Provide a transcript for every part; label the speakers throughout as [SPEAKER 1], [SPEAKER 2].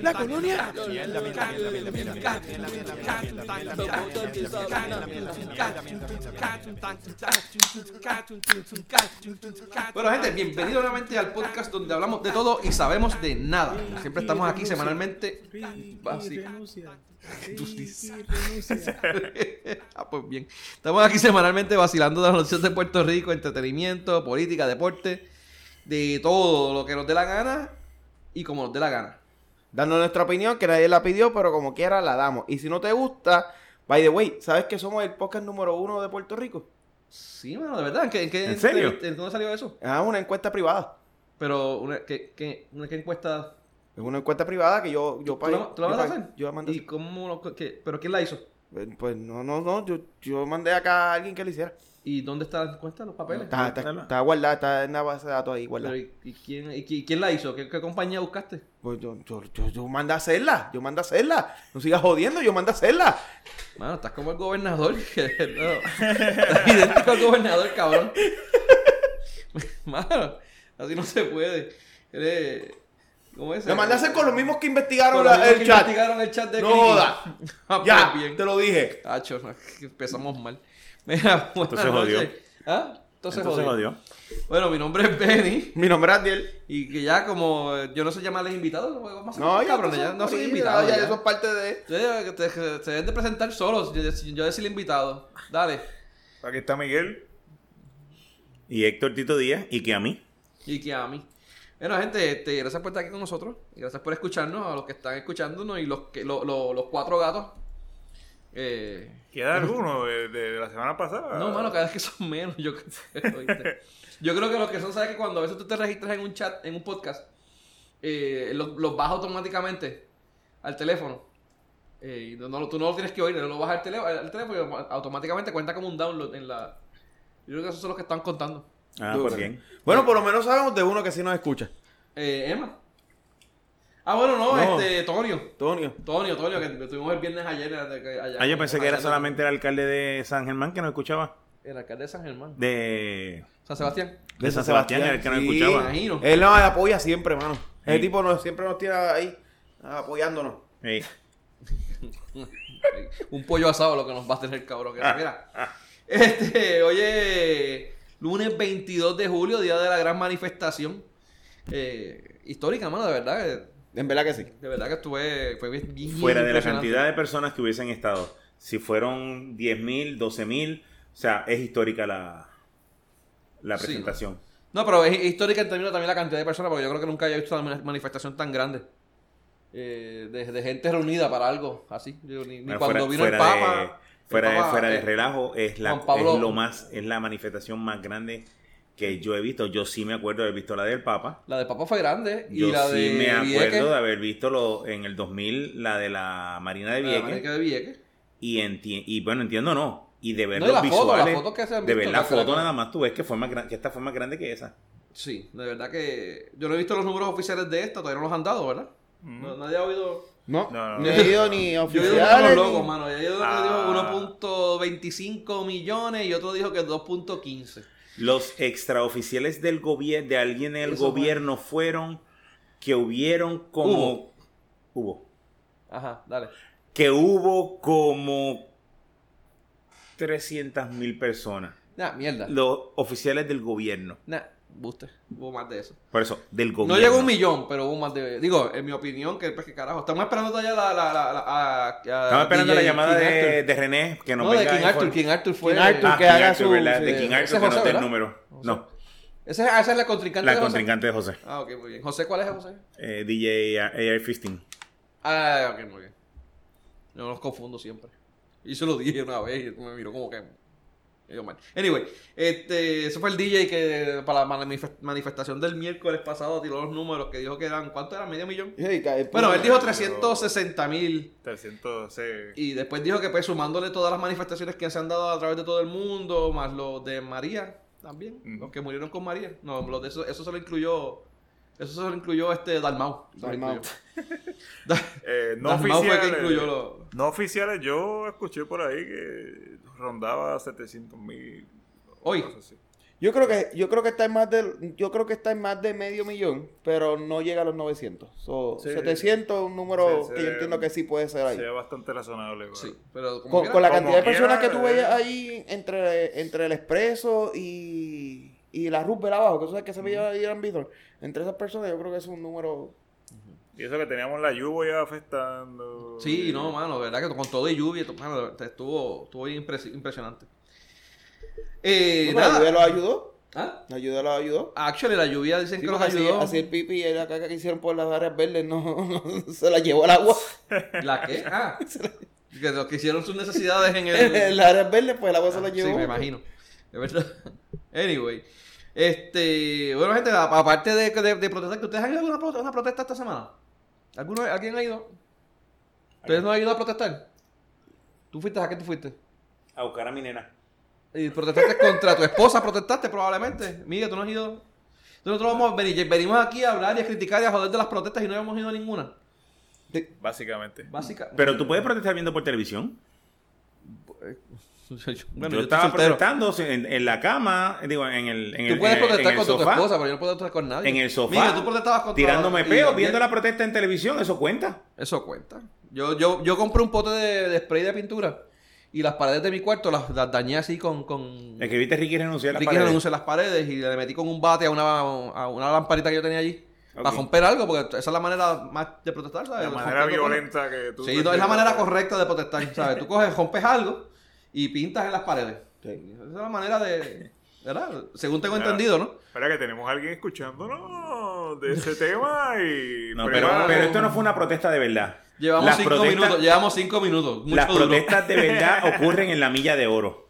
[SPEAKER 1] La colonia.
[SPEAKER 2] Bueno, gente, bienvenido nuevamente al podcast donde hablamos de todo y sabemos de nada. Siempre estamos aquí semanalmente. Así. ah, pues bien. Estamos aquí semanalmente vacilando de las noticias de Puerto Rico, entretenimiento, política, deporte, de todo lo que nos dé la gana y como nos dé la gana.
[SPEAKER 3] dando nuestra opinión, que nadie la pidió, pero como quiera la damos. Y si no te gusta, by the way, ¿sabes que somos el podcast número uno de Puerto Rico?
[SPEAKER 2] Sí, mano, de verdad. ¿En, qué- en qué-
[SPEAKER 4] ¿En serio?
[SPEAKER 2] en- en dónde salió eso?
[SPEAKER 3] Ah, es una encuesta privada.
[SPEAKER 2] Pero, una, ¿qué, qué- una, qué encuesta?
[SPEAKER 3] Es una encuesta privada que yo, yo
[SPEAKER 2] ¿Tú la, tú
[SPEAKER 3] yo
[SPEAKER 2] la vas a
[SPEAKER 3] pagué.
[SPEAKER 2] hacer?
[SPEAKER 3] Yo la mandé. a
[SPEAKER 2] ¿Y
[SPEAKER 3] hacer.
[SPEAKER 2] cómo lo- qué- ¿Pero quién la hizo?
[SPEAKER 3] Eh, Pues no, no, no. Yo, yo mandé acá a alguien que la hiciera.
[SPEAKER 2] ¿Y dónde está la encuesta? ¿Los papeles?
[SPEAKER 3] Está, está, está guardada, está en la base de datos ahí guardada.
[SPEAKER 2] Pero, ¿y, y quién, y qui- quién la hizo? ¿Qué, qué compañía buscaste?
[SPEAKER 3] Pues yo, yo, yo, yo mandé a hacerla. Yo mandé a hacerla. No sigas jodiendo, yo mandé a hacerla.
[SPEAKER 2] Mano, estás como el gobernador. que- no. Estás idéntico al gobernador, cabrón. Mano, así no se puede. Eres... ¿Cómo es?
[SPEAKER 3] Lo mandé a hacer con los mismos que investigaron
[SPEAKER 2] Con los
[SPEAKER 3] la-
[SPEAKER 2] mismos
[SPEAKER 3] el
[SPEAKER 2] que
[SPEAKER 3] chat.
[SPEAKER 2] investigaron el chat de
[SPEAKER 3] No
[SPEAKER 2] Clínica.
[SPEAKER 3] joda.
[SPEAKER 2] Ah, pues
[SPEAKER 3] Ya,
[SPEAKER 2] bien.
[SPEAKER 3] te lo dije.
[SPEAKER 2] Tacho, no, empezamos mal. Mira, buenas
[SPEAKER 4] Entonces jodió.
[SPEAKER 2] noches. ¿Ah? Entonces,
[SPEAKER 4] Entonces
[SPEAKER 2] jodió.
[SPEAKER 4] jodió.
[SPEAKER 2] Bueno, mi nombre es Benny.
[SPEAKER 3] Mi nombre es Adiel.
[SPEAKER 2] Y que ya como eh, yo no sé llamarles invitados, más
[SPEAKER 3] No, ya,
[SPEAKER 2] cabrón,
[SPEAKER 3] tú
[SPEAKER 2] ya
[SPEAKER 3] sos
[SPEAKER 2] no soy
[SPEAKER 3] corrida,
[SPEAKER 2] invitado.
[SPEAKER 3] Ya,
[SPEAKER 2] ya.
[SPEAKER 3] eso es parte de.
[SPEAKER 2] Ustedes, eh, te- que Se deben de presentar solos, yo, yo- yo decirle invitado. Dale.
[SPEAKER 4] Aquí está Miguel. Y Héctor Tito Díaz. Y que a mí.
[SPEAKER 2] Y que a mí. Bueno, gente, este, gracias por estar aquí con nosotros. Y gracias por escucharnos, a los que están escuchándonos y los que lo- lo- los cuatro gatos. Eh,
[SPEAKER 5] ¿Queda alguno de, de la semana pasada?
[SPEAKER 4] Ah.
[SPEAKER 2] no, mano, cada vez que son menos, yo qué sé, ¿oíste? Yo creo que los que son, sabes que cuando a veces tú te registras en un chat, en un podcast, eh, los, los baja automáticamente al teléfono. Eh, y no- no- tú no lo tienes que oír, lo bajas al, tele- al teléfono y automáticamente cuenta como un download en la... Yo creo que esos son los que están contando.
[SPEAKER 4] Ah,
[SPEAKER 3] Yo
[SPEAKER 4] pues
[SPEAKER 3] creo.
[SPEAKER 4] bien.
[SPEAKER 3] Bueno, por lo menos sabemos de uno que sí nos escucha.
[SPEAKER 2] Eh, Emma. Ah, bueno, no,
[SPEAKER 3] No.
[SPEAKER 2] este, Tonio.
[SPEAKER 3] Antonio.
[SPEAKER 2] Tonio, Tonio, que tuvimos el viernes ayer. eh, de que- allá-
[SPEAKER 4] Ah, yo pensé que era
[SPEAKER 2] allá-
[SPEAKER 4] solamente el alcalde de San Germán que no escuchaba.
[SPEAKER 2] El alcalde de San Germán.
[SPEAKER 4] De,
[SPEAKER 2] San Sebastián.
[SPEAKER 4] de San Sebastián, era el que no
[SPEAKER 3] Sí.
[SPEAKER 4] escuchaba.
[SPEAKER 2] Imagino.
[SPEAKER 3] Él nos apoya siempre, mano. Ese
[SPEAKER 4] Sí.
[SPEAKER 3] tipo nos, siempre nos tiene ahí apoyándonos.
[SPEAKER 4] Ey.
[SPEAKER 2] un pollo asado lo que nos va a tener cabrón. que
[SPEAKER 4] Ah,
[SPEAKER 2] mira. Este, oye, lunes 22 de julio, día de la gran manifestación. Eh, histórica, mano, de verdad. eh,
[SPEAKER 3] En verdad que sí.
[SPEAKER 2] De verdad que estuve. Fue bien, bien
[SPEAKER 4] Fuera de la
[SPEAKER 2] impresionante.
[SPEAKER 4] cantidad de personas que hubiesen estado. Si fueron 10.000, 12.000. O sea, es histórica la, la
[SPEAKER 2] Sí.
[SPEAKER 4] presentación.
[SPEAKER 2] No, pero es histórica en términos también de la cantidad de personas, porque yo creo que nunca había visto una manifestación tan grande. Eh, de, de gente reunida para algo así. Yo ni ni
[SPEAKER 4] Bueno,
[SPEAKER 2] cuando
[SPEAKER 4] fuera-
[SPEAKER 2] vino
[SPEAKER 4] fuera
[SPEAKER 2] el Papa. el
[SPEAKER 4] De, fuera, de,
[SPEAKER 2] Papa,
[SPEAKER 4] fuera de
[SPEAKER 2] eh,
[SPEAKER 4] relajo, es la,
[SPEAKER 2] Juan Pablo-
[SPEAKER 4] es lo más, es la manifestación más grande que yo he visto. Yo sí me acuerdo de haber visto la del Papa.
[SPEAKER 2] La de Papa fue grande.
[SPEAKER 4] Yo
[SPEAKER 2] y la
[SPEAKER 4] sí
[SPEAKER 2] de
[SPEAKER 4] me acuerdo de
[SPEAKER 2] Vieques.
[SPEAKER 4] haber visto lo, en el 2000 la de la Marina de
[SPEAKER 2] la de
[SPEAKER 4] Vieques.
[SPEAKER 2] América de Vieques.
[SPEAKER 4] Y, enti- y bueno, entiendo no. Y de ver
[SPEAKER 2] No, y
[SPEAKER 4] los
[SPEAKER 2] la foto,
[SPEAKER 4] visuales.
[SPEAKER 2] las fotos que se han
[SPEAKER 4] de
[SPEAKER 2] visto,
[SPEAKER 4] ver la
[SPEAKER 2] no se la
[SPEAKER 4] foto
[SPEAKER 2] con-
[SPEAKER 4] nada más, tú ves que, fue más gran- que esta fue más grande que esa.
[SPEAKER 2] Sí, de verdad que. Yo no he visto los números oficiales de esta, todavía no los han dado, ¿verdad?
[SPEAKER 4] Mm.
[SPEAKER 2] No, nadie ha oído.
[SPEAKER 3] No,
[SPEAKER 5] No, no,
[SPEAKER 3] ni
[SPEAKER 5] no.
[SPEAKER 3] ido ni
[SPEAKER 2] Yo he oído unos
[SPEAKER 3] oficial.
[SPEAKER 2] locos, mano. Yo he oído
[SPEAKER 5] Ah.
[SPEAKER 2] que dijo 1.25 millones y otro dijo que 2.15.
[SPEAKER 4] Los extraoficiales del gobierno, de alguien en el
[SPEAKER 2] Eso fue.
[SPEAKER 4] gobierno fueron que hubieron como.
[SPEAKER 2] Hubo.
[SPEAKER 4] hubo.
[SPEAKER 2] Ajá, dale.
[SPEAKER 4] Que hubo como 300 mil personas.
[SPEAKER 2] Nah, mierda.
[SPEAKER 4] Los oficiales del gobierno.
[SPEAKER 2] Nah, buste. Hubo más de eso.
[SPEAKER 4] Por eso, del
[SPEAKER 2] No
[SPEAKER 4] gobierno.
[SPEAKER 2] llegó un millón, pero hubo más de. Digo, en mi opinión, que pues, que carajo. Estamos esperando todavía la. la, la, la a, a
[SPEAKER 4] Estamos esperando
[SPEAKER 2] DJ
[SPEAKER 4] la llamada
[SPEAKER 2] King
[SPEAKER 4] de,
[SPEAKER 2] Arthur.
[SPEAKER 4] de René, que nos
[SPEAKER 2] No, de
[SPEAKER 4] venga
[SPEAKER 2] King Arthur.
[SPEAKER 4] inform-
[SPEAKER 2] King Arthur fue.
[SPEAKER 3] King Arthur.
[SPEAKER 4] Ah,
[SPEAKER 3] que
[SPEAKER 4] King
[SPEAKER 3] haga
[SPEAKER 4] Arthur,
[SPEAKER 3] su-
[SPEAKER 4] ¿verdad? De
[SPEAKER 2] sí,
[SPEAKER 4] King
[SPEAKER 2] eh, ese
[SPEAKER 4] Arthur, que
[SPEAKER 2] José,
[SPEAKER 4] no te el
[SPEAKER 2] ¿verdad?
[SPEAKER 4] número. No,
[SPEAKER 2] Esa, esa es la contrincante
[SPEAKER 4] la
[SPEAKER 2] de José.
[SPEAKER 4] contrincante de José.
[SPEAKER 2] Ah, ok, muy bien. José, ¿cuál es José?
[SPEAKER 4] Eh, DJ AI Fisting.
[SPEAKER 2] Ah, ok, muy bien. Yo los confundo siempre. Y se lo dije una vez y él me miró como que. me dio mal. Anyway, este, ese fue el DJ que para la manif- manifestación del miércoles pasado tiró los números que dijo que eran, ¿cuánto era? ¿Medio millón?
[SPEAKER 3] Sí, ca- el-
[SPEAKER 2] Bueno, él dijo 360 mil
[SPEAKER 5] 306.
[SPEAKER 2] y después dijo que pues sumándole todas las manifestaciones que se han dado a través de todo el mundo, más los de María también,
[SPEAKER 5] Ujú.
[SPEAKER 2] los que murieron con María. No, los de eso, eso se lo incluyó, eso se lo incluyó este Dalmau. Se lo
[SPEAKER 3] Dalmau.
[SPEAKER 2] incluyó.
[SPEAKER 5] Eh, no
[SPEAKER 2] Dalmau fue el que
[SPEAKER 5] oficiales.
[SPEAKER 3] eh.
[SPEAKER 2] incluyó los...
[SPEAKER 5] No oficiales, yo escuché por ahí que rondaba 700 mil.
[SPEAKER 2] Hoy.
[SPEAKER 3] Yo creo que yo creo que está en más de yo creo que está en más de medio millón, pero no llega a los 900. So,
[SPEAKER 5] Sí.
[SPEAKER 3] 700 es un número
[SPEAKER 5] Sí, se
[SPEAKER 3] que yo
[SPEAKER 5] ve-
[SPEAKER 3] entiendo que sí puede ser ahí.
[SPEAKER 5] Se ve bastante razonable, güey.
[SPEAKER 2] Sí, pero como
[SPEAKER 3] Con,
[SPEAKER 2] quiera,
[SPEAKER 3] con la
[SPEAKER 5] Como
[SPEAKER 3] cantidad de personas
[SPEAKER 5] quiera,
[SPEAKER 3] que tú veías
[SPEAKER 5] eh.
[SPEAKER 3] ahí entre, entre el expreso y, y la Roosevelt abajo, que eso es que se veía ahí en Bithorn. Entre esas personas yo creo que es un número...
[SPEAKER 5] Y eso que teníamos la lluvia ya afectando.
[SPEAKER 2] Sí, no, mano, de verdad que con todo y lluvia, to- mano, de verdad, estuvo, estuvo bien impres- impresionante. Eh,
[SPEAKER 3] No, pero la
[SPEAKER 2] nada.
[SPEAKER 3] lluvia los ayudó.
[SPEAKER 2] ¿Ah?
[SPEAKER 3] La lluvia los ayudó.
[SPEAKER 2] Actually, la lluvia dicen
[SPEAKER 3] Sí,
[SPEAKER 2] que los
[SPEAKER 3] porque así-
[SPEAKER 2] ayudó.
[SPEAKER 3] Así el pipi y la caca que hicieron por las áreas verdes no, no se la llevó al agua.
[SPEAKER 2] ¿La qué? Ah, que los que hicieron sus necesidades en el...
[SPEAKER 3] las áreas verdes pues el agua se la
[SPEAKER 2] Ah,
[SPEAKER 3] llevó.
[SPEAKER 2] sí, me imagino. De verdad. Anyway. Este, bueno, gente, a- aparte de, de, de protestar, ¿que ¿ustedes han ido a alguna protesta, una protesta esta semana? ¿Alguno, ¿Alguien ha ido? ¿Ustedes no han ido a protestar? ¿Tú fuiste? ¿A qué tú fuiste?
[SPEAKER 6] A buscar a mi nena.
[SPEAKER 2] Y protestaste contra tu esposa, protestaste probablemente. Miguel, tú no has ido. Entonces nosotros vamos a venir, venimos aquí a hablar y a criticar y a joder de las protestas y no hemos ido a ninguna.
[SPEAKER 5] Básicamente.
[SPEAKER 2] Básica.
[SPEAKER 6] Pero tú puedes protestar viendo por televisión.
[SPEAKER 2] Yo- yo- bueno, yo estoy
[SPEAKER 6] yo, estaba
[SPEAKER 2] soltero.
[SPEAKER 6] protestando en, en la cama, digo, en el, en
[SPEAKER 2] Tú
[SPEAKER 6] el-
[SPEAKER 2] puedes
[SPEAKER 6] en el-
[SPEAKER 2] protestar
[SPEAKER 6] en
[SPEAKER 2] con
[SPEAKER 6] el sofá,
[SPEAKER 2] tu esposa, pero yo no puedo protestar con nadie.
[SPEAKER 6] en el sofá,
[SPEAKER 2] Miguel, tú protestabas contra
[SPEAKER 6] tirándome
[SPEAKER 2] y-
[SPEAKER 6] peo,
[SPEAKER 2] y-
[SPEAKER 6] viendo la protesta en televisión, eso cuenta.
[SPEAKER 2] Eso cuenta. Yo, yo, yo compré un pote de, de spray de pintura y las paredes de mi cuarto las, las dañé así con. con...
[SPEAKER 6] El que viste Ricky renunciar a la
[SPEAKER 2] Mm. Ricky renuncia las paredes y le metí con un bate a una, a una lamparita que yo tenía allí.
[SPEAKER 6] Ok.
[SPEAKER 2] Para romper algo, porque esa es la manera más de protestar, ¿sabes?
[SPEAKER 5] La
[SPEAKER 2] De
[SPEAKER 5] manera
[SPEAKER 2] romper todo.
[SPEAKER 5] violenta que tú.
[SPEAKER 2] Sí, no, es la manera correcta de protestar, ¿sabes? Tú coges, rompes algo y pintas en las paredes.
[SPEAKER 3] Sí.
[SPEAKER 2] Esa es la manera de... ¿Verdad? Según tengo
[SPEAKER 5] Claro.
[SPEAKER 2] entendido, ¿no?
[SPEAKER 5] Espera que tenemos a alguien escuchándonos de ese tema y... pues,
[SPEAKER 6] No, pero,
[SPEAKER 5] prepara-
[SPEAKER 6] pero esto no fue una protesta de verdad.
[SPEAKER 2] Llevamos
[SPEAKER 6] Las
[SPEAKER 2] cinco
[SPEAKER 6] protestas-
[SPEAKER 2] minutos, llevamos cinco minutos. Mucho
[SPEAKER 6] Las
[SPEAKER 2] duró.
[SPEAKER 6] protestas de verdad ocurren en la milla de oro.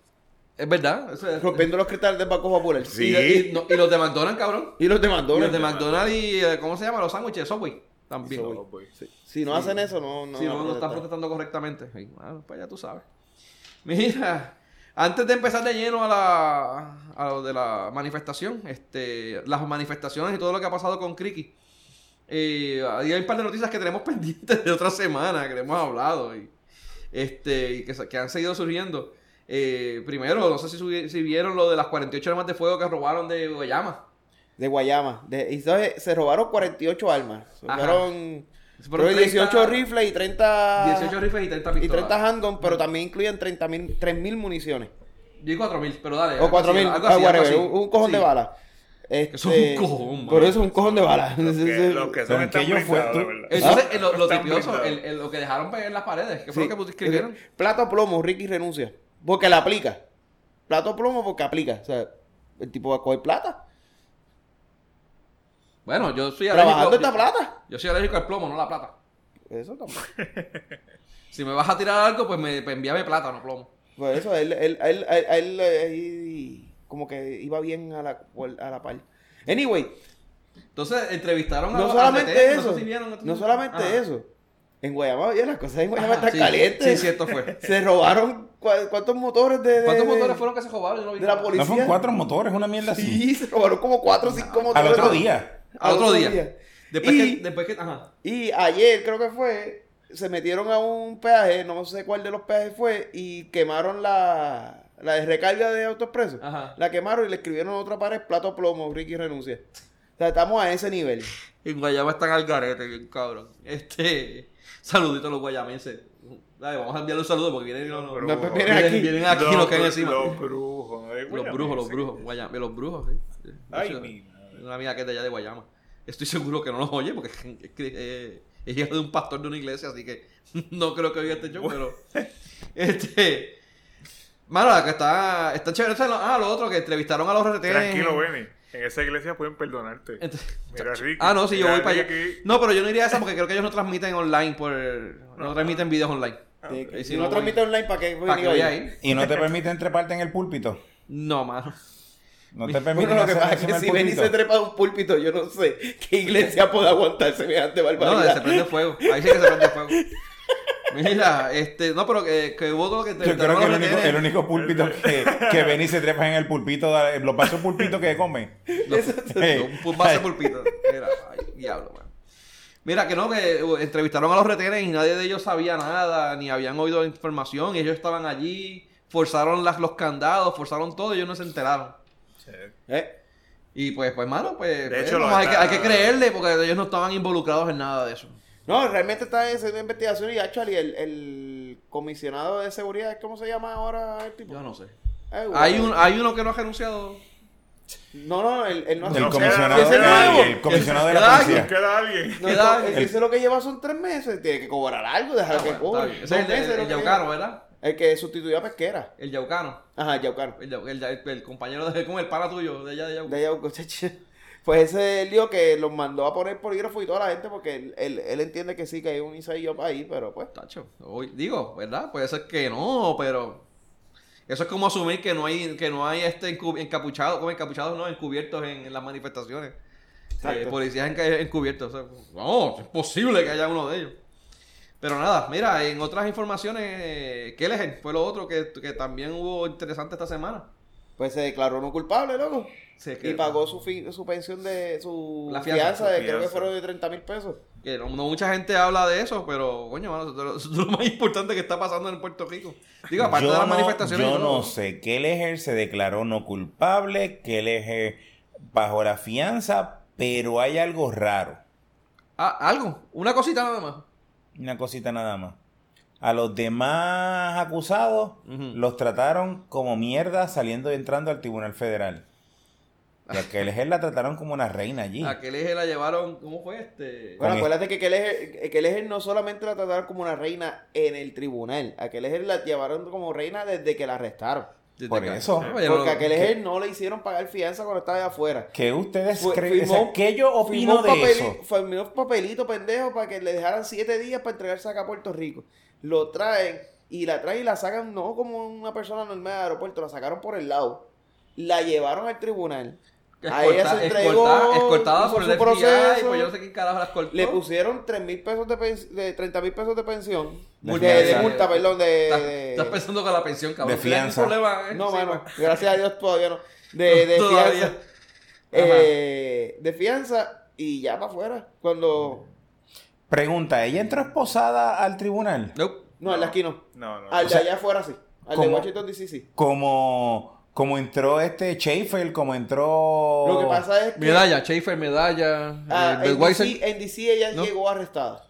[SPEAKER 2] Es verdad. eso es-
[SPEAKER 3] Rompiendo los cristales de Paco Popular.
[SPEAKER 6] Sí.
[SPEAKER 2] Y, y- no, y los de McDonald's, cabrón.
[SPEAKER 3] Y los de
[SPEAKER 2] Y
[SPEAKER 3] McDonald's.
[SPEAKER 2] los de McDonald's y... eh, ¿Cómo se llama? Los sándwiches, Subway. También.
[SPEAKER 3] Subway.
[SPEAKER 5] No, pues.
[SPEAKER 3] Si no hacen eso, no, no,
[SPEAKER 2] si no,
[SPEAKER 3] van a
[SPEAKER 2] no
[SPEAKER 3] protestar.
[SPEAKER 2] están protestando correctamente. Y, bueno, pues ya tú sabes. Mira, antes de empezar de lleno a, la, a lo de la manifestación, este, las manifestaciones y todo lo que ha pasado con Criqui, eh, ahí hay un par de noticias que tenemos pendientes de otra semana, que hemos hablado y, este, y que, se- que han seguido surgiendo. Eh, primero, no sé si, subi- si vieron lo de las 48 armas de fuego que robaron de Guayama.
[SPEAKER 3] De Guayama. De, y entonces se robaron 48 armas. Se
[SPEAKER 2] Ajá.
[SPEAKER 3] Fueron
[SPEAKER 2] Fueron 30
[SPEAKER 3] 18 rifles y 30...
[SPEAKER 2] 18 rifles y 30
[SPEAKER 3] y
[SPEAKER 2] pistolas.
[SPEAKER 3] 30 handguns, pero también incluyen 30 mil, 3 mil municiones.
[SPEAKER 2] Yo 4.000, pero dale.
[SPEAKER 3] o
[SPEAKER 2] algo
[SPEAKER 3] 4 mil, Ah,
[SPEAKER 2] así, algo así, algo así.
[SPEAKER 3] un, un cojón de
[SPEAKER 2] Sí.
[SPEAKER 3] balas.
[SPEAKER 2] Eso
[SPEAKER 3] Este,
[SPEAKER 2] es un cojón, mano.
[SPEAKER 3] Por eso es un cojón de balas.
[SPEAKER 5] Los que, los que son
[SPEAKER 6] Don
[SPEAKER 5] están
[SPEAKER 6] Quello fue
[SPEAKER 5] blindados,
[SPEAKER 6] tú.
[SPEAKER 5] la verdad.
[SPEAKER 2] Entonces,
[SPEAKER 3] ¿Ah?
[SPEAKER 2] eh, lo, lo
[SPEAKER 5] Están
[SPEAKER 2] tipioso,
[SPEAKER 5] blindados.
[SPEAKER 2] el, el- lo que dejaron pegar en las paredes, que fue
[SPEAKER 3] Sí.
[SPEAKER 2] lo que escribieron.
[SPEAKER 3] Plato a plomo, Ricky renuncia. Porque la aplica. Plato a plomo porque aplica. O sea, el tipo va a coger plata.
[SPEAKER 2] Bueno, yo soy
[SPEAKER 3] Trabajando esta
[SPEAKER 2] yo-
[SPEAKER 3] plata.
[SPEAKER 2] Yo soy alérgico al plomo, no la plata.
[SPEAKER 3] Eso tampoco.
[SPEAKER 2] Si me vas a tirar algo, pues me pues envíame plata, no plomo.
[SPEAKER 3] Por eso, él, él, él, él, él, eh, ahí como que iba bien a la, a la par. Anyway,
[SPEAKER 2] Entonces, entrevistaron a
[SPEAKER 3] no
[SPEAKER 2] los- a
[SPEAKER 3] solamente
[SPEAKER 2] DT,
[SPEAKER 3] eso.
[SPEAKER 2] No, sé si vieron,
[SPEAKER 3] No solamente
[SPEAKER 2] Ajá.
[SPEAKER 3] eso. En Guayama, oye, las cosas en
[SPEAKER 2] Ajá,
[SPEAKER 3] Guayama están
[SPEAKER 2] sí,
[SPEAKER 3] calientes.
[SPEAKER 2] Sí, cierto fue.
[SPEAKER 3] Se robaron cua- cuántos motores de. de-
[SPEAKER 2] ¿Cuántos
[SPEAKER 3] de-
[SPEAKER 2] motores fueron que se robaron? Yo no vi
[SPEAKER 3] de la
[SPEAKER 2] nada.
[SPEAKER 3] policía.
[SPEAKER 6] No fueron cuatro motores, una mierda así.
[SPEAKER 3] Sí, se robaron como cuatro o cinco
[SPEAKER 6] Al
[SPEAKER 3] motores.
[SPEAKER 6] otro día.
[SPEAKER 2] Al otro día. Después,
[SPEAKER 3] Y-
[SPEAKER 2] que, después que. Ajá.
[SPEAKER 3] Y ayer, creo que fue, se metieron a un peaje, no sé cuál de los peajes fue, y quemaron la, la de recarga de AutoExpreso.
[SPEAKER 2] Ajá.
[SPEAKER 3] La quemaron y le escribieron a otra pared, plato plomo, Ricky renuncia. O sea, estamos a ese nivel.
[SPEAKER 2] En Guayama están al garete, bien cabrón. Este. Saludito a los guayamenses. Dale, vamos a enviarle un saludo porque vienen, los-
[SPEAKER 5] No, pues
[SPEAKER 3] vienen aquí. pues,
[SPEAKER 2] vienen aquí y nos caen
[SPEAKER 5] bru-
[SPEAKER 2] encima.
[SPEAKER 5] Los brujos. eh, no hay
[SPEAKER 2] Los
[SPEAKER 5] guayabes,
[SPEAKER 2] brujos, los
[SPEAKER 5] sí.
[SPEAKER 2] brujos, Guayama, los brujos, ¿eh? sí. De
[SPEAKER 5] Ay,
[SPEAKER 2] hecho,
[SPEAKER 5] mi madre.
[SPEAKER 2] Una amiga que es de allá de Guayama. Estoy seguro que no nos oye porque es que, eh, es hija de un pastor de una iglesia, así que no creo que oiga este show, pero. Este. Mano, la que está. Está chévere. Eso es lo- Ah, lo otro que entrevistaron a los RT.
[SPEAKER 5] Tranquilo, Benny. En esa iglesia pueden perdonarte.
[SPEAKER 2] Ent-
[SPEAKER 5] Mira, Ricky.
[SPEAKER 2] Ah, no, sí, yo
[SPEAKER 5] mira,
[SPEAKER 2] voy para allá.
[SPEAKER 5] Ricky.
[SPEAKER 2] No, pero yo no iría a esa porque creo que ellos no transmiten online por.
[SPEAKER 6] Ah.
[SPEAKER 2] No transmiten videos online.
[SPEAKER 3] De-
[SPEAKER 2] y si
[SPEAKER 3] si
[SPEAKER 2] no
[SPEAKER 3] no
[SPEAKER 2] voy-
[SPEAKER 3] transmite online, ¿para qué
[SPEAKER 2] ¿Para que
[SPEAKER 3] venir hoy?
[SPEAKER 2] vaya ahí?
[SPEAKER 6] Y no te permiten treparte en el púlpito.
[SPEAKER 2] No, mano.
[SPEAKER 6] No te
[SPEAKER 3] Bueno, lo que pasa es que si Benny se trepa a un púlpito, yo no sé qué iglesia puede aguantar semejante
[SPEAKER 2] No, se
[SPEAKER 3] barbaridad.
[SPEAKER 2] prende fuego. Ahí sí que se prende fuego. Mira, este, no, pero que, que hubo todo que te
[SPEAKER 6] Yo creo que el
[SPEAKER 2] los
[SPEAKER 6] único,
[SPEAKER 2] retenes.
[SPEAKER 6] el único púlpito que, que Benny se trepa en el pulpito, da- los vasos pulpito que comen.
[SPEAKER 2] No,
[SPEAKER 6] Ey.
[SPEAKER 2] un pu- base pulpito. Mira, ay, diablo, man. Mira, que no, que eh, entrevistaron a los retenes y nadie de ellos sabía nada, ni habían oído información, y ellos estaban allí, forzaron las, los candados, forzaron todo, y ellos no se enteraron.
[SPEAKER 3] ¿Eh?
[SPEAKER 2] Y pues, pues, mano, pues.
[SPEAKER 5] De
[SPEAKER 2] pues,
[SPEAKER 5] hecho, lo
[SPEAKER 2] vamos, hay, que,
[SPEAKER 5] está-
[SPEAKER 2] hay que creerle porque ellos no estaban involucrados en nada de eso.
[SPEAKER 3] No, realmente está haciendo investigación y actually el, el comisionado de seguridad, ¿cómo se llama ahora el tipo?
[SPEAKER 2] Yo no sé.
[SPEAKER 3] Eh, güey.
[SPEAKER 2] Hay, un, hay uno que no ha renunciado.
[SPEAKER 3] No, no, él, él no
[SPEAKER 5] Del
[SPEAKER 3] no,
[SPEAKER 4] El
[SPEAKER 5] No,
[SPEAKER 4] comisionado,
[SPEAKER 3] ese nuevo.
[SPEAKER 4] el, el comisionado de la
[SPEAKER 2] Ay,
[SPEAKER 4] policía.
[SPEAKER 5] Queda alguien.
[SPEAKER 3] no,
[SPEAKER 2] queda-
[SPEAKER 3] no, él
[SPEAKER 4] el-
[SPEAKER 3] hizo lo que lleva son tres meses, tiene que cobrar algo, dejar
[SPEAKER 2] Ah,
[SPEAKER 3] que
[SPEAKER 2] bueno, está
[SPEAKER 3] cobre.
[SPEAKER 2] bien. Ese es
[SPEAKER 3] pues, Dos
[SPEAKER 2] el, el,
[SPEAKER 3] meses lo
[SPEAKER 2] el
[SPEAKER 3] que
[SPEAKER 2] Yaucano,
[SPEAKER 3] lleva.
[SPEAKER 2] ¿verdad?
[SPEAKER 3] El que sustituyó a Pesquera.
[SPEAKER 2] El Yaucano.
[SPEAKER 3] Ajá, Yaucano.
[SPEAKER 2] El, Yau- el, Yau- el compañero de. ¿Cómo? El pana tuyo, de allá de Yaucano.
[SPEAKER 3] De Yauco, chacho. Pues ese lío que los mandó a poner polígrafo y toda la gente porque él, él- él entiende que sí, que hay un inside job ahí, pero pues...
[SPEAKER 2] Tacho, hoy, digo, ¿verdad? Puede ser que no, pero. Eso es como asumir que no hay, que no hay este encu- encapuchado, como encapuchados no, encubiertos en, en las manifestaciones.
[SPEAKER 3] Exacto.
[SPEAKER 2] Eh, policías enca- encubiertos. o sea, no, es posible que haya uno de ellos. Pero nada, mira, en otras informaciones, eh, Kelleher fue lo otro que, que también hubo interesante esta semana.
[SPEAKER 3] Pues se declaró no culpable, loco.
[SPEAKER 2] Se-
[SPEAKER 3] Y
[SPEAKER 2] que-
[SPEAKER 3] pagó su, fi- su pensión de su
[SPEAKER 2] La fianza,
[SPEAKER 3] fianza,
[SPEAKER 2] su
[SPEAKER 3] de, creo que
[SPEAKER 5] fianza.
[SPEAKER 3] fueron de 30 mil pesos.
[SPEAKER 2] Que no, no mucha gente habla de eso, pero coño, mano, eso es lo- eso es lo más importante que está pasando en Puerto Rico. Digo, aparte
[SPEAKER 4] yo
[SPEAKER 2] de las
[SPEAKER 4] no,
[SPEAKER 2] manifestaciones. y
[SPEAKER 4] Yo
[SPEAKER 2] todo.
[SPEAKER 4] no sé. Kelleher se declaró no culpable. Kelleher bajo la fianza. Pero hay algo raro.
[SPEAKER 2] Ah, algo, una cosita nada más.
[SPEAKER 4] Una cosita nada más. A los demás acusados
[SPEAKER 2] Ujú.
[SPEAKER 4] los trataron como mierda saliendo y entrando al Tribunal Federal. Y a Kelleher la trataron como una reina allí.
[SPEAKER 2] A Ah, que eje la llevaron, ¿cómo fue este?
[SPEAKER 3] Bueno,
[SPEAKER 4] Con
[SPEAKER 3] acuérdate que Kelleher, Kelleher no solamente la trataron como una reina en el tribunal, a Kelleher la llevaron como reina desde que la arrestaron.
[SPEAKER 2] Desde
[SPEAKER 4] por
[SPEAKER 2] que-
[SPEAKER 4] eso.
[SPEAKER 2] Ah, ya lo-
[SPEAKER 3] Porque a Kelleher no le hicieron pagar fianza cuando estaba de afuera.
[SPEAKER 4] ¿Qué ustedes
[SPEAKER 3] Fue-
[SPEAKER 4] creen? O sea,
[SPEAKER 3] firmó-
[SPEAKER 4] ¿Qué yo
[SPEAKER 3] Firmó
[SPEAKER 4] opino
[SPEAKER 3] un
[SPEAKER 4] de
[SPEAKER 3] papeli-
[SPEAKER 4] eso?
[SPEAKER 3] firmó un papelito pendejo para que le dejaran siete días para entregarse acá a Puerto Rico. Lo traen y la traen y la sacan no como una persona normal del aeropuerto, la sacaron por el lado. La llevaron al tribunal. A ella se
[SPEAKER 2] escolta-
[SPEAKER 3] entregó,
[SPEAKER 2] escolta- escoltada
[SPEAKER 3] hizo
[SPEAKER 2] por el
[SPEAKER 3] su
[SPEAKER 2] FBI,
[SPEAKER 3] proceso.
[SPEAKER 2] pues yo no sé quién carajo la escoltó.
[SPEAKER 3] Le pusieron 3 mil pesos de, pens- de 30 mil pesos de pensión. De,
[SPEAKER 4] Multa.
[SPEAKER 3] de multa, perdón. De,
[SPEAKER 2] Estás,
[SPEAKER 3] de-
[SPEAKER 2] estás pensando con la pensión, cabrón.
[SPEAKER 4] de
[SPEAKER 2] Tienes un
[SPEAKER 4] fianza.
[SPEAKER 2] problema, eh,
[SPEAKER 3] No,
[SPEAKER 2] sí,
[SPEAKER 3] mano.
[SPEAKER 2] pues.
[SPEAKER 3] Gracias a Dios todavía no. De, de
[SPEAKER 2] Todavía.
[SPEAKER 3] fianza.
[SPEAKER 2] Ajá.
[SPEAKER 3] Eh, de fianza y ya para afuera. Cuando.
[SPEAKER 4] Pregunta, ¿ella entró esposada al tribunal?
[SPEAKER 2] Nope.
[SPEAKER 3] No, al de aquí no.
[SPEAKER 5] No, no.
[SPEAKER 3] Al
[SPEAKER 4] O
[SPEAKER 3] de
[SPEAKER 4] sea,
[SPEAKER 3] allá afuera sí. Al de
[SPEAKER 4] ¿cómo?
[SPEAKER 3] Washington DC sí.
[SPEAKER 4] Como, como entró este Schaefer, como entró...
[SPEAKER 3] Lo que pasa es que.
[SPEAKER 2] Medalla, Schaefer, medalla.
[SPEAKER 3] ah,
[SPEAKER 2] eh,
[SPEAKER 3] en,
[SPEAKER 2] Budweiser.
[SPEAKER 3] DC, en DC ella
[SPEAKER 2] No.
[SPEAKER 3] llegó arrestada.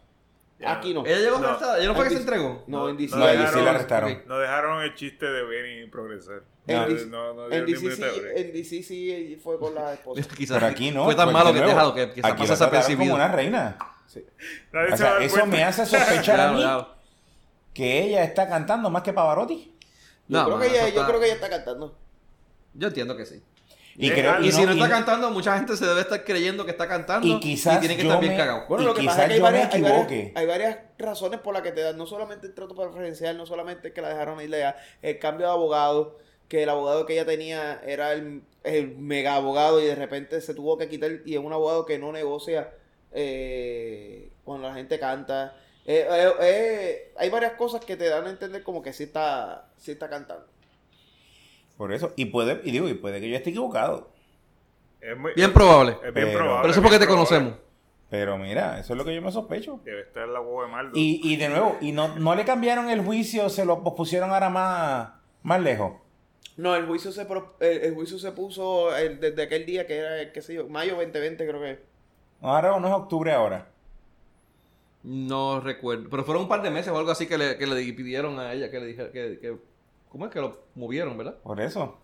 [SPEAKER 3] Aquí no.
[SPEAKER 2] Ella llegó
[SPEAKER 5] No.
[SPEAKER 2] arrestada, ella no fue que se
[SPEAKER 3] Aquí-
[SPEAKER 2] entregó.
[SPEAKER 3] No, en DC.
[SPEAKER 4] No, ahí sí
[SPEAKER 5] Llegaron-
[SPEAKER 4] la arrestaron.
[SPEAKER 2] ok.
[SPEAKER 5] No dejaron el chiste de Benny progresar.
[SPEAKER 3] En
[SPEAKER 5] No,
[SPEAKER 3] DC
[SPEAKER 5] no, no
[SPEAKER 3] en
[SPEAKER 5] dieron ni un
[SPEAKER 3] DC sí,
[SPEAKER 5] minuto de
[SPEAKER 2] eh,
[SPEAKER 5] break.
[SPEAKER 3] en DC sí fue con la esposa.
[SPEAKER 2] Este, Quizás
[SPEAKER 4] Pero aquí no.
[SPEAKER 2] Fue tan
[SPEAKER 3] Pues,
[SPEAKER 4] porque
[SPEAKER 2] malo que
[SPEAKER 4] de
[SPEAKER 2] he
[SPEAKER 4] nuevo,
[SPEAKER 2] dejado que quizás
[SPEAKER 4] aquí
[SPEAKER 2] pasa
[SPEAKER 4] la trataron
[SPEAKER 2] desapercibido.
[SPEAKER 4] como una reina.
[SPEAKER 5] Nadie
[SPEAKER 4] O
[SPEAKER 5] se va a
[SPEAKER 4] sea,
[SPEAKER 5] dar
[SPEAKER 4] eso
[SPEAKER 5] cuenta.
[SPEAKER 4] me hace sospechar a
[SPEAKER 2] Claro,
[SPEAKER 4] mí
[SPEAKER 2] claro.
[SPEAKER 4] que ella está cantando más que Pavarotti.
[SPEAKER 3] Yo,
[SPEAKER 2] No,
[SPEAKER 3] creo,
[SPEAKER 2] mano,
[SPEAKER 3] que ella,
[SPEAKER 2] eso
[SPEAKER 3] yo
[SPEAKER 2] está-
[SPEAKER 3] creo que ella está cantando.
[SPEAKER 2] Yo entiendo que sí.
[SPEAKER 4] Y,
[SPEAKER 5] Eh,
[SPEAKER 4] creo,
[SPEAKER 5] ah,
[SPEAKER 4] y
[SPEAKER 2] Y si no
[SPEAKER 4] y-
[SPEAKER 2] está cantando, mucha gente se debe estar creyendo que está cantando.
[SPEAKER 4] y quizás
[SPEAKER 2] tiene que
[SPEAKER 4] yo
[SPEAKER 2] estar bien
[SPEAKER 4] me-
[SPEAKER 2] cagado.
[SPEAKER 3] Bueno,
[SPEAKER 4] Y
[SPEAKER 3] lo que pasa
[SPEAKER 4] quizás
[SPEAKER 3] es que hay
[SPEAKER 4] yo me
[SPEAKER 3] varias, hay, varias,
[SPEAKER 4] equivoque.
[SPEAKER 3] hay varias razones por las que te dan, no solamente el trato preferencial, no solamente que la dejaron ilegal, el cambio de abogado, que el abogado que ella tenía era el, el mega abogado y de repente se tuvo que quitar y es un abogado que no negocia eh, cuando la gente canta. Eh, eh, eh, hay varias cosas que te dan a entender como que sí está, sí está cantando.
[SPEAKER 4] Por eso, y puede, y digo, y puede que yo esté equivocado.
[SPEAKER 5] Es muy-
[SPEAKER 2] Bien probable.
[SPEAKER 5] es bien
[SPEAKER 4] Pero-
[SPEAKER 5] probable.
[SPEAKER 2] Pero eso es porque te
[SPEAKER 5] bien probable.
[SPEAKER 2] conocemos.
[SPEAKER 4] Pero mira, eso es lo que yo me sospecho.
[SPEAKER 5] Debe estar la huevo de Maldo.
[SPEAKER 4] Y, y de nuevo, y no, no le cambiaron el juicio, se lo pospusieron ahora más, más lejos.
[SPEAKER 3] No, el juicio se, pro- el, el juicio se puso eh, desde aquel día que era, qué sé yo, mayo 2020 creo que. es.
[SPEAKER 4] Ahora no es octubre ahora.
[SPEAKER 2] No recuerdo. Pero fueron un par de meses o algo así que le, que le pidieron a ella que le dijeron que, que- ¿Cómo es que lo movieron, verdad?
[SPEAKER 4] Por eso.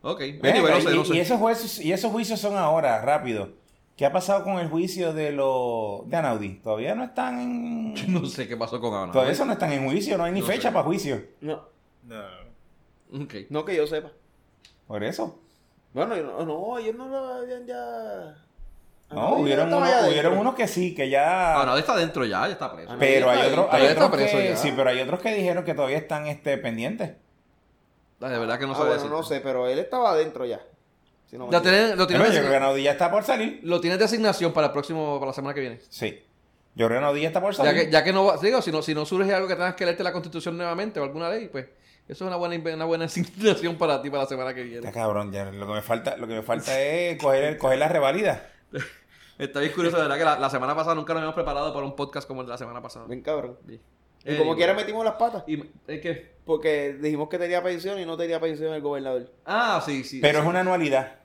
[SPEAKER 2] Ok.
[SPEAKER 4] Ven
[SPEAKER 2] Anyway,
[SPEAKER 4] acá,
[SPEAKER 2] no sé,
[SPEAKER 4] y,
[SPEAKER 2] no sé.
[SPEAKER 4] y esos jueces, y esos juicios son ahora, rápido. ¿Qué ha pasado con el juicio de los de Anaudi? Todavía no están en.
[SPEAKER 2] Yo no sé qué pasó con Ana.
[SPEAKER 4] Todavía eso no están en juicio, no hay ni
[SPEAKER 2] No
[SPEAKER 4] fecha
[SPEAKER 2] sé.
[SPEAKER 4] para juicio.
[SPEAKER 3] No,
[SPEAKER 5] No.
[SPEAKER 2] Ok.
[SPEAKER 3] no que yo sepa.
[SPEAKER 4] Por eso.
[SPEAKER 3] Bueno, yo no, no, ellos no lo habían ya.
[SPEAKER 4] No, hubieron,
[SPEAKER 3] estaba
[SPEAKER 4] unos-
[SPEAKER 3] ya
[SPEAKER 4] hubieron
[SPEAKER 3] dentro.
[SPEAKER 4] unos que sí, que ya.
[SPEAKER 2] Ah, no, está dentro ya, ya está preso.
[SPEAKER 3] Ah, no.
[SPEAKER 4] pero
[SPEAKER 3] Todavía
[SPEAKER 4] hay
[SPEAKER 3] está
[SPEAKER 4] otros,
[SPEAKER 3] ahí,
[SPEAKER 4] hay
[SPEAKER 2] todavía está
[SPEAKER 4] otros
[SPEAKER 2] preso
[SPEAKER 4] que.
[SPEAKER 2] ya.
[SPEAKER 4] Sí, pero hay otros que dijeron que todavía están este, pendientes.
[SPEAKER 2] Ah, De verdad que no
[SPEAKER 3] Ah,
[SPEAKER 2] sé
[SPEAKER 3] bueno,
[SPEAKER 2] decir.
[SPEAKER 3] no sé, pero él estaba adentro ya. Si no me
[SPEAKER 2] Lo
[SPEAKER 3] equivoco.
[SPEAKER 2] tienes, lo,
[SPEAKER 4] Pero
[SPEAKER 2] tienes
[SPEAKER 4] yo creo que
[SPEAKER 2] design-
[SPEAKER 4] Anaudi ya está por salir.
[SPEAKER 2] lo tienes designación para el próximo, para la semana que viene.
[SPEAKER 4] Sí. Yo creo que Anaudi ya está por
[SPEAKER 2] Ya
[SPEAKER 4] salir.
[SPEAKER 2] que, ya que no va- digo, si no, si no surge algo que tengas que leerte la constitución nuevamente o alguna ley, pues eso es una buena inve- una buena designación para ti para la semana que
[SPEAKER 4] Está
[SPEAKER 2] viene.
[SPEAKER 4] cabrón, ya lo que me falta, lo que me falta es coger, coger la revalida.
[SPEAKER 2] Está bien curioso, de verdad que la, la semana pasada nunca nos habíamos preparado para un podcast como el de la semana pasada.
[SPEAKER 3] Ven, cabrón.
[SPEAKER 2] Sí.
[SPEAKER 3] Y
[SPEAKER 2] Eh,
[SPEAKER 3] como
[SPEAKER 2] digo,
[SPEAKER 3] quiera metimos las patas.
[SPEAKER 2] Y, ¿eh, ¿Qué?
[SPEAKER 3] Porque dijimos que tenía pensión y no tenía pensión el gobernador.
[SPEAKER 2] Ah, sí, sí.
[SPEAKER 4] Pero
[SPEAKER 2] sí.
[SPEAKER 4] es una anualidad.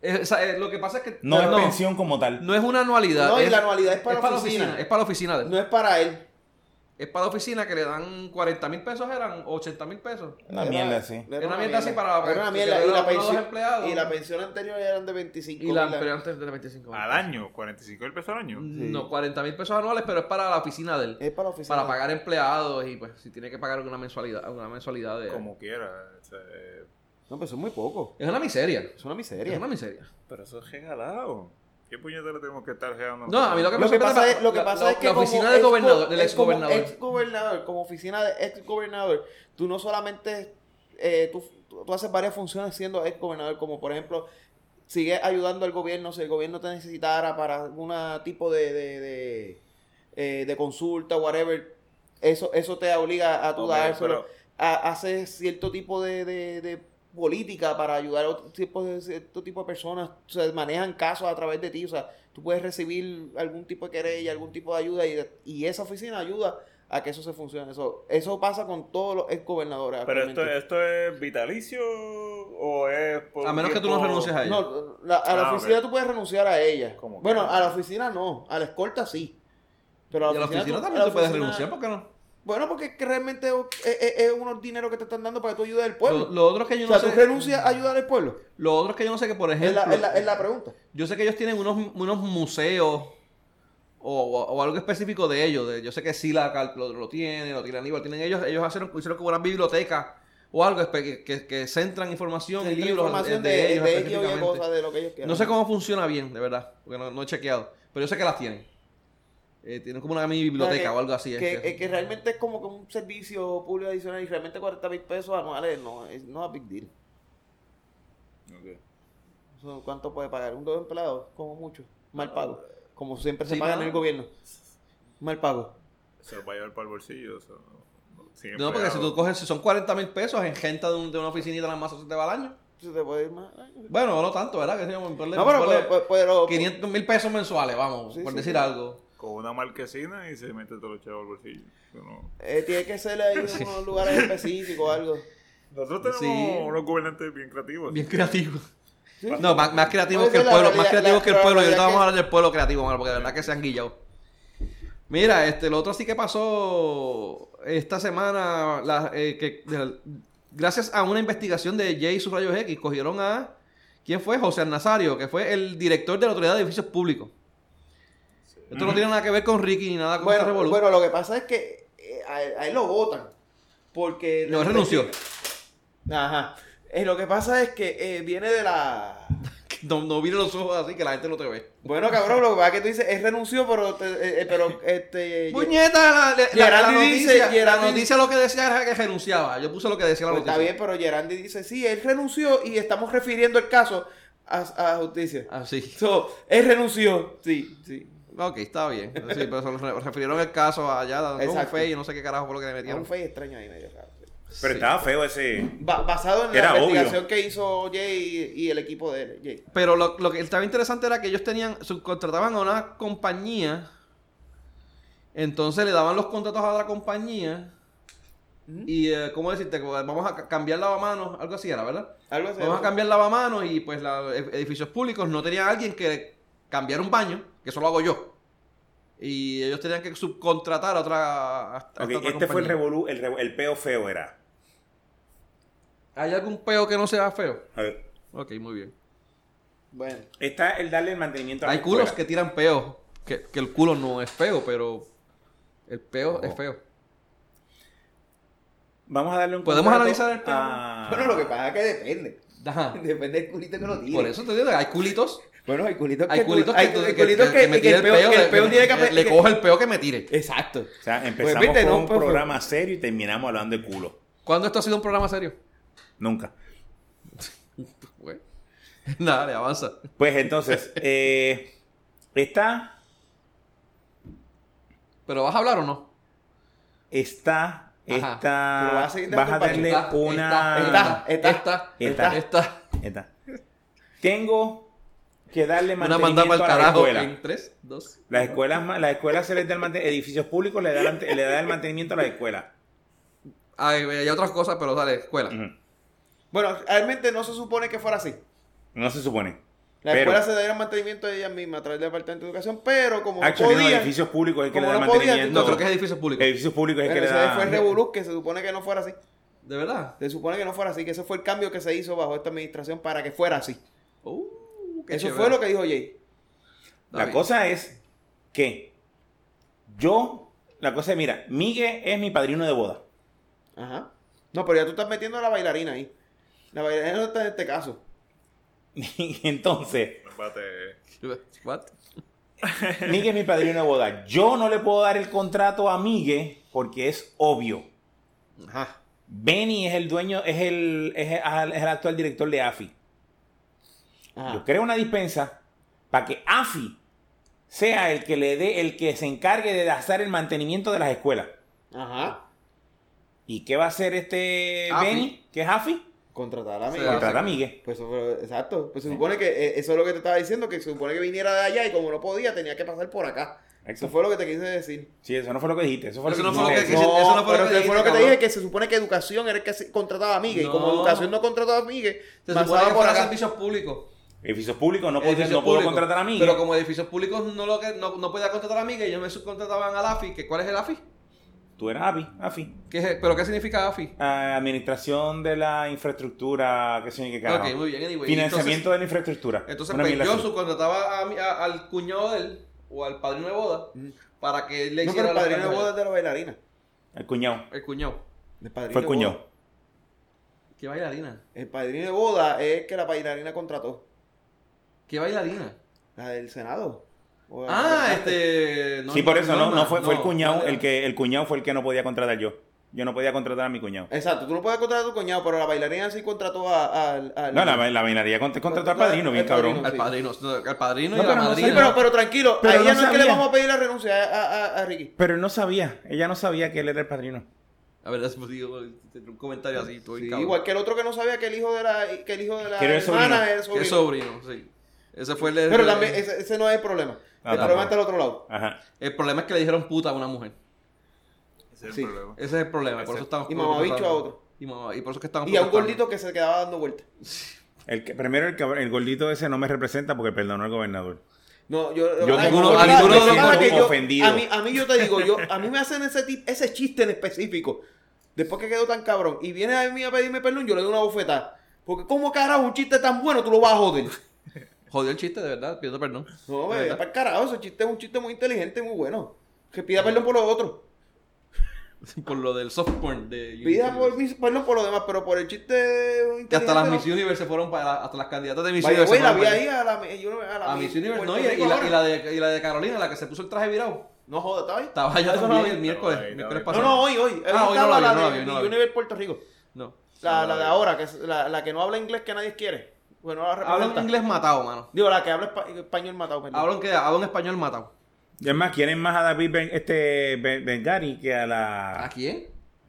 [SPEAKER 2] Es- o sea, eh, lo que pasa es que.
[SPEAKER 4] No, es pensión como tal.
[SPEAKER 2] No es una anualidad.
[SPEAKER 3] No, y
[SPEAKER 2] es-
[SPEAKER 3] la anualidad es para la
[SPEAKER 2] oficina.
[SPEAKER 3] oficina.
[SPEAKER 2] Es para la oficina. de él.
[SPEAKER 3] No es para él.
[SPEAKER 2] Es para la oficina que le dan 40 mil pesos, eran 80 mil pesos.
[SPEAKER 4] Una
[SPEAKER 3] Era-
[SPEAKER 4] mierda, sí.
[SPEAKER 3] era
[SPEAKER 2] Era una mierda así para-
[SPEAKER 3] Era una
[SPEAKER 2] que
[SPEAKER 3] mierda.
[SPEAKER 2] le
[SPEAKER 3] Y
[SPEAKER 2] daba
[SPEAKER 3] la,
[SPEAKER 2] a los
[SPEAKER 3] pensión,
[SPEAKER 2] empleados.
[SPEAKER 3] y la pensión anterior eran de 25
[SPEAKER 2] Y la
[SPEAKER 3] mil.
[SPEAKER 2] pero antes de 25 mil.
[SPEAKER 5] Al año, 45 mil pesos al año.
[SPEAKER 2] No, 40 mil pesos anuales, pero es para la oficina de él.
[SPEAKER 3] Es para la oficina.
[SPEAKER 2] para pagar empleados y pues si tiene que pagar alguna mensualidad, alguna mensualidad de.
[SPEAKER 5] Como quiera. o sea, eh,
[SPEAKER 3] No, pero eso es muy poco.
[SPEAKER 2] Es una miseria.
[SPEAKER 3] Es una miseria.
[SPEAKER 2] Es una misería.
[SPEAKER 5] pero eso es regalado. ¿Qué puñetero tenemos que estar regalando?
[SPEAKER 2] No, a mí lo que me
[SPEAKER 3] Lo que
[SPEAKER 2] sorprende
[SPEAKER 3] pasa es, lo que
[SPEAKER 2] la-
[SPEAKER 3] pasa
[SPEAKER 2] la-
[SPEAKER 3] es que
[SPEAKER 2] la
[SPEAKER 3] como
[SPEAKER 2] oficina del
[SPEAKER 3] ex-
[SPEAKER 2] gobernador, del
[SPEAKER 3] es como
[SPEAKER 2] exgobernador.
[SPEAKER 3] exgobernador, como oficina de exgobernador, tú no solamente eh, tú, tú- tú haces varias funciones siendo exgobernador, como por ejemplo sigues ayudando al gobierno si el gobierno te necesitara para algún tipo de de, de, eh, de consulta, whatever. Eso eso te obliga a pues. tu
[SPEAKER 5] Ok,
[SPEAKER 3] dárselo.
[SPEAKER 5] pero-
[SPEAKER 3] Ha- haces cierto tipo de, de- de política para ayudar a otro tipo de, cierto tipo de personas, o sea, manejan casos a través de ti, o sea, tú puedes recibir algún tipo de querella, algún tipo de ayuda y, y esa oficina ayuda a que eso se funcione. Eso, eso pasa con todos los ex gobernadores.
[SPEAKER 6] Pero esto,
[SPEAKER 3] actualmente.
[SPEAKER 6] esto es vitalicio o es por
[SPEAKER 2] A
[SPEAKER 6] un
[SPEAKER 2] menos que tú
[SPEAKER 6] tiempo-
[SPEAKER 2] no renuncies a ella.
[SPEAKER 3] No, la- a la
[SPEAKER 5] Ah,
[SPEAKER 3] oficina
[SPEAKER 5] ok.
[SPEAKER 3] tú puedes renunciar a ella.
[SPEAKER 5] Como que-
[SPEAKER 3] Bueno, a la oficina no, a la escolta sí. Pero
[SPEAKER 2] y a la oficina
[SPEAKER 3] tú-
[SPEAKER 2] también
[SPEAKER 3] a
[SPEAKER 2] tú
[SPEAKER 3] la
[SPEAKER 2] puedes
[SPEAKER 3] oficina-
[SPEAKER 2] renunciar, ¿por qué no?
[SPEAKER 3] Bueno, porque es que realmente es, es- es unos dineros que te están dando para que tú ayudes al pueblo.
[SPEAKER 2] Lo, lo otro es que yo
[SPEAKER 3] o
[SPEAKER 2] no
[SPEAKER 3] sea, tú
[SPEAKER 2] sé.
[SPEAKER 3] renuncias a ayudar al pueblo.
[SPEAKER 2] Lo otro es que yo no sé que, por
[SPEAKER 3] Es
[SPEAKER 2] ejemplo.
[SPEAKER 3] la, es la- es la pregunta.
[SPEAKER 2] Yo sé que ellos tienen unos, unos museos o, o- o algo específico de ellos. de- yo sé que Sila Cal- lo, lo tiene, lo tiene Aníbal, tienen ellos. Ellos hicieron, hicieron como una biblioteca o algo espe- que, que, que centran información y
[SPEAKER 3] Entra
[SPEAKER 2] libros
[SPEAKER 3] información
[SPEAKER 2] de,
[SPEAKER 3] de,
[SPEAKER 2] de ellos
[SPEAKER 3] de X o Y
[SPEAKER 2] específicamente.
[SPEAKER 3] cosas, de lo que ellos quieran.
[SPEAKER 2] No sé cómo funciona bien, de verdad, porque no, no he chequeado. Pero yo sé que las tienen. Eh, tienen como una mini biblioteca
[SPEAKER 3] que-
[SPEAKER 2] o algo así. es
[SPEAKER 3] Que,
[SPEAKER 2] que-
[SPEAKER 3] eh, que realmente es como que un servicio público adicional y realmente 40 mil pesos anuales no es no es big deal.
[SPEAKER 6] Ok.
[SPEAKER 3] Eso, ¿Cuánto puede pagar? Un dos empleados, como mucho. Mal pago. Como siempre se
[SPEAKER 2] Ah, Sí,
[SPEAKER 3] paga
[SPEAKER 2] no.
[SPEAKER 3] en el gobierno. Mal pago.
[SPEAKER 5] Se lo va a llevar para el bolsillo. eso, sin
[SPEAKER 2] no, porque si
[SPEAKER 5] empleado.
[SPEAKER 2] tú coges, si son 40 mil pesos en gente de, un- de una oficinita, nada más se te va al año.
[SPEAKER 3] Se te puede ir más.
[SPEAKER 2] Bueno, no tanto, ¿verdad? Que se llama, ponle-
[SPEAKER 3] No, pero, pues,
[SPEAKER 2] ponle
[SPEAKER 3] pero, pero- pero-
[SPEAKER 2] 500 mil pesos mensuales, vamos,
[SPEAKER 3] Sí,
[SPEAKER 2] por
[SPEAKER 3] sí,
[SPEAKER 2] decir
[SPEAKER 3] sí.
[SPEAKER 2] algo.
[SPEAKER 5] Con una marquesina y se mete todos los chavos al bolsillo. Eso no.
[SPEAKER 3] eh, tiene que ser ahí en unos lugares específicos o algo.
[SPEAKER 5] Nosotros tenemos
[SPEAKER 2] Sí.
[SPEAKER 5] unos gobernantes bien creativos.
[SPEAKER 2] Bien creativo.
[SPEAKER 3] Sí.
[SPEAKER 2] No, más, más creativos
[SPEAKER 3] Puede
[SPEAKER 2] que el
[SPEAKER 3] ser la
[SPEAKER 2] pueblo,
[SPEAKER 3] realidad,
[SPEAKER 2] más creativos
[SPEAKER 3] la-
[SPEAKER 2] que el pueblo. Y ahorita
[SPEAKER 3] la
[SPEAKER 2] vamos a
[SPEAKER 3] realidad
[SPEAKER 2] hablar del pueblo creativo, mano, porque de verdad que se han guillado. Mira, este, lo otro sí que pasó esta semana, la- eh, que de- gracias a una investigación de Jay y sus rayos X, cogieron a, ¿quién fue? José Nazario, que fue el director de la Autoridad de Edificios Públicos. Esto no tiene nada que ver con Ricky ni nada con este
[SPEAKER 3] Bueno,
[SPEAKER 2] revolú.
[SPEAKER 3] bueno, lo que pasa es que eh, a, él- a él lo votan. Porque.
[SPEAKER 2] No, renunció.
[SPEAKER 3] Ajá. Eh, lo que pasa es que eh, viene de la.
[SPEAKER 2] No, no vire los ojos así que la gente no te ve.
[SPEAKER 3] Bueno, cabrón, lo que pasa es que tú dices, es renunció, pero. te- eh, eh, pero este,
[SPEAKER 2] Puñeta, la, la- la- la
[SPEAKER 3] Gerardi dice-
[SPEAKER 2] noticia, la
[SPEAKER 3] Gerardi-
[SPEAKER 2] noticia lo que decía era que renunciaba. Yo puse lo que decía la
[SPEAKER 3] Pues está
[SPEAKER 2] noticia.
[SPEAKER 3] bien, pero Gerandi dice, sí, él renunció y estamos refiriendo el caso a, a justicia.
[SPEAKER 2] Así.
[SPEAKER 3] So, él renunció. Sí, sí.
[SPEAKER 2] Ah, Ok, está bien. Sí, pero se re- refirieron el caso allá a un
[SPEAKER 3] Exacto.
[SPEAKER 2] fe y no sé qué carajo fue lo que le
[SPEAKER 3] Era
[SPEAKER 2] metieron.
[SPEAKER 3] un fey extraño ahí medio raro.
[SPEAKER 6] Pero
[SPEAKER 2] Sí.
[SPEAKER 6] estaba feo ese.
[SPEAKER 3] Ba- basado en la
[SPEAKER 6] Era obvio.
[SPEAKER 3] investigación que hizo Jay y, y el equipo de él, Jay.
[SPEAKER 2] Pero lo, lo que estaba interesante era que ellos tenían, subcontrataban a una compañía, entonces le daban los contratos a otra compañía y, eh, ¿cómo decirte? Como, Vamos a ca- cambiar lavamanos, algo así era, ¿verdad?
[SPEAKER 3] Algo así.
[SPEAKER 2] Vamos a cambiar lavamanos y pues los edificios públicos no tenían a alguien que cambiara un baño, que eso lo hago yo. Y ellos tenían que subcontratar a otra... a esta
[SPEAKER 6] Ok,
[SPEAKER 2] otra
[SPEAKER 6] este fue el
[SPEAKER 2] compañía.
[SPEAKER 6] revolú, el, revo- el peo feo era.
[SPEAKER 2] ¿Hay algún peo que no sea feo?
[SPEAKER 6] A ver,
[SPEAKER 2] Ok, muy bien.
[SPEAKER 3] Bueno.
[SPEAKER 6] Está el darle el mantenimiento a la
[SPEAKER 2] Hay culos
[SPEAKER 6] escuela.
[SPEAKER 2] que tiran peos. Que, que el culo no es feo, pero el peo
[SPEAKER 6] Ojo.
[SPEAKER 2] es feo.
[SPEAKER 6] Vamos a darle un
[SPEAKER 2] ¿Podemos
[SPEAKER 6] contrato
[SPEAKER 2] analizar el peo?
[SPEAKER 6] a-
[SPEAKER 3] Bueno, lo que pasa es que depende.
[SPEAKER 2] Ajá.
[SPEAKER 3] Depende del culito que lo tire.
[SPEAKER 2] Ah. Por eso te digo, hay culitos.
[SPEAKER 3] Bueno, hay culitos que
[SPEAKER 2] Hay culitos que,
[SPEAKER 3] hay
[SPEAKER 2] que-
[SPEAKER 3] culitos
[SPEAKER 2] que-
[SPEAKER 3] que-
[SPEAKER 2] que me
[SPEAKER 3] que
[SPEAKER 2] tire
[SPEAKER 3] el peo, que el peo tiene que
[SPEAKER 2] le- Le
[SPEAKER 3] que-
[SPEAKER 2] cojo el peo que me tire.
[SPEAKER 3] Exacto.
[SPEAKER 6] O sea, empezamos
[SPEAKER 3] Pues, viste,
[SPEAKER 6] con
[SPEAKER 3] no,
[SPEAKER 6] un
[SPEAKER 3] pues, pues.
[SPEAKER 6] programa serio y terminamos hablando de culo.
[SPEAKER 2] ¿Cuándo esto ha sido un programa serio?
[SPEAKER 6] Nunca.
[SPEAKER 2] Güey. Nada, le avanza.
[SPEAKER 6] Pues entonces, eh, está,
[SPEAKER 2] ¿Pero vas a hablar o no?
[SPEAKER 6] está,
[SPEAKER 2] Ajá.
[SPEAKER 3] Pero
[SPEAKER 6] está.
[SPEAKER 3] vas a seguir
[SPEAKER 6] Vas a
[SPEAKER 3] dando
[SPEAKER 6] darle
[SPEAKER 2] Está,
[SPEAKER 6] una.
[SPEAKER 2] Está, está,
[SPEAKER 3] Está,
[SPEAKER 2] está,
[SPEAKER 6] está,
[SPEAKER 2] está.
[SPEAKER 6] Está. Tengo
[SPEAKER 4] que darle
[SPEAKER 2] Una
[SPEAKER 4] mantenimiento
[SPEAKER 2] mandaba al
[SPEAKER 4] a las
[SPEAKER 2] carajo
[SPEAKER 4] escuelas.
[SPEAKER 2] en 3, 2.
[SPEAKER 4] Las escuelas, ma- las escuelas se les da el manten- edificios públicos le da, la- le da el mantenimiento a las escuelas.
[SPEAKER 2] Ay, hay otras cosas, pero sale, escuela.
[SPEAKER 3] Mm.
[SPEAKER 4] Ujú.
[SPEAKER 3] Bueno, realmente no se supone que fuera así.
[SPEAKER 4] No se supone.
[SPEAKER 3] La
[SPEAKER 4] Pero-
[SPEAKER 3] escuela se daría mantenimiento de ellas mismas a través del Departamento de Educación, pero como no
[SPEAKER 4] Actually, los
[SPEAKER 3] podían,
[SPEAKER 4] edificios públicos es que
[SPEAKER 3] como
[SPEAKER 4] le da
[SPEAKER 3] no Eh. podían,
[SPEAKER 4] mantenimiento.
[SPEAKER 2] No, creo que es edificio público.
[SPEAKER 4] Edificios públicos es que
[SPEAKER 3] bueno,
[SPEAKER 4] le
[SPEAKER 3] ese
[SPEAKER 4] da.
[SPEAKER 3] fue el revolú que se supone que no fuera así.
[SPEAKER 2] ¿De verdad?
[SPEAKER 3] Se supone que no fuera así, que ese fue el cambio que se hizo bajo esta administración para que fuera así.
[SPEAKER 2] Uh,
[SPEAKER 3] Eso fue lo que dijo Jay.
[SPEAKER 4] La cosa es que yo, la cosa es, mira, Miguel es mi padrino de boda.
[SPEAKER 3] Ajá. No, pero ya tú estás metiendo a la bailarina ahí. La bailarina no está en este caso.
[SPEAKER 4] Y entonces,
[SPEAKER 5] Bate.
[SPEAKER 2] ¿What?
[SPEAKER 4] Miguel es mi padrino de boda. Yo no le puedo dar el contrato a Miguel porque es obvio.
[SPEAKER 3] Ajá.
[SPEAKER 4] Benny es el dueño, es el, es el- es el actual director de AFI. Yo
[SPEAKER 2] Ah.
[SPEAKER 3] Ajá.
[SPEAKER 4] creo una dispensa para que AFI sea el que le dé, el que se encargue de hacer el mantenimiento de las escuelas.
[SPEAKER 3] Ajá.
[SPEAKER 4] ¿Y qué va a hacer este
[SPEAKER 2] AFI.
[SPEAKER 4] Benny? ¿Qué es AFI?
[SPEAKER 3] Contratar a mi.
[SPEAKER 2] Sí. Claro,
[SPEAKER 4] Contratar a
[SPEAKER 2] sí.
[SPEAKER 4] Miguel.
[SPEAKER 3] Pues eso fue- exacto. Pues se supone que eh, eso es lo que te estaba diciendo, que se supone que viniera de allá y como no podía, tenía que pasar por acá. Eso fue lo que te quise decir.
[SPEAKER 4] Sí, eso no fue lo que dijiste. Eso fue
[SPEAKER 2] Eso
[SPEAKER 4] lo que
[SPEAKER 2] no fue lo que
[SPEAKER 4] dijiste.
[SPEAKER 2] quisiste- eso no fue lo
[SPEAKER 3] pero
[SPEAKER 2] que
[SPEAKER 3] eso fue lo que te
[SPEAKER 2] dijiste,
[SPEAKER 3] dije, que se supone que educación era el que se- contrataba a Miguel. Y como
[SPEAKER 2] No.
[SPEAKER 3] educación no contrataba a Miguel,
[SPEAKER 2] Se supone
[SPEAKER 3] pasaba
[SPEAKER 2] que
[SPEAKER 3] por
[SPEAKER 2] fuera
[SPEAKER 3] acá.
[SPEAKER 2] servicios públicos.
[SPEAKER 4] Edificios públicos no, puedo-
[SPEAKER 2] Edificios
[SPEAKER 4] no puedo
[SPEAKER 2] públicos.
[SPEAKER 4] contratar a Miguel.
[SPEAKER 2] Pero como edificios públicos no, lo que, no, no podía contratar a Miguel, ellos me subcontrataban al AFI. Que, ¿Cuál es el AFI?
[SPEAKER 4] Tú eras AFI. AFI.
[SPEAKER 2] ¿Qué es el- ¿Pero qué significa AFI?
[SPEAKER 4] Ah, administración de la infraestructura, qué sé yo, qué carajo.
[SPEAKER 2] Ok, muy bien, anyway.
[SPEAKER 4] Financiamiento de la infraestructura.
[SPEAKER 2] Entonces,
[SPEAKER 4] Una
[SPEAKER 2] pues,
[SPEAKER 4] mierda
[SPEAKER 2] yo
[SPEAKER 4] así.
[SPEAKER 2] subcontrataba a mi- a- al cuñado de él o al padrino de boda para que él le
[SPEAKER 3] No, pero
[SPEAKER 2] hiciera
[SPEAKER 3] el
[SPEAKER 2] las
[SPEAKER 3] padrino de
[SPEAKER 2] cartas.
[SPEAKER 3] boda es de la bailarina.
[SPEAKER 4] El cuñado.
[SPEAKER 2] El cuñado.
[SPEAKER 3] El padrino
[SPEAKER 4] Fue
[SPEAKER 3] de
[SPEAKER 4] el
[SPEAKER 3] boda.
[SPEAKER 4] cuñado.
[SPEAKER 2] ¿Qué bailarina?
[SPEAKER 3] El padrino de boda es el que la bailarina contrató.
[SPEAKER 2] ¿Qué bailarina?
[SPEAKER 3] La del Senado. O la
[SPEAKER 2] Ah,
[SPEAKER 3] representante.
[SPEAKER 2] este. no,
[SPEAKER 4] sí, por eso no,
[SPEAKER 2] Norma,
[SPEAKER 4] no fue, fue el cuñado,
[SPEAKER 2] no,
[SPEAKER 4] el que el cuñado fue el que no podía contratar yo. Yo no podía contratar a mi cuñado.
[SPEAKER 3] Exacto, tú no puedes contratar a tu cuñado, pero la bailarina sí contrató a, a- al- al-
[SPEAKER 4] No, la, la bailarina cont- contrató al
[SPEAKER 3] Contratar
[SPEAKER 4] padrino, bien
[SPEAKER 3] al
[SPEAKER 4] cabrón.
[SPEAKER 2] Al padrino, no, al padrino
[SPEAKER 4] No,
[SPEAKER 2] y a la
[SPEAKER 4] pero no sé,
[SPEAKER 3] Sí,
[SPEAKER 2] madrina.
[SPEAKER 3] pero, pero tranquilo,
[SPEAKER 4] Pero
[SPEAKER 3] a ella
[SPEAKER 4] no
[SPEAKER 3] no, es que le
[SPEAKER 4] sabía.
[SPEAKER 3] vamos a pedir la renuncia a, a- a- a Ricky.
[SPEAKER 4] Pero no sabía, ella no sabía que él era el padrino.
[SPEAKER 2] A ver, es- digo, un comentario así, tú,
[SPEAKER 3] Sí,
[SPEAKER 2] cabrón.
[SPEAKER 3] igual que el otro que no sabía que el hijo de la, que el hijo de la
[SPEAKER 4] Que era el
[SPEAKER 3] hermana
[SPEAKER 4] sobrino.
[SPEAKER 3] era el
[SPEAKER 2] Que
[SPEAKER 3] sobrino.
[SPEAKER 2] es sobrino, sí. Ese fue el.
[SPEAKER 3] Pero
[SPEAKER 2] el-
[SPEAKER 3] también, ese, ese no es el problema.
[SPEAKER 4] Ah,
[SPEAKER 3] el
[SPEAKER 4] tampoco.
[SPEAKER 3] problema está al otro lado.
[SPEAKER 4] Ajá.
[SPEAKER 2] El problema es que le dijeron puta a una mujer.
[SPEAKER 5] Ese es
[SPEAKER 3] Sí.
[SPEAKER 5] el problema.
[SPEAKER 2] Ese es el problema. Por eso estamos.
[SPEAKER 3] Y mamabicho a otro.
[SPEAKER 2] Y, mamá- y por eso es que estamos.
[SPEAKER 3] Y a un
[SPEAKER 2] protestando.
[SPEAKER 3] gordito que se quedaba dando vueltas.
[SPEAKER 4] El que- primero el, cabr- el gordito ese no me representa porque perdonó al gobernador.
[SPEAKER 3] No, yo,
[SPEAKER 4] Yo
[SPEAKER 3] Ay,
[SPEAKER 2] ninguno-
[SPEAKER 3] lo
[SPEAKER 2] a
[SPEAKER 3] que pasa-
[SPEAKER 2] ninguno de los
[SPEAKER 3] lo que pasa
[SPEAKER 2] dos
[SPEAKER 3] es que yo-
[SPEAKER 4] ofendido.
[SPEAKER 3] A mí, a mí yo te digo, yo, a mí me hacen ese tip, ese chiste en específico. Después que quedó tan cabrón y viene a mí a pedirme perdón, yo le doy una bofetada. Porque como carajo un chiste tan bueno tú lo vas a joder.
[SPEAKER 2] Jodió el chiste, de verdad. Pido perdón.
[SPEAKER 3] No,
[SPEAKER 2] De
[SPEAKER 3] bebé,
[SPEAKER 2] verdad.
[SPEAKER 3] para el carajo, ese chiste es un chiste muy inteligente, muy bueno. Que pida perdón por los otros.
[SPEAKER 2] Por lo del soft porn de Unity
[SPEAKER 3] Pida por
[SPEAKER 2] Universe.
[SPEAKER 3] mis- perdón por los demás, pero por el chiste
[SPEAKER 2] Que
[SPEAKER 3] inteligente,
[SPEAKER 2] hasta las
[SPEAKER 3] no.
[SPEAKER 2] Miss Universe se fueron para. Hasta las candidatas de Miss
[SPEAKER 3] Vaya,
[SPEAKER 2] Universe.
[SPEAKER 3] güey,
[SPEAKER 2] se
[SPEAKER 3] la
[SPEAKER 2] fueron
[SPEAKER 3] vi
[SPEAKER 2] para
[SPEAKER 3] ahí a la, eh, yo- a la
[SPEAKER 2] A Miss Universe, no.
[SPEAKER 3] Puerto
[SPEAKER 2] Y, y la,
[SPEAKER 3] Rico
[SPEAKER 2] y la de, y la de Carolina, la que se puso el traje virado.
[SPEAKER 3] No joda, ¿estaba ahí?
[SPEAKER 2] Estaba allá
[SPEAKER 3] Eso no
[SPEAKER 2] también
[SPEAKER 3] la vi.
[SPEAKER 2] el miércoles.
[SPEAKER 5] No la vi, no
[SPEAKER 2] miércoles
[SPEAKER 5] la
[SPEAKER 3] No,
[SPEAKER 2] pasado.
[SPEAKER 3] no, hoy, hoy. Hoy
[SPEAKER 2] Ah, hoy no
[SPEAKER 3] estaba
[SPEAKER 2] la vi,
[SPEAKER 3] la
[SPEAKER 2] no la
[SPEAKER 3] de
[SPEAKER 2] vi, no la
[SPEAKER 3] Miss
[SPEAKER 2] vi.
[SPEAKER 3] Universe Puerto Rico.
[SPEAKER 2] No.
[SPEAKER 3] La,
[SPEAKER 5] No,
[SPEAKER 3] la de
[SPEAKER 5] no.
[SPEAKER 3] ahora, que es la, la que no habla inglés que nadie quiere. Bueno, la
[SPEAKER 2] Habla un
[SPEAKER 3] representa.
[SPEAKER 2] inglés matado, mano.
[SPEAKER 3] Digo, la que habla espa- español matado, perdón.
[SPEAKER 2] Habla un, que- habla un español matado.
[SPEAKER 4] Y es más, quieren más a David Ben- este, Ben- Bengari que a la.
[SPEAKER 5] Ah.
[SPEAKER 2] ¿A quién?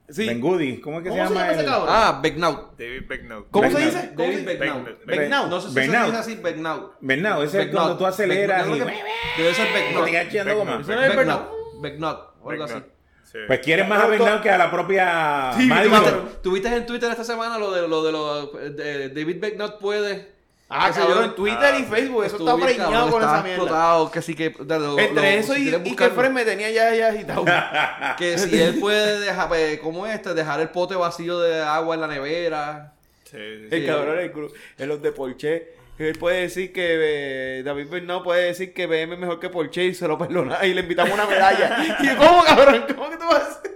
[SPEAKER 3] Sí.
[SPEAKER 4] Bengudi. ¿cómo es que
[SPEAKER 3] ¿Cómo
[SPEAKER 4] se llama?
[SPEAKER 3] ese
[SPEAKER 4] él?
[SPEAKER 3] cabrón?
[SPEAKER 2] Ah, Begnaut.
[SPEAKER 5] David Becknow.
[SPEAKER 3] ¿Cómo se
[SPEAKER 4] Becknout.
[SPEAKER 3] dice? ¿Cómo se
[SPEAKER 2] David
[SPEAKER 3] dice?
[SPEAKER 2] Begnaut.
[SPEAKER 3] Begnaut.
[SPEAKER 2] No sé si se
[SPEAKER 4] Begnaut.
[SPEAKER 2] dice así, Begnaut.
[SPEAKER 4] Bernardo, ese es
[SPEAKER 2] Begnaut.
[SPEAKER 4] cuando tú aceleras
[SPEAKER 2] Begnaut, yo creo
[SPEAKER 4] y.
[SPEAKER 2] que Debe ser
[SPEAKER 4] No, te
[SPEAKER 2] Begnaut.
[SPEAKER 4] quedas chillando como-
[SPEAKER 5] Becknout.
[SPEAKER 2] Begnaut. Begnaut. o algo así.
[SPEAKER 5] Sí.
[SPEAKER 4] Pues quieren más a
[SPEAKER 3] Auto-
[SPEAKER 4] Bernardo que a la propia.
[SPEAKER 5] Sí,
[SPEAKER 4] Madison.
[SPEAKER 5] Claro.
[SPEAKER 2] ¿Tuviste, tuviste en Twitter esta semana lo de lo de lo de David Becknott puede.
[SPEAKER 3] Ah,
[SPEAKER 2] Qué sé
[SPEAKER 3] cabrón,
[SPEAKER 2] yo.
[SPEAKER 3] en Twitter y Facebook, eso está
[SPEAKER 2] Estuvo bien,
[SPEAKER 3] preñado
[SPEAKER 2] cabrón,
[SPEAKER 3] con
[SPEAKER 2] estaba
[SPEAKER 3] esa mierda.
[SPEAKER 2] explotado, que sí que lo- lo-
[SPEAKER 3] Entre
[SPEAKER 2] lo-
[SPEAKER 3] eso
[SPEAKER 2] si
[SPEAKER 3] y,
[SPEAKER 2] quieres
[SPEAKER 3] y que
[SPEAKER 2] buscarlo, ah,
[SPEAKER 3] Fred me tenía ya, ya agitado.
[SPEAKER 2] que si él puede dejar pues, ¿cómo es este? dejar el pote vacío de agua en la nevera.
[SPEAKER 5] Sí, sí, sí.
[SPEAKER 3] el cabrón en, el cru- en los de Porsche. Él puede decir que eh, David Bernal puede decir que BM es mejor que Porsche y se lo perdona y le invitamos una medalla. y yo, ¿cómo cabrón? ¿Cómo que tú vas a hacer?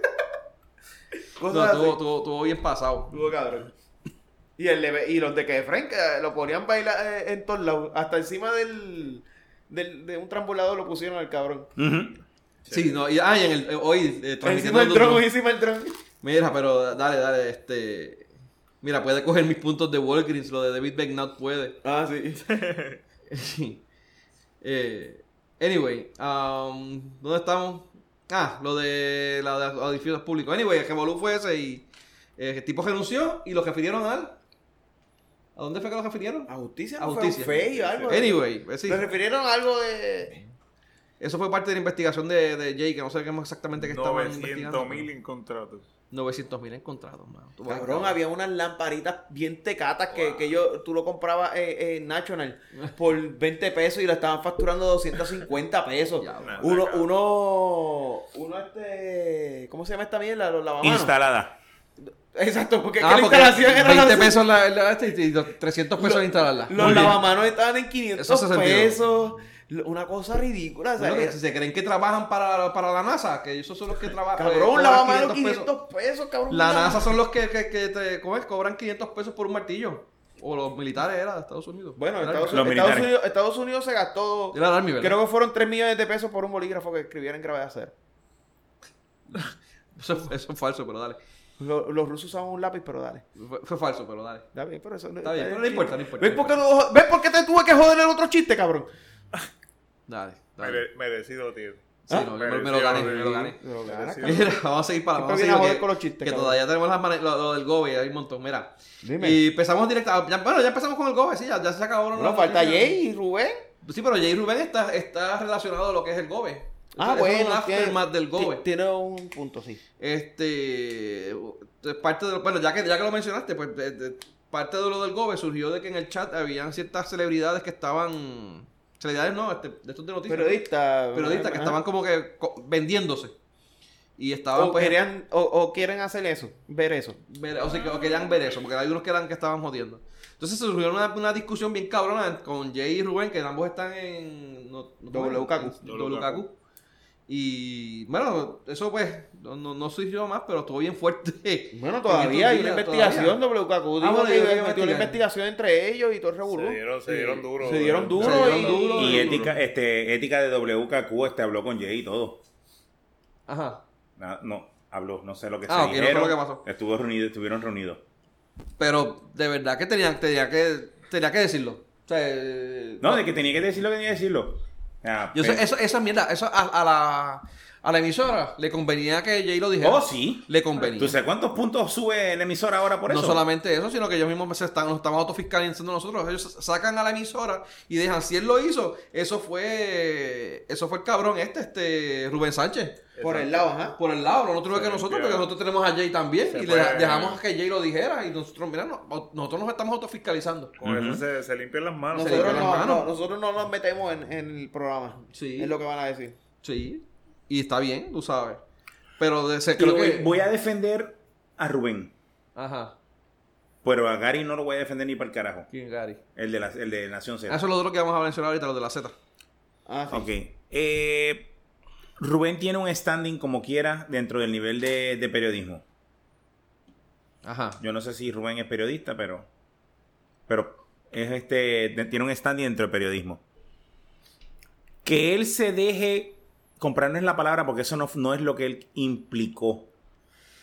[SPEAKER 2] No,
[SPEAKER 3] Cosas así.
[SPEAKER 2] tuvo, tuvo- tuvo bien pasado.
[SPEAKER 3] Estuvo cabrón. Y, el de- y los de que Frank eh, lo ponían bailar eh, en todos lados. Hasta encima del, del- de un trambolador lo pusieron al cabrón.
[SPEAKER 4] Ujú.
[SPEAKER 2] Sí, no, y, ah, y en el, eh, hoy eh, Mm, transmitiendo
[SPEAKER 3] Encima del
[SPEAKER 2] en
[SPEAKER 3] tronco,
[SPEAKER 2] Dundrum.
[SPEAKER 3] encima del tronco.
[SPEAKER 2] Mira, pero dale, dale, este mira, puede coger mis puntos de Walgreens, lo de David Becknott puede.
[SPEAKER 3] Ah, sí.
[SPEAKER 2] Sí. Eh, anyway, um, ¿dónde estamos? Ah, lo de la de los edificios públicos. Anyway, el revolú fue ese y eh, el tipo renunció y lo refirieron al ¿A dónde fue que lo refirieron?
[SPEAKER 3] A justicia,
[SPEAKER 2] A
[SPEAKER 3] no
[SPEAKER 2] justicia.
[SPEAKER 3] fue un fake o algo.
[SPEAKER 2] Anyway, pues sí.
[SPEAKER 3] Le refirieron a algo de.
[SPEAKER 2] Eso fue parte de la investigación de, de Jay, que no sabemos exactamente qué estaban
[SPEAKER 5] 900
[SPEAKER 2] investigando.
[SPEAKER 5] mil en contratos.
[SPEAKER 2] 900 mil encontrados, mano. Tú vas,
[SPEAKER 3] Cabrón, había unas lamparitas bien tecatas que, que yo, tú lo comprabas eh, eh, National por 20 pesos y la estaban facturando 250 pesos.
[SPEAKER 2] Diablo.
[SPEAKER 5] Nah,
[SPEAKER 3] uno,
[SPEAKER 5] cabrón.
[SPEAKER 3] uno, uno este, ¿cómo se llama esta mierda? Los lavamanos.
[SPEAKER 4] Instalada.
[SPEAKER 3] Exacto, porque, es que
[SPEAKER 2] Ah,
[SPEAKER 3] la
[SPEAKER 2] porque
[SPEAKER 3] instalación era
[SPEAKER 2] 20
[SPEAKER 3] la-
[SPEAKER 2] pesos la, la- este y 300 pesos
[SPEAKER 3] Lo-
[SPEAKER 2] en instalarla. Muy
[SPEAKER 3] Los
[SPEAKER 2] bien.
[SPEAKER 3] lavamanos estaban en 500
[SPEAKER 2] Eso hace sentido.
[SPEAKER 3] pesos. Lo- Una cosa ridícula. o sea,
[SPEAKER 2] Bueno, que
[SPEAKER 3] es-
[SPEAKER 2] si se creen que trabajan para, para la NASA, que esos son los que trabajan. eh,
[SPEAKER 3] cabrón, un lavamano 500 pesos, cabrón.
[SPEAKER 2] La
[SPEAKER 3] una-
[SPEAKER 2] NASA son los que, que, que te ¿cómo es? cobran 500 pesos por un martillo. O los militares, era de Estados Unidos.
[SPEAKER 3] Bueno,
[SPEAKER 2] Era
[SPEAKER 3] Estados,
[SPEAKER 2] Army.
[SPEAKER 4] Los
[SPEAKER 3] Estados
[SPEAKER 4] militares.
[SPEAKER 3] Unidos, Estados Unidos se gastó.
[SPEAKER 2] Era el Army, ¿verdad?
[SPEAKER 3] Creo que fueron 3 millones de pesos por un bolígrafo que escribiera en gravedad cero.
[SPEAKER 2] Eso, eso es falso, pero dale.
[SPEAKER 3] Lo- los rusos usaban un lápiz, pero dale.
[SPEAKER 2] Fue, fue falso, pero dale.
[SPEAKER 3] Está bien, pero eso
[SPEAKER 2] Está bien, pero no importa, no importa.
[SPEAKER 3] ¿Ves por, qué no- ¿Ves por qué te tuve que joder el otro chiste, cabrón?
[SPEAKER 2] Dale, dale.
[SPEAKER 5] Mere- merecido, tío.
[SPEAKER 2] Sí, no, yo me, me lo gané, me lo gané.
[SPEAKER 3] Pero,
[SPEAKER 5] Merecido.
[SPEAKER 3] caraca,
[SPEAKER 2] Mira, vamos a seguir para
[SPEAKER 3] Siempre
[SPEAKER 2] vamos
[SPEAKER 3] viene
[SPEAKER 2] a
[SPEAKER 3] a
[SPEAKER 2] seguir,
[SPEAKER 3] joder
[SPEAKER 2] que-
[SPEAKER 3] con los chistes,
[SPEAKER 2] Que
[SPEAKER 3] cabrón.
[SPEAKER 2] todavía tenemos las mane- lo, lo del Gobe, hay un montón, mira.
[SPEAKER 3] Dime.
[SPEAKER 2] Y empezamos directa. ya- bueno, ya empezamos con el Gobe, sí, ya, ya se acabó. la
[SPEAKER 3] Bueno, falta
[SPEAKER 2] noticia.
[SPEAKER 3] Jay y Rubén.
[SPEAKER 2] Sí, pero Jay Rubén está, está relacionado a lo que es el Gobe.
[SPEAKER 3] Ah,
[SPEAKER 2] Eso
[SPEAKER 3] bueno.
[SPEAKER 2] Es un
[SPEAKER 3] tiene-
[SPEAKER 2] aftermath del Gobe.
[SPEAKER 3] ti- Tiene un punto, sí.
[SPEAKER 2] Este. es Parte de lo- bueno, ya que, ya que lo mencionaste, pues de- de- parte de lo del Gobe surgió de que en el chat habían ciertas celebridades que estaban. Celebridades no, este, de estos de noticias.
[SPEAKER 3] Periodistas.
[SPEAKER 2] Periodistas que
[SPEAKER 3] ajá.
[SPEAKER 2] estaban como que co- vendiéndose. Y estaban
[SPEAKER 3] O,
[SPEAKER 2] pues.
[SPEAKER 3] querían- o, o quieren hacer eso, ver eso.
[SPEAKER 2] ver- o sea,
[SPEAKER 4] Ah.
[SPEAKER 2] que o querían ver eso, porque hay unos que eran que estaban jodiendo. Entonces surgió una, una discusión bien cabrona con Jay y Rubén, que ambos están en no, no-
[SPEAKER 3] WKQ.
[SPEAKER 2] en WKQ. Y bueno, eso pues no, no, no surgió más, pero estuvo bien fuerte.
[SPEAKER 3] Bueno,
[SPEAKER 2] En
[SPEAKER 3] todavía
[SPEAKER 2] estos
[SPEAKER 3] hay una
[SPEAKER 2] días,
[SPEAKER 3] investigación.
[SPEAKER 2] todavía. Ah,
[SPEAKER 3] WKQ dijo
[SPEAKER 2] bueno,
[SPEAKER 3] que
[SPEAKER 2] yo voy a
[SPEAKER 3] metió
[SPEAKER 2] investigar.
[SPEAKER 3] una investigación entre ellos y todo el revolú.
[SPEAKER 5] Se dieron, se dieron duro.
[SPEAKER 3] Se dieron duro.
[SPEAKER 2] Se dieron
[SPEAKER 3] y-
[SPEAKER 2] duro duro.
[SPEAKER 4] Y ética, este, ética de WKQ este habló con Jay y todo.
[SPEAKER 2] Ajá.
[SPEAKER 4] Na- No, habló, no sé lo que
[SPEAKER 2] Ah,
[SPEAKER 4] se
[SPEAKER 2] ok, no sé
[SPEAKER 4] dijeron.
[SPEAKER 2] lo que pasó.
[SPEAKER 4] Estuvo reunido, estuvieron reunidos.
[SPEAKER 2] Pero de verdad que tenía, tenía que tenía que decirlo. O sea, eh,
[SPEAKER 4] No, de que tenía que decir lo que tenía que decirlo. Ah,
[SPEAKER 2] yo sé-
[SPEAKER 4] pero-
[SPEAKER 2] eso, esa mierda, eso a, a la, a la emisora le convenía que Jay lo dijera.
[SPEAKER 4] Oh, sí.
[SPEAKER 2] Le convenía.
[SPEAKER 4] ¿Tú sabes cuántos puntos sube la emisora ahora por
[SPEAKER 2] no
[SPEAKER 4] eso?
[SPEAKER 2] solamente eso, sino que ellos mismos se están, nos estamos autofiscalizando nosotros. Ellos sacan a la emisora y dejan, si él lo hizo, eso fue, eso fue el cabrón este, este, Rubén Sánchez.
[SPEAKER 3] Por el lado, ajá.
[SPEAKER 2] Por el lado, no tuvo
[SPEAKER 5] Se
[SPEAKER 2] que nosotros,
[SPEAKER 5] limpiaron.
[SPEAKER 2] porque nosotros tenemos a Jay también.
[SPEAKER 5] Se
[SPEAKER 2] y le
[SPEAKER 5] fue.
[SPEAKER 2] dejamos que Jay lo dijera. Y nosotros, mira, no- nosotros nos estamos autofiscalizando.
[SPEAKER 5] Con
[SPEAKER 4] Ujú.
[SPEAKER 5] eso se, se limpian las manos.
[SPEAKER 2] Se limpian
[SPEAKER 3] Nosotros no,
[SPEAKER 2] las manos.
[SPEAKER 3] no, nosotros no nos metemos en, en el programa.
[SPEAKER 2] Sí.
[SPEAKER 3] Es lo que van a decir.
[SPEAKER 2] Sí. Y está bien, tú sabes. Pero de, se,
[SPEAKER 4] Pero
[SPEAKER 2] creo
[SPEAKER 4] voy,
[SPEAKER 2] que.
[SPEAKER 4] voy a defender a Rubén.
[SPEAKER 2] Ajá.
[SPEAKER 4] Pero a Gary no lo voy a defender ni para el carajo.
[SPEAKER 2] ¿Quién, Gary?
[SPEAKER 4] El de, la, el de Nación Z.
[SPEAKER 2] Ah, Eso es lo otro que vamos a mencionar ahorita, lo de la Z.
[SPEAKER 3] Ah, sí.
[SPEAKER 4] Ok. Eh, Rubén tiene un standing como quiera dentro del nivel de, de periodismo.
[SPEAKER 2] Ajá.
[SPEAKER 4] Yo no sé si Rubén es periodista, pero. Pero es este. de- Tiene un standing dentro del periodismo. Que él se deje. Comprar no es la palabra porque eso no, no es lo que él implicó.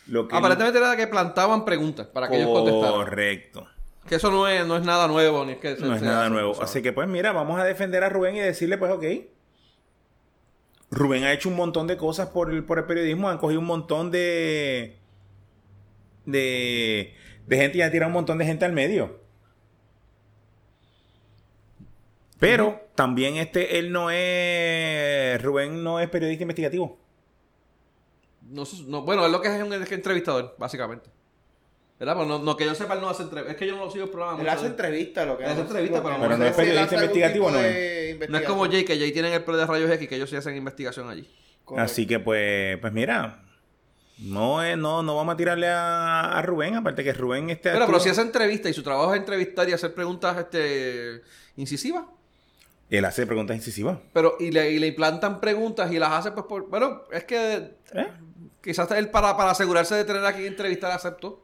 [SPEAKER 4] Lo que él-
[SPEAKER 2] Aparentemente era que plantaban preguntas para que ellos contestaran.
[SPEAKER 4] Correcto.
[SPEAKER 2] Que eso no es, no es nada nuevo, ni es que se-
[SPEAKER 4] No es
[SPEAKER 2] se
[SPEAKER 4] nada
[SPEAKER 2] hace,
[SPEAKER 4] nuevo.
[SPEAKER 2] tú sabes.
[SPEAKER 4] Así que pues mira, vamos a defender a Rubén y decirle pues ok. Rubén ha hecho un montón de cosas por el, por el periodismo, han cogido un montón de, de, de gente y han tirado un montón de gente al medio. Pero también este, él no es, Rubén no es periodista investigativo.
[SPEAKER 2] No sé- no- bueno, es lo que es un es que entrevistador, básicamente. ¿Verdad? Pero no, no, que yo sepa, él no hace entrevistas. Es que yo no lo sigo el programa.
[SPEAKER 3] Él
[SPEAKER 2] mucho
[SPEAKER 3] hace
[SPEAKER 2] de-
[SPEAKER 3] entrevistas, lo que
[SPEAKER 2] Él hace
[SPEAKER 3] hace-
[SPEAKER 2] entrevistas,
[SPEAKER 3] lo que
[SPEAKER 2] pero
[SPEAKER 3] hace
[SPEAKER 4] no es
[SPEAKER 3] él
[SPEAKER 4] periodista
[SPEAKER 3] hace algún
[SPEAKER 4] investigativo,
[SPEAKER 3] tipo
[SPEAKER 4] ¿no?
[SPEAKER 3] de
[SPEAKER 2] No es
[SPEAKER 3] investigación.
[SPEAKER 2] como Jay, que Jay tienen el pro de rayos X, que ellos sí hacen investigación allí.
[SPEAKER 3] Correcto.
[SPEAKER 4] Así que pues, pues mira, no, es- no, no vamos a tirarle a, a Rubén, aparte que Rubén este...
[SPEAKER 2] Pero, pero
[SPEAKER 4] actúa-
[SPEAKER 2] si hace entrevista y su trabajo es entrevistar y hacer preguntas este, incisivas,
[SPEAKER 4] Él hace preguntas incisivas.
[SPEAKER 2] pero y le, y le implantan preguntas y las hace, pues por. Bueno, es que
[SPEAKER 4] ¿Eh?
[SPEAKER 2] quizás él para, para asegurarse de tener a quien entrevistar aceptó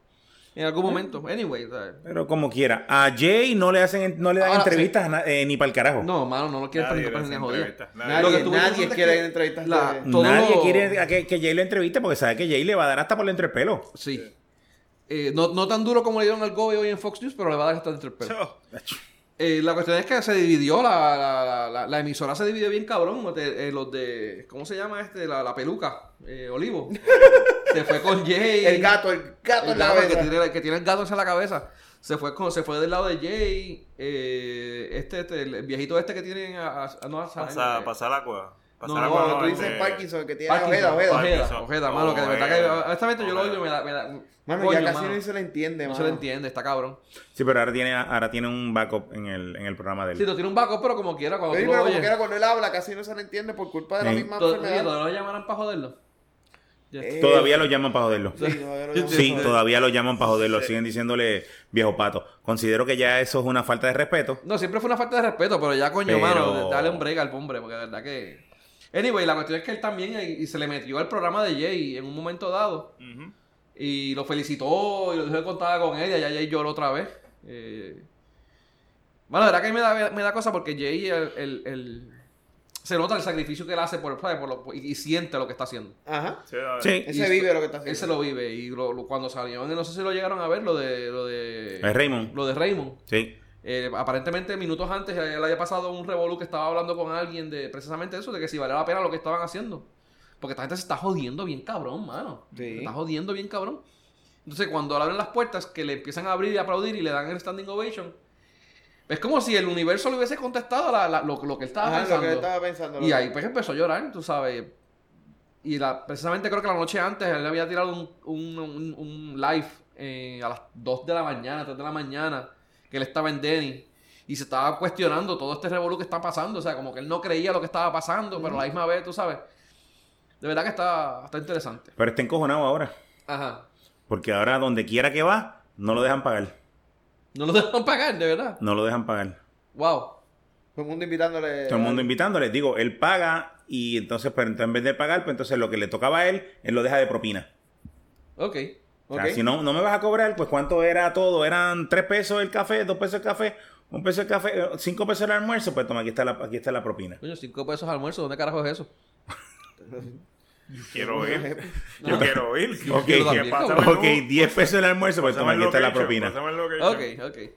[SPEAKER 2] en
[SPEAKER 4] ¿Eh?
[SPEAKER 2] algún momento. Anyway, o sea,
[SPEAKER 4] Pero como quiera. A Jay no le hacen, no le dan
[SPEAKER 2] Ahora,
[SPEAKER 4] entrevistas a na- eh, ni para el carajo.
[SPEAKER 2] no, mano, no lo quieren
[SPEAKER 5] Nadie
[SPEAKER 2] para para ni
[SPEAKER 5] les
[SPEAKER 2] joder.
[SPEAKER 5] entrevista.
[SPEAKER 3] Nadie,
[SPEAKER 2] Lo que tú-
[SPEAKER 3] nadie
[SPEAKER 2] tú-
[SPEAKER 3] quiere entrevistas
[SPEAKER 2] la-
[SPEAKER 3] de-
[SPEAKER 2] todo-
[SPEAKER 4] Nadie quiere a que, que Jay lo entreviste porque sabe que Jay le va a dar hasta por el entrepelo.
[SPEAKER 2] Sí. Eh, no, no tan duro como le dieron al Gobe hoy en Fox News, pero le va a dar hasta entre el pelo.
[SPEAKER 5] Chao.
[SPEAKER 2] eh, la cuestión es que se dividió, la, la, la, la- la emisora se dividió bien cabrón. como te- eh, los de, ¿cómo se llama este? La, la peluca, eh, Olivo. se fue con Jay.
[SPEAKER 3] El gato, el gato
[SPEAKER 2] El
[SPEAKER 3] en la
[SPEAKER 2] gato que
[SPEAKER 3] cabeza.
[SPEAKER 2] tiene, que tiene el gato en la cabeza. Se fue, con- se fue del lado de Jay. eh, este, este, el viejito este que tiene. A, a- no, a-
[SPEAKER 5] Pasa,
[SPEAKER 2] eh,
[SPEAKER 5] pasa la cueva. Pasa
[SPEAKER 2] No,
[SPEAKER 5] la
[SPEAKER 3] No,
[SPEAKER 5] cueva.
[SPEAKER 3] tú dices
[SPEAKER 5] este,
[SPEAKER 3] Parkinson, que tiene
[SPEAKER 2] Parkinson,
[SPEAKER 3] ojeda, ojeda.
[SPEAKER 5] Parkinson.
[SPEAKER 2] Ojeda, Ojeda, mano, que de verdad
[SPEAKER 5] Ojeda.
[SPEAKER 2] que. Honestamente, yo lo
[SPEAKER 5] Ojeda.
[SPEAKER 2] oigo y me da. Me da
[SPEAKER 3] Mano,
[SPEAKER 2] coño,
[SPEAKER 3] ya casi
[SPEAKER 2] mano.
[SPEAKER 3] no se le entiende,
[SPEAKER 2] No
[SPEAKER 3] mano.
[SPEAKER 2] se lo entiende, está cabrón.
[SPEAKER 4] Sí, pero ahora tiene, ahora tiene un backup en el, en el programa de él.
[SPEAKER 2] Sí, no tiene un backup, pero como quiera, cuando
[SPEAKER 3] Pero,
[SPEAKER 2] tú
[SPEAKER 3] pero
[SPEAKER 2] lo
[SPEAKER 3] como
[SPEAKER 2] oyes.
[SPEAKER 3] quiera, cuando él habla, casi no se le entiende por culpa de la
[SPEAKER 4] Sí.
[SPEAKER 3] misma
[SPEAKER 2] to- oye,
[SPEAKER 3] enfermedad.
[SPEAKER 2] Todavía lo llamarán para joderlo. Ya está.
[SPEAKER 3] Eh,
[SPEAKER 4] Todavía lo llaman para joderlo.
[SPEAKER 3] Sí, todavía lo llaman
[SPEAKER 4] Sí,
[SPEAKER 3] para-
[SPEAKER 4] todavía lo llaman para joderlo. Siguen diciéndole viejo pato. Considero que ya eso es una falta de respeto.
[SPEAKER 2] No, siempre fue una falta de respeto, pero ya, coño,
[SPEAKER 4] Pero-
[SPEAKER 2] mano, dale un break al hombre, porque de verdad que. Anyway, la cuestión es que él también eh, y se le metió al programa de Jay en un momento dado.
[SPEAKER 5] ujú.
[SPEAKER 2] Y lo felicitó y lo dijo que contaba con ella. Ya Jay lloró otra vez. Eh, Bueno, la verdad que me da, me da cosa porque Jay el, el- el- se nota el sacrificio que él hace por, ¿sabes? por lo- y, y siente lo que está haciendo.
[SPEAKER 3] Ajá.
[SPEAKER 5] Sí, la-
[SPEAKER 4] Sí.
[SPEAKER 3] Ese
[SPEAKER 2] Y-
[SPEAKER 3] vive lo que está haciendo.
[SPEAKER 2] Él se lo vive. Y lo- lo- cuando salió, no sé si lo llegaron a ver, lo de. Lo de
[SPEAKER 4] Es Raymond.
[SPEAKER 2] Lo de Raymond.
[SPEAKER 4] Sí.
[SPEAKER 2] Eh, aparentemente minutos antes eh, él había pasado un revolú que estaba hablando con alguien de precisamente eso, de que si valía la pena lo que estaban haciendo. Porque esta gente se está jodiendo bien cabrón, mano.
[SPEAKER 3] Sí.
[SPEAKER 2] Se está jodiendo bien cabrón. Entonces cuando le abren las puertas, que le empiezan a abrir y aplaudir y le dan el standing ovation, es como si el universo le hubiese contestado la- la- lo, lo que él estaba
[SPEAKER 3] Ajá, lo
[SPEAKER 2] pensando.
[SPEAKER 3] que él estaba pensando.
[SPEAKER 2] Y
[SPEAKER 3] lo-
[SPEAKER 2] ahí pues empezó a llorar, tú sabes. Y la, precisamente creo que la noche antes él había tirado un, un, un- un live eh, a las 2 de la mañana, 3 de la mañana, que él estaba en Denny. Y se estaba cuestionando todo este revolú que está pasando. O sea, como que él no creía lo que estaba pasando, pero a la misma vez, tú sabes. De verdad que está, está interesante.
[SPEAKER 4] Pero está encojonado ahora.
[SPEAKER 2] Ajá.
[SPEAKER 4] Porque ahora donde quiera que va, no lo dejan pagar.
[SPEAKER 2] No lo dejan pagar, de verdad.
[SPEAKER 4] No lo dejan pagar.
[SPEAKER 2] Wow.
[SPEAKER 3] Todo el mundo invitándole.
[SPEAKER 4] Todo el mundo invitándole. Digo, él paga y entonces, pero entonces en vez de pagar, pues entonces lo que le tocaba a él, él lo deja de propina.
[SPEAKER 2] Ok.
[SPEAKER 4] O sea,
[SPEAKER 3] Ok.
[SPEAKER 4] si no, no me vas a cobrar, pues cuánto era todo. Eran tres pesos el café, dos pesos el café, un peso el café, eh, cinco pesos el almuerzo. Pues toma, aquí está la, aquí está la propina.
[SPEAKER 2] Coño, 5 pesos almuerzo. ¿Dónde carajo es eso?
[SPEAKER 5] Quiero ir. Yo
[SPEAKER 2] No.
[SPEAKER 5] quiero ir.
[SPEAKER 4] Ok.
[SPEAKER 5] Que
[SPEAKER 2] también,
[SPEAKER 5] pásame el
[SPEAKER 4] Ok,
[SPEAKER 5] location,
[SPEAKER 4] 10 pesos el almuerzo, pues toma,
[SPEAKER 5] pásame el
[SPEAKER 4] aquí está la
[SPEAKER 5] location,
[SPEAKER 4] propina.
[SPEAKER 5] pásame el location.
[SPEAKER 2] Ok, ok.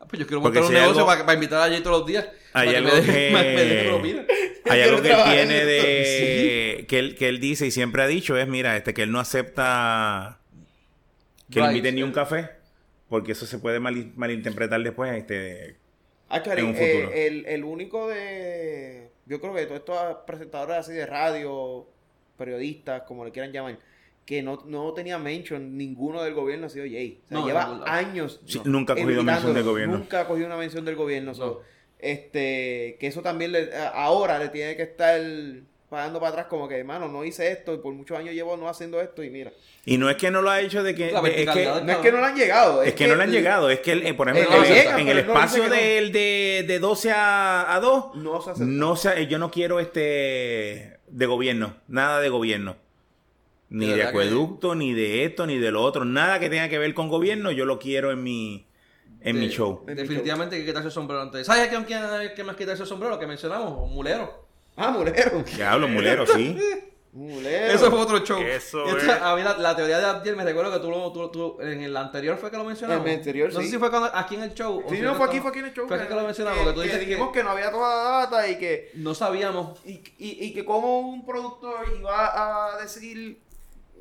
[SPEAKER 2] Ah, pues yo quiero
[SPEAKER 4] Porque
[SPEAKER 2] montar un
[SPEAKER 4] si hay
[SPEAKER 2] negocio
[SPEAKER 4] algo-
[SPEAKER 2] para, para invitar a Jay todos los días. para
[SPEAKER 4] Hay
[SPEAKER 2] que
[SPEAKER 4] algo
[SPEAKER 2] me dé-
[SPEAKER 4] que-
[SPEAKER 2] para que me dé propina.
[SPEAKER 4] Hay algo que
[SPEAKER 3] Quiero
[SPEAKER 4] él tiene
[SPEAKER 3] trabajar
[SPEAKER 4] de. Que, él, que él dice y siempre ha dicho es: mira, este que él no acepta que le
[SPEAKER 2] Right,
[SPEAKER 4] inviten ni un
[SPEAKER 2] el-
[SPEAKER 4] café, porque eso se puede mal- malinterpretar después. este
[SPEAKER 3] Ah, Chari,
[SPEAKER 4] en un
[SPEAKER 3] eh,
[SPEAKER 4] futuro.
[SPEAKER 3] el, el único de. Yo creo que todos estos presentadores así de radio, periodistas, como le quieran llamar, que no, no tenía mention ninguno del gobierno ha sido Jay. O sea,
[SPEAKER 2] No,
[SPEAKER 3] lleva
[SPEAKER 2] ningún lado.
[SPEAKER 3] años.
[SPEAKER 4] Sí, nunca ha cogido mención del
[SPEAKER 3] invitándolo,
[SPEAKER 4] gobierno.
[SPEAKER 3] Nunca ha cogido una mención del gobierno.
[SPEAKER 2] No.
[SPEAKER 3] so, este, que eso también le, a- ahora le tiene que estar pagando para atrás, como que, hermano, no hice esto y por muchos años llevo no haciendo esto y mira.
[SPEAKER 4] Y no es que no lo ha hecho de que.
[SPEAKER 2] La
[SPEAKER 4] de- es que,
[SPEAKER 2] verticalidad.
[SPEAKER 3] No es que no le han llegado.
[SPEAKER 4] es que no le han
[SPEAKER 3] le-
[SPEAKER 4] llegado, es que, él, eh, por ejemplo,
[SPEAKER 2] Eh,
[SPEAKER 4] en
[SPEAKER 2] le
[SPEAKER 4] el-
[SPEAKER 2] llegan,
[SPEAKER 4] en el
[SPEAKER 3] pero no
[SPEAKER 4] espacio
[SPEAKER 3] dice que
[SPEAKER 4] de, él de, de 12 a, a 2,
[SPEAKER 3] No se hace.
[SPEAKER 4] no sé, yo no quiero este de gobierno, nada de gobierno. Ni
[SPEAKER 2] De
[SPEAKER 4] de,
[SPEAKER 2] verdad que-
[SPEAKER 4] acueducto, ni de esto, ni de lo otro, nada que tenga que ver con gobierno, yo lo quiero en mi en mi
[SPEAKER 2] De-
[SPEAKER 4] show.
[SPEAKER 2] Definitivamente hay que quitarse el sombrero antes. ¿Sabes quién, quién, quién más quitarse el sombrero? Lo que mencionamos, Mulero.
[SPEAKER 3] Ah, mulero.
[SPEAKER 4] Ya hablo, mulero, sí.
[SPEAKER 3] Mulero.
[SPEAKER 2] Eso fue otro show.
[SPEAKER 5] Eso
[SPEAKER 2] Entonces,
[SPEAKER 5] es.
[SPEAKER 2] A mí la, la teoría de Abdiel, me recuerdo que tú, lo- tú, tú- en el anterior fue que lo mencionamos.
[SPEAKER 3] En el anterior,
[SPEAKER 2] No sé
[SPEAKER 3] sí.
[SPEAKER 2] si fue cuando, aquí en el show. o
[SPEAKER 3] Sí,
[SPEAKER 2] si
[SPEAKER 3] no, fue aquí,
[SPEAKER 2] estamos-
[SPEAKER 3] fue aquí en el show.
[SPEAKER 2] Fue aquí que lo mencionamos, que tú dices que-
[SPEAKER 3] dijimos que... no había toda la data y que,
[SPEAKER 2] No sabíamos.
[SPEAKER 3] y, y, y que como un productor iba a decir,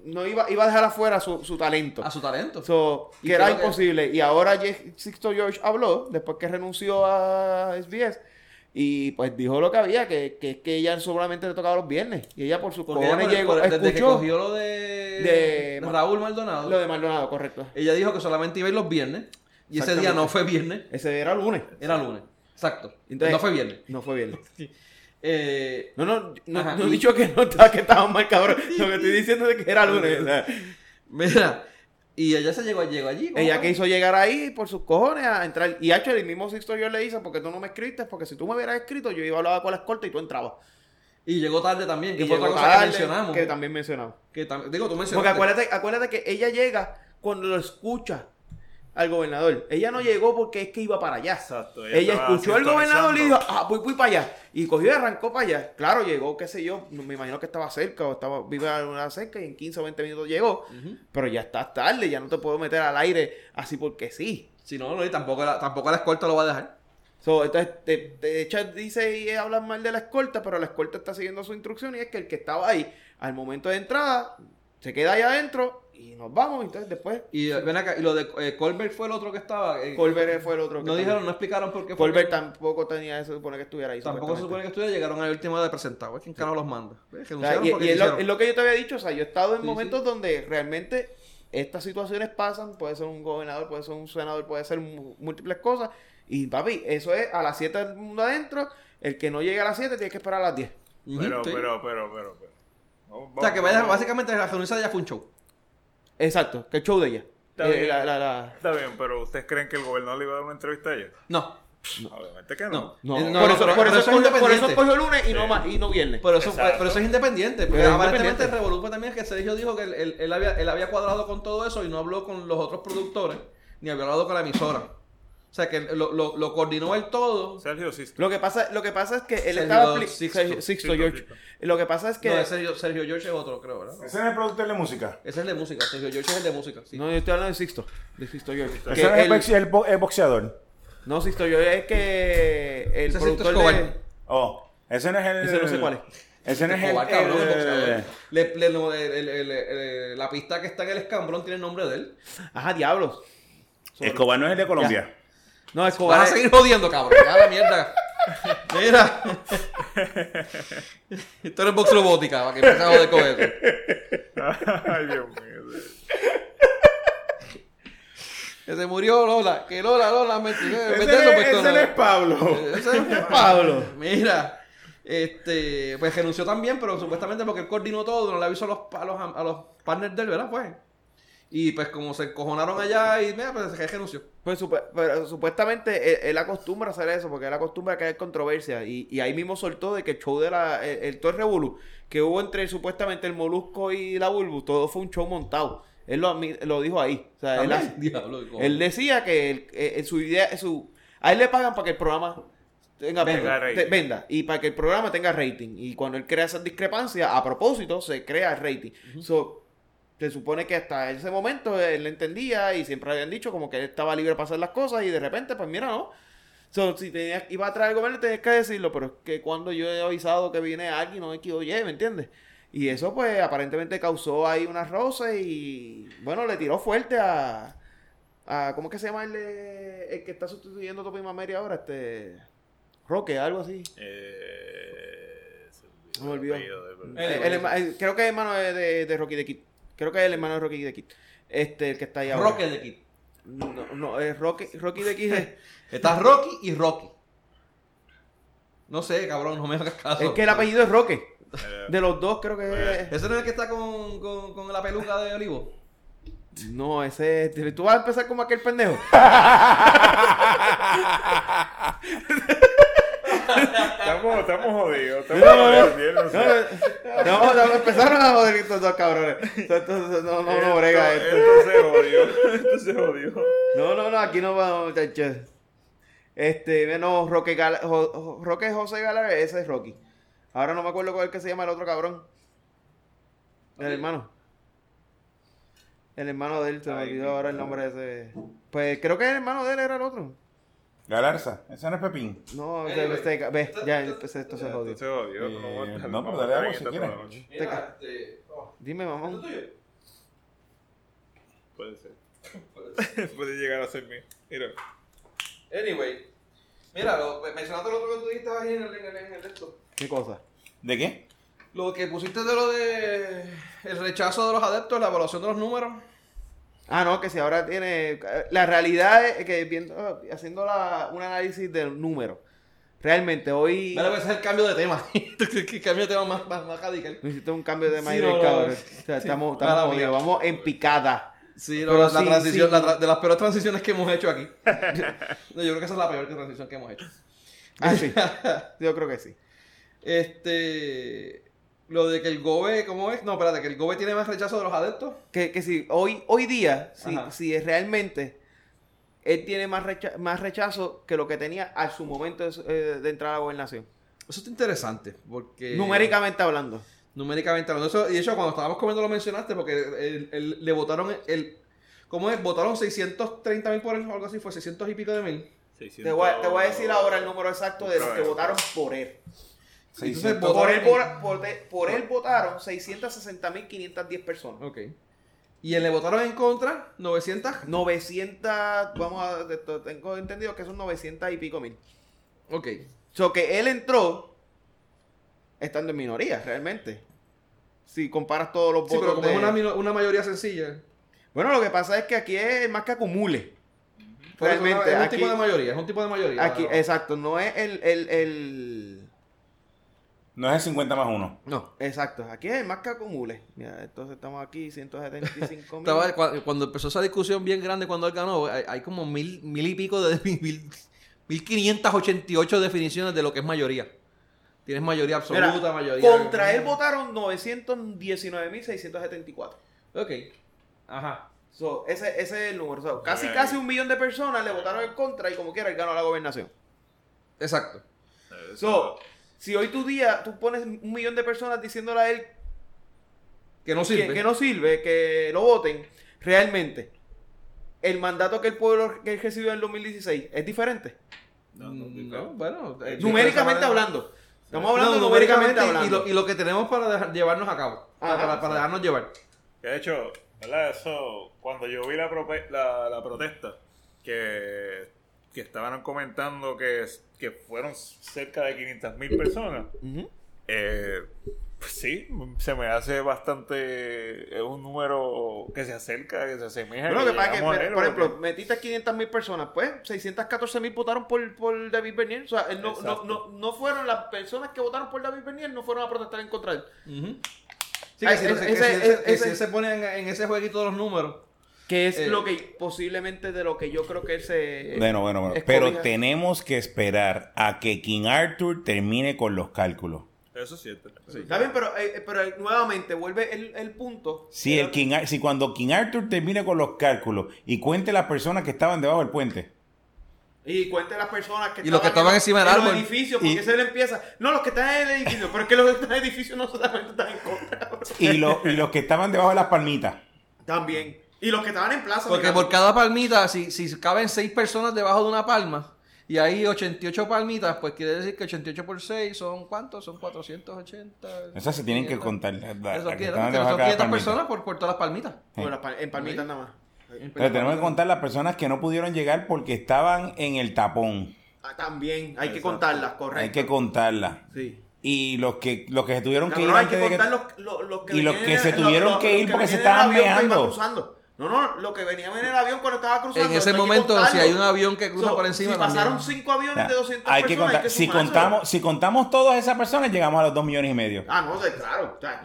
[SPEAKER 3] no iba, iba a dejar afuera su, su talento.
[SPEAKER 2] A Ah, su talento.
[SPEAKER 3] So,
[SPEAKER 2] Y
[SPEAKER 3] que era
[SPEAKER 2] creo que-
[SPEAKER 3] imposible. Y ahora Jeff- Sixto George habló, después que renunció a SBS, y pues dijo lo que había, que, que es que ella solamente le tocaba los viernes. Y ella por su
[SPEAKER 2] Porque ella
[SPEAKER 3] cojones
[SPEAKER 2] por el-
[SPEAKER 3] llegó,
[SPEAKER 2] por- desde que
[SPEAKER 3] escuchó
[SPEAKER 2] cogió lo de,
[SPEAKER 3] de-
[SPEAKER 2] Raúl Maldonado,
[SPEAKER 3] lo de Maldonado, correcto.
[SPEAKER 2] ella dijo que solamente iba a ir los viernes. Y ese día
[SPEAKER 3] Exactamente.
[SPEAKER 2] no fue viernes,
[SPEAKER 3] Ese era lunes.
[SPEAKER 2] era lunes. Exacto.
[SPEAKER 3] Entonces-
[SPEAKER 2] no fue viernes.
[SPEAKER 3] No fue viernes.
[SPEAKER 2] Eh,
[SPEAKER 3] No, no, no,
[SPEAKER 2] Ajá.
[SPEAKER 3] no he dicho que no estaba, que estaba mal, cabrón. Lo que estoy diciendo es que era lunes. o sea,
[SPEAKER 2] Mira, y ella se llegó, llegó allí. ¿cómo
[SPEAKER 3] ella
[SPEAKER 2] fue?
[SPEAKER 3] quiso llegar ahí por sus cojones a entrar. Y actually, el mismo Sixto yo le hice porque tú no me escribiste, porque si tú me hubieras escrito, yo iba a hablar con las cortes y tú entrabas.
[SPEAKER 2] Y llegó tarde también, que
[SPEAKER 3] Y
[SPEAKER 2] fue otra
[SPEAKER 3] llegó
[SPEAKER 2] cosa que
[SPEAKER 3] tarde,
[SPEAKER 2] mencionamos.
[SPEAKER 3] Que también mencionamos.
[SPEAKER 2] que tam- digo, tú mencionaste.
[SPEAKER 3] Porque acuérdate, acuérdate que ella llega cuando lo escucha al gobernador. Ella no llegó porque es que iba para allá.
[SPEAKER 5] Exacto, ella
[SPEAKER 3] Ella
[SPEAKER 5] estaba
[SPEAKER 3] escuchó al gobernador y dijo,
[SPEAKER 5] sintonizando.
[SPEAKER 3] ah, voy, voy para allá. Y cogió y arrancó para allá. Claro, llegó, qué sé yo, me imagino que estaba cerca o estaba viva en una cerca y en 15 o 20 minutos llegó.
[SPEAKER 2] Ujú.
[SPEAKER 3] Pero ya está tarde, ya no te puedo meter al aire así porque sí.
[SPEAKER 2] Si no, no, y tampoco la, tampoco la escolta lo va a dejar.
[SPEAKER 3] So, entonces, te, te echas, dice y hablan mal de la escolta, pero la escolta está siguiendo su instrucción y es que el que estaba ahí al momento de entrada se queda ahí adentro y nos vamos. Entonces, después,
[SPEAKER 2] Y eh, ven acá, y lo de eh, Colbert fue el otro que estaba. eh,
[SPEAKER 3] Colbert fue el otro que
[SPEAKER 2] No
[SPEAKER 3] también-
[SPEAKER 2] dijeron, no explicaron por qué fue
[SPEAKER 3] Colbert
[SPEAKER 2] que-
[SPEAKER 3] tampoco tenía, se supone que estuviera ahí.
[SPEAKER 2] Tampoco se supone que estuvieron, llegaron al último de presentado. Es que en carajo los manda. Es que
[SPEAKER 3] O sea,
[SPEAKER 2] anunciaron
[SPEAKER 3] y,
[SPEAKER 2] porque
[SPEAKER 3] y es lo,
[SPEAKER 2] quisieron.
[SPEAKER 3] es lo que yo te había dicho, o sea, yo he estado en
[SPEAKER 2] Sí,
[SPEAKER 3] momentos donde realmente estas situaciones pasan, puede ser un gobernador, puede ser un senador, puede ser mu- múltiples cosas, y papi, eso es a las 7 del mundo adentro, el que no llegue a las 7 tiene que esperar a las 10.
[SPEAKER 2] Ujú,
[SPEAKER 5] Pero,
[SPEAKER 2] sí.
[SPEAKER 5] pero, pero, pero, pero.
[SPEAKER 2] O sea, que vaya, básicamente la renuncia ya fue un show.
[SPEAKER 3] Exacto, que el show de ella.
[SPEAKER 5] Está
[SPEAKER 3] Eh,
[SPEAKER 5] bien.
[SPEAKER 3] la- la- la-
[SPEAKER 5] Está bien, pero ¿ustedes creen que el gobernador le iba a dar una entrevista a ella?
[SPEAKER 2] No,
[SPEAKER 5] Obviamente que no.
[SPEAKER 2] no.
[SPEAKER 3] No,
[SPEAKER 2] Eh,
[SPEAKER 3] por, eso,
[SPEAKER 2] pero-
[SPEAKER 3] por, eso
[SPEAKER 2] pero
[SPEAKER 3] escogió- por eso
[SPEAKER 2] independiente.
[SPEAKER 3] escogió lunes y no ma- y no viernes.
[SPEAKER 2] Por eso,
[SPEAKER 5] Exacto.
[SPEAKER 2] pero eso es independiente. Porque
[SPEAKER 3] Pero es
[SPEAKER 2] aparentemente
[SPEAKER 3] independiente.
[SPEAKER 2] el revolú fue también que Sergio dijo que él, él- él había, él había cuadrado con todo eso y no habló con los otros productores, ni había hablado con la emisora. O sea, que él lo, lo- lo coordinó él todo.
[SPEAKER 5] Sergio Sisto.
[SPEAKER 3] Lo que pasa, lo que pasa es que él
[SPEAKER 2] Sergio
[SPEAKER 3] estaba pli-
[SPEAKER 2] Sixto.
[SPEAKER 3] Sergio- Sixto
[SPEAKER 5] Sixto,
[SPEAKER 3] George.
[SPEAKER 5] Sixto.
[SPEAKER 3] Lo que pasa es que
[SPEAKER 2] No, es Sergio, Sergio George es otro, creo, ¿verdad?
[SPEAKER 6] Ese es el productor de música.
[SPEAKER 2] Ese es el de música. Sergio George es el de música. sí.
[SPEAKER 3] No, yo estoy hablando de Sixto, de Sixto George.
[SPEAKER 6] Ese
[SPEAKER 3] Que
[SPEAKER 6] es el,
[SPEAKER 3] él-
[SPEAKER 6] boxe- el bo- el boxeador.
[SPEAKER 3] No, Sixto, yo es que el
[SPEAKER 2] Ese es Sixto
[SPEAKER 3] productor
[SPEAKER 2] Escobar.
[SPEAKER 3] de...
[SPEAKER 6] Oh, ese no es el.
[SPEAKER 3] Ese no sé cuál es.
[SPEAKER 6] Ese no es el.
[SPEAKER 2] Escobar, cabrón,
[SPEAKER 6] el-
[SPEAKER 2] boxeador. Le- le- no, el- el- el- el- la pista que está en el escambrón tiene el nombre de él.
[SPEAKER 3] Ajá, diablos.
[SPEAKER 6] Escobar no es el de Colombia.
[SPEAKER 3] No,
[SPEAKER 2] Vas
[SPEAKER 3] Escobar
[SPEAKER 2] a seguir jodiendo, cabrón. Ya la mierda. Mira. Esto eres box robótica, para que empieces a joder con eso.
[SPEAKER 5] Ay, Dios mío.
[SPEAKER 2] Que se murió Lola. Que Lola, Lola, mentira.
[SPEAKER 6] Ese,
[SPEAKER 2] Vete eso,
[SPEAKER 6] no es-
[SPEAKER 2] pues,
[SPEAKER 6] ese
[SPEAKER 2] Lola.
[SPEAKER 6] no es Pablo.
[SPEAKER 2] Ese no es
[SPEAKER 3] Pablo.
[SPEAKER 2] Mira. Este, pues renunció también, pero supuestamente porque él coordinó todo, no le avisó a los, a los, a los partners de él, ¿verdad? Pues. Y pues como se encojonaron allá y mira, pues se renunció.
[SPEAKER 3] Pues supe- pero supuestamente él, él acostumbra a hacer eso, porque él acostumbra a crear controversia. Y, y ahí mismo soltó de que el show de la. El, el todo el revolú que hubo entre supuestamente el Molusco y la Bulbu, todo fue un show montado. Él lo, admi- lo dijo ahí. O sea, él,
[SPEAKER 2] También.
[SPEAKER 3] hace-
[SPEAKER 2] Diablo, hijo.
[SPEAKER 3] él decía que el- eh, eh, su idea. Su, a él le pagan para que el programa. Tenga,
[SPEAKER 5] Venga,
[SPEAKER 3] te-
[SPEAKER 5] rating.
[SPEAKER 3] venda y para que el programa tenga rating y cuando él crea esas discrepancias a propósito se crea el rating So, se supone que hasta ese momento él entendía y siempre habían dicho como que él estaba libre para hacer las cosas y de repente, pues mira, no. So, si tenías, iba a traer el gobierno, tenías que decirlo, pero es que cuando yo he avisado que viene alguien, no que oye, ¿me entiendes? Y eso, pues, aparentemente causó ahí unas roces y, bueno, le tiró fuerte a, a Ah, ¿cómo es que se llama el, de- el que está sustituyendo a Topi Mameri ahora? Este, Roque, algo así.
[SPEAKER 5] Eh, se
[SPEAKER 3] Me olvidó.
[SPEAKER 5] apellido del-
[SPEAKER 2] Eh,
[SPEAKER 3] El- el herma- el- creo que es hermano de, de- de Rocky de Kid. Creo que es el hermano de Rocky de Kid. Este, el que está ahí ahora.
[SPEAKER 2] Rocky de Kid.
[SPEAKER 3] No, no, es Rocky, Rocky de Kid es,
[SPEAKER 2] Está Rocky y Rocky. No sé, cabrón, no me hagas caso.
[SPEAKER 3] es que el apellido es Roque.
[SPEAKER 5] Eh,
[SPEAKER 3] De los dos creo que
[SPEAKER 2] ¿Ese no es el que está con, con, con la peluca de olivo?
[SPEAKER 3] es... No, ese es... Tú vas a empezar como aquel pendejo.
[SPEAKER 5] Estamos, estamos jodidos. Estamos jodidos. bien, o
[SPEAKER 3] No,
[SPEAKER 5] sea.
[SPEAKER 3] no, no, no, empezaron a joder estos dos cabrones. Entonces, no, no, no, brega
[SPEAKER 5] esto.
[SPEAKER 3] esto.
[SPEAKER 5] Esto se jodió. Esto se jodió.
[SPEAKER 3] No, no, no, aquí no vamos, muchachos. Este, menos Roque, Gala- Jo- Jo- Roque José Galar, ese es Rocky. Ahora no me acuerdo cuál es que se llama el otro cabrón. El hermano. El hermano de él, se me
[SPEAKER 5] Ay,
[SPEAKER 3] olvidó
[SPEAKER 5] mi
[SPEAKER 3] ahora el nombre de ese. Pues creo que el hermano de él era el otro.
[SPEAKER 6] Galarza. Ese no es Pepín.
[SPEAKER 3] No,
[SPEAKER 2] Anyway.
[SPEAKER 3] este, este- ve, ya, empecé, esto se jodió.
[SPEAKER 5] Esto se jodió.
[SPEAKER 6] Eh,
[SPEAKER 5] vamos a estar-
[SPEAKER 6] no,
[SPEAKER 5] vamos
[SPEAKER 6] pero
[SPEAKER 5] a estar
[SPEAKER 6] dale algo
[SPEAKER 5] en
[SPEAKER 6] si
[SPEAKER 5] esta
[SPEAKER 6] quieres.
[SPEAKER 5] toda la noche.
[SPEAKER 3] Mira, oh,
[SPEAKER 2] este...
[SPEAKER 3] Dime, mamón.
[SPEAKER 5] Puede ser. Puede llegar a ser mío. Mira.
[SPEAKER 2] Anyway. Mira, lo, mencionaste lo otro que tú dijiste ahí en el, en el, en el esto.
[SPEAKER 3] ¿Qué cosa?
[SPEAKER 6] ¿De qué?
[SPEAKER 2] Lo que pusiste de lo de el rechazo de los adeptos, la evaluación de los números.
[SPEAKER 3] Ah, no, que si ahora tiene. La realidad es que viendo, haciendo la- un análisis del número. Realmente, hoy.
[SPEAKER 2] Mira, pues ese es el cambio de tema. que cambio de tema más, más, más radical.
[SPEAKER 3] No hiciste un cambio de
[SPEAKER 2] Sí,
[SPEAKER 3] madre,
[SPEAKER 2] no, no,
[SPEAKER 3] cabrón.
[SPEAKER 2] no.
[SPEAKER 3] O sea, estamos,
[SPEAKER 2] mala
[SPEAKER 3] estamos jodidos.
[SPEAKER 2] mía.
[SPEAKER 3] Vamos en picada.
[SPEAKER 2] Sí, no,
[SPEAKER 3] Pero
[SPEAKER 2] la, la
[SPEAKER 3] sí,
[SPEAKER 2] transición,
[SPEAKER 3] sí.
[SPEAKER 2] la tra- de las peores transiciones que hemos hecho aquí. No, yo creo que esa es la peor transición que hemos hecho.
[SPEAKER 3] Ah, sí. Yo creo que sí.
[SPEAKER 2] Este. Lo de que el Gobe, ¿cómo es? No, espérate, que el Gobe tiene más rechazo de los adeptos.
[SPEAKER 3] Que, que si hoy, hoy día, si,
[SPEAKER 2] Ajá.
[SPEAKER 3] si es realmente él tiene más, recha- más rechazo que lo que tenía a su momento de, su- eh, de entrar a la gobernación.
[SPEAKER 2] Eso está interesante, porque.
[SPEAKER 3] Numéricamente hablando.
[SPEAKER 2] Numéricamente hablando. Eso, y de hecho, cuando estábamos comiendo lo mencionaste, porque el- el- le votaron el. ¿Cómo es? Votaron 630 mil por él o algo así, fue 600 y pico de mil.
[SPEAKER 3] Te voy, a, te voy a decir ahora el número exacto de los que votaron por él. Por él, vota- por, de- por él votaron 660.510 personas.
[SPEAKER 2] Ok. Y el le votaron en contra, 900.
[SPEAKER 3] 900, vamos a, de- de- tengo entendido que son 900 y pico mil.
[SPEAKER 2] Ok.
[SPEAKER 3] O sea, que él entró estando en minoría, realmente. Si comparas todos los
[SPEAKER 2] Sí,
[SPEAKER 3] votos
[SPEAKER 2] pero como
[SPEAKER 3] de-
[SPEAKER 2] es una, mino- una mayoría sencilla.
[SPEAKER 3] Bueno, lo que pasa es que aquí es el más que acumule.
[SPEAKER 2] por eso
[SPEAKER 3] Realmente,
[SPEAKER 2] Es un
[SPEAKER 3] aquí-
[SPEAKER 2] tipo de mayoría, es un tipo de mayoría.
[SPEAKER 3] Aquí,
[SPEAKER 2] Claro.
[SPEAKER 3] exacto, no es el, el, el...
[SPEAKER 4] No es el 50 más 1.
[SPEAKER 3] No, exacto, aquí es el más que acumule. Mira, entonces estamos aquí, 175 mil.
[SPEAKER 2] Estaba- cua- cuando empezó esa discusión bien grande cuando él ganó, hay, hay como mil, mil y pico de mil, 1588 definiciones de lo que es mayoría. Tienes mayoría absoluta,
[SPEAKER 3] Mira,
[SPEAKER 2] mayoría.
[SPEAKER 3] Contra él votaron 919.674.
[SPEAKER 2] Ok. Ajá.
[SPEAKER 3] So, ese, ese es el número. So, casi,
[SPEAKER 5] Ok.
[SPEAKER 3] casi un millón de personas le votaron en contra y como quiera, él ganó la gobernación.
[SPEAKER 2] Exacto.
[SPEAKER 3] So, si hoy tu día tú pones un millón de personas diciéndole a él
[SPEAKER 2] Que no sirve.
[SPEAKER 3] que, que no sirve, que lo voten, realmente, el mandato que el pueblo que él recibió en el 2016 es diferente.
[SPEAKER 2] No, bueno. eh,
[SPEAKER 3] Numéricamente
[SPEAKER 2] de-
[SPEAKER 3] hablando. Estamos
[SPEAKER 2] No,
[SPEAKER 3] hablando numéricamente
[SPEAKER 2] numéricamente y- y
[SPEAKER 3] hablando.
[SPEAKER 2] lo, y lo que tenemos para dejar- llevarnos a cabo. para-
[SPEAKER 3] Ajá.
[SPEAKER 2] para, para dejarnos llevar.
[SPEAKER 5] Que de hecho, ¿verdad? Eso, cuando yo vi la, prope- la, la protesta, que, que estaban comentando que, que fueron cerca de 500 mil personas,
[SPEAKER 3] Ujú.
[SPEAKER 5] eh, pues sí, se me hace bastante. Es un número que se acerca, que se asemeja.
[SPEAKER 3] Bueno, lo que pasa es que,
[SPEAKER 5] llegamos a
[SPEAKER 3] por,
[SPEAKER 5] enero,
[SPEAKER 3] por ejemplo,
[SPEAKER 5] porque-
[SPEAKER 3] metiste 500 mil personas, pues 614 mil votaron por, por David Bernier. O sea, él no, no,
[SPEAKER 5] Exacto.
[SPEAKER 3] no, no fueron las personas que votaron por David Bernier, no fueron a protestar en contra de él.
[SPEAKER 2] Ujú. Sí,
[SPEAKER 3] Ah,
[SPEAKER 2] que si
[SPEAKER 3] ese-
[SPEAKER 2] no se- que si
[SPEAKER 3] ese-
[SPEAKER 2] ese- que
[SPEAKER 3] ese-
[SPEAKER 2] si él se pone en, en ese jueguito los números.
[SPEAKER 3] Que es
[SPEAKER 2] Eh.
[SPEAKER 3] lo que posiblemente de lo que yo creo que él se.
[SPEAKER 4] Bueno, bueno, bueno.
[SPEAKER 3] escobija.
[SPEAKER 4] Pero tenemos que esperar a que King Arthur termine con los cálculos.
[SPEAKER 5] Eso es cierto.
[SPEAKER 3] Está bien, pero, eh, eh, pero eh, nuevamente vuelve el, el punto.
[SPEAKER 4] Si, el King Ar- si cuando King Arthur termine con los cálculos y cuente las personas que estaban debajo del puente.
[SPEAKER 3] Y cuente las personas que
[SPEAKER 2] Y los que estaban encima del
[SPEAKER 3] en
[SPEAKER 2] árbol.
[SPEAKER 3] los edificios, porque
[SPEAKER 4] Y-
[SPEAKER 3] se le empieza. No, los que están en el edificio, pero es que los que están en el edificio no solamente están en contra.
[SPEAKER 4] Y, lo- y los que estaban debajo de las palmitas.
[SPEAKER 3] También. Y los que estaban en plaza.
[SPEAKER 2] Porque
[SPEAKER 3] mirando.
[SPEAKER 2] por cada palmita, si, si caben seis personas debajo de una palma y hay 88 palmitas, pues quiere decir que 88 por 6 son ¿cuántos? Son 480.
[SPEAKER 4] Esas se tienen que
[SPEAKER 2] 500.
[SPEAKER 4] contar. la- la-
[SPEAKER 2] Eso
[SPEAKER 4] la que
[SPEAKER 2] quiere,
[SPEAKER 4] estaban
[SPEAKER 2] que son
[SPEAKER 4] debajo de cada
[SPEAKER 2] 500
[SPEAKER 4] palmita.
[SPEAKER 2] personas por, por todas las palmitas.
[SPEAKER 3] Bueno, las pal- en palmitas nada más.
[SPEAKER 4] Pero tenemos que contar las personas que no pudieron llegar porque estaban en el tapón.
[SPEAKER 3] Ah, también, hay que contarlas, correcto.
[SPEAKER 4] Hay que contarlas.
[SPEAKER 3] Sí.
[SPEAKER 4] Y los que, los que se tuvieron que ir
[SPEAKER 3] Cabrón, hay que
[SPEAKER 4] antes de
[SPEAKER 3] contar
[SPEAKER 4] que...
[SPEAKER 3] los, los- los
[SPEAKER 4] y los
[SPEAKER 3] venían
[SPEAKER 4] que
[SPEAKER 3] en-
[SPEAKER 4] se
[SPEAKER 3] los-
[SPEAKER 4] tuvieron
[SPEAKER 3] los-
[SPEAKER 4] que
[SPEAKER 3] los
[SPEAKER 4] ir porque se
[SPEAKER 3] venían en el
[SPEAKER 4] estaban
[SPEAKER 3] avión que iba
[SPEAKER 4] meando.
[SPEAKER 3] cruzando. No, no, lo que venían en el avión cuando estaba cruzando.
[SPEAKER 2] En ese
[SPEAKER 3] eso hay que
[SPEAKER 2] momento, si hay un
[SPEAKER 3] contarlo.
[SPEAKER 2] avión que cruza por encima,
[SPEAKER 3] Si
[SPEAKER 2] también.
[SPEAKER 3] pasaron cinco
[SPEAKER 4] O
[SPEAKER 3] aviones
[SPEAKER 4] sea,
[SPEAKER 3] de 200
[SPEAKER 4] hay que
[SPEAKER 3] personas,
[SPEAKER 4] contar.
[SPEAKER 3] hay que
[SPEAKER 4] si,
[SPEAKER 3] sumárselo.
[SPEAKER 4] contamos, si contamos todas esas personas, llegamos a los 2 millones y medio.
[SPEAKER 3] Ah, no, de- claro. o sea,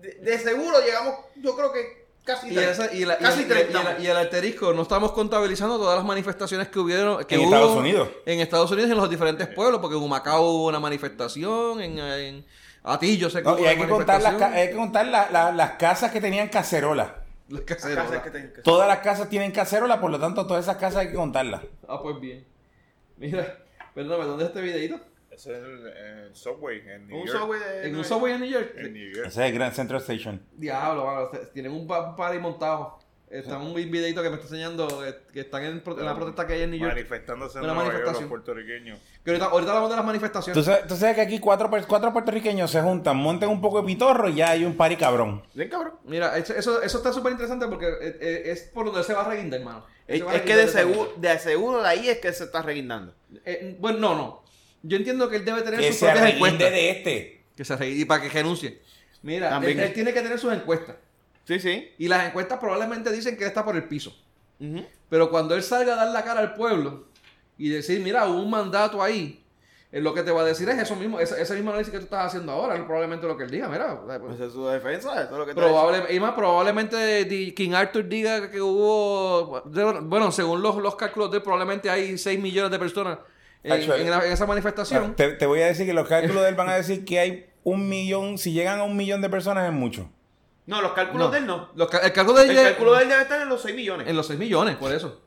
[SPEAKER 3] de, de seguro llegamos, yo creo que casi
[SPEAKER 2] Y,
[SPEAKER 3] tres.
[SPEAKER 2] esa- y la- y
[SPEAKER 3] casi
[SPEAKER 2] el-
[SPEAKER 3] tres
[SPEAKER 2] y el-
[SPEAKER 3] estamos.
[SPEAKER 2] y el asterisco, no estamos contabilizando todas las manifestaciones que hubieron que
[SPEAKER 4] En
[SPEAKER 2] hubo
[SPEAKER 4] Estados Unidos.
[SPEAKER 2] En Estados Unidos y en los diferentes pueblos, porque en Humacao hubo una manifestación, en, en Atillo se
[SPEAKER 4] No, y hay que contar, las, ca- eh, hay que contar la- la- las casas que tenían cacerolas.
[SPEAKER 2] Las
[SPEAKER 3] Las
[SPEAKER 2] cacerolas.
[SPEAKER 3] casas que te- que-
[SPEAKER 4] Todas las casas tienen cacerola, por lo tanto, todas esas casas hay que contarlas.
[SPEAKER 2] Ah, pues bien. Mira, perdóname, ¿dónde es este videito?
[SPEAKER 5] Eso es el, el Subway en New
[SPEAKER 3] Un
[SPEAKER 5] York.
[SPEAKER 3] subway de-
[SPEAKER 2] En un subway en New York.
[SPEAKER 5] En New
[SPEAKER 4] Ese
[SPEAKER 5] York.
[SPEAKER 4] es el Grand Central Station.
[SPEAKER 2] Diablo, mano, se- tienen un pa- un party montado. Está un videito que me está enseñando eh, que están en, pro- en la protesta que hay en New York.
[SPEAKER 5] Manifestándose en
[SPEAKER 2] Una
[SPEAKER 5] Nueva York los
[SPEAKER 2] manifestación.
[SPEAKER 5] puertorriqueños.
[SPEAKER 2] Que ahorita, ahorita hablamos de las
[SPEAKER 4] Tú
[SPEAKER 2] manifestaciones.
[SPEAKER 4] sabes, tú sabes que aquí cuatro, per- cuatro puertorriqueños se juntan, montan un poco de pitorro y ya hay un pari cabrón.
[SPEAKER 3] Bien, cabrón.
[SPEAKER 2] Mira, eso, eso eso está súper interesante porque eh, eh, es por donde se va a reguindar, hermano.
[SPEAKER 3] Es,
[SPEAKER 2] Se va a
[SPEAKER 3] es que
[SPEAKER 2] reguindar
[SPEAKER 3] de
[SPEAKER 2] esa
[SPEAKER 3] seguro, de seguro de ahí es que se está reguindando.
[SPEAKER 2] mierda. Eh, bueno, no, no. Yo entiendo que él debe tener
[SPEAKER 4] Que
[SPEAKER 2] sus
[SPEAKER 4] se
[SPEAKER 2] propias
[SPEAKER 4] arreglinde
[SPEAKER 2] encuestas.
[SPEAKER 4] de este.
[SPEAKER 2] Que se reguinde y para que renuncie. Mira, él,
[SPEAKER 3] También.
[SPEAKER 2] él tiene que tener sus encuestas.
[SPEAKER 3] Sí, sí.
[SPEAKER 2] Y las encuestas probablemente dicen que él está por el piso.
[SPEAKER 3] Ujú.
[SPEAKER 2] Pero cuando él salga a dar la cara al pueblo y decir, mira, hubo un mandato ahí, él lo que te va a decir es eso mismo, ese, ese mismo análisis que tú estás haciendo ahora, es probablemente lo que él diga, mira. o sea, pues,
[SPEAKER 3] Pues eh, es su defensa, eso es lo que te-
[SPEAKER 2] probable- y más probablemente di- King Arthur diga que hubo, bueno, según los, los cálculos de él, probablemente hay 6 millones de personas en,
[SPEAKER 4] Actually,
[SPEAKER 2] en la- en esa manifestación.
[SPEAKER 4] Te, te voy a decir que los cálculos de él van a decir que hay un millón, si llegan a un millón de personas es mucho.
[SPEAKER 3] No, los cálculos
[SPEAKER 2] No,
[SPEAKER 3] de él no.
[SPEAKER 2] los ca- el cálculo de él
[SPEAKER 3] El
[SPEAKER 2] llega-
[SPEAKER 3] cálculo de él debe estar en los 6 millones.
[SPEAKER 2] en los 6 millones, por eso.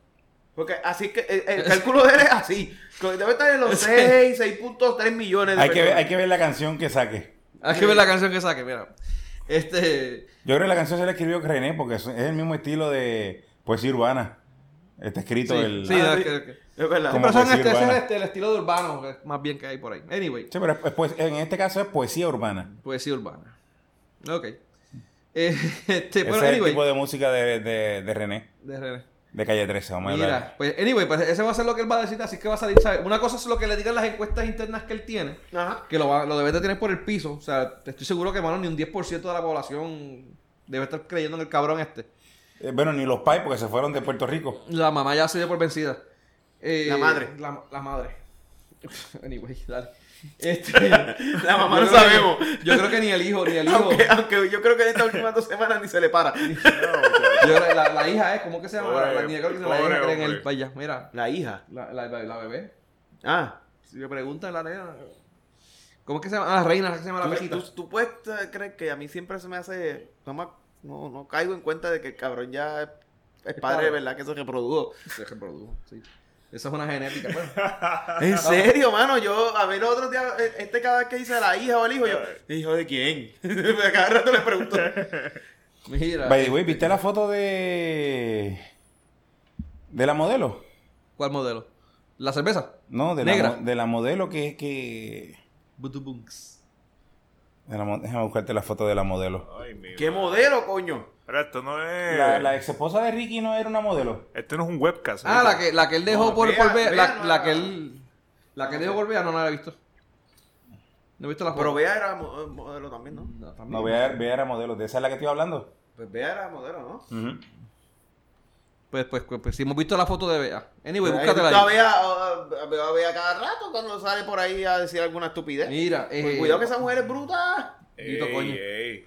[SPEAKER 3] Porque así que eh, el, el cálculo de él es así. Debe estar en los 6, 6.3 millones de
[SPEAKER 4] Hay que, ver,
[SPEAKER 3] personas.
[SPEAKER 4] hay que ver la canción que saque.
[SPEAKER 2] Hay que ver la canción que saque, mira. Este...
[SPEAKER 4] Yo creo que la canción se la escribió René porque es es el mismo estilo de poesía urbana. Está escrito
[SPEAKER 2] sí,
[SPEAKER 4] el...
[SPEAKER 2] sí,
[SPEAKER 3] Ah,
[SPEAKER 2] no,
[SPEAKER 3] sí.
[SPEAKER 2] que- que-
[SPEAKER 3] Es verdad.
[SPEAKER 4] Como
[SPEAKER 2] Pero son
[SPEAKER 4] poesía
[SPEAKER 2] este, ese es
[SPEAKER 4] urbana.
[SPEAKER 2] este, el estilo de urbano, que es más bien que hay por ahí. Anyway,
[SPEAKER 4] Sí, pero es- es poes- en este caso es poesía urbana.
[SPEAKER 2] poesía urbana. Ok. Eh, este,
[SPEAKER 4] Ese
[SPEAKER 2] bueno,
[SPEAKER 4] es el
[SPEAKER 2] anyway.
[SPEAKER 4] tipo de música de, de, de René,
[SPEAKER 2] De René.
[SPEAKER 4] de Calle 13. Vamos a hablar.
[SPEAKER 2] Mira, pues anyway, pues ese va a ser lo que él va a decir, así que va a salir, ¿sabes? Una cosa es lo que le digan las encuestas internas que él tiene,
[SPEAKER 3] Ajá.
[SPEAKER 2] que lo, va- lo debes de tener por el piso, o sea, te estoy seguro que, mano, ni un 10% de la población debe estar creyendo en el cabrón este.
[SPEAKER 4] Eh, bueno, ni los pais porque se fueron de Puerto Rico.
[SPEAKER 2] La mamá ya se dio por vencida. Eh,
[SPEAKER 3] La madre.
[SPEAKER 2] La, la madre. Anyway, dale. Este, la
[SPEAKER 3] mamá no sabemos.
[SPEAKER 2] yo creo que ni el hijo, ni el hijo.
[SPEAKER 3] Aunque, aunque yo creo que en estas últimas dos semanas ni se le para.
[SPEAKER 2] Yo- la, la hija es, ¿cómo que se llama? La- la,
[SPEAKER 5] Pobre,
[SPEAKER 2] ni creo que se- la
[SPEAKER 5] pobre
[SPEAKER 2] hija cree en
[SPEAKER 5] hombre.
[SPEAKER 2] el vaya, mira,
[SPEAKER 3] La hija.
[SPEAKER 2] la, la, la- la bebé.
[SPEAKER 3] Ah.
[SPEAKER 2] Si me preguntan la nena. ¿Cómo es que se llama? Ah, la reina, ¿cómo se llama la
[SPEAKER 3] Tú,
[SPEAKER 2] pejita.
[SPEAKER 3] tú- tú puedes eh, creer que a mí siempre se me hace. No, me- no, no caigo en cuenta de que el cabrón ya es, es padre,
[SPEAKER 2] padre.
[SPEAKER 3] de ¿verdad? Que se reprodujo.
[SPEAKER 2] Se reprodujo, sí. Esa es una genética. pues. Ah, Bueno,
[SPEAKER 3] En serio, mano. Yo, a ver, los otros días, eh, este cada vez que dice la hija o el hijo, yo. ¿Hijo de quién? A cada rato le pregunto.
[SPEAKER 2] mira. este,
[SPEAKER 4] By the way, ¿viste la foto de. de la modelo?
[SPEAKER 2] ¿Cuál modelo? ¿La cerveza?
[SPEAKER 4] No, de, la,
[SPEAKER 2] Negra.
[SPEAKER 4] mo- de la modelo que. que...
[SPEAKER 2] Butubunks.
[SPEAKER 4] de la mo- déjame buscarte la foto de la modelo.
[SPEAKER 5] Ay, mi
[SPEAKER 3] ¿Qué modelo, coño?
[SPEAKER 5] Pero esto no es.
[SPEAKER 4] La, la ex esposa de Ricky no era una modelo.
[SPEAKER 5] Esto Este no es un webcast.
[SPEAKER 2] Ah,
[SPEAKER 5] ¿no?
[SPEAKER 2] la que, la que él dejó
[SPEAKER 3] No,
[SPEAKER 2] por
[SPEAKER 3] vea,
[SPEAKER 2] volver.
[SPEAKER 3] vea,
[SPEAKER 2] la,
[SPEAKER 3] no
[SPEAKER 2] la
[SPEAKER 3] la-
[SPEAKER 2] que él. La que él dejó por Bea, no, no la he visto. No he visto la foto.
[SPEAKER 3] Pero Bea era mo- eh, modelo también, ¿no?
[SPEAKER 2] No, también.
[SPEAKER 4] No, vea, vea era modelo. ¿De esa es la que estoy hablando?
[SPEAKER 3] Pues Bea era modelo, ¿no?
[SPEAKER 2] Pues, pues, pues, pues, si hemos visto la foto de Bea. Anyway,
[SPEAKER 3] Ahí
[SPEAKER 2] búscatela
[SPEAKER 3] tú a
[SPEAKER 2] ahí.
[SPEAKER 3] Bea, a- a- veo a Bea cada rato cuando sale por ahí a decir alguna estupidez.
[SPEAKER 2] Mira, eh,
[SPEAKER 3] Pues cuidado que esa mujer es bruta.
[SPEAKER 5] Ey,
[SPEAKER 2] Dito, coño.
[SPEAKER 5] ey.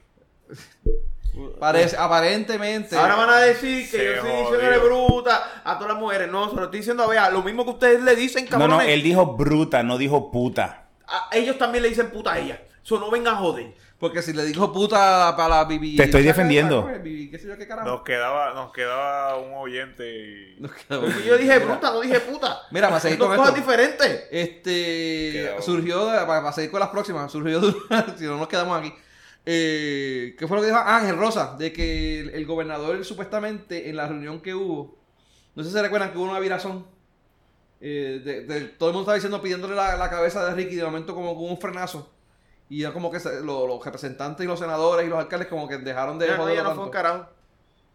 [SPEAKER 2] parece, aparentemente.
[SPEAKER 3] Ahora van a decir que
[SPEAKER 5] Se
[SPEAKER 3] yo estoy diciendo
[SPEAKER 5] jodió.
[SPEAKER 3] que bruta a todas las mujeres. No, se lo estoy diciendo a Bea. Lo mismo que ustedes le dicen,
[SPEAKER 4] No,
[SPEAKER 3] cabrones.
[SPEAKER 4] no, él dijo bruta, no dijo puta.
[SPEAKER 3] a- ellos también le dicen puta a ella. Eso no venga a joder.
[SPEAKER 2] Porque si le dijo puta para la Bibi.
[SPEAKER 4] Te estoy defendiendo.
[SPEAKER 2] Bibi, pues, qué sé yo, qué carajo.
[SPEAKER 5] Nos quedaba, nos quedaba un oyente y.
[SPEAKER 2] Ah. Nos quedamos.
[SPEAKER 3] Porque yo dije
[SPEAKER 2] Mira,
[SPEAKER 3] bruta, no dije puta.
[SPEAKER 2] Mira, para seguir
[SPEAKER 3] Son
[SPEAKER 2] con
[SPEAKER 3] cosas
[SPEAKER 2] esto.
[SPEAKER 3] diferentes.
[SPEAKER 2] Este
[SPEAKER 5] Quedado.
[SPEAKER 2] surgió de- para, para seguir con las próximas, surgió de una- si no nos quedamos aquí. Eh, ¿Qué fue lo que dijo Ángel Rosa? De que el, el gobernador supuestamente en la reunión que hubo, no sé si se recuerdan que hubo una virazón. eh, de, de- todo el mundo estaba diciendo, pidiéndole la, la cabeza de Ricky, de momento como con un frenazo. Y era como que se- lo- los representantes y los senadores y los alcaldes como que dejaron de
[SPEAKER 3] Ya no,
[SPEAKER 2] joderlo
[SPEAKER 3] ya no fue un
[SPEAKER 2] tanto.
[SPEAKER 3] carajo.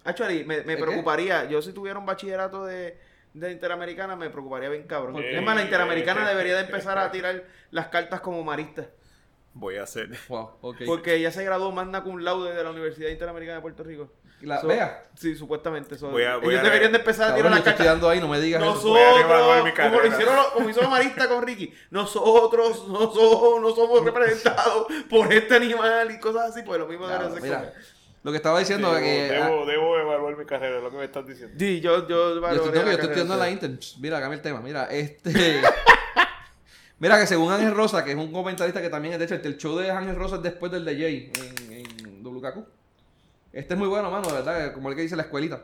[SPEAKER 3] Actually, me, me
[SPEAKER 2] ¿El qué?
[SPEAKER 3] preocuparía. Yo si tuviera un bachillerato de, de Interamericana, me preocuparía bien cabrón.
[SPEAKER 2] ¿Por qué?
[SPEAKER 3] Es más, la Interamericana debería de empezar a tirar las cartas como marista.
[SPEAKER 5] Voy a hacer.
[SPEAKER 2] Wow, ok.
[SPEAKER 3] Porque ella se graduó magna cum laude de la Universidad Interamericana de Puerto Rico.
[SPEAKER 2] La-
[SPEAKER 3] So-
[SPEAKER 2] vea.
[SPEAKER 3] Sí, supuestamente. so-
[SPEAKER 5] Voy a- voy
[SPEAKER 3] ellos
[SPEAKER 5] a-
[SPEAKER 3] deberían de empezar a tirar
[SPEAKER 2] Cabrón, yo
[SPEAKER 3] las
[SPEAKER 2] estoy
[SPEAKER 3] cartas.
[SPEAKER 2] estudiando ahí, no me digas eso.
[SPEAKER 5] Voy a revaluar mi
[SPEAKER 3] Nosotros, como, lo
[SPEAKER 5] carrera.
[SPEAKER 3] hicieron, como hizo la Marista con Ricky, nosotros no somos, no somos representados por este animal y cosas así, pues lo mismo
[SPEAKER 2] Nada,
[SPEAKER 3] deberían ser
[SPEAKER 2] mira,
[SPEAKER 3] con-
[SPEAKER 2] lo que estaba diciendo
[SPEAKER 5] debo,
[SPEAKER 2] es que... eh, ah,
[SPEAKER 5] debo, debo evaluar mi carrera, es lo que me estás diciendo.
[SPEAKER 3] Sí, yo, yo,
[SPEAKER 2] Yo estoy, no, yo estoy estudiando en la Inter. Psh, Mira, cambia el tema. Mira, este. mira, que según Ángel Rosa, que es un comentarista que también, de hecho, el show de Ángel Rosa es después del de Jay en, en WKQ. Este es muy bueno, mano, de verdad, como el que dice la escuelita.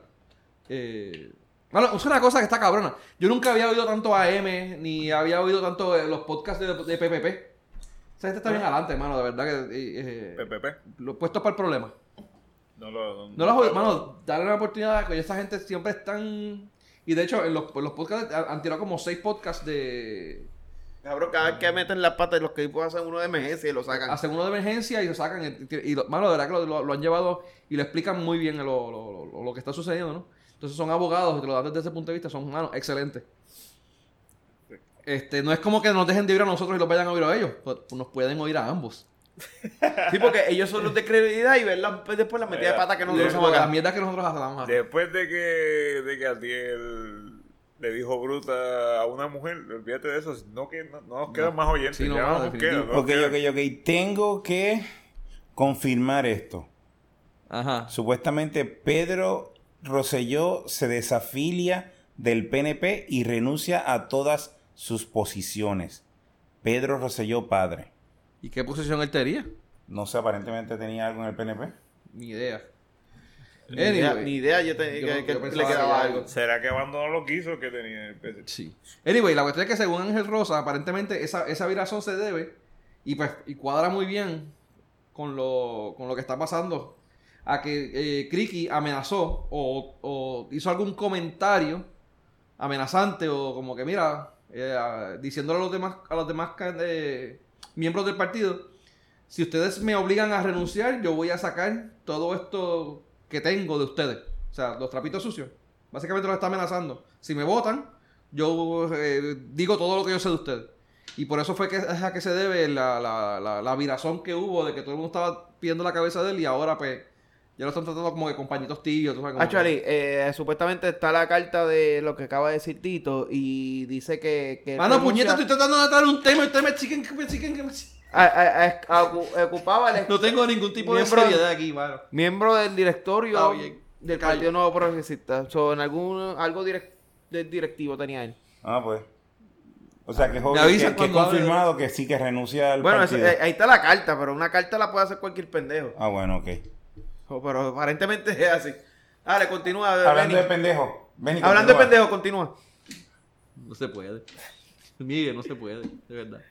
[SPEAKER 2] Eh, Mano, es una cosa que está cabrona. Yo nunca había oído tanto AM, ni había oído tanto eh, los podcasts de, de PPP. O sea, este está bien adelante, mano, de verdad que. eh, eh,
[SPEAKER 5] PPP.
[SPEAKER 2] lo puesto para el problema.
[SPEAKER 5] No lo.
[SPEAKER 2] No las oí- mano, dale una oportunidad, que esta gente siempre están... Y de hecho, en los, en los podcasts han han tirado como seis podcasts de...
[SPEAKER 3] Cabrón, cada vez que meten las patas, los que hacen uno de emergencia y lo sacan.
[SPEAKER 2] Hacen uno de emergencia y lo sacan. y- Y, lo- mano, de verdad que lo, lo- lo han llevado y lo explican muy bien lo, lo- lo- lo que está sucediendo, ¿no? Entonces son abogados y te lo dan desde ese punto de vista, son, mano, excelentes. Este, no es como que nos dejen de oír a nosotros y los vayan a oír a ellos. pues, Nos pueden oír a ambos.
[SPEAKER 3] Sí, porque ellos son los de credibilidad y ver la- después las metidas de pata que
[SPEAKER 2] No,
[SPEAKER 3] nosotros hacemos
[SPEAKER 2] las
[SPEAKER 3] acá.
[SPEAKER 2] mierdas que nosotros hacemos.
[SPEAKER 5] Después de que, de que Adiel le dijo bruta a una mujer, olvídate de eso, no, que, no, no nos quedan más oyentes,
[SPEAKER 2] Sí, no,
[SPEAKER 5] ya
[SPEAKER 2] mano,
[SPEAKER 5] no nos quedan.
[SPEAKER 2] definitivo.
[SPEAKER 5] no nos
[SPEAKER 4] Ok,
[SPEAKER 5] quedan.
[SPEAKER 4] ok, ok. Tengo que confirmar esto.
[SPEAKER 2] Ajá.
[SPEAKER 4] Supuestamente Pedro Rosselló se desafilia del PNP y renuncia a todas sus posiciones. Pedro Rosselló padre.
[SPEAKER 2] ¿Y qué posición él tenía?
[SPEAKER 4] No sé, aparentemente tenía algo en el PNP.
[SPEAKER 2] Ni idea.
[SPEAKER 3] Ni idea,
[SPEAKER 2] Anyway.
[SPEAKER 3] ni idea yo te-
[SPEAKER 2] Yo
[SPEAKER 3] que,
[SPEAKER 2] no-
[SPEAKER 3] que le
[SPEAKER 2] yo pensaba
[SPEAKER 3] quedaba
[SPEAKER 2] que-
[SPEAKER 3] algo.
[SPEAKER 5] ¿Será que abandonó lo que hizo que tenía el PC?
[SPEAKER 2] Sí. Anyway, la cuestión es que según Ángel Rosa, aparentemente esa, esa virazón se debe y, pues, y cuadra muy bien con lo, con lo que está pasando a que eh, Criqui amenazó o, o hizo algún comentario amenazante o como que mira, eh, a- diciéndole a los demás, a los demás ca- eh, miembros del partido, si ustedes me obligan a renunciar, yo voy a sacar todo esto que tengo de ustedes. O sea, los trapitos sucios. Básicamente los está amenazando. Si me votan, yo eh, digo todo lo que yo sé de ustedes. Y por eso fue que, es a que se debe la, la, la, la virazón que hubo de que todo el mundo estaba pidiendo la cabeza de él y ahora pues ya lo están tratando como que compañitos tíos. tú sabes, como que-
[SPEAKER 3] Actually, eh, supuestamente está la carta de lo que acaba de decir Tito y dice que... que
[SPEAKER 2] Mano,
[SPEAKER 3] eh, renuncia-
[SPEAKER 2] Ah, puñeta, estoy tratando de tratar un tema y ustedes me chiquen, me chiquen, me chiquen.
[SPEAKER 3] a- a- a- a- ocu- ocupaba el
[SPEAKER 2] No tengo ningún tipo de
[SPEAKER 3] Miembro-
[SPEAKER 2] seriedad aquí, mano.
[SPEAKER 3] miembro del
[SPEAKER 2] Está
[SPEAKER 3] directorio
[SPEAKER 2] bien.
[SPEAKER 3] del
[SPEAKER 2] Callo.
[SPEAKER 3] Partido Nuevo Progresista. So, en algún, algo direc- del directivo tenía él.
[SPEAKER 4] Ah, pues. O sea, que
[SPEAKER 2] Me
[SPEAKER 4] Jorge
[SPEAKER 2] avisan
[SPEAKER 4] que, que
[SPEAKER 2] cuando hable.
[SPEAKER 4] confirmado que sí que renuncia al
[SPEAKER 3] Bueno, eso-
[SPEAKER 4] partido.
[SPEAKER 3] eh, ahí está la carta, pero una carta la puede hacer cualquier
[SPEAKER 2] eh.
[SPEAKER 3] pendejo.
[SPEAKER 4] Ah, bueno, ok.
[SPEAKER 3] So, pero aparentemente es así. Dale, continúa.
[SPEAKER 4] Hablando de
[SPEAKER 3] Benny.
[SPEAKER 4] pendejo. Benny,
[SPEAKER 3] Hablando de
[SPEAKER 4] continúa.
[SPEAKER 3] pendejo, continúa.
[SPEAKER 2] No se puede. Miguel, no se puede, de verdad.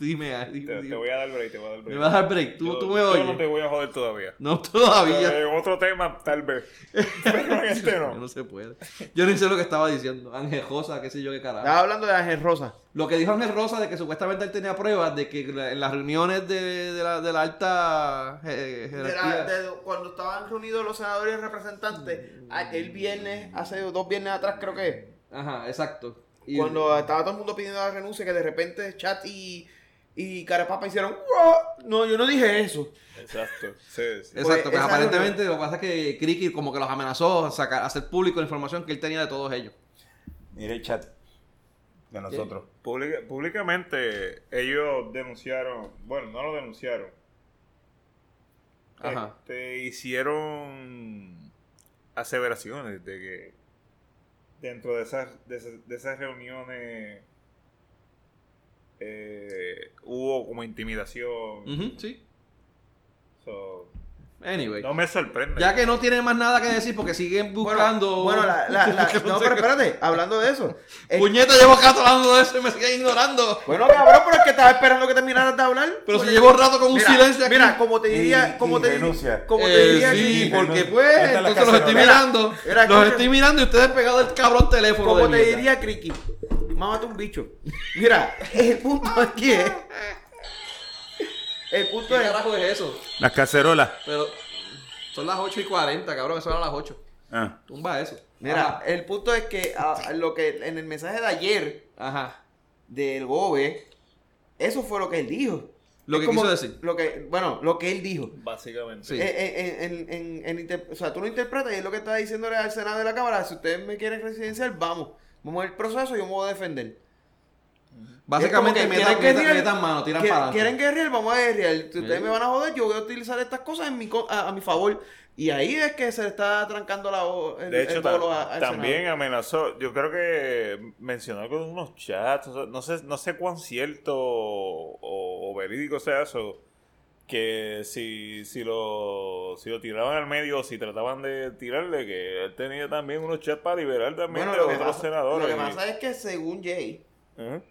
[SPEAKER 2] Dime,
[SPEAKER 5] Te, te voy a dar break, te voy a dar break.
[SPEAKER 2] me vas a dar break. Tú,
[SPEAKER 5] Yo-
[SPEAKER 2] tú me
[SPEAKER 5] yo
[SPEAKER 2] oyes.
[SPEAKER 5] no te voy a joder todavía.
[SPEAKER 2] No, todavía.
[SPEAKER 5] Eh, otro tema, tal vez. Pero en este
[SPEAKER 2] No.
[SPEAKER 5] no.
[SPEAKER 2] se puede. Yo no sé lo que estaba diciendo. Ángel Rosa, qué sé yo, qué carajo.
[SPEAKER 3] Estaba hablando de Ángel Rosa.
[SPEAKER 2] Lo que dijo Ángel Rosa de que supuestamente él tenía pruebas de que la- en las reuniones de, de la, de la alta eh,
[SPEAKER 3] De
[SPEAKER 2] jerarquía.
[SPEAKER 3] la- de- cuando estaban reunidos los senadores y representantes, aquel viernes, hace dos viernes atrás creo que,
[SPEAKER 2] Ajá, exacto. Y-
[SPEAKER 3] cuando estaba todo el mundo pidiendo la renuncia, que de repente Chat y, y Carapapa hicieron, "Uah". no, yo no dije eso.
[SPEAKER 5] Exacto. Sí, sí.
[SPEAKER 2] Exacto,
[SPEAKER 3] Pues,
[SPEAKER 2] pues
[SPEAKER 3] esa
[SPEAKER 2] aparentemente lo que pasa es que Criqui como que los amenazó a sacar, a hacer público la información que él tenía de todos ellos.
[SPEAKER 4] Mira el chat de nosotros.
[SPEAKER 5] Publica- públicamente, ellos denunciaron. Bueno, no lo denunciaron.
[SPEAKER 2] Ajá.
[SPEAKER 5] Este, hicieron aseveraciones de que dentro de esas, de esas, de esas reuniones eh, hubo como intimidación.
[SPEAKER 2] Ujú, sí.
[SPEAKER 5] So,
[SPEAKER 2] Anyway.
[SPEAKER 5] no me sorprende.
[SPEAKER 2] Ya que no tiene más nada que decir porque siguen buscando.
[SPEAKER 3] Bueno, la- la- la- no, pero espérate, hablando de eso. eh,
[SPEAKER 2] Puñeta, llevo acá hablando de eso y me siguen ignorando.
[SPEAKER 3] bueno, cabrón, pero es que estaba esperando que terminaras de hablar.
[SPEAKER 2] Pero si
[SPEAKER 3] Porque-
[SPEAKER 2] llevo un rato con un
[SPEAKER 3] mira,
[SPEAKER 2] silencio aquí.
[SPEAKER 3] Mira, como te diría,
[SPEAKER 4] Y-
[SPEAKER 3] como
[SPEAKER 4] y
[SPEAKER 3] te, diría,
[SPEAKER 4] renuncia.
[SPEAKER 3] como te
[SPEAKER 2] Eh,
[SPEAKER 3] diría
[SPEAKER 2] sí,
[SPEAKER 3] que-
[SPEAKER 4] Criqui,
[SPEAKER 2] porque
[SPEAKER 4] ¿no?
[SPEAKER 2] pues,
[SPEAKER 4] Esta es la
[SPEAKER 2] entonces los
[SPEAKER 4] cacerola.
[SPEAKER 2] estoy mirando.
[SPEAKER 3] Mira,
[SPEAKER 2] los
[SPEAKER 3] escucha.
[SPEAKER 2] estoy mirando y ustedes pegados al cabrón teléfono.
[SPEAKER 3] Como
[SPEAKER 2] de
[SPEAKER 3] te
[SPEAKER 2] mierda.
[SPEAKER 3] diría Criqui, mámate un bicho. Mira, el punto aquí es. El
[SPEAKER 2] ¿Qué
[SPEAKER 3] punto es.
[SPEAKER 2] carajo es eso?
[SPEAKER 6] Las cacerolas.
[SPEAKER 2] Pero son las 8 y 40, cabrón, eso era las 8.
[SPEAKER 6] Ah.
[SPEAKER 2] Tumba eso.
[SPEAKER 3] Mira, el punto es que ah, lo que en el mensaje de ayer
[SPEAKER 2] Ajá.
[SPEAKER 3] del Gobe, eso fue lo que él dijo.
[SPEAKER 2] Lo
[SPEAKER 3] Es
[SPEAKER 2] que quiso decir.
[SPEAKER 3] Lo que, bueno, lo que él dijo.
[SPEAKER 5] Básicamente.
[SPEAKER 2] Sí.
[SPEAKER 3] Eh, eh, en- en- en- en inter- o sea, tú lo interpretas y es lo que está diciéndole al Senado de la Cámara. Si ustedes me quieren residencial, vamos. Vamos al proceso y yo me voy a defender.
[SPEAKER 2] Básicamente
[SPEAKER 3] Es como que
[SPEAKER 2] metan,
[SPEAKER 3] quieren
[SPEAKER 2] metan-
[SPEAKER 3] guerrear-
[SPEAKER 2] metan mano, tiran
[SPEAKER 3] que-
[SPEAKER 2] para adelante.
[SPEAKER 3] Quieren guerrear, vamos a guerrear. Si ustedes
[SPEAKER 2] Sí.
[SPEAKER 3] me van a joder, yo voy a utilizar estas cosas en mi co- a, a mi favor. Y ahí es que se le está trancando la o- el,
[SPEAKER 5] De hecho,
[SPEAKER 3] el bolo
[SPEAKER 5] ta-
[SPEAKER 3] a- al
[SPEAKER 5] también
[SPEAKER 3] Senado.
[SPEAKER 5] amenazó. Yo creo que mencionó algo de unos chats. o sea, no, sé, no sé cuán cierto o, o verídico sea eso. Que si, si, lo, si lo tiraban al medio o si trataban de tirarle, que él tenía también unos chats para liberar también
[SPEAKER 3] Bueno,
[SPEAKER 5] de
[SPEAKER 3] lo
[SPEAKER 5] los
[SPEAKER 3] que,
[SPEAKER 5] otros
[SPEAKER 3] pasa,
[SPEAKER 5] senadores. ¿eh?
[SPEAKER 3] lo que
[SPEAKER 5] y-
[SPEAKER 3] pasa es que según Jay,
[SPEAKER 5] Ujú.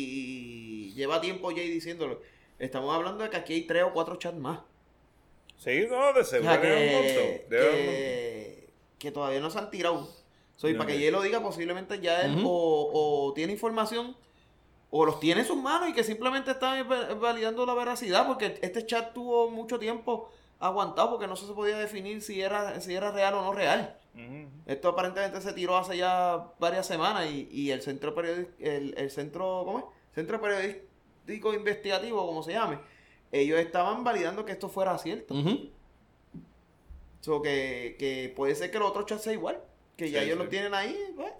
[SPEAKER 3] y lleva tiempo Jay diciéndolo, estamos hablando de que aquí hay tres o cuatro chats más.
[SPEAKER 5] Sí, no, de
[SPEAKER 3] O
[SPEAKER 5] seguro.
[SPEAKER 3] sea,
[SPEAKER 5] era un
[SPEAKER 3] que,
[SPEAKER 5] montón,
[SPEAKER 3] que,
[SPEAKER 5] era un montón.
[SPEAKER 3] Eh, que todavía no se han tirado. Soy
[SPEAKER 5] No,
[SPEAKER 3] para que
[SPEAKER 5] no.
[SPEAKER 3] Jay lo diga, posiblemente ya él
[SPEAKER 2] Ujú.
[SPEAKER 3] o, o tiene información o los tiene en sus manos y que simplemente está va- validando la veracidad porque este chat tuvo mucho tiempo aguantado porque no se podía definir si era, si era real o no real.
[SPEAKER 5] Ujú.
[SPEAKER 3] Esto aparentemente se tiró hace ya varias semanas y, y el centro periodi- el, el centro, ¿cómo es? Centro periodístico investigativo, como se llame, ellos estaban validando que esto fuera cierto.
[SPEAKER 2] Ujú.
[SPEAKER 3] So que, que puede ser que los otros chats sea igual. Que ya
[SPEAKER 5] Sí,
[SPEAKER 3] ellos
[SPEAKER 5] sí.
[SPEAKER 3] lo tienen ahí, pues.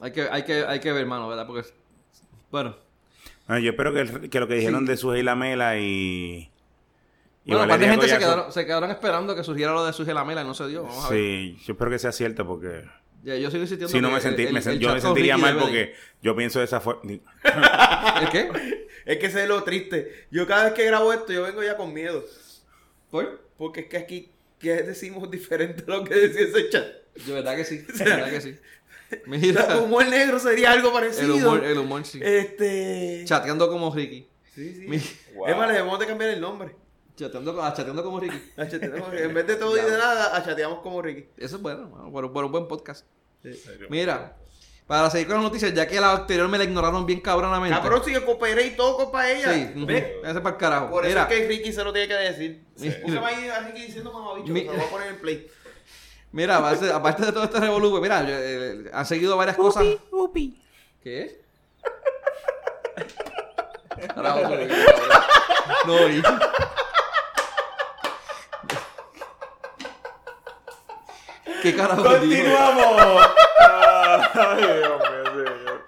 [SPEAKER 2] hay, que, hay, que, hay que ver, mano, ¿verdad? Porque. Bueno.
[SPEAKER 6] Ah, yo espero que, el- que lo que dijeron de Sujei Lamela y. y
[SPEAKER 2] Bueno, aparte
[SPEAKER 6] Valeria
[SPEAKER 2] gente se
[SPEAKER 6] Collazo-
[SPEAKER 2] quedaron, se quedaron esperando que surgiera lo de su gelamela y no se dio. Vamos a ver.
[SPEAKER 6] Sí, yo espero que sea cierto porque.
[SPEAKER 2] Ya, yo sigo insistiendo.
[SPEAKER 6] Si no
[SPEAKER 2] que
[SPEAKER 6] me sentí,
[SPEAKER 2] el-
[SPEAKER 6] me
[SPEAKER 2] el-
[SPEAKER 6] sen-
[SPEAKER 2] el
[SPEAKER 6] yo me
[SPEAKER 2] chat con
[SPEAKER 6] sentiría
[SPEAKER 2] Ricky
[SPEAKER 6] mal
[SPEAKER 2] debe de-
[SPEAKER 6] porque yo pienso de esa forma.
[SPEAKER 2] ¿El qué?
[SPEAKER 3] Es que eso es lo triste. Yo cada vez que grabo esto, yo vengo ya con miedo.
[SPEAKER 2] ¿Por?
[SPEAKER 3] Porque es que aquí ya decimos diferente a lo que decía ese chat.
[SPEAKER 2] De verdad que sí. De verdad que sí.
[SPEAKER 3] El
[SPEAKER 2] Mira.
[SPEAKER 3] humor negro sería algo
[SPEAKER 2] El
[SPEAKER 3] parecido.
[SPEAKER 2] humor, el humor sí.
[SPEAKER 3] Este.
[SPEAKER 2] Chateando como Ricky.
[SPEAKER 3] Sí, sí.
[SPEAKER 2] Mi-
[SPEAKER 5] Wow.
[SPEAKER 3] Es más, le debemos de cambiar el nombre.
[SPEAKER 2] Chateando, ah, chateando como Ricky.
[SPEAKER 3] La chateamos- en vez de todo y de nada, la chateamos como Ricky.
[SPEAKER 2] Eso es bueno, bueno, bueno, bueno, un buen podcast.
[SPEAKER 5] Serio.
[SPEAKER 2] Mira, Para seguir con las noticias, ya que la anterior me la ignoraron bien cabronamente.
[SPEAKER 3] Cabrón, si yo cooperé y todo copa ella.
[SPEAKER 2] Sí, ujú.
[SPEAKER 3] ¿Ves?
[SPEAKER 2] Ese para el carajo.
[SPEAKER 3] Por eso
[SPEAKER 2] Mira,
[SPEAKER 3] es que Ricky se lo tiene que decir.
[SPEAKER 2] Sí.
[SPEAKER 3] Búscame ahí a Ricky diciendo mamabicho,
[SPEAKER 2] Mi-
[SPEAKER 3] se lo voy a poner en play.
[SPEAKER 2] mira aparte, aparte de todo este revolú, pues, mira, yo, eh, han seguido varias cosas. ¿Qué? Carajo, sorry, cabrón. no oí. ¿Qué carajo dijo?
[SPEAKER 5] ¡Continuamos! Ay, Dios mío, señor.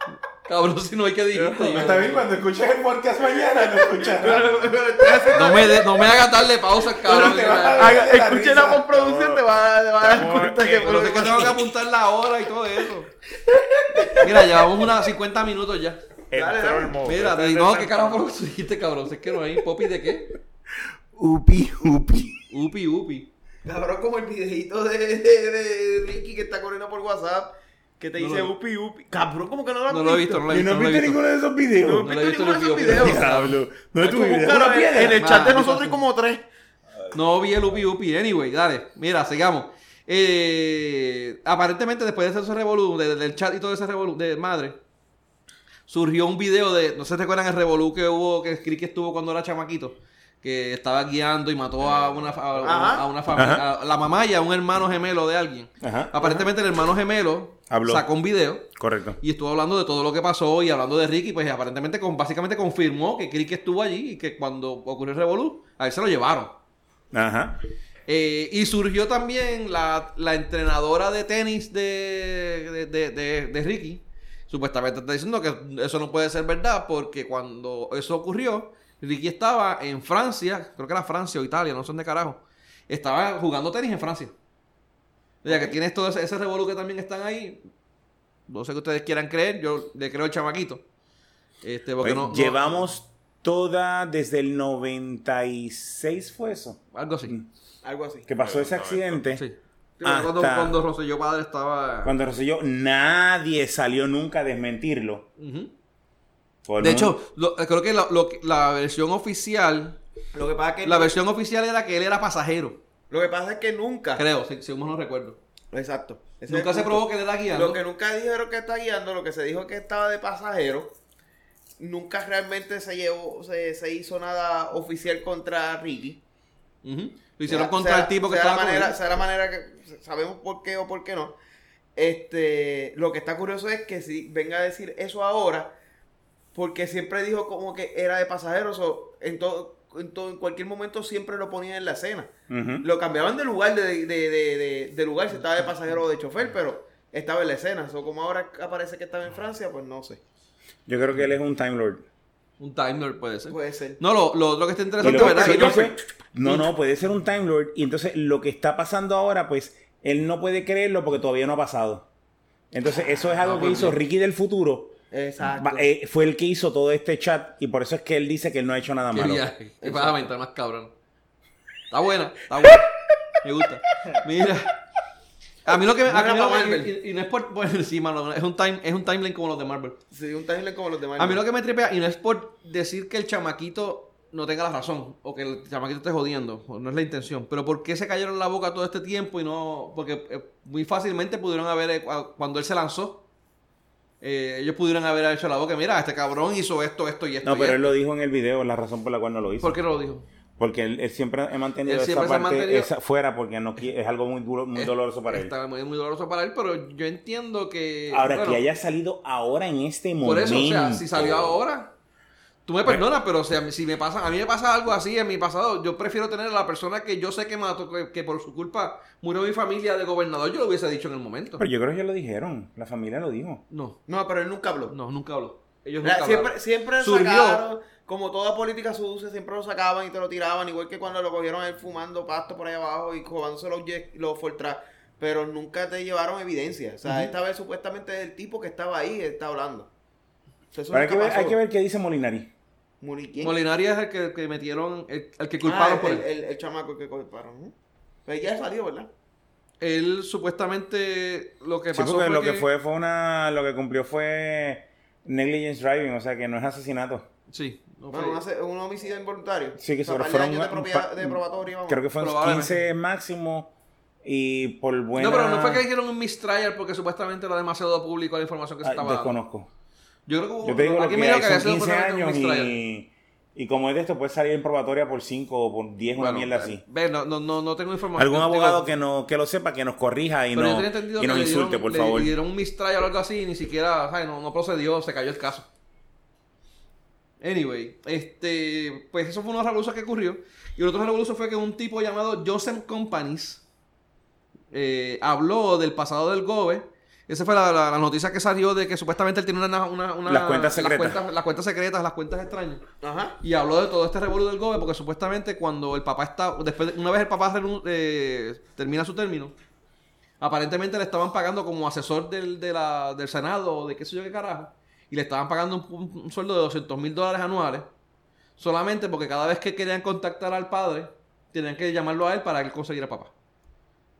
[SPEAKER 2] Cabrón, si no hay que dijiste.
[SPEAKER 6] Está bien, cuando escuches el podcast mañana, lo escucharás.
[SPEAKER 2] No me, de- no me hagas darle pausa, cabrón.
[SPEAKER 6] te vas a-
[SPEAKER 2] Ay,
[SPEAKER 3] Ah, Escuché la
[SPEAKER 6] risa.
[SPEAKER 3] postproducción, te va te va a dar
[SPEAKER 5] Estamos
[SPEAKER 3] cuenta
[SPEAKER 5] aquí,
[SPEAKER 3] que
[SPEAKER 2] Pero es que tengo que apuntar la hora y todo eso. Mira, llevamos unas 50 minutos ya.
[SPEAKER 3] Dale,
[SPEAKER 5] Entró
[SPEAKER 3] dale.
[SPEAKER 5] el modo.
[SPEAKER 2] Mira,
[SPEAKER 5] Este
[SPEAKER 2] te-
[SPEAKER 5] es
[SPEAKER 2] no,
[SPEAKER 5] el-
[SPEAKER 2] ¿qué carajo fue lo que dijiste, cabrón? Si Es que no hay popi de qué.
[SPEAKER 4] Upi, upi.
[SPEAKER 2] Upi, upi.
[SPEAKER 3] Cabrón, como el videito de, de, de Ricky que está corriendo por WhatsApp, que te
[SPEAKER 2] No
[SPEAKER 3] dice
[SPEAKER 2] lo
[SPEAKER 3] upi
[SPEAKER 2] vi.
[SPEAKER 3] upi. Cabrón, como que no lo has
[SPEAKER 2] No lo he visto, no lo he
[SPEAKER 6] Y
[SPEAKER 2] visto.
[SPEAKER 6] no
[SPEAKER 2] No lo he
[SPEAKER 6] viste
[SPEAKER 2] visto.
[SPEAKER 6] ninguno de esos videos.
[SPEAKER 2] No lo he visto en
[SPEAKER 3] ninguno de
[SPEAKER 2] el
[SPEAKER 3] esos
[SPEAKER 2] video.
[SPEAKER 3] videos.
[SPEAKER 6] Diablo. No es tu
[SPEAKER 3] Tú
[SPEAKER 6] video.
[SPEAKER 3] búscalo en, en el
[SPEAKER 2] Nah,
[SPEAKER 3] chat de
[SPEAKER 2] yo
[SPEAKER 3] nosotros hay
[SPEAKER 2] tampoco.
[SPEAKER 3] como tres.
[SPEAKER 2] No vi el upi upi. Anyway, dale. Mira, sigamos. Eh, aparentemente, después de ese revolú, de- del chat y todo ese revolú de madre, surgió un video de. No sé si recuerdan el revolú que hubo, que Crick estuvo cuando era chamaquito. Que estaba guiando y mató a una, fa- a,
[SPEAKER 3] Ajá.
[SPEAKER 2] a una familia, a la mamá y a un hermano gemelo de alguien.
[SPEAKER 4] Ajá.
[SPEAKER 2] Aparentemente el hermano gemelo
[SPEAKER 4] Habló.
[SPEAKER 2] sacó un video
[SPEAKER 4] Correcto.
[SPEAKER 2] y estuvo hablando de todo lo que pasó y hablando de Ricky, pues aparentemente con, básicamente confirmó que Crick estuvo allí y que cuando ocurrió el revolú, a él se lo llevaron.
[SPEAKER 4] Ajá.
[SPEAKER 2] Eh, y surgió también la, la entrenadora de tenis de, de, de- de- de Ricky. Supuestamente está diciendo que eso no puede ser verdad porque cuando eso ocurrió, Ricky estaba en Francia, creo que era Francia o Italia, no son de carajo. Estaba jugando tenis en Francia. O sea, que tienes todo ese, ese revolú que también están ahí. No sé qué ustedes quieran creer, yo le creo al chamaquito. Este, porque
[SPEAKER 4] Oye,
[SPEAKER 2] no, no-
[SPEAKER 4] llevamos toda desde el 96 fue eso.
[SPEAKER 2] algo así.
[SPEAKER 3] Algo así.
[SPEAKER 4] Que pasó ese
[SPEAKER 5] Noventa.
[SPEAKER 4] accidente.
[SPEAKER 2] Sí.
[SPEAKER 4] Hasta-
[SPEAKER 2] Cuando, cuando Rosselló padre estaba.
[SPEAKER 4] Cuando Rosselló, nadie salió nunca a desmentirlo.
[SPEAKER 2] Ujú.
[SPEAKER 4] Todo el
[SPEAKER 2] De
[SPEAKER 4] mundo-
[SPEAKER 2] hecho, lo- creo que la, lo que- la versión oficial,
[SPEAKER 3] Lo que pasa es que,
[SPEAKER 2] la versión oficial era que él era pasajero,
[SPEAKER 3] lo que, pasa es que nunca.
[SPEAKER 2] creo, si- según no recuerdo.
[SPEAKER 3] Exacto. Ese
[SPEAKER 2] Nunca
[SPEAKER 3] es el
[SPEAKER 2] se
[SPEAKER 3] punto.
[SPEAKER 2] probó que él era guiando.
[SPEAKER 3] Lo que nunca dijeron que está guiando, lo que se dijo que estaba de pasajero, nunca realmente se llevó, se, se hizo nada oficial contra Ricky.
[SPEAKER 2] Ujú. Lo hicieron
[SPEAKER 3] Sea-
[SPEAKER 2] contra
[SPEAKER 3] sea-
[SPEAKER 2] el tipo que
[SPEAKER 3] sea
[SPEAKER 2] estaba
[SPEAKER 3] la
[SPEAKER 2] con
[SPEAKER 3] manera,
[SPEAKER 2] él.
[SPEAKER 3] sea la manera que sabemos por qué o por qué no. Este, lo que está curioso es que si venga a decir eso ahora, porque siempre dijo como que era de pasajeros o en todo, en todo- en cualquier momento siempre lo ponían en la escena.
[SPEAKER 4] Ujú.
[SPEAKER 3] Lo cambiaban de lugar, de, de- de- de- de lugar, si estaba de pasajero o de chofer, pero estaba en la escena. O como ahora aparece que estaba en Francia, pues no sé.
[SPEAKER 4] Yo creo que él es un Time Lord.
[SPEAKER 2] Un timer puede ser.
[SPEAKER 3] Puede ser.
[SPEAKER 2] No, lo, lo otro que está
[SPEAKER 4] Y
[SPEAKER 2] interesante,
[SPEAKER 4] lo que
[SPEAKER 2] ¿verdad?
[SPEAKER 4] pasa es que
[SPEAKER 2] Yo-
[SPEAKER 4] no, no, puede ser un Time Lord. Y entonces lo que está pasando ahora, pues él no puede creerlo porque todavía no ha pasado. Entonces, eso es algo
[SPEAKER 2] Ah,
[SPEAKER 4] que
[SPEAKER 2] bueno.
[SPEAKER 4] hizo Ricky del futuro.
[SPEAKER 3] Exacto.
[SPEAKER 4] Va- eh, fue el que hizo todo este chat y por eso es que él dice que él no ha hecho
[SPEAKER 3] ah,
[SPEAKER 4] nada
[SPEAKER 2] Qué
[SPEAKER 4] malo.
[SPEAKER 2] viaje. Qué paja más cabrón. Está buena, está buena. Me gusta. Mira. A mí lo que me.
[SPEAKER 3] No
[SPEAKER 2] a mí
[SPEAKER 3] era
[SPEAKER 2] lo
[SPEAKER 3] para
[SPEAKER 2] que-
[SPEAKER 3] Marvel.
[SPEAKER 2] y, y no es por. Bueno, sí, mano, es un, time, es un timeline como los de Marvel.
[SPEAKER 3] Sí, un timeline como los demás.
[SPEAKER 2] A mí lo que me tripea, y no es por decir que el chamaquito no tenga la razón, o que el chamaquito esté jodiendo, o no es la intención, pero ¿por qué se cayeron la boca todo este tiempo y no...? Porque eh, muy fácilmente pudieron haber, eh, cua- cuando él se lanzó, eh, ellos pudieron haber hecho la boca, mira, este cabrón hizo esto, esto y esto.
[SPEAKER 4] No,
[SPEAKER 2] y
[SPEAKER 4] pero él
[SPEAKER 2] esto".
[SPEAKER 4] lo dijo en el video, la razón por la cual no lo hizo.
[SPEAKER 2] ¿Por qué no lo dijo?
[SPEAKER 4] Porque él, él siempre ha mantenido
[SPEAKER 2] Él
[SPEAKER 4] esa
[SPEAKER 2] siempre se ha
[SPEAKER 4] parte
[SPEAKER 2] mantenido-
[SPEAKER 4] esa fuera porque no qui- es algo muy duro, muy
[SPEAKER 2] Es-
[SPEAKER 4] doloroso para él.
[SPEAKER 2] Está muy, muy doloroso para él, pero yo entiendo que...
[SPEAKER 4] Ahora,
[SPEAKER 2] bueno,
[SPEAKER 4] que haya salido ahora en este momento.
[SPEAKER 2] Por eso, o sea, si salió ahora, tú me
[SPEAKER 4] Pues,
[SPEAKER 2] perdonas, pero o sea, si me pasa, a mí me pasa algo así en mi pasado, yo prefiero tener a la persona que yo sé que mató, que, que por su culpa murió mi familia de gobernador, yo lo hubiese dicho en el momento.
[SPEAKER 4] Pero yo creo que ya lo dijeron, la familia lo dijo.
[SPEAKER 2] No,
[SPEAKER 3] No, pero él nunca habló.
[SPEAKER 2] no, nunca habló. Ellos
[SPEAKER 3] La-
[SPEAKER 2] nunca
[SPEAKER 3] siempre
[SPEAKER 2] hablaron.
[SPEAKER 3] siempre
[SPEAKER 2] Surgió.
[SPEAKER 3] sacaron, como toda política sucia, siempre lo sacaban y te lo tiraban, igual que cuando lo cogieron a él fumando pasto por ahí abajo y cobándose los, jet- los Fortran, pero nunca te llevaron evidencia. O sea, esta vez supuestamente el tipo que estaba ahí está hablando. O sea, eso
[SPEAKER 4] Pero hay
[SPEAKER 3] nunca
[SPEAKER 4] que, ver,
[SPEAKER 3] pasó.
[SPEAKER 4] hay que ver qué dice Molinari.
[SPEAKER 3] Muri- ¿quién?
[SPEAKER 2] Molinari es el que, que metieron, el, al que
[SPEAKER 3] Ah,
[SPEAKER 2] culparon
[SPEAKER 3] el-
[SPEAKER 2] por él.
[SPEAKER 3] el, el chamaco que culparon. ¿no? Pero ya salió, ¿verdad?
[SPEAKER 2] Él supuestamente lo que
[SPEAKER 4] Sí,
[SPEAKER 2] pasó
[SPEAKER 4] porque
[SPEAKER 2] fue
[SPEAKER 4] lo
[SPEAKER 2] que,
[SPEAKER 4] que fue fue una. Lo que cumplió fue negligence driving, o sea que no es asesinato.
[SPEAKER 2] Sí, no
[SPEAKER 3] Bueno,
[SPEAKER 2] fue-
[SPEAKER 3] un ace- un homicidio involuntario.
[SPEAKER 4] Sí, que
[SPEAKER 3] O sea,
[SPEAKER 4] sobre
[SPEAKER 3] par de
[SPEAKER 4] fueron.
[SPEAKER 3] años de,
[SPEAKER 4] un
[SPEAKER 3] propia-
[SPEAKER 4] pa-
[SPEAKER 3] de probatoria, vamos.
[SPEAKER 4] Creo que fueron
[SPEAKER 2] Probablemente.
[SPEAKER 4] 15 máximo Y por buena...
[SPEAKER 2] No, pero no fue que hicieron un mistrial porque supuestamente era demasiado público la información que se
[SPEAKER 4] Ah,
[SPEAKER 2] estaba dando.
[SPEAKER 4] desconozco.
[SPEAKER 2] Yo creo que hubo-
[SPEAKER 4] Yo te digo lo
[SPEAKER 2] aquí
[SPEAKER 4] que
[SPEAKER 2] me dijeron
[SPEAKER 4] hay,
[SPEAKER 2] había
[SPEAKER 4] son
[SPEAKER 2] sido
[SPEAKER 4] 15
[SPEAKER 2] probablemente un
[SPEAKER 4] años
[SPEAKER 2] mistrial.
[SPEAKER 4] y, y como es de esto, puede salir en probatoria por 5 o por 10, una
[SPEAKER 2] Bueno, eh,
[SPEAKER 4] mierda así.
[SPEAKER 2] ve, no, no, no, no tengo información.
[SPEAKER 6] Algún
[SPEAKER 2] no tengo-
[SPEAKER 6] abogado que, no, que lo sepa, que nos corrija y,
[SPEAKER 2] Pero yo
[SPEAKER 6] no,
[SPEAKER 2] tenía entendido
[SPEAKER 6] y
[SPEAKER 2] que
[SPEAKER 6] nos
[SPEAKER 2] le dieron-
[SPEAKER 6] insulte, por
[SPEAKER 2] le
[SPEAKER 6] favor.
[SPEAKER 2] dieron un mistrial o algo así y ni siquiera, ¿sabes? No, no procedió, se cayó el caso. Anyway, este, pues eso fue una revolución que ocurrió. Y el otro revolución fue que un tipo llamado Joseph Companies eh, habló del pasado del Gobe. Esa fue la, la- la noticia que salió de que supuestamente él tiene una... una- una-
[SPEAKER 6] Las cuentas secretas.
[SPEAKER 2] Las cuentas, las cuentas secretas, las cuentas extrañas.
[SPEAKER 3] Ajá.
[SPEAKER 2] Y habló de todo este revuelo del Gobe porque supuestamente cuando el papá está, después de- una vez el papá renun- eh, termina su término, aparentemente le estaban pagando como asesor del, de la- del Senado o de qué sé yo qué carajo, y le estaban pagando un, un- un sueldo de 200 mil dólares anuales, solamente porque cada vez que querían contactar al padre, tenían que llamarlo a él para que él consiguiera papá.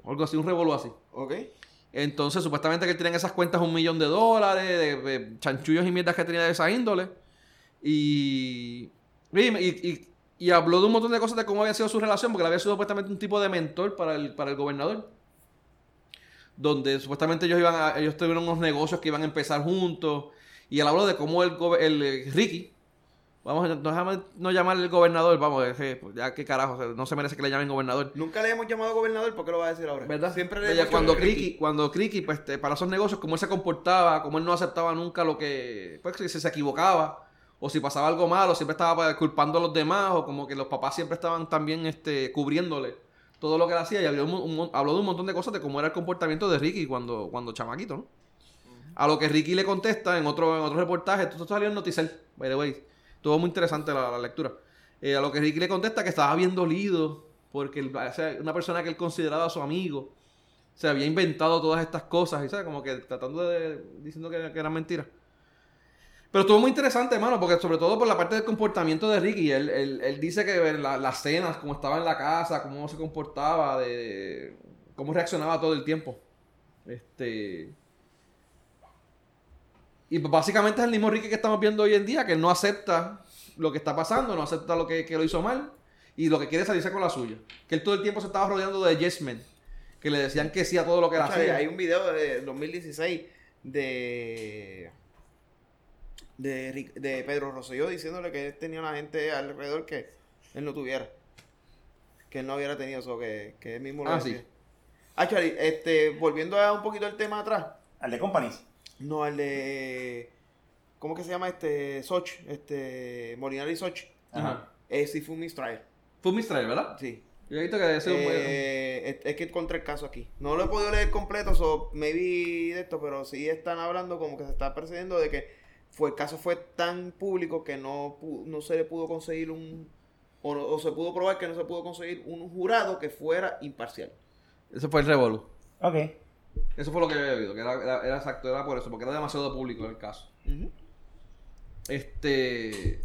[SPEAKER 2] O algo así, un revuelo así.
[SPEAKER 3] Ok.
[SPEAKER 2] Entonces, supuestamente que él tiene en esas cuentas un millón de dólares, de, de chanchullos y mierdas que tenía de esa índole. Y, y, y- y habló de un montón de cosas de cómo había sido su relación, porque él había sido supuestamente un tipo de mentor para el, para el gobernador. Donde supuestamente ellos iban a- ellos tuvieron unos negocios que iban a empezar juntos. Y él habló de cómo el, gobe- el, eh, Ricky, vamos, no, déjame no llamarle el gobernador, vamos, eh, eh, ya qué carajo, o sea, no se merece que le llamen gobernador.
[SPEAKER 3] Nunca le hemos llamado gobernador, ¿por qué lo va a decir ahora?
[SPEAKER 2] ¿Verdad?
[SPEAKER 3] Siempre le
[SPEAKER 2] Ella,
[SPEAKER 3] hemos
[SPEAKER 2] cuando
[SPEAKER 3] llamado-
[SPEAKER 2] Criqui, cuando Criqui, pues te- para esos negocios, cómo él se comportaba, cómo él no aceptaba nunca lo que, pues si se equivocaba, o si pasaba algo malo, siempre estaba pues, culpando a los demás, o como que los papás siempre estaban también este, cubriéndole todo lo que él hacía, y habló, un- un- habló de un montón de cosas de cómo era el comportamiento de Ricky cuando, cuando chamaquito, ¿no? A lo que Ricky le contesta en otro, en otro reportaje, esto, esto salió en Noticel, by the way, estuvo muy interesante la, la lectura. Eh, a lo que Ricky le contesta que estaba bien dolido, porque el- o sea, una persona que él consideraba su amigo, se había inventado todas estas cosas, y sabes, como que tratando de. diciendo que, que eran mentiras. Pero estuvo muy interesante, hermano, porque sobre todo por la parte del comportamiento de Ricky. Él, él- él dice que en la- las cenas, cómo estaba en la casa, cómo se comportaba, de cómo reaccionaba todo el tiempo. Este. Y pues, básicamente es el mismo Ricky que estamos viendo hoy en día, que él no acepta lo que está pasando, no acepta lo que, que lo hizo mal y lo que quiere es salirse con la suya. Que él todo el tiempo se estaba rodeando de yes men, que le decían que Ah, sí a todo lo que él
[SPEAKER 3] Escucha,
[SPEAKER 2] hacía.
[SPEAKER 3] Hay un video de 2016 de de, Ric- de Pedro Rosselló diciéndole que él tenía una gente alrededor que él no tuviera. Que él no hubiera tenido eso, que, que él mismo lo
[SPEAKER 2] Ah,
[SPEAKER 3] decía.
[SPEAKER 2] sí.
[SPEAKER 3] Ah, Charlie, este, volviendo a un poquito el tema atrás.
[SPEAKER 4] Al de Companies.
[SPEAKER 3] No, al de... ¿Cómo que se llama este? Soch, este... Molinari Soch.
[SPEAKER 2] Ajá.
[SPEAKER 3] Eh, sí fue un mistrial.
[SPEAKER 2] Fue un mistrial, ¿verdad?
[SPEAKER 3] Sí.
[SPEAKER 2] Yo he visto que debe ser un
[SPEAKER 3] Eh, es, es que encontré el caso aquí. No lo he podido leer completo, so maybe de esto, pero sí están hablando como que se está percibiendo de que fue, el caso fue tan público que no, pu- no se le pudo conseguir un. O, no- o se pudo probar que no se pudo conseguir un jurado que fuera imparcial.
[SPEAKER 2] Ese fue el revolu.
[SPEAKER 4] Ok.
[SPEAKER 2] Eso fue lo que yo había oído, que era, era- era exacto, era por eso, porque era demasiado público el caso. Este.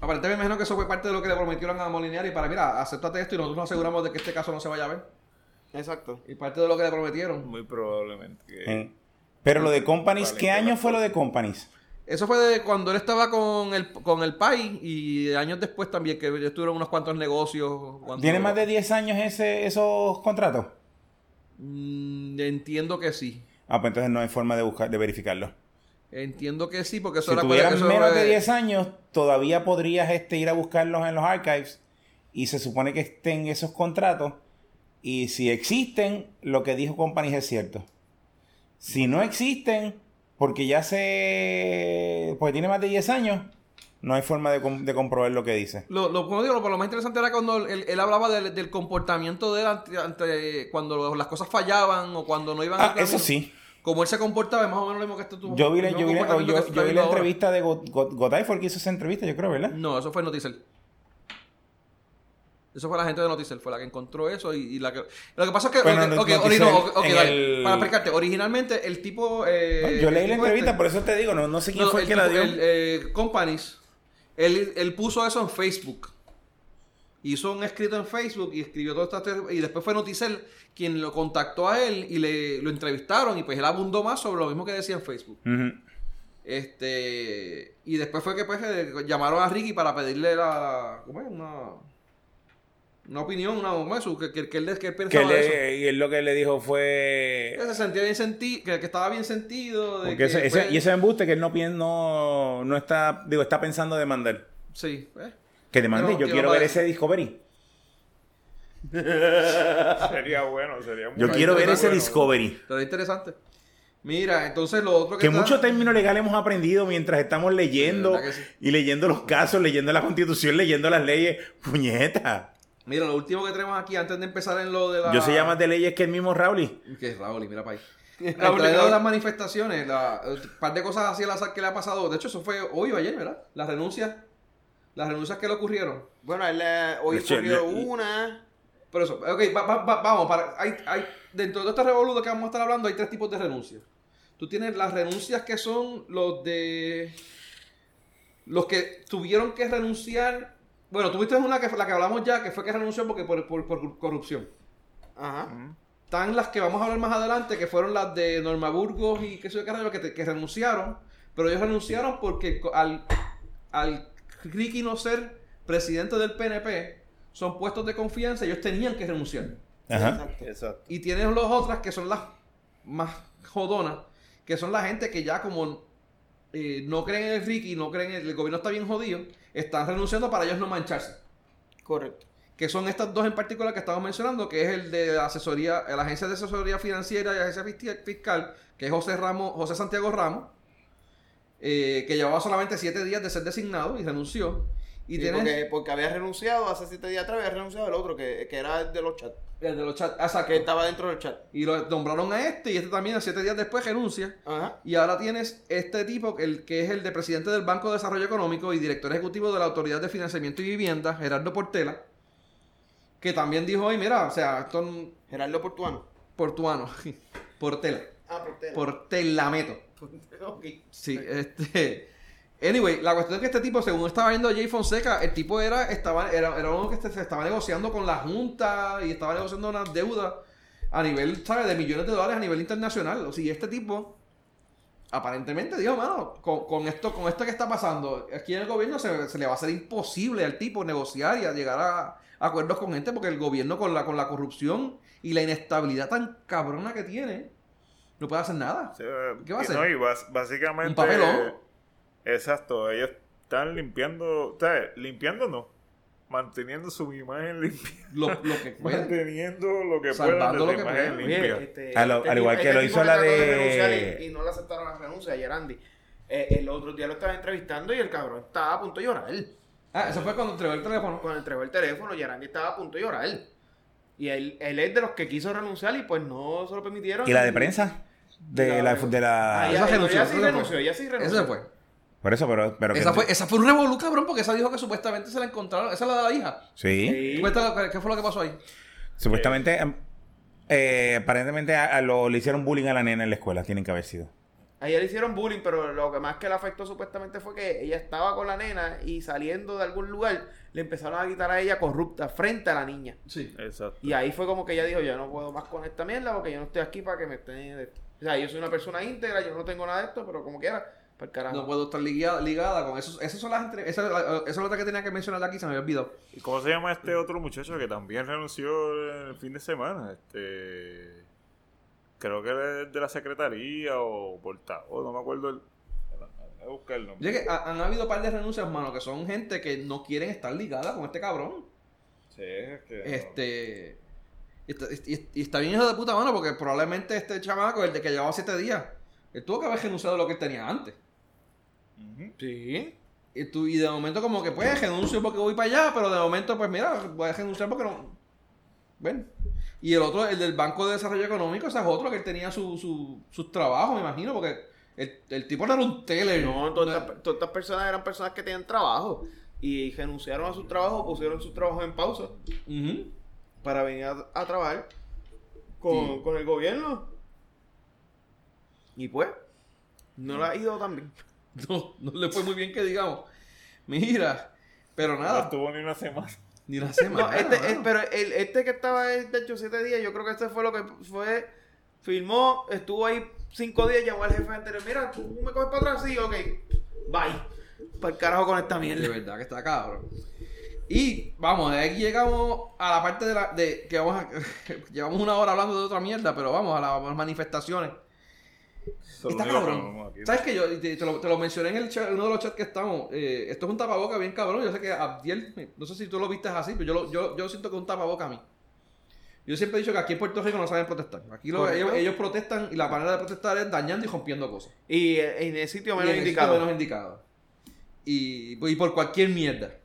[SPEAKER 2] Aparte, me imagino que eso fue parte de lo que le prometieron a Molinari para, mira, acéptate esto y nosotros nos aseguramos de que este caso no se vaya a ver.
[SPEAKER 3] Exacto.
[SPEAKER 2] Y parte de lo que le prometieron.
[SPEAKER 5] Muy probablemente. que-
[SPEAKER 4] Eh, Pero lo de Companies,
[SPEAKER 5] Vale,
[SPEAKER 4] ¿qué
[SPEAKER 5] qué
[SPEAKER 4] año
[SPEAKER 5] más
[SPEAKER 4] fue lo de Companies?
[SPEAKER 2] Eso fue de cuando él estaba con el, con el PAI y años después también, que ellos tuvieron unos cuantos negocios. cuando-
[SPEAKER 4] ¿Tiene más de 10 años ese, esos contratos?
[SPEAKER 2] Mm, entiendo que sí.
[SPEAKER 4] Ah, pues entonces no hay forma de buscar, de verificarlo.
[SPEAKER 2] Entiendo que sí, porque eso
[SPEAKER 4] Si
[SPEAKER 2] era
[SPEAKER 4] tuvieras
[SPEAKER 2] eso
[SPEAKER 4] menos
[SPEAKER 2] era
[SPEAKER 4] de 10 años, todavía podrías este, ir a buscarlos en los archives y se supone que estén esos contratos y si existen, lo que dijo Companies es cierto. Si no existen, porque ya se... pues tiene más de 10 años, no hay forma de, com- de comprobar lo que dice.
[SPEAKER 2] Lo, lo, como digo, lo, lo más interesante era cuando él, él hablaba del, del comportamiento de él ante, ante- cuando lo- las cosas fallaban o cuando no iban al
[SPEAKER 4] Ah,
[SPEAKER 2] camino.
[SPEAKER 4] eso sí.
[SPEAKER 2] Como él se comportaba, es más o menos lo mismo que este tuvo.
[SPEAKER 4] Yo vi, la-
[SPEAKER 2] el mismo
[SPEAKER 4] yo vi la- yo-
[SPEAKER 2] comportamiento que está
[SPEAKER 4] yo vi
[SPEAKER 2] viendo
[SPEAKER 4] la
[SPEAKER 2] ahora.
[SPEAKER 4] entrevista de Got- Got- Gotay, fue el que hizo esa entrevista, yo creo, ¿verdad?
[SPEAKER 2] No, eso fue Noticel. Eso fue la gente de Noticel, fue la que encontró eso y, y la que... Lo que pasa es que...
[SPEAKER 4] Bueno,
[SPEAKER 2] ok,
[SPEAKER 4] no-
[SPEAKER 2] ok,
[SPEAKER 4] Noticel
[SPEAKER 2] no, ok, ok,
[SPEAKER 4] en
[SPEAKER 2] dale.
[SPEAKER 4] el-
[SPEAKER 2] Para explicarte, originalmente el tipo... eh,
[SPEAKER 4] No, yo leí
[SPEAKER 2] el
[SPEAKER 4] la
[SPEAKER 2] tipo
[SPEAKER 4] entrevista,
[SPEAKER 2] este-
[SPEAKER 4] por eso te digo, no, no sé quién
[SPEAKER 2] No,
[SPEAKER 4] fue el
[SPEAKER 2] el
[SPEAKER 4] que la
[SPEAKER 2] tipo-
[SPEAKER 4] dio.
[SPEAKER 2] el, eh, companies, él, él puso eso en Facebook. Hizo un escrito en Facebook y escribió todo esto. Y después fue Noticel quien lo contactó a él y le lo entrevistaron. Y pues él abundó más sobre lo mismo que decía en Facebook.
[SPEAKER 4] Ujú.
[SPEAKER 2] Este. Y después fue que pues, eh, llamaron a Ricky para pedirle la. ¿Cómo es? Una. Una opinión, una bomba su, que, que, que él, que él
[SPEAKER 6] Que
[SPEAKER 2] pensaba de eso.
[SPEAKER 6] le- y él lo que le dijo fue.
[SPEAKER 2] Que se sentía bien sentido, que, que estaba bien sentido. De
[SPEAKER 6] Porque
[SPEAKER 2] que
[SPEAKER 6] ese- ese-
[SPEAKER 2] fue-
[SPEAKER 6] y ese embuste que él no, piensa, no, no está, digo, está pensando demandar.
[SPEAKER 2] Sí, eh.
[SPEAKER 6] Que demande,
[SPEAKER 2] Pero,
[SPEAKER 6] yo
[SPEAKER 2] tío,
[SPEAKER 6] quiero
[SPEAKER 2] para-
[SPEAKER 6] ver ese Discovery.
[SPEAKER 5] Sería bueno, sería muy
[SPEAKER 6] Yo quiero ver ese
[SPEAKER 5] bueno.
[SPEAKER 6] Discovery.
[SPEAKER 2] Pero es interesante. Mira, entonces lo otro que.
[SPEAKER 6] Que
[SPEAKER 2] está-
[SPEAKER 6] muchos términos legales hemos aprendido mientras estamos
[SPEAKER 2] De
[SPEAKER 6] leyendo
[SPEAKER 2] verdad que sí.
[SPEAKER 6] y leyendo los casos, leyendo la constitución, leyendo las leyes. Puñeta.
[SPEAKER 2] Mira, lo último que tenemos aquí antes de empezar en lo de la.
[SPEAKER 6] Yo sé llama de leyes que el mismo Rauli.
[SPEAKER 2] Que es Raúl, y mira para ahí.
[SPEAKER 3] Raúl,
[SPEAKER 2] Raúl,
[SPEAKER 3] Raúl.
[SPEAKER 2] las manifestaciones, la, un par de cosas así al azar que le ha pasado. De hecho, eso fue hoy o ayer, ¿verdad? Las renuncias. Las renuncias que le ocurrieron.
[SPEAKER 3] Bueno, él, eh, hoy
[SPEAKER 6] Leche-
[SPEAKER 3] ocurrió
[SPEAKER 6] le-
[SPEAKER 3] una.
[SPEAKER 2] Pero eso, ok, va- va- va- vamos, para, hay, hay, dentro de este revoludo que vamos a estar hablando hay tres tipos de renuncias. Tú tienes las renuncias que son los de... Los que tuvieron que renunciar... Bueno, tuviste una que la que hablamos ya, que fue que renunció porque por, por- por corrupción.
[SPEAKER 3] Ajá.
[SPEAKER 2] Están las que vamos a hablar más adelante, que fueron las de Norma Burgos y qué sé yo qué rayos, que, te- que renunciaron. Pero ellos renunciaron porque co- al, al Ricky no ser presidente del PNP, son puestos de confianza, ellos tenían que renunciar.
[SPEAKER 6] Ajá.
[SPEAKER 3] Exacto.
[SPEAKER 2] Y tienes las otras que son las más jodonas, que son la gente que ya como eh, no creen en el Ricky, no creen en el, el gobierno está bien jodido, están renunciando para ellos no mancharse.
[SPEAKER 3] Correcto.
[SPEAKER 2] Que son estas dos en particular que estamos mencionando, que es el de la asesoría, la agencia de asesoría financiera y agencia Fisti- fiscal, que es José Ramos, José Santiago Ramos, eh, que llevaba solamente siete días de ser designado y renunció. Y
[SPEAKER 3] Sí,
[SPEAKER 2] tienes
[SPEAKER 3] porque, porque había renunciado hace siete días atrás, había renunciado el otro, que, que era el de los chats,
[SPEAKER 2] el de los chats, ah, exacto.
[SPEAKER 3] que estaba dentro del chat.
[SPEAKER 2] y lo nombraron a este, y este también, siete días después, renuncia.
[SPEAKER 3] Ajá.
[SPEAKER 2] Y ahora tienes este tipo, el que es el de presidente del Banco de Desarrollo Económico y director ejecutivo de la Autoridad de Financiamiento y Vivienda, Gerardo Portela, que también dijo hoy, mira, o sea, esto n-
[SPEAKER 3] Gerardo Portuano.
[SPEAKER 2] portuano, Portela,
[SPEAKER 3] Ah, Portela.
[SPEAKER 2] Portela meto.
[SPEAKER 3] Ok.
[SPEAKER 2] Sí, este. Anyway, la cuestión es que este tipo, según estaba viendo Jay Fonseca, el tipo era, estaba, era, era uno que se- se estaba negociando con la Junta y estaba negociando unas deudas a nivel, ¿sabes?, de millones de dólares a nivel internacional. O sea, y este tipo, aparentemente, dijo, mano, con, con esto, con esto que está pasando aquí en el gobierno, se, se le va a hacer imposible al tipo negociar y a llegar a acuerdos con gente, porque el gobierno con la, con la corrupción y la inestabilidad tan cabrona que tiene, no puede hacer nada.
[SPEAKER 5] Sí, eh,
[SPEAKER 2] ¿Qué va a
[SPEAKER 5] y
[SPEAKER 2] hacer?
[SPEAKER 5] No, y bas- básicamente.
[SPEAKER 2] ¿Un papelón?
[SPEAKER 5] Exacto, ellos están limpiando. O sea, limpiando no. Manteniendo su imagen limpia.
[SPEAKER 2] Lo, lo que puede.
[SPEAKER 5] Manteniendo lo que puedan de
[SPEAKER 2] Salvando
[SPEAKER 5] su
[SPEAKER 2] lo que
[SPEAKER 5] imagen
[SPEAKER 2] puedan.
[SPEAKER 5] limpia.
[SPEAKER 3] este,
[SPEAKER 6] A lo-
[SPEAKER 3] este
[SPEAKER 6] al igual
[SPEAKER 3] tipo-
[SPEAKER 6] que lo
[SPEAKER 3] tipo
[SPEAKER 6] hizo la
[SPEAKER 3] trató
[SPEAKER 6] de-
[SPEAKER 3] renunciar y, y no le aceptaron la renuncia ayer Andy. Eh, el otro día lo estaba entrevistando y el cabrón estaba a punto de llorar.
[SPEAKER 2] Ah, eso fue cuando entregó el teléfono.
[SPEAKER 3] Cuando entregó el teléfono, Yarandi estaba a punto de llorar. Y él, él es de los que quiso renunciar y pues no se lo permitieron.
[SPEAKER 6] ¿Y la de prensa? De la. De
[SPEAKER 3] Ah,
[SPEAKER 6] la...
[SPEAKER 3] ella,
[SPEAKER 2] Esa
[SPEAKER 3] ella
[SPEAKER 2] renunció,
[SPEAKER 3] sí
[SPEAKER 2] esa se
[SPEAKER 3] renunció,
[SPEAKER 2] fue.
[SPEAKER 3] ella sí renunció.
[SPEAKER 2] Esa se fue.
[SPEAKER 6] Por eso, pero. pero que-
[SPEAKER 2] Esa fue, esa fue un revolú, cabrón, porque esa dijo que supuestamente se la encontraron. Esa es la de la hija.
[SPEAKER 6] Sí.
[SPEAKER 3] Sí.
[SPEAKER 2] Cuéntalo, ¿Qué fue lo que pasó ahí?
[SPEAKER 6] Supuestamente. em, eh, aparentemente a- a lo, le hicieron bullying a la nena en la escuela, tienen que haber sido.
[SPEAKER 3] A ella le hicieron bullying, pero lo que más que le afectó supuestamente fue que ella estaba con la nena y saliendo de algún lugar le empezaron a quitar a ella corrupta frente a la niña.
[SPEAKER 2] Sí.
[SPEAKER 5] Exacto.
[SPEAKER 3] Y ahí fue como que ella dijo, yo no puedo más con esta mierda porque yo no estoy aquí para que me estén... de esto". O sea, yo soy una persona íntegra, yo no tengo nada de esto, pero como quiera, para el carajo.
[SPEAKER 2] No puedo estar ligada, ligada con eso. Esas son las entre- esa, la- Eso es lo que tenía que mencionar aquí, se me había olvidado.
[SPEAKER 5] ¿Y cómo se llama este otro muchacho que también renunció el fin de semana? Este. Creo que era de la secretaría o portavoz, no me acuerdo el. Voy a buscar el nombre.
[SPEAKER 2] Oye, que ha- han habido un par de renuncias, mano, que son gente que no quieren estar ligada con este cabrón.
[SPEAKER 5] Sí, es que no.
[SPEAKER 2] Este. Y está, y- y está bien hijo de puta mano, porque probablemente este chamaco, el de que llevaba siete días, él tuvo que haber renunciado a lo que él tenía antes.
[SPEAKER 5] Ujú.
[SPEAKER 3] Sí.
[SPEAKER 2] Y, tú, y de momento como que pues renuncio porque voy para allá, pero de momento pues mira, voy a renunciar porque no... Bueno. Y el otro, el del Banco de Desarrollo Económico, ese es otro que él tenía su, su, sus trabajos, me imagino, porque el, el tipo no era un tele.
[SPEAKER 3] No,
[SPEAKER 2] pues, No
[SPEAKER 3] todas,
[SPEAKER 2] era-
[SPEAKER 3] estas- todas estas personas eran personas que tenían trabajo y renunciaron a sus trabajos, pusieron sus trabajos en pausa
[SPEAKER 2] Ujú.
[SPEAKER 3] para venir a, a trabajar con,
[SPEAKER 2] Sí.
[SPEAKER 3] con el gobierno. Y pues, no la ha ido tan bien.
[SPEAKER 2] no, no le fue muy bien que digamos. Mira, pero
[SPEAKER 5] No
[SPEAKER 2] nada,
[SPEAKER 5] estuvo ni una semana.
[SPEAKER 2] ni la
[SPEAKER 3] No,
[SPEAKER 2] semana.
[SPEAKER 3] este,
[SPEAKER 2] mano.
[SPEAKER 3] es- pero el, este que estaba es de hecho siete días, yo creo que este fue lo que fue, filmó, estuvo ahí cinco días, llamó al jefe anterior, mira, tú me coges para atrás, sí, ok, bye. Para el carajo con esta
[SPEAKER 2] De
[SPEAKER 3] mierda.
[SPEAKER 2] verdad que está cabrón. Y vamos, de aquí llegamos a la parte de la. De, que vamos a, llevamos una hora hablando de otra mierda, pero vamos a la- a las manifestaciones.
[SPEAKER 5] Eso es lo
[SPEAKER 2] Está
[SPEAKER 5] único que
[SPEAKER 2] cabrón.
[SPEAKER 5] hablamos aquí.
[SPEAKER 2] ¿Sabes que yo te, te lo, te lo mencioné en el chat- en uno de los chats que estamos? eh, esto es un tapaboca bien cabrón. Yo sé que Abdiel, no sé si tú lo viste así, pero yo, lo- yo, yo siento que es un tapaboca a mí. Yo siempre he dicho que aquí en Puerto Rico no saben protestar. Aquí lo-
[SPEAKER 3] Correcto.
[SPEAKER 2] ellos, ellos protestan y la manera de protestar es dañando y rompiendo cosas.
[SPEAKER 3] Y eh, en el sitio
[SPEAKER 2] Y
[SPEAKER 3] menos
[SPEAKER 2] en el sitio
[SPEAKER 3] indicado.
[SPEAKER 2] menos indicado. Y, y por cualquier mierda.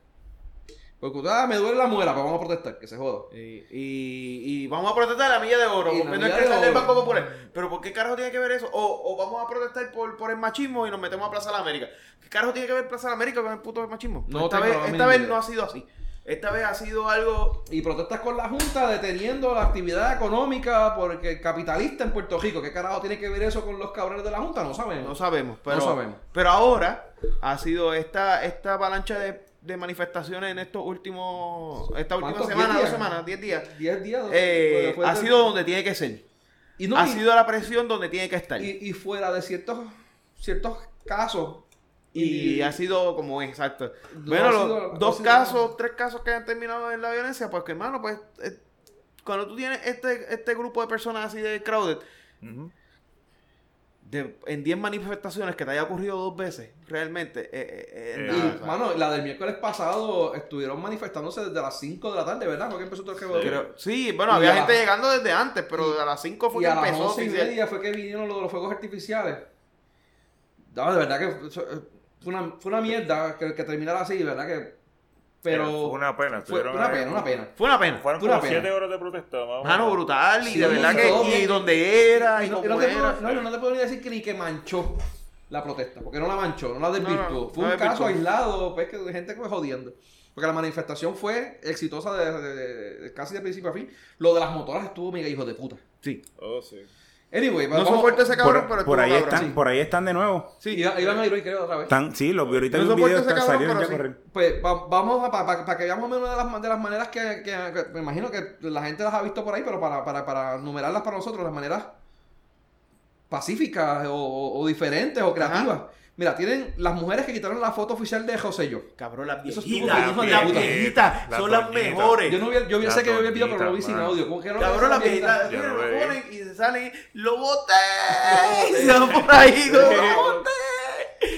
[SPEAKER 2] Porque, ah, me duele la muela, pues vamos a protestar, que se joda.
[SPEAKER 3] Y, y- y vamos a protestar la milla de oro,
[SPEAKER 2] Y la
[SPEAKER 3] rompiendo el
[SPEAKER 2] milla
[SPEAKER 3] cristal
[SPEAKER 2] de
[SPEAKER 3] del
[SPEAKER 2] oro.
[SPEAKER 3] Banco Popular. Pero ¿por qué carajo tiene que ver eso? O, o vamos a protestar por, por el machismo y nos metemos a Plaza de la América. ¿Qué carajo tiene que ver Plaza de la América con el puto machismo?
[SPEAKER 2] No
[SPEAKER 3] esta
[SPEAKER 2] tengo
[SPEAKER 3] vez,
[SPEAKER 2] la
[SPEAKER 3] esta
[SPEAKER 2] mínima
[SPEAKER 3] vez
[SPEAKER 2] idea.
[SPEAKER 3] no ha sido así. Esta vez ha sido algo...
[SPEAKER 2] Y protestas con la Junta deteniendo la actividad económica porque el capitalista en Puerto Rico. ¿Qué carajo tiene que ver eso con los cabrones de la Junta? No
[SPEAKER 3] No
[SPEAKER 2] sabemos.
[SPEAKER 3] sabemos, pero,
[SPEAKER 2] sabemos.
[SPEAKER 3] pero ahora ha sido esta, esta avalancha de, de manifestaciones en estos últimos... Esta última
[SPEAKER 2] ¿Cuántos?
[SPEAKER 3] semana,
[SPEAKER 2] ¿Diez
[SPEAKER 3] dos
[SPEAKER 2] días?
[SPEAKER 3] semanas, diez días.
[SPEAKER 2] 10 días.
[SPEAKER 3] eh,
[SPEAKER 2] después
[SPEAKER 3] ha
[SPEAKER 2] del-
[SPEAKER 3] sido donde tiene que ser.
[SPEAKER 2] y, no,
[SPEAKER 3] ha
[SPEAKER 2] y-
[SPEAKER 3] sido la presión donde tiene que estar.
[SPEAKER 2] y, y fuera de ciertos, ciertos casos.
[SPEAKER 3] Y, ha sido como es, exacto.
[SPEAKER 2] No
[SPEAKER 3] bueno,
[SPEAKER 2] ha
[SPEAKER 3] los
[SPEAKER 2] sido- no ha
[SPEAKER 3] dos
[SPEAKER 2] sido-
[SPEAKER 3] casos, tres casos que han terminado en la violencia, pues que hermano, pues eh, cuando tú tienes este, este grupo de personas así de crowded,
[SPEAKER 5] Ujú.
[SPEAKER 3] de, en 10 manifestaciones que te haya ocurrido dos veces, realmente, eh, eh, eh,
[SPEAKER 5] Eh,
[SPEAKER 2] Y,
[SPEAKER 3] nada, o sea,
[SPEAKER 2] mano, la del miércoles pasado estuvieron manifestándose desde las 5 de la tarde, ¿verdad? Porque empezó todo el revolú.
[SPEAKER 3] creo- sí, bueno,
[SPEAKER 2] y
[SPEAKER 3] había
[SPEAKER 2] a
[SPEAKER 3] gente
[SPEAKER 2] las-
[SPEAKER 3] llegando desde antes, pero
[SPEAKER 2] y-
[SPEAKER 3] a las 5 fue
[SPEAKER 2] Y
[SPEAKER 3] que
[SPEAKER 2] a las
[SPEAKER 3] empezó.
[SPEAKER 2] 11 y
[SPEAKER 3] oficial.
[SPEAKER 2] media fue que vinieron lo de los fuegos artificiales. No, de verdad que eso, eh, fue una, fue una mierda que, que terminara así, ¿verdad? Que, pero.
[SPEAKER 5] Fue una pena.
[SPEAKER 2] Fue
[SPEAKER 5] estuvieron
[SPEAKER 2] una
[SPEAKER 5] ahí-
[SPEAKER 2] pena, una pena.
[SPEAKER 3] Fue una pena.
[SPEAKER 5] Fueron
[SPEAKER 2] Fue una
[SPEAKER 5] como
[SPEAKER 2] pena.
[SPEAKER 5] siete horas de protesta. más o
[SPEAKER 3] Mano,
[SPEAKER 5] menos.
[SPEAKER 3] brutal, y
[SPEAKER 2] Sí,
[SPEAKER 3] de verdad
[SPEAKER 2] y
[SPEAKER 3] que.
[SPEAKER 2] todo
[SPEAKER 3] Y
[SPEAKER 2] bien.
[SPEAKER 3] donde era, y
[SPEAKER 2] no,
[SPEAKER 3] cómo
[SPEAKER 2] no te puedo,
[SPEAKER 3] era.
[SPEAKER 2] no, yo no te puedo ni decir que ni que manchó la protesta, porque no la manchó, no la desvirtuó.
[SPEAKER 3] No, no,
[SPEAKER 2] fue
[SPEAKER 3] no
[SPEAKER 2] un
[SPEAKER 3] desvirtuó.
[SPEAKER 2] caso aislado, pues, que de gente que fue jodiendo. Porque la manifestación fue exitosa de, de- de- casi de principio a fin. Lo de las motoras estuvo mega hijo de puta.
[SPEAKER 3] Sí.
[SPEAKER 5] Oh, sí.
[SPEAKER 2] Anyway,
[SPEAKER 3] No soporto ese cabrón, pero
[SPEAKER 6] Por, por
[SPEAKER 3] estuvo
[SPEAKER 6] ahí
[SPEAKER 3] cabrón.
[SPEAKER 6] están, por ahí están de nuevo.
[SPEAKER 2] Sí, iba- iban a ir hoy, creo, otra vez.
[SPEAKER 6] Están, sí, los vi ahorita
[SPEAKER 3] No
[SPEAKER 6] en un
[SPEAKER 3] soporto
[SPEAKER 6] video
[SPEAKER 3] ese
[SPEAKER 6] están-
[SPEAKER 3] cabrón,
[SPEAKER 6] salieron
[SPEAKER 3] pero
[SPEAKER 6] ya
[SPEAKER 3] sí.
[SPEAKER 6] corriendo.
[SPEAKER 2] Pues va- vamos a para que veamos más o menos de las, de las maneras que, que- que me imagino que la gente las ha visto por ahí, pero para, para, para numerarlas para nosotros, las maneras pacíficas o, o- o diferentes o creativas. Mira, tienen las mujeres que quitaron la foto oficial de José yo.
[SPEAKER 3] Cabrón, las
[SPEAKER 2] Eso estuvo
[SPEAKER 3] viejitas,
[SPEAKER 2] bien, hijo de
[SPEAKER 3] las
[SPEAKER 2] puta.
[SPEAKER 3] viejitas
[SPEAKER 5] Las
[SPEAKER 3] son las
[SPEAKER 5] doñitas.
[SPEAKER 3] mejores.
[SPEAKER 2] Yo no vi, el- yo vi-
[SPEAKER 5] Las
[SPEAKER 2] sé que yo vi el video, pero no vi sin
[SPEAKER 5] doñitas,
[SPEAKER 2] audio. ¿Cómo que no
[SPEAKER 3] Cabrón, las
[SPEAKER 2] las viejitas?
[SPEAKER 3] viejitas
[SPEAKER 5] Yo
[SPEAKER 3] mira,
[SPEAKER 5] no
[SPEAKER 3] lo
[SPEAKER 5] veo.
[SPEAKER 3] ponen y se salen, ¡lo boté! Y se van por ahí, como, ¡lo boté!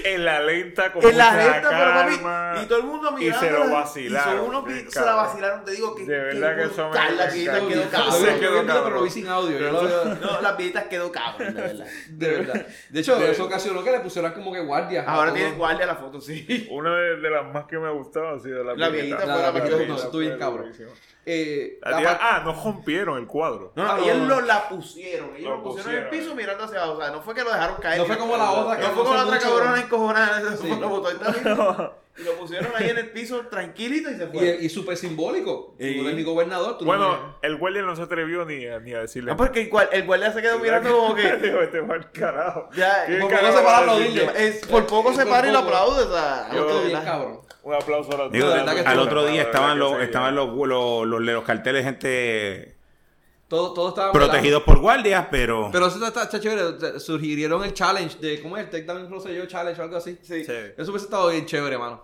[SPEAKER 5] En la lenta, con
[SPEAKER 3] En la
[SPEAKER 5] mucha
[SPEAKER 3] gente, pero
[SPEAKER 5] calma.
[SPEAKER 3] papi, y todo el mundo
[SPEAKER 5] Y
[SPEAKER 3] mirando.
[SPEAKER 5] se lo vacilaron.
[SPEAKER 3] Y son unos que
[SPEAKER 5] bien,
[SPEAKER 3] se la
[SPEAKER 5] cabrón.
[SPEAKER 3] vacilaron, te digo que.
[SPEAKER 5] De verdad que son
[SPEAKER 3] brutal,
[SPEAKER 5] bien
[SPEAKER 3] Las viejitas
[SPEAKER 5] cabrón.
[SPEAKER 3] quedó
[SPEAKER 2] Yo vi-
[SPEAKER 5] Se
[SPEAKER 2] yo vi el
[SPEAKER 3] cabrón.
[SPEAKER 2] video,
[SPEAKER 5] quedó
[SPEAKER 2] pero
[SPEAKER 5] cabrón.
[SPEAKER 2] lo vi sin audio. yo lo veo-
[SPEAKER 3] No, las viejitas quedó cabrón, de verdad.
[SPEAKER 2] de verdad. De hecho, eso ocasionó que le pusieran como que guardias. a
[SPEAKER 3] Ahora
[SPEAKER 2] todos.
[SPEAKER 3] tienen guardia la foto, sí.
[SPEAKER 5] Una de, de las más que me gustaba ha sido la,
[SPEAKER 3] La viejita fue la más que te gustó,
[SPEAKER 2] estuvo bien cabrón. Eh,
[SPEAKER 5] La
[SPEAKER 2] la
[SPEAKER 5] tía-
[SPEAKER 2] par-
[SPEAKER 5] ah, no rompieron el cuadro.
[SPEAKER 3] No, no,
[SPEAKER 2] Ah,
[SPEAKER 3] ellos
[SPEAKER 2] no, no.
[SPEAKER 3] lo la pusieron. Ellos
[SPEAKER 5] Lo
[SPEAKER 3] lo, pusieron en el
[SPEAKER 5] pusieron.
[SPEAKER 3] piso mirando hacia abajo. O sea, no fue que lo dejaron caer.
[SPEAKER 2] No fue como la otra que
[SPEAKER 3] No fue como
[SPEAKER 2] puso
[SPEAKER 3] la otra
[SPEAKER 2] mucho-
[SPEAKER 3] cabrona encojonada.
[SPEAKER 2] Sí.
[SPEAKER 3] Lo botó ahí también. Y lo pusieron ahí en el piso tranquilito y se
[SPEAKER 2] Y,
[SPEAKER 3] fue.
[SPEAKER 2] y súper simbólico.
[SPEAKER 3] Y-
[SPEAKER 2] Tú eres mi gobernador. Tú no
[SPEAKER 5] Bueno, el guardia no se atrevió ni a, ni a decirle.
[SPEAKER 3] No, Ah, porque el, guar- el guardia se quedó mirando como que.
[SPEAKER 5] Digo, este va al carajo.
[SPEAKER 3] Ya,
[SPEAKER 5] ¿Qué
[SPEAKER 3] por
[SPEAKER 2] poco
[SPEAKER 5] carajo
[SPEAKER 2] se para
[SPEAKER 5] va a
[SPEAKER 2] aplaudirle.
[SPEAKER 5] decirle?
[SPEAKER 3] es- por poco
[SPEAKER 2] Y
[SPEAKER 3] se
[SPEAKER 2] por
[SPEAKER 3] para y lo
[SPEAKER 2] poco.
[SPEAKER 3] aplaude. O sea,
[SPEAKER 2] me- Yo
[SPEAKER 3] otro
[SPEAKER 2] estoy bien,
[SPEAKER 3] relajo.
[SPEAKER 2] cabrón.
[SPEAKER 5] Un aplauso a la
[SPEAKER 6] Digo,
[SPEAKER 2] De verdad que
[SPEAKER 6] al
[SPEAKER 2] estuvo
[SPEAKER 6] otro día estaban los, estaban
[SPEAKER 5] los
[SPEAKER 6] los, los, los, los carteles gente
[SPEAKER 2] Todo, todo estaba
[SPEAKER 6] protegidos por guardias, pero,
[SPEAKER 2] Pero eso está, está chévere. te- Surgieron el challenge de. ¿Cómo es? El Tech Down Rosselló Challenge o algo así.
[SPEAKER 3] Sí.
[SPEAKER 2] Eso hubiese estado bien chévere, mano.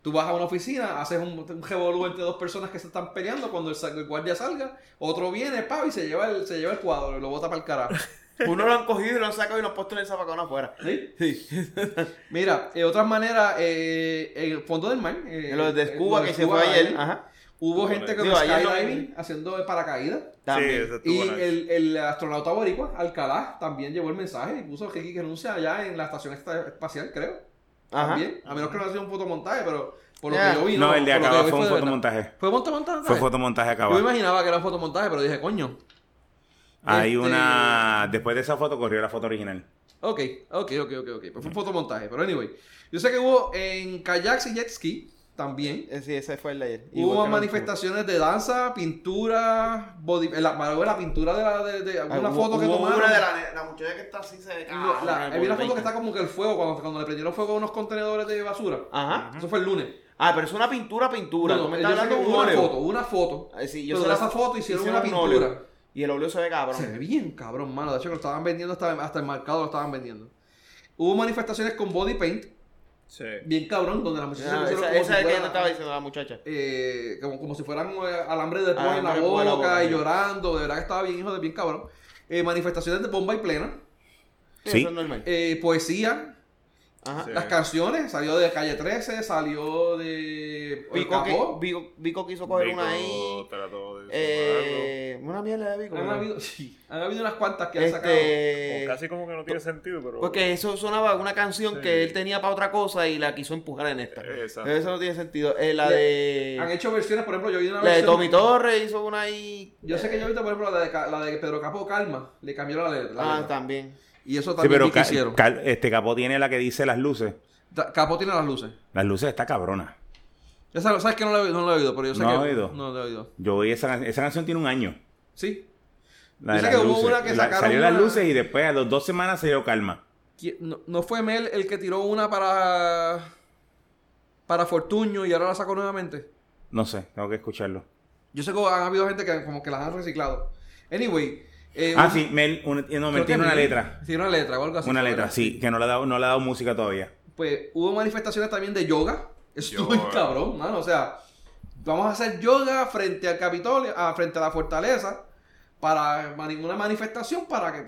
[SPEAKER 2] Tú vas a una oficina, haces un, un revolú entre dos personas que se están peleando. Cuando el, sa- el guardia salga, otro viene, pa, y se lleva el, se lleva el cuadro y lo bota para el carajo.
[SPEAKER 3] Uno lo han cogido y lo han sacado y lo han puesto en el zapacón afuera.
[SPEAKER 2] ¿Sí? Mira, de otras maneras, eh, el fondo del mar. eh,
[SPEAKER 3] En los de
[SPEAKER 2] el-
[SPEAKER 3] Cuba
[SPEAKER 2] los
[SPEAKER 3] que
[SPEAKER 2] de
[SPEAKER 3] se fue ayer.
[SPEAKER 2] ahí,
[SPEAKER 3] Ajá.
[SPEAKER 2] Hubo gente que
[SPEAKER 3] Digo, ayer no-
[SPEAKER 2] skydiving haciendo paracaídas.
[SPEAKER 5] Sí,
[SPEAKER 3] También.
[SPEAKER 5] eso estuvo
[SPEAKER 2] Y
[SPEAKER 5] nice.
[SPEAKER 2] el, el astronauta boricua, Alcalá, también llevó el mensaje y puso que Kiki renuncia allá en la estación esta- espacial, creo.
[SPEAKER 3] Ajá.
[SPEAKER 2] También. A menos que no haya sido un fotomontaje, pero por lo
[SPEAKER 3] Ya.
[SPEAKER 2] que yo vi.
[SPEAKER 6] no, el de
[SPEAKER 2] por lo que
[SPEAKER 6] acá
[SPEAKER 2] yo vi
[SPEAKER 6] fue un
[SPEAKER 2] de verdad.
[SPEAKER 6] fotomontaje.
[SPEAKER 2] ¿Fue fotomontaje?
[SPEAKER 6] Fue fotomontaje
[SPEAKER 2] Yo me
[SPEAKER 6] acabado.
[SPEAKER 2] imaginaba que era un fotomontaje, pero dije, coño.
[SPEAKER 6] Hay
[SPEAKER 2] Este-
[SPEAKER 6] una después de esa foto corrió la foto original.
[SPEAKER 2] Ok, ok, ok, ok, ok. Pues fue un fotomontaje, pero anyway. Yo sé que hubo en kayaks y jet ski también.
[SPEAKER 3] Eh, Sí, ese fue el de ayer. Igual
[SPEAKER 2] Hubo
[SPEAKER 3] que no-
[SPEAKER 2] manifestaciones de danza, pintura, body, la, la pintura de, la, de, de
[SPEAKER 3] Ah,
[SPEAKER 2] alguna
[SPEAKER 3] hubo-
[SPEAKER 2] foto que
[SPEAKER 3] hubo
[SPEAKER 2] tomaron.
[SPEAKER 3] una de la, la muchacha que está así se ve.
[SPEAKER 2] No, la,
[SPEAKER 3] cabrón,
[SPEAKER 2] vi
[SPEAKER 3] por
[SPEAKER 2] una foto que
[SPEAKER 3] veinte.
[SPEAKER 2] está como que el fuego, cuando, cuando le prendieron fuego a unos contenedores de basura.
[SPEAKER 3] Ajá.
[SPEAKER 2] Eso fue el lunes.
[SPEAKER 3] Ah, pero es una pintura, pintura.
[SPEAKER 2] No,
[SPEAKER 3] Tú me
[SPEAKER 2] yo
[SPEAKER 3] estás
[SPEAKER 2] sé que
[SPEAKER 3] hablando de un
[SPEAKER 2] hubo una
[SPEAKER 3] óleo.
[SPEAKER 2] foto, una foto.
[SPEAKER 3] Ah, sí, yo
[SPEAKER 2] pero
[SPEAKER 3] sé
[SPEAKER 2] de
[SPEAKER 3] la-
[SPEAKER 2] esa foto hicieron, una
[SPEAKER 3] un
[SPEAKER 2] pintura.
[SPEAKER 3] óleo. Y el óleo se ve cabrón. Ah,
[SPEAKER 2] Se ve bien, cabrón, mano. De hecho, que lo estaban vendiendo hasta, hasta el mercado, lo estaban vendiendo. Hubo manifestaciones con body paint.
[SPEAKER 5] Sí.
[SPEAKER 2] bien cabrón, donde las muchachas
[SPEAKER 3] Ah,
[SPEAKER 2] se
[SPEAKER 3] esa
[SPEAKER 2] pusieron
[SPEAKER 3] esa es la que
[SPEAKER 2] fuera-
[SPEAKER 3] yo no estaba diciendo la muchacha.
[SPEAKER 2] eh, como, como si fueran eh, alambre de pollo en la
[SPEAKER 3] Ah, Alambre de pollo en la
[SPEAKER 2] boca
[SPEAKER 3] boca,
[SPEAKER 2] y
[SPEAKER 3] sí.
[SPEAKER 2] llorando. De verdad que estaba bien, hijo de bien cabrón. Eh, manifestaciones de bomba y plena.
[SPEAKER 4] Sí.
[SPEAKER 3] Eso es normal.
[SPEAKER 2] Eh, poesía.
[SPEAKER 3] Ajá.
[SPEAKER 5] Sí.
[SPEAKER 2] Las canciones. Salió de Calle 13, salió de
[SPEAKER 3] Vico,
[SPEAKER 2] Capó.
[SPEAKER 3] que, Vico, Vico quiso coger
[SPEAKER 5] Vico
[SPEAKER 3] una ahí.
[SPEAKER 5] trató de salvarlo.
[SPEAKER 3] Eh, una mierda de Vico.
[SPEAKER 2] Han
[SPEAKER 3] ¿no?
[SPEAKER 2] habido, sí, han habido unas cuantas que han sacado.
[SPEAKER 5] Como
[SPEAKER 3] Este,
[SPEAKER 5] casi como que no tiene sentido, pero.
[SPEAKER 3] porque eso sonaba una canción
[SPEAKER 5] Sí.
[SPEAKER 3] que él tenía para otra cosa y la quiso empujar en esta.
[SPEAKER 5] Exacto.
[SPEAKER 3] Eso no tiene sentido. Eh, la
[SPEAKER 2] Le- Han
[SPEAKER 3] de.
[SPEAKER 2] hecho versiones, por ejemplo, yo vi una
[SPEAKER 3] La de
[SPEAKER 2] versión.
[SPEAKER 3] Tommy Torres hizo una ahí.
[SPEAKER 2] Yo sé que yo ahorita, por ejemplo, la de, Ca- la de Pedro Capó, Calma, le cambiaron la letra. la
[SPEAKER 3] Ah,
[SPEAKER 2] letra.
[SPEAKER 3] también.
[SPEAKER 2] Y eso
[SPEAKER 4] Sí,
[SPEAKER 2] también
[SPEAKER 4] pero
[SPEAKER 2] vi que
[SPEAKER 4] Ca-
[SPEAKER 2] hicieron.
[SPEAKER 4] Cal- este Capó tiene la que dice las luces.
[SPEAKER 2] Ta- Capó tiene las luces.
[SPEAKER 4] Las luces está cabrona.
[SPEAKER 2] Ya sabes, sabes que no lo, he- no lo he oído, pero yo sé
[SPEAKER 4] No
[SPEAKER 2] que.
[SPEAKER 4] he oído.
[SPEAKER 2] No lo he oído.
[SPEAKER 4] Yo oí esa, can- esa canción tiene un año.
[SPEAKER 2] Sí. Yo
[SPEAKER 4] La de
[SPEAKER 2] sé
[SPEAKER 4] las
[SPEAKER 2] que hubo
[SPEAKER 4] luces.
[SPEAKER 2] una que
[SPEAKER 4] La-
[SPEAKER 2] sacaron
[SPEAKER 4] salió las
[SPEAKER 2] una-
[SPEAKER 4] luces y después a las dos semanas se dio calma.
[SPEAKER 2] ¿Qui- No, no fue Mel el que tiró una para. para Fortuño y ahora la sacó nuevamente?
[SPEAKER 4] No sé, tengo que escucharlo.
[SPEAKER 2] Yo sé que han habido gente que como que las han reciclado. Anyway. eh,
[SPEAKER 4] Ah,
[SPEAKER 2] un-
[SPEAKER 4] sí, Mel, un- no, Mel
[SPEAKER 2] creo que
[SPEAKER 4] tiene una
[SPEAKER 2] Mel-
[SPEAKER 4] letra.
[SPEAKER 2] Tiene una letra o algo así.
[SPEAKER 4] Una
[SPEAKER 2] ¿verdad?
[SPEAKER 4] letra, sí, que no le ha dado, no le ha dado música todavía.
[SPEAKER 2] Pues hubo manifestaciones también de yoga. Eso estuvo
[SPEAKER 5] Yoga.
[SPEAKER 2] cabrón, mano. O sea, vamos a hacer yoga frente al Capitolio, ah, frente a la fortaleza, para mani- una manifestación para que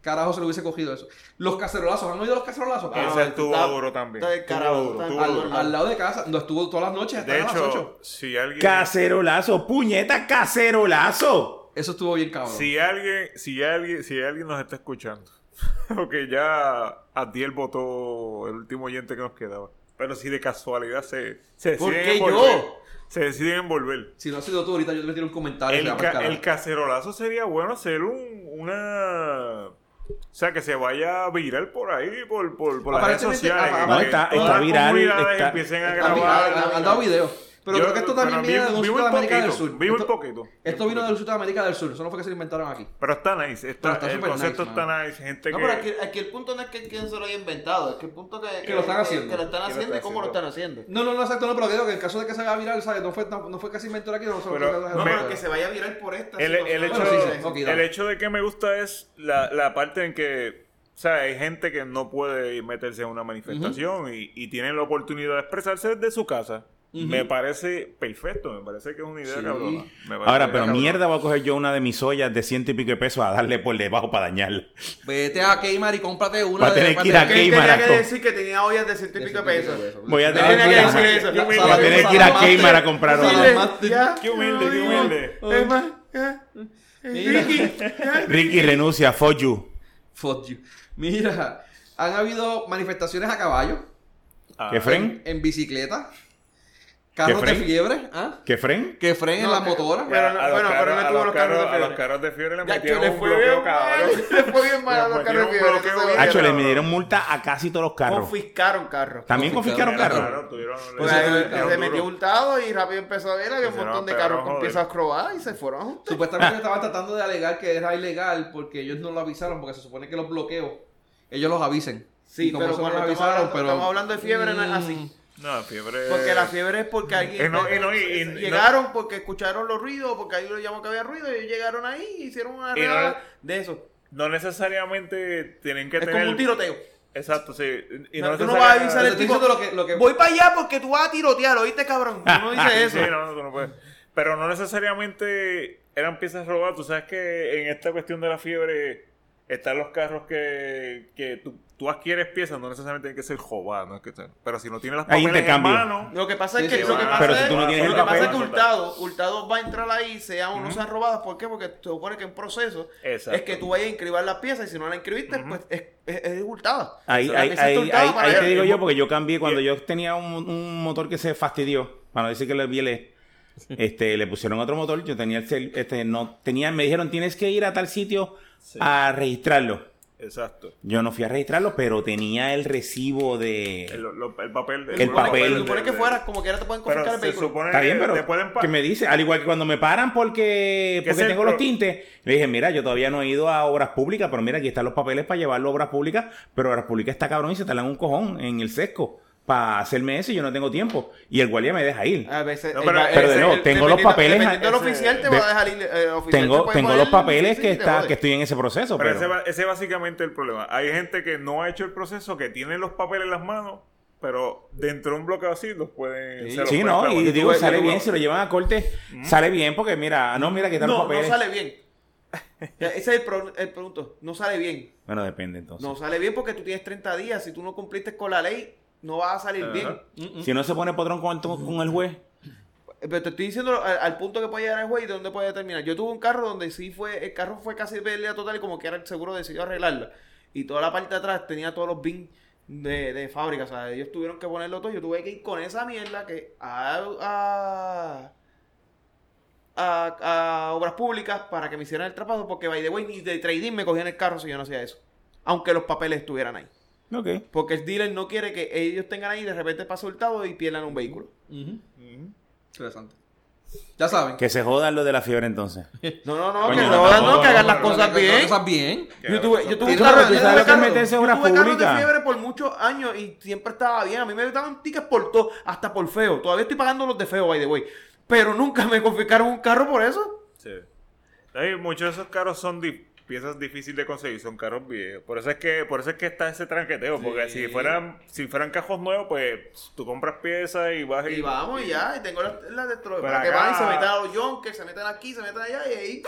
[SPEAKER 2] carajo se le hubiese cogido eso. Los cacerolazos, ¿han oído los cacerolazos?
[SPEAKER 5] Ah,
[SPEAKER 2] Cabrón?
[SPEAKER 5] ese estuvo
[SPEAKER 3] está-
[SPEAKER 5] duro también.
[SPEAKER 3] está de
[SPEAKER 5] Estuvo
[SPEAKER 3] carajo,
[SPEAKER 5] duro,
[SPEAKER 3] está
[SPEAKER 5] estuvo
[SPEAKER 3] mal,
[SPEAKER 5] duro.
[SPEAKER 2] al, al lado de casa, no estuvo todas las noches, hasta
[SPEAKER 5] De
[SPEAKER 2] las 8.
[SPEAKER 5] hecho, si alguien.
[SPEAKER 4] ¡Cacerolazo! ¡Puñeta, cacerolazo!
[SPEAKER 2] Eso estuvo bien cabrón.
[SPEAKER 5] Si alguien, si alguien, si alguien nos está escuchando, porque ya Adiel votó el último oyente que nos quedaba. Pero si de casualidad se, se
[SPEAKER 3] ¿Por
[SPEAKER 5] deciden
[SPEAKER 3] qué
[SPEAKER 5] envolver.
[SPEAKER 3] yo?
[SPEAKER 5] Se deciden envolver.
[SPEAKER 2] Si no ha sido tú ahorita, yo te tiro un comentario.
[SPEAKER 5] El,
[SPEAKER 2] se va
[SPEAKER 5] ca-
[SPEAKER 2] pa'l carajo.
[SPEAKER 5] el cacerolazo sería bueno hacer un, una. O sea, que se vaya a viral por ahí, por, por, por las redes
[SPEAKER 2] Aparentemente,
[SPEAKER 5] sociales.
[SPEAKER 2] apa-
[SPEAKER 5] que
[SPEAKER 2] No,
[SPEAKER 4] está-
[SPEAKER 5] todas
[SPEAKER 4] está
[SPEAKER 5] las
[SPEAKER 4] viral,
[SPEAKER 5] comunidades
[SPEAKER 4] está-
[SPEAKER 5] empiecen a
[SPEAKER 2] Han- han-
[SPEAKER 5] grabar.
[SPEAKER 2] han, han dado videos. Pero
[SPEAKER 5] Yo-
[SPEAKER 2] creo que esto
[SPEAKER 5] pero
[SPEAKER 2] también
[SPEAKER 5] vi-
[SPEAKER 2] viene de un
[SPEAKER 5] vi muy
[SPEAKER 2] Sudamérica del
[SPEAKER 5] poquito,
[SPEAKER 2] Sur.
[SPEAKER 5] vi muy
[SPEAKER 2] Esto-
[SPEAKER 5] poquito.
[SPEAKER 2] Esto vino del Sudamérica del Sur. Eso no fue que se lo inventaron aquí.
[SPEAKER 5] Pero está nice. Está,
[SPEAKER 2] Pero está
[SPEAKER 5] el
[SPEAKER 2] súper
[SPEAKER 5] concepto
[SPEAKER 2] nice,
[SPEAKER 5] está
[SPEAKER 2] mano.
[SPEAKER 5] nice. Gente
[SPEAKER 3] No,
[SPEAKER 5] que.
[SPEAKER 3] pero aquí, aquí el punto no es que quien se lo haya inventado, es que el punto que,
[SPEAKER 2] Que lo están
[SPEAKER 3] que-
[SPEAKER 2] haciendo.
[SPEAKER 3] Que lo están
[SPEAKER 5] Que lo
[SPEAKER 3] haciendo y
[SPEAKER 5] están
[SPEAKER 3] cómo lo
[SPEAKER 5] haciendo.
[SPEAKER 3] están haciendo.
[SPEAKER 2] No, no, no, exacto, no, pero que digo que en caso de que se haga viral, ¿sabes? No fue, no, no fue casi inventor aquí, no se lo
[SPEAKER 5] Pero-
[SPEAKER 2] fue-
[SPEAKER 5] no, pero
[SPEAKER 3] vaya a virar por esta.
[SPEAKER 5] El, el hecho,
[SPEAKER 2] Bueno, sí, sí, ok,
[SPEAKER 5] el
[SPEAKER 2] dale.
[SPEAKER 5] hecho de que me gusta es la, la parte en que o sea, hay gente que no puede meterse en una manifestación y, y tienen la oportunidad de expresarse desde su casa. Me parece perfecto, me parece que es una idea
[SPEAKER 2] Sí.
[SPEAKER 5] cabrona. Me parece
[SPEAKER 4] Ahora,
[SPEAKER 5] que
[SPEAKER 4] pero
[SPEAKER 5] cabrona.
[SPEAKER 4] mierda, voy a coger yo una de mis ollas de ciento y pico de pesos a darle por debajo para dañarla.
[SPEAKER 2] Vete a Kmart y cómprate una.
[SPEAKER 4] Va a tener
[SPEAKER 2] de-
[SPEAKER 4] que ir a
[SPEAKER 2] de-
[SPEAKER 4] Kmart. maraco.
[SPEAKER 3] que tenía ollas de ciento
[SPEAKER 2] de-
[SPEAKER 4] Voy a
[SPEAKER 2] No,
[SPEAKER 4] tener
[SPEAKER 2] no,
[SPEAKER 4] que ir
[SPEAKER 2] no,
[SPEAKER 4] a-
[SPEAKER 2] no,
[SPEAKER 3] decir eso.
[SPEAKER 2] no,
[SPEAKER 5] Voy a
[SPEAKER 4] Voy a
[SPEAKER 2] Salamanca-
[SPEAKER 4] tener que ir a
[SPEAKER 2] Salamanca-
[SPEAKER 4] Kmart a comprar
[SPEAKER 2] Salamanca-
[SPEAKER 4] una.
[SPEAKER 2] Ya.
[SPEAKER 5] Qué humilde, qué humilde.
[SPEAKER 3] Es más, ya.
[SPEAKER 4] Ricky renuncia, fuck you.
[SPEAKER 2] Fuck you. Mira, han habido manifestaciones a caballo,
[SPEAKER 5] Ah,
[SPEAKER 4] ¿Qué fren?
[SPEAKER 2] en bicicleta, carros
[SPEAKER 4] ¿Qué
[SPEAKER 2] de
[SPEAKER 4] fren?
[SPEAKER 2] fiebre, ¿ah?
[SPEAKER 4] ¿Qué fren?
[SPEAKER 2] que frenen
[SPEAKER 3] No,
[SPEAKER 2] las
[SPEAKER 3] que-
[SPEAKER 2] motoras.
[SPEAKER 5] Ya,
[SPEAKER 3] Pero no-
[SPEAKER 5] a los
[SPEAKER 3] bueno, pero
[SPEAKER 5] carros-
[SPEAKER 3] no
[SPEAKER 5] a
[SPEAKER 3] tuvo
[SPEAKER 5] los
[SPEAKER 3] los carros
[SPEAKER 5] carros-
[SPEAKER 3] de
[SPEAKER 5] A los
[SPEAKER 3] fiebre.
[SPEAKER 5] carros de fiebre le
[SPEAKER 3] Ya,
[SPEAKER 5] metieron
[SPEAKER 3] le
[SPEAKER 5] un
[SPEAKER 3] fue
[SPEAKER 5] bloqueo
[SPEAKER 3] bien
[SPEAKER 5] cabrón.
[SPEAKER 3] mal, le fue bien mal a los
[SPEAKER 5] Le
[SPEAKER 3] carros de
[SPEAKER 5] metieron
[SPEAKER 3] fiebre,
[SPEAKER 5] un bloqueo
[SPEAKER 3] eso se veía.
[SPEAKER 4] Hacho,
[SPEAKER 5] Hacho,
[SPEAKER 4] le midieron multa a casi todos los carros.
[SPEAKER 3] Confiscaron carros.
[SPEAKER 4] También confiscaron
[SPEAKER 2] confiscaron
[SPEAKER 4] carros.
[SPEAKER 2] carros.
[SPEAKER 5] Claro, tuvieron-
[SPEAKER 3] Porque
[SPEAKER 2] Eso
[SPEAKER 5] le-
[SPEAKER 3] se,
[SPEAKER 2] se ve
[SPEAKER 5] le metieron
[SPEAKER 2] cabrón.
[SPEAKER 5] duro.
[SPEAKER 3] metió hurtado y rápido empezó a ver, había un
[SPEAKER 5] Se
[SPEAKER 3] montón de
[SPEAKER 5] nos
[SPEAKER 3] carros
[SPEAKER 5] pegó,
[SPEAKER 3] con
[SPEAKER 5] joder.
[SPEAKER 3] piezas crobadas y se fueron a juntar.
[SPEAKER 2] Supuestamente estaban tratando de alegar que era ilegal porque ellos no lo avisaron, porque se supone que los bloqueos, ellos los avisen. Y
[SPEAKER 3] Sí,
[SPEAKER 2] como
[SPEAKER 3] pero
[SPEAKER 2] eso no
[SPEAKER 3] cuando
[SPEAKER 2] los
[SPEAKER 3] estamos
[SPEAKER 2] avisaron,
[SPEAKER 3] hablando,
[SPEAKER 2] pero-
[SPEAKER 3] estamos hablando de fiebre no es
[SPEAKER 2] Mm.
[SPEAKER 3] así.
[SPEAKER 5] No, fiebre.
[SPEAKER 3] Porque la fiebre es porque alguien...
[SPEAKER 5] Eh, no, y no, y- y-
[SPEAKER 3] llegaron porque escucharon los ruidos, porque ahí lo llamó que había ruido y ellos llegaron ahí y hicieron una
[SPEAKER 5] Y no-
[SPEAKER 3] regla de eso.
[SPEAKER 5] No necesariamente tienen que
[SPEAKER 3] Es
[SPEAKER 5] tener.
[SPEAKER 3] como un tiroteo.
[SPEAKER 5] Exacto, sí. Y
[SPEAKER 3] No, tú no
[SPEAKER 5] necesariamente-
[SPEAKER 3] vas a avisar
[SPEAKER 2] Pero
[SPEAKER 3] al
[SPEAKER 2] te estoy
[SPEAKER 3] tipo,
[SPEAKER 2] diciendo lo que- lo que-
[SPEAKER 3] voy para allá porque tú vas a tirotear, ¿oíste, cabrón? Tú no dices
[SPEAKER 5] Ah, Sí,
[SPEAKER 3] eso.
[SPEAKER 5] no, tú no puedes. Pero no necesariamente eran piezas robadas. Tú sabes que en esta cuestión de la fiebre están los carros que, que tú, tú adquieres piezas, no necesariamente tienen que ser robadas. ¿no? Es que sean- pero si no tienes las
[SPEAKER 4] Hay
[SPEAKER 5] papeles en
[SPEAKER 4] intercambio.
[SPEAKER 5] mano,
[SPEAKER 3] Lo que pasa
[SPEAKER 2] Sí,
[SPEAKER 3] es que,
[SPEAKER 2] sí,
[SPEAKER 3] lo que
[SPEAKER 5] van a-
[SPEAKER 3] pasa
[SPEAKER 4] Pero si
[SPEAKER 3] es,
[SPEAKER 4] tú no tienes
[SPEAKER 3] lo
[SPEAKER 4] el
[SPEAKER 3] que
[SPEAKER 4] papel,
[SPEAKER 3] pasa es que
[SPEAKER 5] no.
[SPEAKER 3] Hurtado, Hurtado va a entrar ahí, sea o no sean robadas, ¿por qué? Porque te supone que en proceso
[SPEAKER 5] Exacto.
[SPEAKER 3] es que tú vayas a inscribir las piezas y si no la inscribiste, pues es, es, es hurtada.
[SPEAKER 4] Ahí,
[SPEAKER 3] La
[SPEAKER 4] ahí,
[SPEAKER 3] pieza
[SPEAKER 4] ahí,
[SPEAKER 3] está hurtada
[SPEAKER 4] ahí-
[SPEAKER 3] para
[SPEAKER 4] ahí
[SPEAKER 3] allá.
[SPEAKER 4] te digo yo, porque yo cambié cuando yo tenía un, un motor que se fastidió, para no decir que lo violé. Este, le pusieron otro motor, yo tenía el cel- este, no tenía, me dijeron tienes que ir a tal sitio a registrarlo.
[SPEAKER 5] exacto.
[SPEAKER 4] Yo no fui a registrarlo, pero tenía el recibo de
[SPEAKER 5] El, lo- el papel.
[SPEAKER 3] Supone
[SPEAKER 4] El
[SPEAKER 3] que-
[SPEAKER 4] papel.
[SPEAKER 3] Se supone que
[SPEAKER 5] de-
[SPEAKER 3] fueras, como quiera te pueden
[SPEAKER 5] Pero
[SPEAKER 3] confiscar el
[SPEAKER 5] se
[SPEAKER 3] vehículo.
[SPEAKER 5] supone
[SPEAKER 4] Está bien,
[SPEAKER 5] que
[SPEAKER 4] pero
[SPEAKER 5] Eh, te pueden pa-
[SPEAKER 4] que me dice, al igual que cuando me paran porque, porque
[SPEAKER 5] Que es el
[SPEAKER 4] tengo los
[SPEAKER 5] pro-
[SPEAKER 4] tintes, le dije, mira, yo todavía no he ido a obras públicas, pero mira, aquí están los papeles para llevarlo a obras públicas, pero obras públicas está cabrón y se talan un cojón en el sesco para hacerme eso y yo no tengo tiempo. Y el guardia me deja ir.
[SPEAKER 3] A veces,
[SPEAKER 5] No, pero-
[SPEAKER 3] eh,
[SPEAKER 5] pero de
[SPEAKER 3] ese-
[SPEAKER 4] nuevo,
[SPEAKER 3] el-
[SPEAKER 4] tengo los
[SPEAKER 3] dependiendo-
[SPEAKER 4] papeles-
[SPEAKER 3] dependiendo del
[SPEAKER 5] ese-
[SPEAKER 3] oficial te
[SPEAKER 4] de-
[SPEAKER 3] va a dejar ir, eh, el oficial te
[SPEAKER 4] tengo
[SPEAKER 3] puede poner
[SPEAKER 4] tengo los
[SPEAKER 3] el pues.
[SPEAKER 4] papeles
[SPEAKER 3] oficial
[SPEAKER 4] que
[SPEAKER 3] y te
[SPEAKER 4] está
[SPEAKER 3] jode.
[SPEAKER 4] que estoy en ese proceso,
[SPEAKER 5] Pero
[SPEAKER 4] pero,
[SPEAKER 5] ese, va- ese es básicamente el problema. Hay gente que no ha hecho el proceso, que tiene los papeles en las manos, pero dentro de un bloque así los pueden...
[SPEAKER 2] Sí.
[SPEAKER 5] se los
[SPEAKER 6] Sí,
[SPEAKER 5] pueden
[SPEAKER 6] no,
[SPEAKER 5] clavar. Mm.
[SPEAKER 6] y digo,
[SPEAKER 5] Yo-
[SPEAKER 6] sale
[SPEAKER 5] yo-
[SPEAKER 6] bien, si lo llevan a corte, sale bien, porque mira, ah, no, mira, quitaron
[SPEAKER 3] No, no
[SPEAKER 6] papeles.
[SPEAKER 3] sale bien. Ese es el, pro- el punto. No sale bien.
[SPEAKER 6] Bueno, depende entonces.
[SPEAKER 3] No sale bien porque tú tienes 30 días. Si tú no cumpliste con la ley, no vas a salir
[SPEAKER 5] Ajá.
[SPEAKER 3] bien.
[SPEAKER 6] Si no se pone patrón con el, con el juez,
[SPEAKER 3] Eh, Pero te estoy diciendo al, al punto que puede llegar el juez y de dónde puede terminar. Yo tuve un carro donde sí fue, el carro fue casi pelea total y como que era el seguro decidió arreglarla. Y toda la parte de atrás tenía todos los bins de, de fábrica. O sea, ellos tuvieron que ponerlo todo. Yo tuve que ir con esa mierda que a, a, a, a obras públicas para que me hicieran el trapazo porque by the way ni de trading me cogían el carro si yo no hacía eso. Aunque los papeles estuvieran ahí.
[SPEAKER 6] ok.
[SPEAKER 3] Porque el dealer no quiere que ellos tengan ahí y de repente pasa hurtado y pierdan un vehículo.
[SPEAKER 2] Ujú.
[SPEAKER 5] Ujú.
[SPEAKER 2] Interesante. Ya saben.
[SPEAKER 6] Que se joda lo de la fiebre entonces.
[SPEAKER 3] No, no, no,
[SPEAKER 6] Coño,
[SPEAKER 3] que
[SPEAKER 6] no,
[SPEAKER 3] no,
[SPEAKER 6] tampoco,
[SPEAKER 3] no, que hagan las
[SPEAKER 5] no, no,
[SPEAKER 3] cosas
[SPEAKER 2] Que- que-
[SPEAKER 3] bien.
[SPEAKER 2] Cosas bien.
[SPEAKER 3] Yo tuve, yo tuve un
[SPEAKER 6] Pero
[SPEAKER 3] carro,
[SPEAKER 6] tú
[SPEAKER 3] yo
[SPEAKER 6] sabes
[SPEAKER 3] tuve
[SPEAKER 6] lo que es
[SPEAKER 3] carro-
[SPEAKER 6] meterse en
[SPEAKER 3] yo
[SPEAKER 6] obras
[SPEAKER 3] tuve carro de
[SPEAKER 6] públicas.
[SPEAKER 3] fiebre por muchos años y siempre estaba bien. A mí me daban tickets por todo, hasta por feo. Todavía estoy pagando los de feo, by the way. Pero nunca me confiscaron un carro por eso.
[SPEAKER 5] Sí. Ay, muchos de esos carros son di- piezas difíciles de conseguir, son carros viejos. Por eso es que, por eso es que está ese tranqueteo, porque
[SPEAKER 2] Sí.
[SPEAKER 5] si fueran, si fueran cajos nuevos, pues tú compras piezas y vas
[SPEAKER 3] Y vamos y ya, y tengo las las de Troy,
[SPEAKER 5] Pero
[SPEAKER 3] para que
[SPEAKER 5] acá-
[SPEAKER 3] van y se metan a los yonkers, se metan aquí, se metan allá y ahí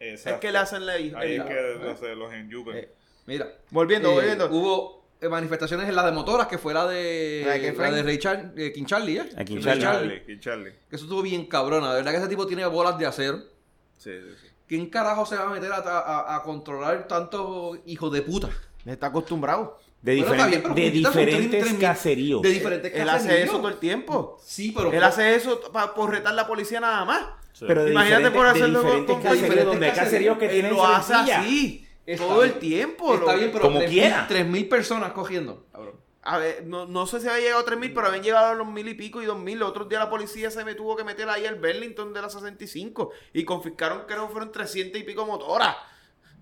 [SPEAKER 5] Exacto.
[SPEAKER 3] es que le hacen la hija.
[SPEAKER 5] Ahí es
[SPEAKER 3] el-
[SPEAKER 5] que los, los enyucan.
[SPEAKER 2] Eh, Mira.
[SPEAKER 3] Volviendo,
[SPEAKER 2] eh,
[SPEAKER 3] volviendo.
[SPEAKER 2] Hubo eh, manifestaciones en la de motoras, que fue la de.
[SPEAKER 3] La de Ken
[SPEAKER 2] la de
[SPEAKER 3] Frank.
[SPEAKER 2] Ray Char- eh, King Charlie, ¿eh?
[SPEAKER 6] A King
[SPEAKER 2] Ray
[SPEAKER 6] Charlie.
[SPEAKER 5] Charlie, Charlie.
[SPEAKER 2] Que eso estuvo bien cabrona. De verdad que ese tipo tiene bolas de acero.
[SPEAKER 5] Sí, sí, sí.
[SPEAKER 2] ¿Quién carajo se va a meter a, a- a controlar tantos hijos de puta?
[SPEAKER 3] Está acostumbrado.
[SPEAKER 6] De,
[SPEAKER 2] Bueno, está
[SPEAKER 6] diferente-
[SPEAKER 2] bien, pero Juanita,
[SPEAKER 6] de
[SPEAKER 2] son tres-
[SPEAKER 6] diferentes
[SPEAKER 2] tres mil-
[SPEAKER 6] caseríos.
[SPEAKER 2] De diferentes
[SPEAKER 3] Él hace eso
[SPEAKER 2] caseríos.
[SPEAKER 3] todo el tiempo.
[SPEAKER 2] Sí, pero.
[SPEAKER 3] Oh. Él hace eso pa- por retar la policía nada más.
[SPEAKER 6] pero de
[SPEAKER 3] Imagínate
[SPEAKER 6] diferentes-
[SPEAKER 3] por
[SPEAKER 6] de
[SPEAKER 3] hacerlo con-
[SPEAKER 6] diferentes
[SPEAKER 3] con-
[SPEAKER 6] caseríos,
[SPEAKER 2] diferentes
[SPEAKER 6] donde hay
[SPEAKER 2] caseríos.
[SPEAKER 6] caseríos que
[SPEAKER 3] Él
[SPEAKER 6] tienen
[SPEAKER 3] lo hace
[SPEAKER 6] serentilla.
[SPEAKER 3] así.
[SPEAKER 2] Está
[SPEAKER 3] todo el
[SPEAKER 2] bien.
[SPEAKER 3] tiempo.
[SPEAKER 2] Está
[SPEAKER 3] lo-
[SPEAKER 2] bien, pero.
[SPEAKER 6] como
[SPEAKER 2] tres mil-
[SPEAKER 6] quiera.
[SPEAKER 2] Tres mil personas cogiendo. cabrón.
[SPEAKER 3] A ver, no, no sé si había llegado a 3000, pero habían llegado a los mil y pico y 2000. Los otros días la policía se me tuvo que meter ahí al Burlington de la 65 y confiscaron, creo que fueron 300 y pico motoras.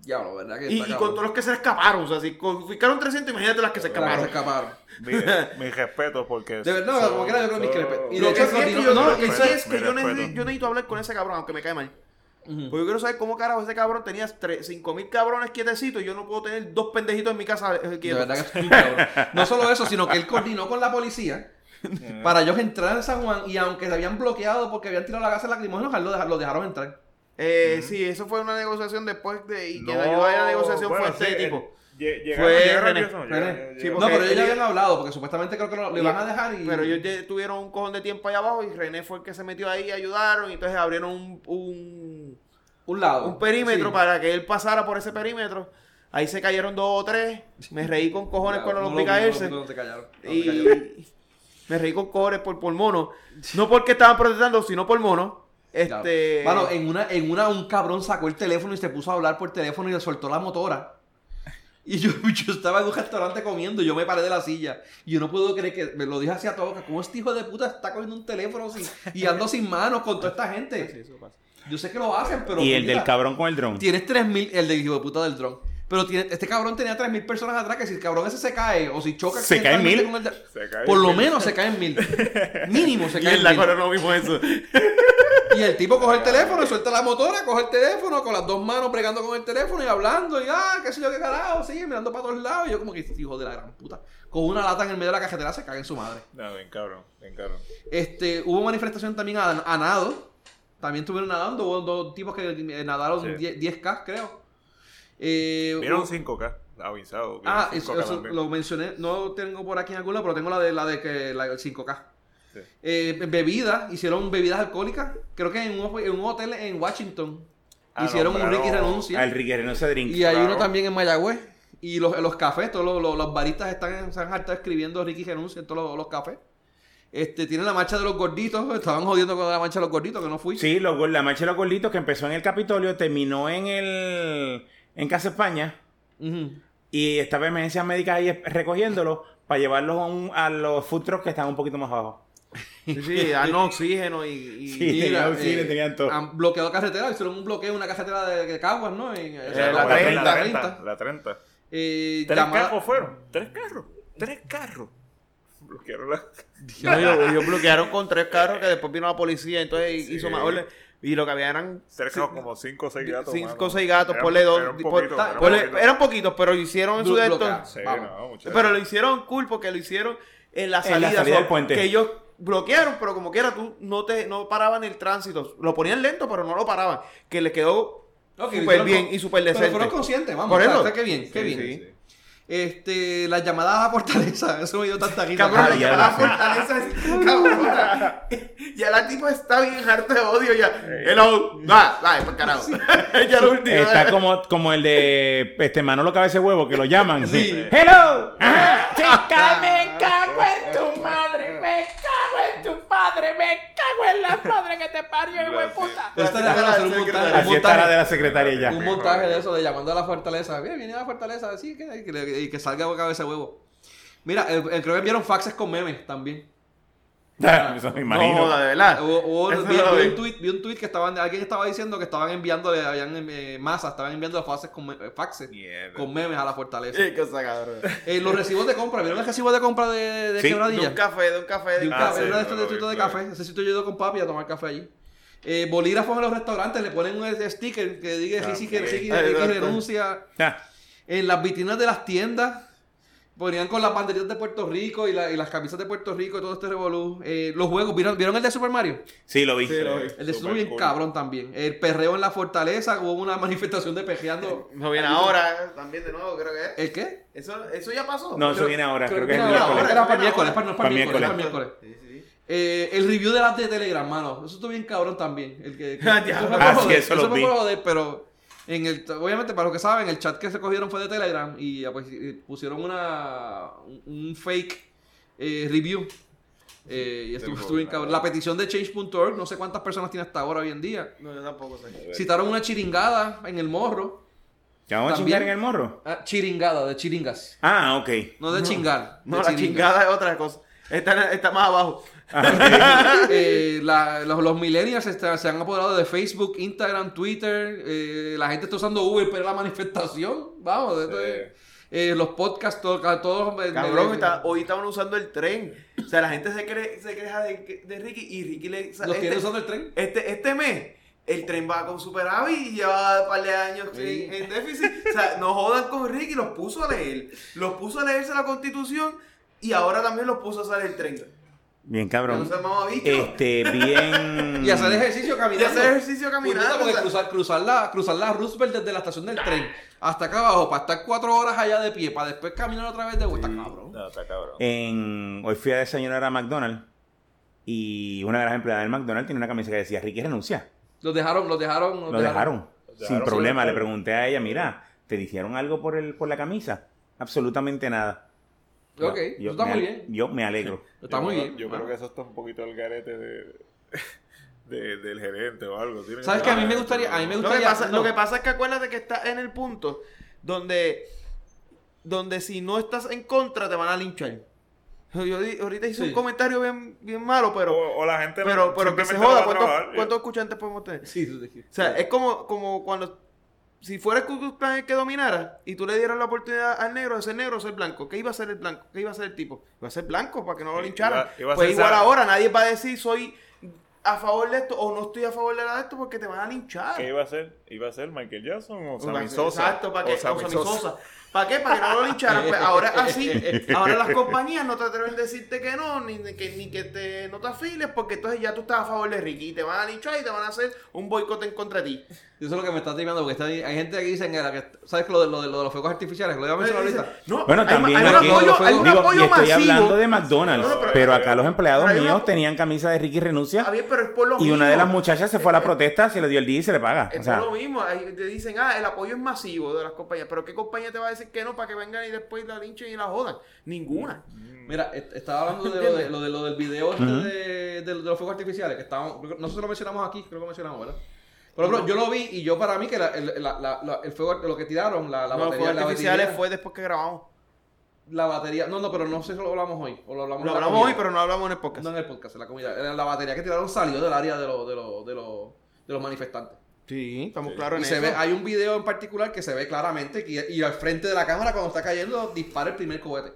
[SPEAKER 2] Diablo, ¿verdad? Que
[SPEAKER 3] Y,
[SPEAKER 2] está
[SPEAKER 3] y con
[SPEAKER 2] cabrón.
[SPEAKER 3] todos los que se escaparon, o sea, si confiscaron 300, imagínate las que se
[SPEAKER 2] Claro, se
[SPEAKER 3] escaparon.
[SPEAKER 2] escaparon.
[SPEAKER 5] Mi, mi respeto porque...
[SPEAKER 2] De verdad,
[SPEAKER 5] son-
[SPEAKER 2] como quiera, yo creo que mis crepe- y de
[SPEAKER 3] Lo
[SPEAKER 2] hecho,
[SPEAKER 3] que
[SPEAKER 2] eso
[SPEAKER 3] sí es que
[SPEAKER 2] tiene-
[SPEAKER 3] yo-
[SPEAKER 2] no,
[SPEAKER 3] lo que
[SPEAKER 5] mi
[SPEAKER 3] sí es que
[SPEAKER 5] respeto.
[SPEAKER 3] yo necesito, yo necesito hablar con ese cabrón, aunque me cae mal.
[SPEAKER 2] Ujú.
[SPEAKER 3] Porque yo quiero saber cómo carajo ese cabrón tenía 5000 cabrones quietecitos y yo no puedo tener dos pendejitos en mi casa eh,
[SPEAKER 2] De
[SPEAKER 3] quietos.
[SPEAKER 2] verdad que es un cabrón. No solo eso, sino que él coordinó con la policía para ellos entrar en San Juan y aunque se habían bloqueado porque habían tirado la gasa lacrimógena, lo, deja- lo dejaron entrar.
[SPEAKER 3] Eh, Sí, eso fue una negociación después de. Y que
[SPEAKER 5] No,
[SPEAKER 3] la ayuda de la negociación
[SPEAKER 5] bueno,
[SPEAKER 3] fue
[SPEAKER 5] sí,
[SPEAKER 3] este
[SPEAKER 5] eh,
[SPEAKER 3] tipo.
[SPEAKER 5] lle- Llegaron,
[SPEAKER 3] Fue
[SPEAKER 5] llegaron
[SPEAKER 3] René,
[SPEAKER 5] ellos, no, llegaron-
[SPEAKER 2] René.
[SPEAKER 5] llegaron-
[SPEAKER 2] no,
[SPEAKER 3] porque
[SPEAKER 2] pero ellos ya
[SPEAKER 3] él-
[SPEAKER 2] habían hablado porque supuestamente creo que lo, lo iban a dejar y...
[SPEAKER 3] Pero ellos ya tuvieron un cojón de tiempo allá abajo y René fue el que se metió ahí y ayudaron. Y entonces abrieron un, un,
[SPEAKER 2] Un lado.
[SPEAKER 3] un perímetro
[SPEAKER 2] Sí.
[SPEAKER 3] para que él pasara por ese perímetro. Ahí se cayeron dos o tres. Me reí con cojones
[SPEAKER 2] Ya,
[SPEAKER 3] cuando
[SPEAKER 2] no
[SPEAKER 3] los vi caerse.
[SPEAKER 2] No, no, no te callaron. No te callaron.
[SPEAKER 3] y me reí con cojones por, por mono. No porque estaban protestando, sino por mono.
[SPEAKER 2] Ya.
[SPEAKER 3] Este.
[SPEAKER 2] Mano, en una, en una un cabrón sacó el teléfono y se puso a hablar por teléfono y le soltó la motora. Y yo, yo estaba en un restaurante comiendo, y yo me paré de la silla. Y yo no puedo creer que me lo dije hacia todo, que como este hijo de puta está cogiendo un teléfono sin- y ando sin manos con toda esta gente. Yo sé que lo hacen, pero.
[SPEAKER 6] Y el
[SPEAKER 2] mira,
[SPEAKER 6] del cabrón con el dron.
[SPEAKER 2] Tienes 3000, el del hijo de puta del dron. Pero tiene, este cabrón tenía 3000 personas atrás que si el cabrón ese se cae o si choca.
[SPEAKER 6] Se caen
[SPEAKER 2] accidentalmente
[SPEAKER 6] mil.
[SPEAKER 2] con el de-
[SPEAKER 5] Se caen
[SPEAKER 2] por lo
[SPEAKER 5] mil.
[SPEAKER 2] menos se caen mil. Mínimo se
[SPEAKER 3] Y
[SPEAKER 2] caen
[SPEAKER 3] en la
[SPEAKER 2] mil.
[SPEAKER 3] corona no vimos eso.
[SPEAKER 2] Y el tipo coge el teléfono, suelta la motora, coge el teléfono, con las dos manos pregando con el teléfono y hablando, y ah, qué sé yo, qué carajo, sigue mirando para todos lados. Y yo como que hijo de la gran puta. Con una lata en el medio de la cajetera se caga en su madre.
[SPEAKER 5] No, ven cabrón, ven cabrón.
[SPEAKER 2] Este, hubo manifestación también a, a nado. También estuvieron nadando, hubo dos tipos que eh,
[SPEAKER 5] Sí.
[SPEAKER 2] nadaron 10, 10K, creo. Eh,
[SPEAKER 5] Vieron
[SPEAKER 2] hubo-
[SPEAKER 5] 5K, avisado. vieron
[SPEAKER 2] Ah, eso,
[SPEAKER 5] 5K
[SPEAKER 2] eso
[SPEAKER 5] también.
[SPEAKER 2] lo mencioné, no tengo por aquí en algún lado, pero tengo la de la de que la del 5K.
[SPEAKER 5] Sí.
[SPEAKER 2] Eh, bebidas, hicieron bebidas alcohólicas, creo que en un, en un hotel en Washington
[SPEAKER 5] Ah,
[SPEAKER 2] hicieron un
[SPEAKER 5] nombraron
[SPEAKER 2] Ricky Renuncia
[SPEAKER 6] Al Riquelme no se drink.
[SPEAKER 2] y hay
[SPEAKER 5] claro.
[SPEAKER 2] uno también en Mayagüez y los, los cafés, todos los, los- los baristas están en San Jarta escribiendo Ricky Renuncia en todos los, los cafés. Este, tienen la marcha de los gorditos, estaban jodiendo con la marcha de los gorditos que no fui.
[SPEAKER 6] Sí, los gol- la marcha de los gorditos que empezó en el Capitolio, terminó en el en Casa España
[SPEAKER 2] Ujú.
[SPEAKER 6] y estaba emergencia médica ahí es- recogiéndolos para llevarlos a, un- a los food trucks que están un poquito más abajo.
[SPEAKER 3] Sí, sí, dan oxígeno y. y-
[SPEAKER 2] Y
[SPEAKER 6] Sí.
[SPEAKER 2] eh,
[SPEAKER 6] tenían auxilio, tenían todo.
[SPEAKER 2] Han bloqueado carretera, hicieron un bloqueo en una carretera de, de Caguas, ¿no? En, o sea,
[SPEAKER 3] Eh,
[SPEAKER 2] como
[SPEAKER 5] La
[SPEAKER 3] la
[SPEAKER 5] 30,
[SPEAKER 3] 30,
[SPEAKER 5] 30, la 30.
[SPEAKER 2] Eh,
[SPEAKER 5] ¿Tres
[SPEAKER 2] llamada-
[SPEAKER 5] carros fueron? ¿Tres carros? ¿Tres carros? Bloquearon la...
[SPEAKER 3] No, ellos, ellos bloquearon con tres carros que después vino la policía, entonces
[SPEAKER 5] Sí.
[SPEAKER 3] hizo más orden. Y lo que había eran
[SPEAKER 5] Tres carros, como cinco o seis gatos.
[SPEAKER 3] cinco
[SPEAKER 5] mano.
[SPEAKER 3] o seis gatos,
[SPEAKER 5] Era-
[SPEAKER 3] ponle dos.
[SPEAKER 5] era un
[SPEAKER 3] di-
[SPEAKER 5] poquito,
[SPEAKER 3] pon-
[SPEAKER 5] era un
[SPEAKER 3] ponle-
[SPEAKER 5] poquito.
[SPEAKER 3] eran poquitos, pero hicieron su de esto.
[SPEAKER 2] bloqueado.
[SPEAKER 5] Sí,
[SPEAKER 2] Vamos.
[SPEAKER 5] no, muchachos.
[SPEAKER 3] Pero lo hicieron cool porque lo hicieron en la salida,
[SPEAKER 6] En la salida
[SPEAKER 3] so,
[SPEAKER 6] del puente.
[SPEAKER 3] que ellos bloquearon, pero como quiera tú no te no paraban el tránsito, lo ponían lento, pero no lo paraban, que les quedó
[SPEAKER 2] Ok,
[SPEAKER 3] súper
[SPEAKER 2] fueron
[SPEAKER 3] bien
[SPEAKER 2] con-
[SPEAKER 3] y súper
[SPEAKER 2] Pero
[SPEAKER 3] decente.
[SPEAKER 2] fueron conscientes, vamos.
[SPEAKER 3] Por
[SPEAKER 2] o sea,
[SPEAKER 3] eso.
[SPEAKER 2] o sea, qué bien, qué
[SPEAKER 3] Sí,
[SPEAKER 2] bien.
[SPEAKER 3] sí.
[SPEAKER 2] Este, las llamadas a Fortaleza, eso me dio tanta risa.
[SPEAKER 3] Cabrón,
[SPEAKER 6] Ah,
[SPEAKER 3] la
[SPEAKER 6] ya
[SPEAKER 3] llamada
[SPEAKER 6] lo sé.
[SPEAKER 3] fortaleza es- cabrón, o sea, ya la tipa está bien harta de odio ya. Hello, va, va, para carajo. ya lo último.
[SPEAKER 6] Está como, como el de este Manolo Cabeza de Huevo, que lo llaman.
[SPEAKER 2] Sí.
[SPEAKER 6] Sí. ¡Hello! Ah, chica, me cago en tu madre, me cago en tu padre, me cago en la madre que te parió, hijo de puta.
[SPEAKER 2] Pero esta era para hacer un montaje, un
[SPEAKER 6] Así está la de
[SPEAKER 2] montaje,
[SPEAKER 6] la secretaria ya.
[SPEAKER 2] un montaje de eso, de llamando a la Fortaleza. Mira, viene a la Fortaleza, sí, que, y que- y que salga boca de ese huevo. Mira, eh, eh, creo que enviaron faxes con memes también.
[SPEAKER 6] Eso
[SPEAKER 3] No,
[SPEAKER 6] me imagino.
[SPEAKER 3] joda, de verdad.
[SPEAKER 2] Hubo- hubo-
[SPEAKER 3] Ah, Eso
[SPEAKER 2] vi,
[SPEAKER 3] no lo
[SPEAKER 2] vi
[SPEAKER 3] vi.
[SPEAKER 2] un tweet, vi un tweet que estaban, alguien estaba diciendo que estaban enviándole, habían eh, masas, estaban enviando faxes con, me- eh, faxes
[SPEAKER 5] Mierda.
[SPEAKER 2] con memes a la Fortaleza.
[SPEAKER 3] Qué cosa, cabrón.
[SPEAKER 2] Eh, los recibos de compra, ¿vieron el recibo de compra de, de
[SPEAKER 6] Sí,
[SPEAKER 3] De
[SPEAKER 2] quebradilla?
[SPEAKER 3] un café, de un café,
[SPEAKER 2] De un
[SPEAKER 5] Ah,
[SPEAKER 2] café,
[SPEAKER 5] sí,
[SPEAKER 2] uno de estos
[SPEAKER 5] lo
[SPEAKER 2] de
[SPEAKER 5] vi,
[SPEAKER 2] sitio de
[SPEAKER 5] lo vi.
[SPEAKER 2] café. Ese sitio yo he ido con papi a tomar café allí. Eh, bolígrafos en los restaurantes le ponen un eh, sticker que diga que sí que
[SPEAKER 5] También.
[SPEAKER 2] sí que-
[SPEAKER 3] Ah,
[SPEAKER 2] que
[SPEAKER 3] exacto.
[SPEAKER 2] renuncia.
[SPEAKER 6] Ah,
[SPEAKER 2] En las vitrinas de las tiendas ponían con las banderillas de Puerto Rico y, la- y las camisas de Puerto Rico y todo este revolú. Eh, los juegos, ¿vieron, ¿vieron el de Super Mario?
[SPEAKER 6] Sí, lo vi.
[SPEAKER 2] El de
[SPEAKER 5] Super
[SPEAKER 2] Super Mario bien
[SPEAKER 5] cool.
[SPEAKER 2] cabrón también. El perreo en la fortaleza, hubo una manifestación de pejeando.
[SPEAKER 3] No viene ahora, ¿eh? también de nuevo, creo que es.
[SPEAKER 2] ¿El qué?
[SPEAKER 3] Eso, eso ya pasó.
[SPEAKER 6] No, eso viene ahora. Creo que es
[SPEAKER 2] era,
[SPEAKER 6] el
[SPEAKER 2] era
[SPEAKER 6] miércoles.
[SPEAKER 2] para el miércoles, para, no, para
[SPEAKER 6] Para
[SPEAKER 2] el miércoles, para el
[SPEAKER 6] miércoles.
[SPEAKER 2] miércoles.
[SPEAKER 3] Sí, sí.
[SPEAKER 2] Eh, el review de las de Telegram, mano. Eso estuvo bien cabrón también. El que,
[SPEAKER 3] Ah,
[SPEAKER 2] eso
[SPEAKER 3] diablo.
[SPEAKER 2] fue por
[SPEAKER 6] Ah, sí,
[SPEAKER 2] joder,
[SPEAKER 6] eso lo
[SPEAKER 2] fue
[SPEAKER 6] vi.
[SPEAKER 2] por joder, pero en el, obviamente, para los que saben, el chat que se cogieron fue de Telegram y ah, pues, y pusieron una un- un fake eh, review. Eh, y estuvo,
[SPEAKER 5] Del
[SPEAKER 2] estuvo bien cabrón. La petición de change.org, no sé cuántas personas tiene hasta ahora hoy en día.
[SPEAKER 3] No, yo tampoco sé.
[SPEAKER 2] Citaron una chiringada en el morro.
[SPEAKER 6] ¿Ya vamos a
[SPEAKER 2] También-
[SPEAKER 6] chingar en el morro?
[SPEAKER 2] Ah, chiringada, de chiringas.
[SPEAKER 6] Ah, ok.
[SPEAKER 2] No de chingar.
[SPEAKER 3] No,
[SPEAKER 2] de
[SPEAKER 3] la
[SPEAKER 2] chiringas.
[SPEAKER 3] chingada es otra cosa. Está, está más abajo.
[SPEAKER 2] Eh, la- los, los millennials está- se han apoderado de Facebook, Instagram, Twitter. eh, la gente está usando Uber para la manifestación. Vamos, esto es- eh, los podcasts, todo, eh, ca- todos. me-
[SPEAKER 3] Cabrón,
[SPEAKER 2] me-
[SPEAKER 3] está- hoy estaban usando el tren. O sea, la gente se cree, se queja de, de Ricky y Ricky le. o sea,
[SPEAKER 2] ¿Los tiene
[SPEAKER 3] este,
[SPEAKER 2] usando el tren?
[SPEAKER 3] este, este mes, el tren va con superávit y lleva un par de años
[SPEAKER 2] Sí.
[SPEAKER 3] en, en déficit. O sea, no jodan con Ricky, los puso a leer. Los puso a leerse la constitución y ahora también los puso a usar el tren.
[SPEAKER 6] Bien,
[SPEAKER 3] No
[SPEAKER 6] cabrón.
[SPEAKER 3] se mamá bicho.
[SPEAKER 6] Este,
[SPEAKER 5] Mm.
[SPEAKER 6] bien.
[SPEAKER 2] Y hacer ejercicio
[SPEAKER 3] Y
[SPEAKER 2] caminando.
[SPEAKER 3] hacer ejercicio caminando.
[SPEAKER 2] Puñeta, porque
[SPEAKER 3] o sea,
[SPEAKER 2] cruzar, cruzar, la, cruzar la Roosevelt desde la estación del tren hasta acá abajo, para estar cuatro horas allá de pie, para después caminar otra vez de vuelta, cabrón.
[SPEAKER 5] No, está cabrón.
[SPEAKER 6] En- hoy fui a desayunar a McDonald's y una de las empleadas del McDonald's tiene una camisa que decía Ricky renuncia.
[SPEAKER 2] Los dejaron, los dejaron, los
[SPEAKER 6] Lo dejaron.
[SPEAKER 5] Lo
[SPEAKER 6] Sin
[SPEAKER 5] dejaron
[SPEAKER 6] problema.
[SPEAKER 5] sin
[SPEAKER 6] Le
[SPEAKER 5] el-
[SPEAKER 6] pregunté a ella, mira, ¿te dijeron algo por, el, por la camisa? Absolutamente nada.
[SPEAKER 2] Ok, eso
[SPEAKER 6] Yo-
[SPEAKER 2] está
[SPEAKER 6] me
[SPEAKER 2] muy
[SPEAKER 6] al-
[SPEAKER 2] bien.
[SPEAKER 6] Yo me alegro.
[SPEAKER 2] Está
[SPEAKER 5] Yo
[SPEAKER 2] muy
[SPEAKER 5] creo-
[SPEAKER 2] bien. Ah.
[SPEAKER 5] Yo
[SPEAKER 2] mano.
[SPEAKER 5] creo que eso está un poquito el garete de, de- del gerente o algo. Tiene
[SPEAKER 2] ¿Sabes qué? A mí me gustaría- a mí me
[SPEAKER 3] Lo que,
[SPEAKER 2] gustaría-
[SPEAKER 3] pasa,
[SPEAKER 2] no.
[SPEAKER 3] lo que pasa es que acuérdate que estás en el punto donde, donde si no estás en contra te van a linchar. Yo di- ahorita hice
[SPEAKER 2] Sí.
[SPEAKER 3] un comentario bien, bien malo, pero,
[SPEAKER 5] o, o la gente
[SPEAKER 3] pero, pero que se
[SPEAKER 5] simplemente
[SPEAKER 3] joda.
[SPEAKER 5] no va a
[SPEAKER 3] ¿Cuántos,
[SPEAKER 5] trabajar. eh,
[SPEAKER 3] cuántos escuchantes podemos tener?
[SPEAKER 2] Sí, sí, sí.
[SPEAKER 3] O sea, es como, como cuando... Si fuera el Ku Klux Klan el que dominara y tú le dieras la oportunidad al negro de ser negro o ser blanco, ¿qué iba a ser el blanco? ¿Qué iba a ser el tipo? Iba a ser blanco para que no lo
[SPEAKER 5] Iba-
[SPEAKER 3] lincharan.
[SPEAKER 5] iba a
[SPEAKER 3] pues
[SPEAKER 5] ser
[SPEAKER 3] igual
[SPEAKER 5] esa-
[SPEAKER 3] ahora nadie va a decir soy a favor de esto o no estoy a favor de nada de esto porque te van a linchar.
[SPEAKER 5] ¿Qué iba a ser? ¿Iba a ser Michael Jackson o Sammy
[SPEAKER 3] Exacto,
[SPEAKER 5] Sosa?
[SPEAKER 3] Exacto, para que
[SPEAKER 5] O Sammy Sosa.
[SPEAKER 3] ¿Para qué? Para que no lo lincharan. Pues ahora así, ahora las compañías no te atreven a decirte que no, ni ni que, ni que te, no te afiles, porque entonces ya tú estás a favor de Ricky. y Te van a linchar y te van a hacer un boicot en contra de ti.
[SPEAKER 2] Y Eso es lo que me está timando, porque está- hay gente que dice que, que- ¿sabes que lo de, lo de, lo de los fuegos artificiales? Lo iba a mencionar ahorita.
[SPEAKER 3] No,
[SPEAKER 6] Bueno,
[SPEAKER 3] hay ma-
[SPEAKER 6] también
[SPEAKER 3] hay un
[SPEAKER 6] aquí-
[SPEAKER 3] apoyo, hay un
[SPEAKER 6] digo, y
[SPEAKER 3] apoyo
[SPEAKER 6] estoy
[SPEAKER 3] masivo.
[SPEAKER 6] hablando de McDonald's,
[SPEAKER 3] No, no,
[SPEAKER 6] pero,
[SPEAKER 3] pero-
[SPEAKER 6] acá los empleados
[SPEAKER 3] pero hay
[SPEAKER 6] míos
[SPEAKER 3] una-
[SPEAKER 6] tenían camisa de Ricky renuncia
[SPEAKER 3] Está Ah, bien, pero es por lo
[SPEAKER 6] y
[SPEAKER 3] mismo.
[SPEAKER 6] una de las muchachas se fue a la protesta, se le dio el día y se le paga.
[SPEAKER 3] Es
[SPEAKER 6] O sea,
[SPEAKER 3] por Eh, lo mismo, ahí te dicen, ah, el apoyo es masivo de las compañías, pero ¿qué compañía te va a decir que no para que vengan y después la linchen y la jodan? Ninguna.
[SPEAKER 2] Mira, est- estaba hablando de lo, de, lo, de- lo del video este de, de- de los fuegos artificiales, que estábamos, no sé si lo mencionamos aquí, creo que lo mencionamos, ¿verdad? Pero, pero yo lo vi y yo para mí que la- el, la- la- la- el fuego, lo que tiraron, la, la
[SPEAKER 3] Los
[SPEAKER 2] batería,
[SPEAKER 3] fuegos
[SPEAKER 2] la
[SPEAKER 3] artificiales
[SPEAKER 2] batería,
[SPEAKER 3] fue después que grabamos.
[SPEAKER 2] la batería, no, no, pero no sé si lo hablamos hoy, o lo hablamos,
[SPEAKER 3] Lo
[SPEAKER 2] en la
[SPEAKER 3] hablamos hoy,
[SPEAKER 2] comida.
[SPEAKER 3] pero no hablamos en el podcast.
[SPEAKER 2] No en el podcast, en la comida. La, la batería que tiraron salió del área de, lo- de, lo- de, lo- de los manifestantes.
[SPEAKER 3] Sí, estamos claros
[SPEAKER 2] Y
[SPEAKER 3] en
[SPEAKER 2] se
[SPEAKER 3] eso.
[SPEAKER 2] ve, hay un video en particular que se ve claramente que, y al frente de la cámara cuando está cayendo dispara el primer cohete.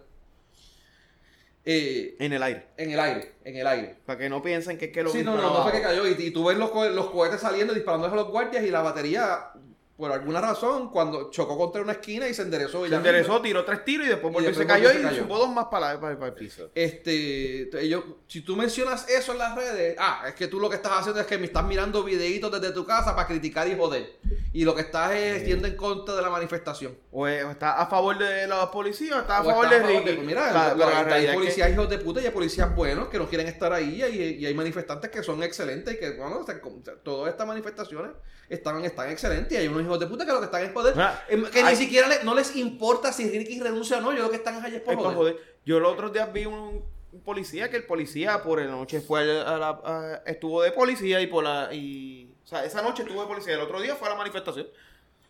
[SPEAKER 2] Eh,
[SPEAKER 3] En el aire.
[SPEAKER 2] en el aire, en el aire.
[SPEAKER 3] Para que no piensen que es que lo
[SPEAKER 2] sí, no,
[SPEAKER 3] mismo
[SPEAKER 2] no, no
[SPEAKER 3] abajo.
[SPEAKER 2] fue que cayó. Y, y tú ves los, co- los cohetes saliendo disparando a los guardias y la batería, por alguna razón, cuando chocó contra una esquina y se enderezó.
[SPEAKER 3] Se
[SPEAKER 2] ella
[SPEAKER 3] enderezó,
[SPEAKER 2] misma.
[SPEAKER 3] tiró tres tiros y después volvió y se
[SPEAKER 2] después
[SPEAKER 3] cayó
[SPEAKER 2] volvió
[SPEAKER 3] y
[SPEAKER 2] y se cayó.
[SPEAKER 3] supo dos más para, para- para el piso.
[SPEAKER 2] Este, t- ellos, si tú mencionas eso en las redes, ah, es que tú lo que estás haciendo es que me estás mirando videitos desde tu casa para criticar y joder. Y lo que estás es yendo en contra de la manifestación.
[SPEAKER 3] O, eh, o está a favor de los policías o está a
[SPEAKER 2] O
[SPEAKER 3] favor
[SPEAKER 2] estás
[SPEAKER 3] de Ricky.
[SPEAKER 2] mira,
[SPEAKER 3] La-
[SPEAKER 2] pero
[SPEAKER 3] la
[SPEAKER 2] hay-
[SPEAKER 3] realidad es
[SPEAKER 2] hay
[SPEAKER 3] que-
[SPEAKER 2] policías hijos de puta y hay policías buenos que no quieren estar ahí y hay, y hay manifestantes que son excelentes y que, bueno, o sea, como- o sea, todas estas manifestaciones están, están excelentes y hay unos hijos de puta que lo que están es joder.
[SPEAKER 3] Ah,
[SPEAKER 2] em, que
[SPEAKER 3] hay-
[SPEAKER 2] ni siquiera le- no les importa si Ricky renuncia o no, yo lo que están es allá es por
[SPEAKER 3] Es para
[SPEAKER 2] joder.
[SPEAKER 3] joder. Yo los otros días vi un, un policía que el policía por la noche fue a la- a- estuvo de policía y por la y o sea, esa noche estuvo de policía, el otro día fue a la manifestación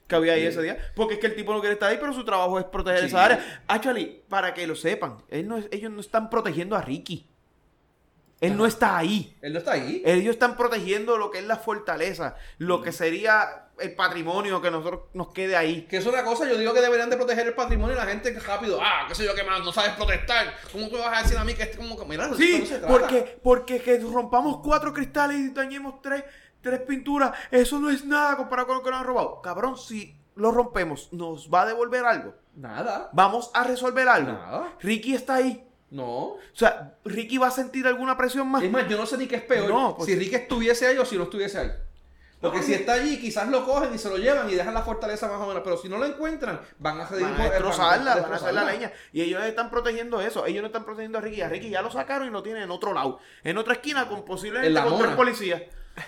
[SPEAKER 3] que había ahí ese día, porque es que el tipo no quiere estar ahí, pero su trabajo es proteger
[SPEAKER 2] Sí.
[SPEAKER 3] esa área. Actually, para que lo sepan, él no es- ellos no están protegiendo a Ricky. Él no está ahí.
[SPEAKER 2] Él no está ahí.
[SPEAKER 3] Ellos están protegiendo lo que es la fortaleza, lo que sería el patrimonio que nosotros nos quede ahí.
[SPEAKER 2] Que es una cosa, yo digo que deberían de proteger el patrimonio y la gente que rápido, ah, qué sé yo qué más, no sabes protestar. ¿Cómo tú me vas a decir a mí que es como que, mira, Pues de eso
[SPEAKER 3] Sí,
[SPEAKER 2] no se trata.
[SPEAKER 3] porque, porque que rompamos cuatro cristales y dañemos tres, tres pinturas, eso no es nada comparado con lo que nos han robado. Cabrón, si lo rompemos, ¿nos va a devolver algo?
[SPEAKER 2] Nada.
[SPEAKER 3] ¿Vamos a resolver algo?
[SPEAKER 2] Nada.
[SPEAKER 3] Ricky está ahí.
[SPEAKER 2] No.
[SPEAKER 3] O sea, Ricky va a sentir alguna presión más.
[SPEAKER 2] Es más, yo no sé ni qué es peor.
[SPEAKER 3] No, pues-
[SPEAKER 2] si Ricky estuviese ahí o si no estuviese ahí. Porque si está allí, quizás lo cogen y se lo llevan y dejan la fortaleza más o menos. Pero si no lo encuentran, van a seguir
[SPEAKER 3] Van a
[SPEAKER 2] por-
[SPEAKER 3] destrozarla, van a hacer la
[SPEAKER 2] destrozarla.
[SPEAKER 3] leña. Y ellos están protegiendo eso. Ellos no están protegiendo a Ricky. A Ricky ya lo sacaron y lo tienen en otro lado. En otra esquina con
[SPEAKER 2] En
[SPEAKER 3] posiblemente
[SPEAKER 2] la
[SPEAKER 3] con tres
[SPEAKER 2] mona.
[SPEAKER 3] policías.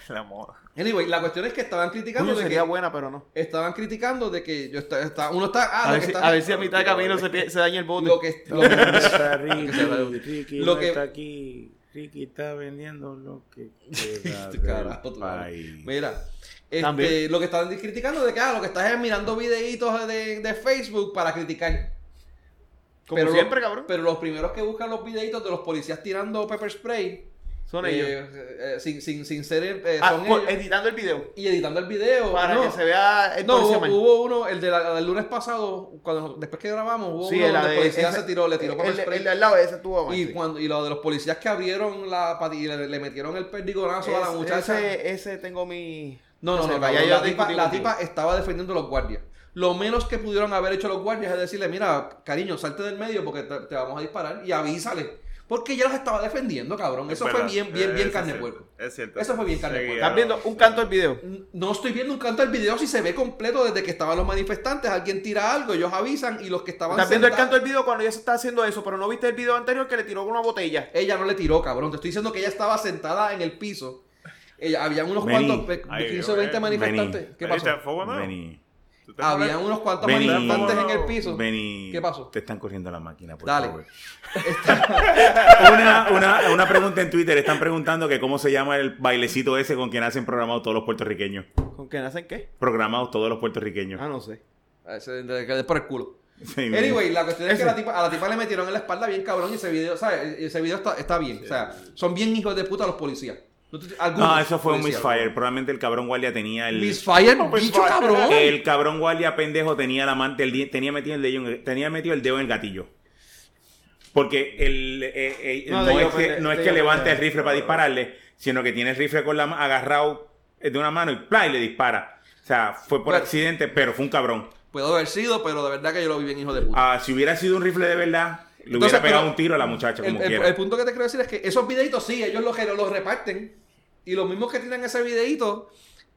[SPEAKER 5] La mona.
[SPEAKER 2] Anyway, la cuestión es que estaban criticando
[SPEAKER 3] Coño,
[SPEAKER 2] de
[SPEAKER 3] sería
[SPEAKER 2] que.
[SPEAKER 3] buena, pero no.
[SPEAKER 2] Estaban criticando de que yo está, está- uno está. Ah,
[SPEAKER 3] A
[SPEAKER 2] lo
[SPEAKER 3] ver,
[SPEAKER 2] que
[SPEAKER 3] si,
[SPEAKER 2] está-
[SPEAKER 3] a ver si a mitad de camino se, pie- se daña el bote.
[SPEAKER 2] Lo que, lo que-
[SPEAKER 6] Está Ricky, Ricky
[SPEAKER 2] Lo
[SPEAKER 6] no
[SPEAKER 2] que-
[SPEAKER 6] está aquí. Ricky está vendiendo lo que queda
[SPEAKER 2] Este carajo,
[SPEAKER 6] del
[SPEAKER 2] tú,
[SPEAKER 6] país.
[SPEAKER 2] Mira, este,
[SPEAKER 3] También.
[SPEAKER 2] lo que están criticando de que ah, lo que estás es mirando videitos de, de Facebook para criticar.
[SPEAKER 3] Como
[SPEAKER 2] lo-
[SPEAKER 3] siempre, cabrón.
[SPEAKER 2] Pero los primeros que buscan los videitos de los policías tirando pepper spray
[SPEAKER 3] Son
[SPEAKER 2] eh,
[SPEAKER 3] ellos.
[SPEAKER 2] eh, sin, sin, sin ser eh,
[SPEAKER 3] Ah,
[SPEAKER 2] son
[SPEAKER 3] por-
[SPEAKER 2] ellos,
[SPEAKER 3] editando el video.
[SPEAKER 2] y editando el video.
[SPEAKER 3] Para
[SPEAKER 2] no.
[SPEAKER 3] que se vea el
[SPEAKER 2] No,
[SPEAKER 3] policía
[SPEAKER 2] hubo,
[SPEAKER 3] mal.
[SPEAKER 2] hubo uno, el de la- del lunes pasado, cuando después que grabamos, hubo
[SPEAKER 3] Sí,
[SPEAKER 2] uno
[SPEAKER 3] el
[SPEAKER 2] donde
[SPEAKER 3] de-
[SPEAKER 2] el policía
[SPEAKER 3] ese-
[SPEAKER 2] se tiró, le tiró
[SPEAKER 3] el-
[SPEAKER 2] pepper
[SPEAKER 3] el-
[SPEAKER 2] spray.
[SPEAKER 3] El al lado de ese tuvo mal.
[SPEAKER 2] y,
[SPEAKER 3] sí.
[SPEAKER 2] cuando, y lo de los policías que abrieron la pati- y le, le metieron el perdigonazo a la
[SPEAKER 3] Ese-
[SPEAKER 2] muchacha.
[SPEAKER 3] Ese, ese tengo mi.
[SPEAKER 2] No, no,
[SPEAKER 3] ese,
[SPEAKER 2] no.
[SPEAKER 3] vaya,
[SPEAKER 2] cabrón,
[SPEAKER 3] yo
[SPEAKER 2] la, tipa,
[SPEAKER 3] discutí
[SPEAKER 2] la
[SPEAKER 3] contigo.
[SPEAKER 2] tipa estaba defendiendo a los guardias. Lo menos que pudieron haber hecho los guardias es decirle, mira, cariño, salte del medio porque te, te vamos a disparar y avísale. Porque ya los estaba defendiendo, cabrón. Eso
[SPEAKER 5] Es
[SPEAKER 2] fue
[SPEAKER 5] verdad.
[SPEAKER 2] bien, bien, bien
[SPEAKER 5] Eso
[SPEAKER 2] carne
[SPEAKER 5] es
[SPEAKER 2] de puerco.
[SPEAKER 5] cierto. Es cierto.
[SPEAKER 2] Eso fue bien carne de puerco.
[SPEAKER 5] Seguía-
[SPEAKER 3] Estás viendo un canto del video.
[SPEAKER 2] No estoy viendo un canto del video si se ve completo desde que estaban los manifestantes. Alguien tira algo, ellos avisan y los que estaban.
[SPEAKER 3] Estás viendo el
[SPEAKER 2] sentados-
[SPEAKER 3] canto del video cuando ella se está haciendo eso, pero no viste el video anterior que le tiró con una botella.
[SPEAKER 2] Ella no le tiró, cabrón. Te estoy diciendo que ella estaba sentada en el piso. Ella, habían unos
[SPEAKER 6] Vení.
[SPEAKER 2] cuantos, pe-
[SPEAKER 5] Ay,
[SPEAKER 2] 15 o 20
[SPEAKER 5] Dios, eh.
[SPEAKER 2] manifestantes.
[SPEAKER 6] Vení.
[SPEAKER 2] ¿Qué
[SPEAKER 5] Ahí
[SPEAKER 2] pasó?
[SPEAKER 5] está, fuego nuevo.
[SPEAKER 6] Vení.
[SPEAKER 5] ¿Tú te
[SPEAKER 2] Habían
[SPEAKER 5] acuerdas?
[SPEAKER 2] unos cuantos
[SPEAKER 6] Vení.
[SPEAKER 2] manifestantes en el piso.
[SPEAKER 6] Vení.
[SPEAKER 2] ¿Qué pasó?
[SPEAKER 6] Te están corriendo la máquina, por
[SPEAKER 2] Dale.
[SPEAKER 6] favor. una, una, una pregunta en Twitter. Están preguntando que cómo se llama el bailecito ese con quien hacen programados todos los puertorriqueños.
[SPEAKER 3] ¿Con qué nacen qué?
[SPEAKER 6] Programados todos los puertorriqueños.
[SPEAKER 3] Ah, no sé.
[SPEAKER 2] Ah, ese de- de- de por el culo.
[SPEAKER 6] Sí, mira.
[SPEAKER 2] Anyway, la cuestión es que
[SPEAKER 3] Ese.
[SPEAKER 2] la tipa- a la tipa le metieron en la espalda bien cabrón y ese video, ¿sabes? Ese video está, está bien. O sea, son bien hijos de puta los policías. No, te- algunos
[SPEAKER 6] No, eso fue un
[SPEAKER 2] policías.
[SPEAKER 6] misfire. Probablemente el cabrón guardia tenía el... pues,
[SPEAKER 2] Misfire, bicho
[SPEAKER 5] misfire.
[SPEAKER 2] cabrón.
[SPEAKER 6] El cabrón guardia pendejo tenía la mante, el di- tenía metido el dedo, en el- tenía metido el dedo en el gatillo. Porque el, eh, eh,
[SPEAKER 3] No,
[SPEAKER 6] no,
[SPEAKER 3] dedo
[SPEAKER 6] es que,
[SPEAKER 3] pende-
[SPEAKER 6] no es
[SPEAKER 3] dedo
[SPEAKER 6] que levante
[SPEAKER 3] pendejo.
[SPEAKER 6] el rifle para dispararle, sino que tiene el rifle con la ma- agarrado eh, de una mano y ¡plá! y le dispara. O sea, fue por
[SPEAKER 2] Bueno.
[SPEAKER 6] accidente, pero fue un cabrón.
[SPEAKER 2] Puedo haber sido, pero de verdad que yo lo vi bien hijo de puta.
[SPEAKER 6] Ah, si hubiera sido un rifle de verdad, le
[SPEAKER 2] Entonces,
[SPEAKER 6] hubiera pegado
[SPEAKER 2] pero-
[SPEAKER 6] un tiro a la muchacha,
[SPEAKER 2] el,
[SPEAKER 6] como
[SPEAKER 2] el-
[SPEAKER 6] quiera.
[SPEAKER 2] el punto que te quiero decir es que esos videitos sí, ellos los, los reparten. Y los mismos que tienen ese videito,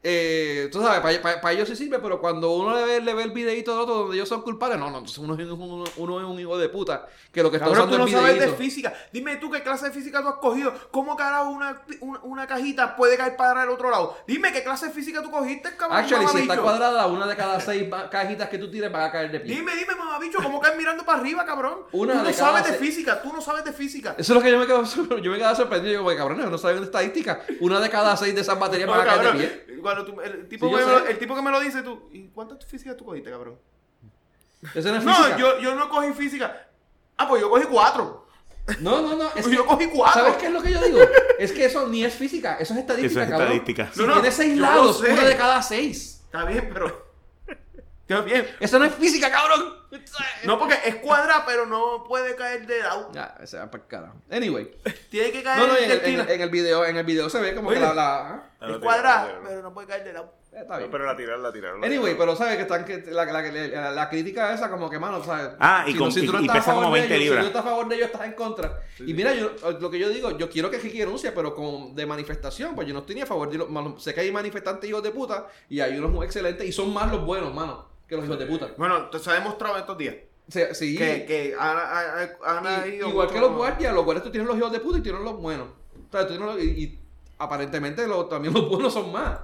[SPEAKER 2] eh, tú sabes, para ellos sí sirve, pero cuando uno le ve, le ve el videito de otro donde ellos son culpables, no, no, entonces uno, es un- uno- uno es un hijo de puta que lo que está
[SPEAKER 3] Cabrón,
[SPEAKER 2] usando
[SPEAKER 3] tú no
[SPEAKER 2] es
[SPEAKER 3] sabes de
[SPEAKER 2] videíto.
[SPEAKER 3] física. Dime tú qué clase de física tú has cogido. ¿Cómo carajo una, una, una cajita puede caer para el otro lado? Dime qué clase de física tú cogiste, cabrón.
[SPEAKER 2] Actually, si está
[SPEAKER 3] mamabicho?
[SPEAKER 2] cuadrada, una de cada seis ba- cajitas que tú tires va a caer de pie.
[SPEAKER 3] Dime, dime, mamabicho, ¿cómo caes mirando para arriba, cabrón?
[SPEAKER 2] Una
[SPEAKER 3] tú no
[SPEAKER 2] de cada
[SPEAKER 3] sabes de
[SPEAKER 2] seis-
[SPEAKER 3] física, tú no sabes de física.
[SPEAKER 2] Eso es lo que yo me quedo, sor- yo me quedaba sorprendido. Yo, como, cabrones, no saben de estadística. Una de cada seis de esas baterías
[SPEAKER 3] No,
[SPEAKER 2] van a caer
[SPEAKER 3] cabrón,
[SPEAKER 2] de pie.
[SPEAKER 3] cuando tú- el, tipo
[SPEAKER 2] Sí,
[SPEAKER 3] que
[SPEAKER 2] yo
[SPEAKER 3] me lo-
[SPEAKER 2] sé.
[SPEAKER 3] el tipo que me lo dice, tú, ¿y cuántas físicas tú cogiste, cabrón?
[SPEAKER 2] Eso no es física.
[SPEAKER 3] No, yo, yo no cogí física. Ah, pues yo cogí cuatro.
[SPEAKER 2] No, no, no. es
[SPEAKER 3] Pues
[SPEAKER 2] que-
[SPEAKER 3] yo cogí cuatro.
[SPEAKER 2] ¿Sabes qué es lo que yo digo? Es que eso ni es física, eso es estadística,
[SPEAKER 6] Eso es
[SPEAKER 2] cabrón.
[SPEAKER 6] estadística.
[SPEAKER 2] Si
[SPEAKER 3] No, no,
[SPEAKER 2] tienes seis
[SPEAKER 3] yo
[SPEAKER 2] lados,
[SPEAKER 3] lo sé.
[SPEAKER 2] uno de cada seis.
[SPEAKER 3] Está bien, pero. Está bien.
[SPEAKER 2] Eso no es física, cabrón.
[SPEAKER 3] No, porque es cuadrada, pero no puede caer de lado.
[SPEAKER 2] Ya, se va para carajo. Anyway.
[SPEAKER 3] Tiene que caer
[SPEAKER 2] No, no,
[SPEAKER 3] de
[SPEAKER 2] en el, en
[SPEAKER 3] esquina.
[SPEAKER 2] el- en el video, en el video se ve como que
[SPEAKER 3] Oye.
[SPEAKER 2] la, la- ajá.
[SPEAKER 5] Ah, no,
[SPEAKER 3] es
[SPEAKER 5] tío,
[SPEAKER 3] cuadrada,
[SPEAKER 5] no, tío, no.
[SPEAKER 3] pero no puede caer de lado.
[SPEAKER 2] Eh, está bien.
[SPEAKER 5] pero la tiraron, la tiraron. la
[SPEAKER 2] Anyway,
[SPEAKER 5] tiraron.
[SPEAKER 2] pero sabes que están que la, la, la- la crítica esa como que mano, sabes.
[SPEAKER 4] Ah, y
[SPEAKER 2] Si
[SPEAKER 4] con-
[SPEAKER 2] no- si tú no
[SPEAKER 4] y- y
[SPEAKER 2] estás a
[SPEAKER 4] pesa como
[SPEAKER 2] favor de
[SPEAKER 4] 20
[SPEAKER 2] ellos,
[SPEAKER 4] libras.
[SPEAKER 2] Si no estás a favor de ellos, estás en contra. y mira, yo, eh, lo que yo digo, yo quiero que Ricky renuncie, pero con, de manifestación, pues yo no estoy ni a favor. Yo, no- mano, sé que hay manifestantes hijos de puta y hay unos excelentes y son más los buenos, mano, que los hijos de puta.
[SPEAKER 3] Bueno, te- se ha demostrado estos días
[SPEAKER 2] O sea, sí.
[SPEAKER 3] que, que han, ha- ha- han
[SPEAKER 2] Y-
[SPEAKER 3] ido
[SPEAKER 2] igual
[SPEAKER 3] mucho-
[SPEAKER 2] que los guardias, los guardias tú tienes los hijos de puta y tienes los buenos. O sea, tú tienes los- y, y aparentemente los- también los buenos son más.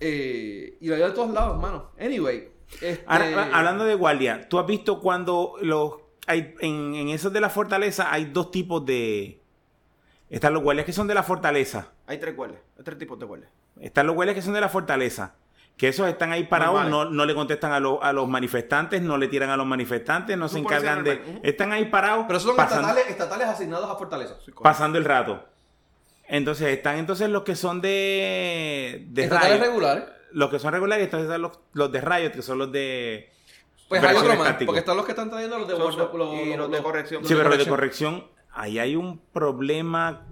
[SPEAKER 2] Eh, y lo hay de todos lados, hermano. Anyway. este-
[SPEAKER 4] Ahora, ha- Hablando de guardia, ¿tú has visto cuando los hay en, en esos de la fortaleza hay dos tipos de están los guardias que son de la fortaleza,
[SPEAKER 3] Hay tres guardias, hay tres tipos de guardias.
[SPEAKER 4] están los guardias que son de la fortaleza, que esos están ahí parados, no,
[SPEAKER 3] Normales.
[SPEAKER 4] no le contestan a, los- a los manifestantes, no le tiran a los manifestantes, no se
[SPEAKER 3] policía
[SPEAKER 4] encargan de,
[SPEAKER 3] normal, ujú.
[SPEAKER 4] están ahí parados,
[SPEAKER 2] Uh-huh. pero esos son
[SPEAKER 4] pasando-
[SPEAKER 2] estatales, estatales asignados a Fortaleza.
[SPEAKER 4] pasando el rato. Entonces están entonces los que son de, de
[SPEAKER 2] estatales
[SPEAKER 4] rayo,
[SPEAKER 2] regulares.
[SPEAKER 4] los que son regulares, entonces están los, los de rayos, que son los de
[SPEAKER 2] Pues hay
[SPEAKER 4] Pero
[SPEAKER 2] otro
[SPEAKER 4] son
[SPEAKER 2] más.
[SPEAKER 4] estáticos.
[SPEAKER 2] Porque están los que están trayendo los de,
[SPEAKER 3] Son-
[SPEAKER 2] los- los-
[SPEAKER 3] y los de corrección.
[SPEAKER 4] Sí, pero de
[SPEAKER 2] corrección.
[SPEAKER 4] corrección, ahí hay un problema,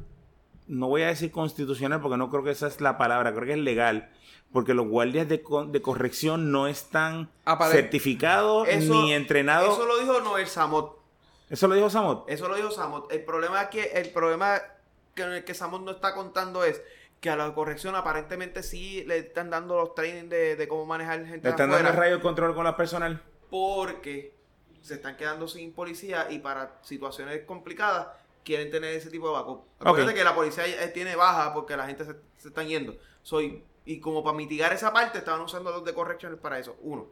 [SPEAKER 4] no voy a decir constitucional porque no creo que esa es la palabra, creo que es legal, porque los guardias de, co- de corrección no están
[SPEAKER 2] Apare-
[SPEAKER 4] certificados
[SPEAKER 3] Eso-
[SPEAKER 4] ni entrenados.
[SPEAKER 3] Eso lo dijo Noel Samot.
[SPEAKER 4] Eso lo dijo Samot.
[SPEAKER 3] Eso lo dijo Samot. El problema es que el problema que, en el que Samot no está contando es que a la corrección aparentemente sí le están dando los trainings de, de cómo manejar gente
[SPEAKER 4] Le están
[SPEAKER 3] afuera
[SPEAKER 4] dando el rayo de control con la personal.
[SPEAKER 3] porque se están quedando sin policía y para situaciones complicadas quieren tener ese tipo de backup. Acuérdate
[SPEAKER 4] Ok.
[SPEAKER 3] que la policía eh, tiene baja porque la gente se, se están yendo. Soy, y como para mitigar esa parte, estaban usando los de correcciones para eso. Uno.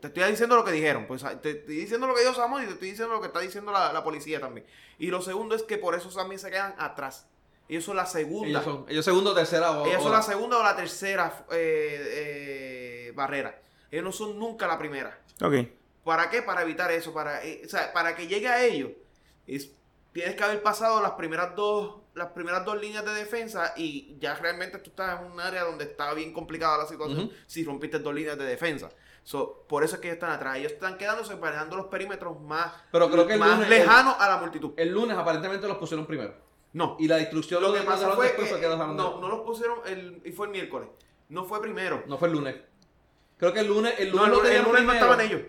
[SPEAKER 3] Te estoy diciendo lo que dijeron, pues te estoy diciendo lo que dijo Samuel y te estoy diciendo lo que está diciendo la, la policía también. Y lo segundo es que por eso también se quedan atrás. Ellos son la segunda.
[SPEAKER 2] Ellos son, ellos segundo, tercera o.
[SPEAKER 3] Ellas
[SPEAKER 2] o-
[SPEAKER 3] son la segunda o la tercera eh, eh, barrera. Ellos no son nunca la primera.
[SPEAKER 4] Ok.
[SPEAKER 3] ¿Para qué? Para evitar eso. Para, eh, o sea, para que llegue a ellos, es- tienes que haber pasado las primeras dos las primeras dos líneas de defensa y ya realmente tú estás en un área donde está bien complicada la situación
[SPEAKER 2] Ujú.
[SPEAKER 3] si rompiste dos líneas de defensa. So, por eso es que ellos están atrás. Ellos están quedándose manejando los perímetros más,
[SPEAKER 2] Pero creo que el
[SPEAKER 3] más
[SPEAKER 2] lunes-
[SPEAKER 3] lejanos a la multitud.
[SPEAKER 2] El lunes aparentemente los pusieron primero.
[SPEAKER 3] no.
[SPEAKER 2] Y la destrucción
[SPEAKER 3] Lo
[SPEAKER 2] de-
[SPEAKER 3] que pasa
[SPEAKER 2] de-
[SPEAKER 3] fue
[SPEAKER 2] después
[SPEAKER 3] que
[SPEAKER 2] fue que los
[SPEAKER 3] no,
[SPEAKER 2] dejaron de-
[SPEAKER 3] no los pusieron el, y fue el miércoles. No fue primero.
[SPEAKER 2] No fue el lunes. Creo que el lunes. El
[SPEAKER 3] No,
[SPEAKER 2] lunes,
[SPEAKER 3] el
[SPEAKER 2] lo
[SPEAKER 3] lunes, el
[SPEAKER 2] tenían
[SPEAKER 3] lunes no
[SPEAKER 2] primero.
[SPEAKER 3] estaban ellos.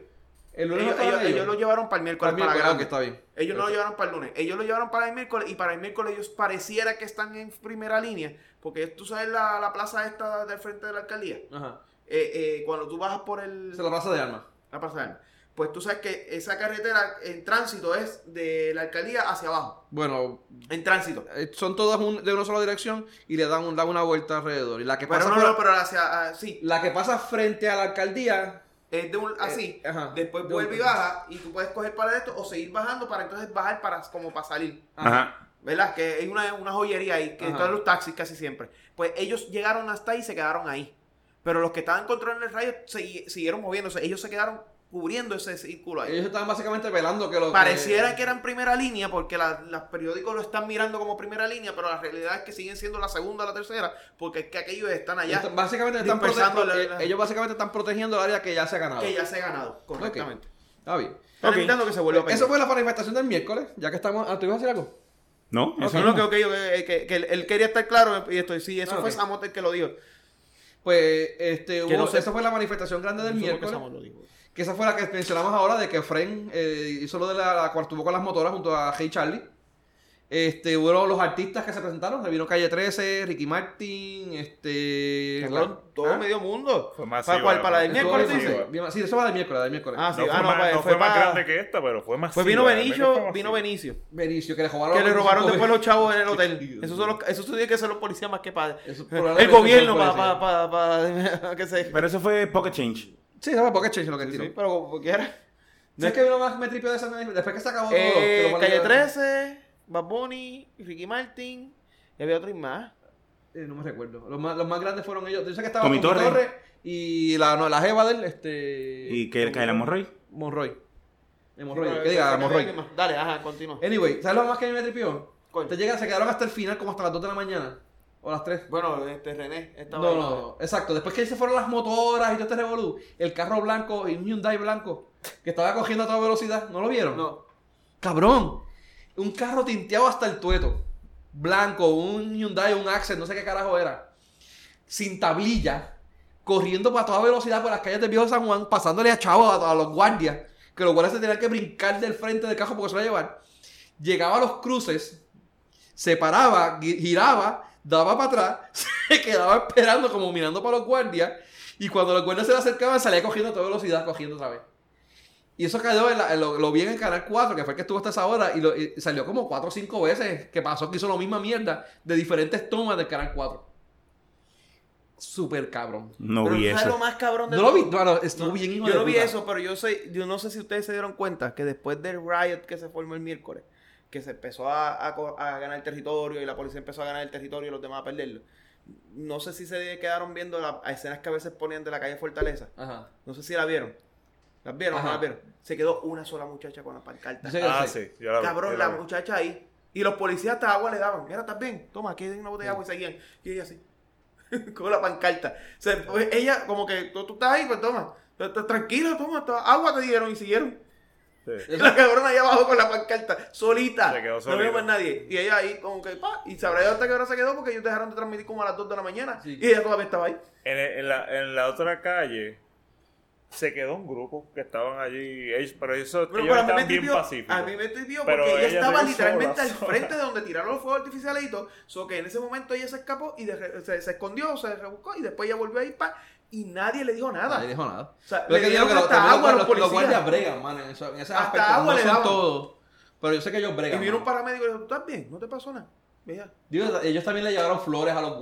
[SPEAKER 2] El lunes
[SPEAKER 3] Ellos,
[SPEAKER 2] no estaban
[SPEAKER 3] ellos- ellos lo llevaron para el miércoles,
[SPEAKER 2] Para el
[SPEAKER 3] para la
[SPEAKER 2] miércoles,
[SPEAKER 3] grande.
[SPEAKER 2] ok, está bien.
[SPEAKER 3] Ellos no lo
[SPEAKER 2] Perfecto.
[SPEAKER 3] llevaron para el lunes. Ellos lo llevaron para el miércoles y para el miércoles ellos pareciera que están en primera línea. Porque tú sabes la, la plaza esta del frente de la alcaldía. Eh,
[SPEAKER 2] Ajá.
[SPEAKER 3] eh, cuando tú bajas por el...
[SPEAKER 2] Se la plaza de armas.
[SPEAKER 3] la plaza de armas. Pues tú sabes que esa carretera en tránsito es de la alcaldía hacia abajo.
[SPEAKER 2] Bueno,
[SPEAKER 3] En tránsito.
[SPEAKER 2] eh, son todas un- de una sola dirección y le dan, un- dan una vuelta alrededor. Y la que
[SPEAKER 3] Pero
[SPEAKER 2] pasa,
[SPEAKER 3] no,
[SPEAKER 2] por-
[SPEAKER 3] no, pero hacia... ah, sí.
[SPEAKER 2] la que pasa frente a la alcaldía.
[SPEAKER 3] Es de un, así.
[SPEAKER 2] Eh, ajá.
[SPEAKER 3] Después
[SPEAKER 2] De
[SPEAKER 3] vuelve
[SPEAKER 2] un-
[SPEAKER 3] y baja y tú puedes coger para esto o seguir bajando para entonces bajar para como para salir.
[SPEAKER 4] Ajá.
[SPEAKER 3] ¿Verdad? Que hay una, una joyería ahí, que
[SPEAKER 2] Ajá.
[SPEAKER 3] están los taxis casi siempre. Pues ellos llegaron hasta ahí y se quedaron ahí. Pero los que estaban controlando el rayo segui- siguieron moviéndose. Ellos se quedaron cubriendo ese círculo ahí.
[SPEAKER 2] Ellos eh, estaban básicamente velando que lo.
[SPEAKER 3] Pareciera que eran primera línea, porque la- los periódicos lo están mirando como primera línea, pero la realidad es que siguen siendo la segunda o la tercera, porque es que aquellos están allá,
[SPEAKER 2] Esto- básicamente están
[SPEAKER 3] dispersando
[SPEAKER 2] prote-
[SPEAKER 3] la-
[SPEAKER 2] eh,
[SPEAKER 3] la-
[SPEAKER 2] Ellos básicamente están protegiendo el área que ya se ha ganado.
[SPEAKER 3] que ya se ha ganado, correctamente.
[SPEAKER 2] Está bien.
[SPEAKER 3] Están
[SPEAKER 4] Ok.
[SPEAKER 3] evitando que se vuelva a
[SPEAKER 2] Eso
[SPEAKER 3] pelear.
[SPEAKER 2] fue la manifestación del miércoles, ya que estamos. Ah, ¿tú ibas a decir algo?
[SPEAKER 4] No, eso
[SPEAKER 3] No,
[SPEAKER 4] no.
[SPEAKER 3] no, que, ok, ok, que- que él, él quería estar claro y estoy, sí, eso
[SPEAKER 2] Ah,
[SPEAKER 3] fue
[SPEAKER 2] ok.
[SPEAKER 3] Samote el que lo dijo.
[SPEAKER 2] Pues, este, hubo,
[SPEAKER 3] no sé-
[SPEAKER 2] esa fue la manifestación grande del
[SPEAKER 3] Eso fue lo que
[SPEAKER 2] miércoles.
[SPEAKER 3] Samote lo dijo.
[SPEAKER 2] Que esa fue la que mencionamos ahora de que Fren eh, hizo lo de la, la cuartuvo con las motoras junto a Hey Charlie. Este, hubo los artistas que se presentaron, se vino Calle 13, Ricky Martin, este.
[SPEAKER 3] Cabrón,
[SPEAKER 2] la-
[SPEAKER 3] todo
[SPEAKER 2] ¿Ah?
[SPEAKER 3] medio mundo.
[SPEAKER 5] Fue
[SPEAKER 3] ¿Para
[SPEAKER 5] masiva,
[SPEAKER 3] cuál? ¿Para
[SPEAKER 5] ¿no?
[SPEAKER 3] el
[SPEAKER 2] Estuvo
[SPEAKER 3] miércoles tú
[SPEAKER 2] bien
[SPEAKER 3] dices?
[SPEAKER 2] masiva. Bien- Sí, eso va del miércoles, del miércoles.
[SPEAKER 3] Ah, sí,
[SPEAKER 5] No fue,
[SPEAKER 3] ah, no,
[SPEAKER 5] más,
[SPEAKER 2] pues,
[SPEAKER 3] pa-
[SPEAKER 5] no
[SPEAKER 3] fue
[SPEAKER 5] fue más
[SPEAKER 3] pa-
[SPEAKER 5] grande que esta, pero fue más.
[SPEAKER 3] Pues vino Benicio, vino Benicio.
[SPEAKER 2] Benicio, que le robaron
[SPEAKER 3] Que le
[SPEAKER 2] los
[SPEAKER 3] robaron
[SPEAKER 2] 25
[SPEAKER 3] después los chavos en el hotel.
[SPEAKER 2] Dios
[SPEAKER 3] Esos son los, esos tienen que ser los policías más que para
[SPEAKER 2] Eso probablemente
[SPEAKER 3] el gobierno
[SPEAKER 2] son los
[SPEAKER 3] para para para que se
[SPEAKER 4] Pero eso fue Pocket Change.
[SPEAKER 2] Sí, sabe por qué Chase lo que tiró.
[SPEAKER 3] sí, pero como quiera.
[SPEAKER 2] No es que vino más me tripió de esa manif- después que se acabó todo. que
[SPEAKER 3] Eh,
[SPEAKER 2] lo
[SPEAKER 3] Calle
[SPEAKER 2] validaron.
[SPEAKER 3] 13, Bad Bunny, Ricky Martin, y había otros más.
[SPEAKER 2] Eh, no me recuerdo. Los más, los más grandes fueron ellos. Yo sé que estaba
[SPEAKER 4] Tommy
[SPEAKER 2] Tommy
[SPEAKER 4] Torres.
[SPEAKER 2] Torres y la, no, la jeva del este,
[SPEAKER 4] Y que el Kyle Monroy.
[SPEAKER 2] Monroy. De Monroy.
[SPEAKER 3] Pero,
[SPEAKER 2] que diga,
[SPEAKER 3] pero,
[SPEAKER 2] Monroy.
[SPEAKER 3] pero, Dale, ajá, continúa.
[SPEAKER 2] Anyway, ¿sabes lo más que me tripió?
[SPEAKER 3] Coño.
[SPEAKER 2] Te llegan, se quedaron hasta el final, como hasta las 2 de la mañana. O las 3.
[SPEAKER 3] Bueno, este René
[SPEAKER 2] No,
[SPEAKER 3] estaba
[SPEAKER 2] no,
[SPEAKER 3] ahí.
[SPEAKER 2] no, exacto. Después que se fueron las motoras y todo este revolú, el carro blanco, el Hyundai blanco, que estaba cogiendo a toda velocidad, ¿no lo vieron?
[SPEAKER 3] No.
[SPEAKER 2] Cabrón, un carro tinteado hasta el tueto. Blanco, un Hyundai, un Accent, no sé qué carajo era. Sin tablilla. corriendo a toda velocidad por las calles del viejo San Juan, pasándole a chavos, a, a los guardias, que los guardias se tenían que brincar del frente del carro porque se lo iba a llevar. Llegaba a los cruces, se paraba, gui- giraba, daba para atrás, se quedaba esperando como mirando para los guardias, y cuando los guardias se le acercaban salía cogiendo a toda velocidad, cogiendo otra vez. Y eso cayó, en la- en lo, lo vi en el canal 4, que fue el que estuvo hasta esa hora, y, lo- y salió como 4 o 5 veces que pasó, que hizo la misma mierda de diferentes tomas del canal 4. Súper cabrón.
[SPEAKER 7] No
[SPEAKER 3] Pero
[SPEAKER 7] vi
[SPEAKER 3] ¿sabes
[SPEAKER 7] eso.
[SPEAKER 3] lo más cabrón de
[SPEAKER 2] No lo vi,
[SPEAKER 3] todo?
[SPEAKER 2] no, no, estuvo
[SPEAKER 3] No,
[SPEAKER 2] bien hijo
[SPEAKER 3] Yo
[SPEAKER 2] de
[SPEAKER 3] no vi
[SPEAKER 2] puta.
[SPEAKER 3] eso, pero yo sé, yo no sé si ustedes se dieron cuenta que después del riot que se formó el miércoles, que se empezó a, a co- a ganar territorio y la policía empezó a ganar el territorio y los demás a perderlo. No sé si se quedaron viendo las escenas que a veces ponían de la calle Fortaleza.
[SPEAKER 2] Ajá.
[SPEAKER 3] No sé si la vieron. ¿Las vieron o no
[SPEAKER 2] Ajá.
[SPEAKER 3] las vieron? Se quedó una sola muchacha con la pancarta.
[SPEAKER 2] Yo sé que-
[SPEAKER 5] Ah,
[SPEAKER 2] sí.
[SPEAKER 5] sí. yo la vi, yo
[SPEAKER 3] Cabrón,
[SPEAKER 5] la
[SPEAKER 3] la
[SPEAKER 5] vi.
[SPEAKER 3] muchacha ahí. Y los policías hasta agua le daban. Mira, ¿estás bien? Toma, aquí hay una botella de agua y seguían. Y ella así. con la pancarta. O sea, pues, ella como que, tú, tú estás ahí, pues toma. T- t- Tranquila, toma. to- Agua te dieron y siguieron.
[SPEAKER 5] Sí.
[SPEAKER 3] La cabrona ahí abajo con la pancarta. Solita.
[SPEAKER 5] Se quedó
[SPEAKER 3] No
[SPEAKER 5] solita.
[SPEAKER 3] vio más nadie. Y ella ahí como que, pa. Y sabrá yo hasta qué hora se quedó porque ellos dejaron de transmitir como a las 2 de la mañana.
[SPEAKER 2] Sí.
[SPEAKER 3] Y ella todavía estaba ahí.
[SPEAKER 5] En, en la, en la otra calle se quedó un grupo que estaban allí, ellos, pero eso,
[SPEAKER 3] Pero,
[SPEAKER 5] ellos
[SPEAKER 3] pero a mí me
[SPEAKER 5] estaban bien
[SPEAKER 3] tripió,
[SPEAKER 5] pacíficos.
[SPEAKER 3] a mí me tripió
[SPEAKER 5] Pero
[SPEAKER 3] porque ella,
[SPEAKER 5] ella
[SPEAKER 3] estaba
[SPEAKER 5] se vio
[SPEAKER 3] literalmente
[SPEAKER 5] sola,
[SPEAKER 3] al
[SPEAKER 5] sola.
[SPEAKER 3] frente de donde tiraron los fuegos artificiales y todo. So que en ese momento ella se escapó y de re- se, se escondió, se rebuscó y después ella volvió a ir para y nadie le dijo nada.
[SPEAKER 2] Nadie dijo nada.
[SPEAKER 3] O sea,
[SPEAKER 2] Pero
[SPEAKER 3] le
[SPEAKER 2] es que
[SPEAKER 3] dieron
[SPEAKER 2] digo que lo-
[SPEAKER 3] hasta agua
[SPEAKER 2] también
[SPEAKER 3] a
[SPEAKER 2] los,
[SPEAKER 3] los
[SPEAKER 2] los
[SPEAKER 3] policías.
[SPEAKER 2] guardias bregan, man, en, eso, en ese
[SPEAKER 3] Hasta
[SPEAKER 2] aspecto.
[SPEAKER 3] agua
[SPEAKER 2] no
[SPEAKER 3] le
[SPEAKER 2] son
[SPEAKER 3] daban.
[SPEAKER 2] todos, Pero yo sé que ellos
[SPEAKER 3] Y
[SPEAKER 2] bregan.
[SPEAKER 3] vino un
[SPEAKER 2] mano.
[SPEAKER 3] paramédico y le dijo, ¿tú estás bien? ¿No te pasó nada? Mira.
[SPEAKER 2] Digo, ellos también le llevaron flores a los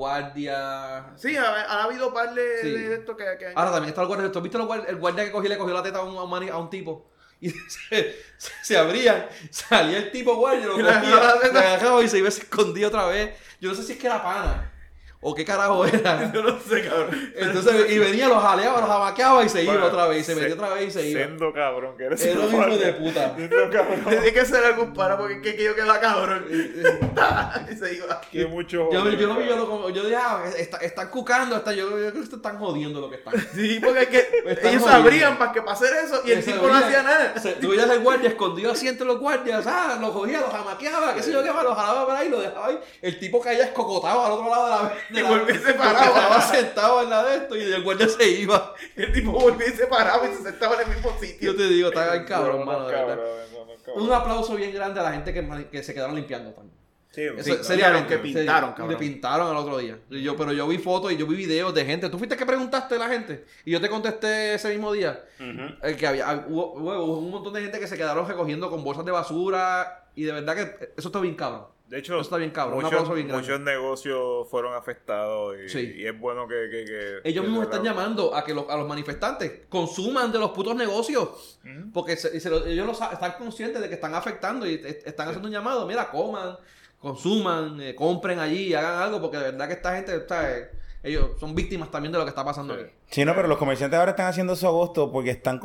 [SPEAKER 2] guardias.
[SPEAKER 3] Sí, ha, ha habido par de,
[SPEAKER 2] Sí. Ah.
[SPEAKER 3] de esto que, que han-
[SPEAKER 2] Ahora también está el guardia. ¿Tú has visto los guard- el guardia que cogió, le cogió la teta a un, a un mani- a un tipo? Y se, se, se abría, salía el tipo guardia, lo
[SPEAKER 3] Y le
[SPEAKER 2] cogía,
[SPEAKER 3] agarraba la teta.
[SPEAKER 2] le agarraba y se iba a escondido otra vez. Yo no sé si es que era pana o qué carajo era.
[SPEAKER 3] Yo no sé, cabrón.
[SPEAKER 2] Entonces, y venía, los jaleaba, los amaqueaba y se iba
[SPEAKER 5] Bueno,
[SPEAKER 2] otra vez, y se
[SPEAKER 5] se-
[SPEAKER 2] metía otra vez y se iba.
[SPEAKER 5] Sendo cabrón, que eres
[SPEAKER 2] Era un hijo de puta.
[SPEAKER 5] Sendo cabrón,
[SPEAKER 3] Tiene que ser algún para porque es que yo quedaba cabrón. y se iba.
[SPEAKER 5] que mucho.
[SPEAKER 2] Yo,
[SPEAKER 5] joder,
[SPEAKER 2] yo lo vi, yo
[SPEAKER 5] cabrón.
[SPEAKER 2] lo como- yo dije, ah, está- están cucando, está, yo, yo creo que están jodiendo lo que están.
[SPEAKER 3] Sí, porque es que
[SPEAKER 2] Me están
[SPEAKER 3] ellos
[SPEAKER 2] jodiendo.
[SPEAKER 3] sabrían para que pasara eso y el
[SPEAKER 2] Ese
[SPEAKER 3] tipo no
[SPEAKER 2] veía-
[SPEAKER 3] hacía nada.
[SPEAKER 2] se- Tú veías al guardia escondido así entre los guardias, ah, los cogía, los amaqueaba, qué sé yo qué más, los jalaba para ahí, lo dejaba ahí. El tipo caía escocotado al otro lado de la de
[SPEAKER 3] Y
[SPEAKER 2] la-
[SPEAKER 3] volvía y se
[SPEAKER 2] porque
[SPEAKER 3] paraba.
[SPEAKER 2] Estaba sentado en la de esto y el guardia se iba.
[SPEAKER 3] El tipo volvía y se paraba y se sentaba en el mismo sitio.
[SPEAKER 2] Yo te digo, está bien cabrón,
[SPEAKER 5] No, no,
[SPEAKER 2] mano, de verdad.
[SPEAKER 5] cabrón, no, no, cabrón.
[SPEAKER 2] Un aplauso bien grande a la gente que, mani- que se quedaron limpiando también.
[SPEAKER 5] Sí,
[SPEAKER 2] Eso,
[SPEAKER 5] sí,
[SPEAKER 2] sería
[SPEAKER 3] claro, que pintaron,
[SPEAKER 2] Le
[SPEAKER 3] cabrón.
[SPEAKER 2] pintaron el otro día. Y yo, pero yo vi fotos y yo vi videos de gente. Tú fuiste que preguntaste a la gente. Y yo te contesté ese mismo día. Eh, que había, hab- hubo, hubo- hubo un montón de gente que se quedaron recogiendo con bolsas de basura. Y de verdad que eh, eso está bien cabrón.
[SPEAKER 5] De hecho,
[SPEAKER 2] Eso está bien cabrón, un
[SPEAKER 5] muchos,
[SPEAKER 2] aplauso bien grande.
[SPEAKER 5] muchos negocios fueron afectados y,
[SPEAKER 2] Sí.
[SPEAKER 5] y es bueno que... que- que-
[SPEAKER 2] Ellos
[SPEAKER 5] que
[SPEAKER 2] mismos
[SPEAKER 5] se
[SPEAKER 2] están
[SPEAKER 5] la-
[SPEAKER 2] llamando a que los, a los manifestantes consuman de los putos negocios.
[SPEAKER 5] Ujú.
[SPEAKER 2] Porque se- se lo- ellos lo sa- están conscientes de que están afectando y est- están haciendo un llamado. Mira, coman, consuman, eh, compren allí, hagan algo. Porque de verdad que esta gente, o sea, eh, ellos son víctimas también de lo que está pasando
[SPEAKER 5] Sí.
[SPEAKER 2] aquí.
[SPEAKER 4] Sí, no, pero los comerciantes ahora están haciendo su agosto porque están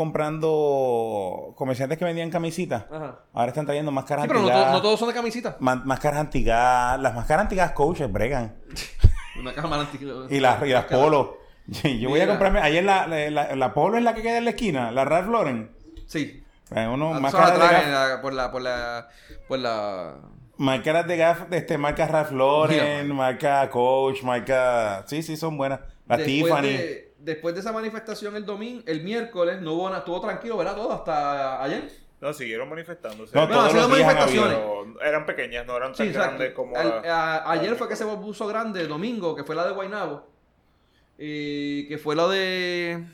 [SPEAKER 4] comprando comerciantes que vendían camisitas.
[SPEAKER 2] Ajá.
[SPEAKER 4] Ahora están trayendo máscaras
[SPEAKER 2] Sí, pero no, to-
[SPEAKER 4] antigas.
[SPEAKER 2] no todos son de camisita.
[SPEAKER 4] ma- máscaras antigas. Las máscaras antigas coaches bregan.
[SPEAKER 2] Una cámara antigua.
[SPEAKER 4] Y las, y las polo. Yo voy a
[SPEAKER 2] Mira.
[SPEAKER 4] comprarme. Ayer la, la, la- la polo es la que queda en la esquina, la Ralph Lauren.
[SPEAKER 2] Sí.
[SPEAKER 4] Eh, Uno,
[SPEAKER 2] Ah, Eso la
[SPEAKER 4] máscaras de
[SPEAKER 2] traen
[SPEAKER 4] gafas.
[SPEAKER 2] la- por la, por la, por la...
[SPEAKER 4] Marcas de gaf, este, marca Ralph Lauren,
[SPEAKER 2] Mira.
[SPEAKER 4] marca Coach, marca... Sí, sí, son buenas. La Tiffany.
[SPEAKER 2] De, después de esa manifestación el domingo, el miércoles, no hubo nada, estuvo tranquilo, ¿verdad? Todo hasta ayer.
[SPEAKER 5] No, siguieron manifestándose.
[SPEAKER 4] No,
[SPEAKER 2] Bueno,
[SPEAKER 4] todos
[SPEAKER 2] han sido
[SPEAKER 4] los días han
[SPEAKER 2] manifestaciones.
[SPEAKER 4] habido.
[SPEAKER 5] Pero eran pequeñas, no eran tan
[SPEAKER 2] Sí, exacto.
[SPEAKER 5] grandes como...
[SPEAKER 2] Al-
[SPEAKER 5] la-
[SPEAKER 2] a- ayer fue que se puso grande, el domingo, que fue la de Guaynabo. eh, que fue la de...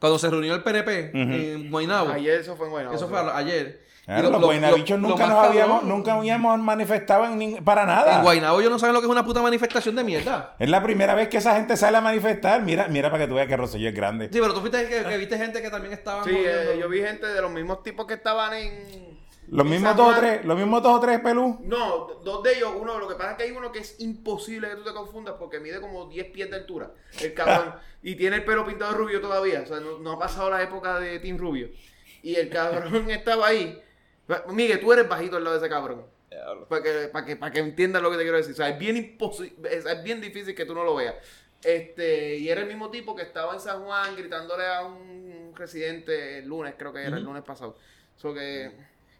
[SPEAKER 2] Cuando se reunió el PNP
[SPEAKER 4] Ujú.
[SPEAKER 2] en Guaynabo.
[SPEAKER 3] Ayer eso fue en Guaynabo.
[SPEAKER 2] Eso fue a- ayer. Y
[SPEAKER 4] Claro,
[SPEAKER 2] lo-
[SPEAKER 4] los
[SPEAKER 2] lo-
[SPEAKER 4] buenabichos
[SPEAKER 2] lo- lo
[SPEAKER 4] Ah, nunca
[SPEAKER 2] más
[SPEAKER 4] nos habíamos,
[SPEAKER 2] cabrón-
[SPEAKER 4] nunca habíamos manifestado en nin- para nada.
[SPEAKER 2] En Guaynabo ellos no saben lo que es una puta manifestación de mierda.
[SPEAKER 4] Es la primera vez que esa gente sale a manifestar. Mira, mira para que tú veas que Rosselló es grande.
[SPEAKER 2] Sí, pero tú fuiste que, que viste gente que también estaba.
[SPEAKER 3] Sí, eh, yo vi gente de los mismos tipos que estaban en...
[SPEAKER 4] Los
[SPEAKER 3] en
[SPEAKER 4] mismos
[SPEAKER 3] San
[SPEAKER 4] dos o
[SPEAKER 3] Juan.
[SPEAKER 4] tres, los mismos dos o tres pelú.
[SPEAKER 3] No, dos de ellos, uno, lo que pasa es que hay uno que es imposible que tú te confundas porque mide como 10 pies de altura, el cabrón, y tiene el pelo pintado de rubio todavía, o sea, no, no ha pasado la época de Team Rubio. Y el cabrón estaba ahí. Miguel, tú eres bajito al lado de ese cabrón. Para que, para que, para que entiendas lo que te quiero decir. O sea, es bien imposible, es, es bien difícil que tú no lo veas. Este, y era el mismo tipo que estaba en San Juan gritándole a un residente el lunes, creo que era el
[SPEAKER 2] Ujú.
[SPEAKER 3] lunes pasado. So que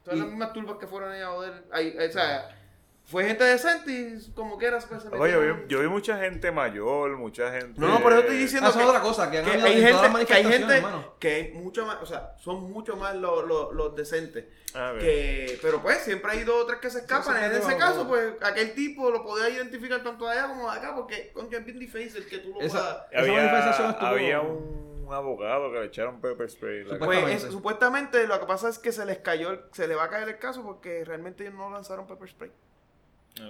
[SPEAKER 3] son
[SPEAKER 2] Y-
[SPEAKER 3] las mismas turbas que fueron ahí a joder. ahí, o sea, Fue gente decente y como quieras, pues se
[SPEAKER 5] Oye, yo,
[SPEAKER 3] metieron.
[SPEAKER 5] vi, yo vi mucha gente mayor, mucha gente.
[SPEAKER 3] No, no, por eso estoy diciendo
[SPEAKER 2] Ah, eso es
[SPEAKER 3] que-
[SPEAKER 2] otra cosa, que han
[SPEAKER 3] que
[SPEAKER 2] habido
[SPEAKER 3] hay
[SPEAKER 2] en todas las
[SPEAKER 3] gente, que hay
[SPEAKER 2] manifestaciones,
[SPEAKER 3] gente
[SPEAKER 2] hermano.
[SPEAKER 3] que es mucho más, o sea, son mucho más los, los, los decentes.
[SPEAKER 5] A ver.
[SPEAKER 3] Que, pero pues siempre hay dos o tres que se escapan.
[SPEAKER 2] Sí,
[SPEAKER 3] en
[SPEAKER 2] sí, sí,
[SPEAKER 3] ese
[SPEAKER 2] sí,
[SPEAKER 3] caso,
[SPEAKER 2] sí.
[SPEAKER 3] pues aquel tipo lo podía identificar tanto allá como acá, porque coño, es bien difícil que tú lo puedas.
[SPEAKER 2] Esa- Esa manifestación
[SPEAKER 5] Había,
[SPEAKER 2] estuvo-
[SPEAKER 5] había un abogado que le echaron pepper spray. en la
[SPEAKER 2] Supuestamente.
[SPEAKER 5] cara.
[SPEAKER 3] Pues es- supuestamente lo que pasa es que se les cayó, el- se le va a caer el caso porque realmente ellos no lanzaron pepper spray.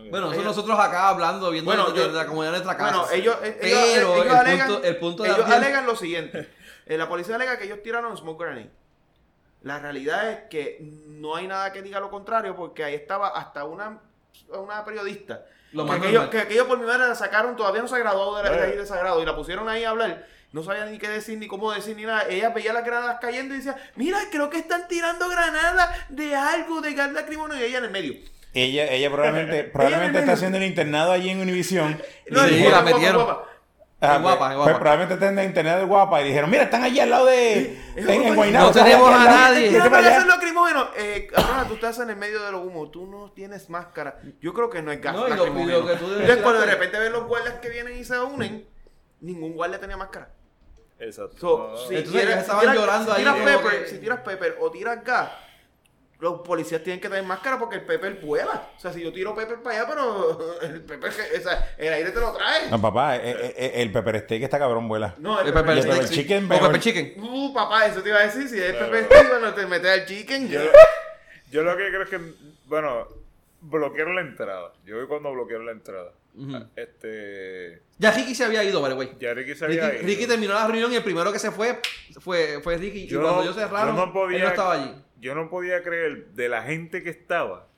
[SPEAKER 2] Bueno, eso nosotros acá hablando, viendo
[SPEAKER 3] Bueno,
[SPEAKER 2] desde
[SPEAKER 3] yo-
[SPEAKER 2] la comunidad de nuestra casa.
[SPEAKER 3] Bueno, ellos, eh, ellos-
[SPEAKER 2] Pero
[SPEAKER 3] ellos
[SPEAKER 2] el,
[SPEAKER 3] alegan,
[SPEAKER 2] punto, el punto de
[SPEAKER 3] ellos
[SPEAKER 2] Abdiel-
[SPEAKER 3] alegan lo siguiente. Eh, la policía alega que ellos tiraron smoke grenade. La realidad es que no hay nada que diga lo contrario porque ahí estaba hasta una, una periodista.
[SPEAKER 2] lo
[SPEAKER 3] que,
[SPEAKER 2] más
[SPEAKER 3] aquello,
[SPEAKER 2] normal.
[SPEAKER 3] que aquello por mi madre la sacaron, todavía no se graduó de, la, de
[SPEAKER 5] Eh.
[SPEAKER 3] ahí de Sagrado y la pusieron ahí a hablar. No sabía ni qué decir, ni cómo decir, ni nada. Ella veía las granadas cayendo y decía, mira, creo que están tirando granadas de algo, de gas lacrimógeno, y ella en el medio.
[SPEAKER 4] Ella, ella probablemente, probablemente está haciendo el internado allí en Univisión.
[SPEAKER 3] No,
[SPEAKER 2] Sí,
[SPEAKER 3] y
[SPEAKER 2] la
[SPEAKER 3] guapa, guapa,
[SPEAKER 2] metieron.
[SPEAKER 3] guapa.
[SPEAKER 4] Ah,
[SPEAKER 2] Es guapa,
[SPEAKER 4] pues,
[SPEAKER 2] es guapa.
[SPEAKER 4] pues probablemente está en el internado de guapa y dijeron, mira, están allí al lado de...
[SPEAKER 3] es
[SPEAKER 4] en- en
[SPEAKER 3] guapa.
[SPEAKER 4] Guaynabo,
[SPEAKER 2] No
[SPEAKER 4] están
[SPEAKER 2] tenemos
[SPEAKER 4] allí al
[SPEAKER 2] a
[SPEAKER 4] lado.
[SPEAKER 2] nadie.
[SPEAKER 4] Vete
[SPEAKER 3] Tírame
[SPEAKER 4] para allá.
[SPEAKER 3] gases lacrimógenos. Eh, cabrona, tú estás en el medio de los humos. Tú no tienes máscara. Yo creo que no es gas
[SPEAKER 2] No, y lo- y lo
[SPEAKER 3] lacrimógeno.
[SPEAKER 2] que tú
[SPEAKER 3] Entonces, cuando de
[SPEAKER 2] decías-
[SPEAKER 3] repente ves los guardias que vienen y se unen, ningún guardia tenía máscara.
[SPEAKER 5] Exacto.
[SPEAKER 3] So,
[SPEAKER 5] No,
[SPEAKER 3] si,
[SPEAKER 2] Entonces,
[SPEAKER 3] tiras-
[SPEAKER 2] ellos estaban
[SPEAKER 3] si tiras-
[SPEAKER 2] llorando
[SPEAKER 3] si
[SPEAKER 2] ahí, eh,
[SPEAKER 3] tiras
[SPEAKER 2] como
[SPEAKER 3] pepper,
[SPEAKER 2] que-
[SPEAKER 3] Si tiras pepper o tiras gas, los policías tienen que tener máscara porque el pepper vuela. O sea, si yo tiro pepper para allá, pero el pepper, que- o sea, el aire te lo trae.
[SPEAKER 4] No, papá, eh, eh, eh, el pepper steak está cabrón, vuela.
[SPEAKER 3] No,
[SPEAKER 2] El
[SPEAKER 4] el
[SPEAKER 2] pepper
[SPEAKER 4] pepper
[SPEAKER 2] steak, sí.
[SPEAKER 4] chicken,
[SPEAKER 2] O
[SPEAKER 4] pero-
[SPEAKER 2] pepper chicken.
[SPEAKER 3] Uh, papá, eso te iba a decir. Si es
[SPEAKER 5] Claro.
[SPEAKER 3] pepper, steak, bueno, te metes al chicken.
[SPEAKER 5] Yo, yo lo que creo es que, bueno, bloquearon la entrada. Yo vi cuando bloquearon la entrada.
[SPEAKER 2] Ujú.
[SPEAKER 5] Este.
[SPEAKER 2] Ya Ricky se había ido, vale, güey.
[SPEAKER 5] Ya Ricky se había
[SPEAKER 2] Ricky,
[SPEAKER 5] ido.
[SPEAKER 2] Ricky terminó la reunión y el primero que se fue fue, fue Ricky.
[SPEAKER 5] Yo
[SPEAKER 2] y cuando
[SPEAKER 5] no-
[SPEAKER 2] ellos cerraron,
[SPEAKER 5] yo no podía-
[SPEAKER 2] él no estaba allí.
[SPEAKER 5] Yo no podía creer de la gente que estaba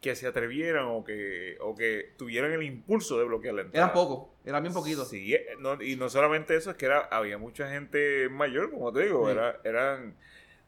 [SPEAKER 5] que se atrevieran o que, o que tuvieran el impulso de bloquear la entrada.
[SPEAKER 2] Eran pocos, eran bien poquitos.
[SPEAKER 5] Sí, eh, no- y no solamente eso, es que era, había mucha gente mayor, como te digo,
[SPEAKER 2] Sí.
[SPEAKER 5] era, eran,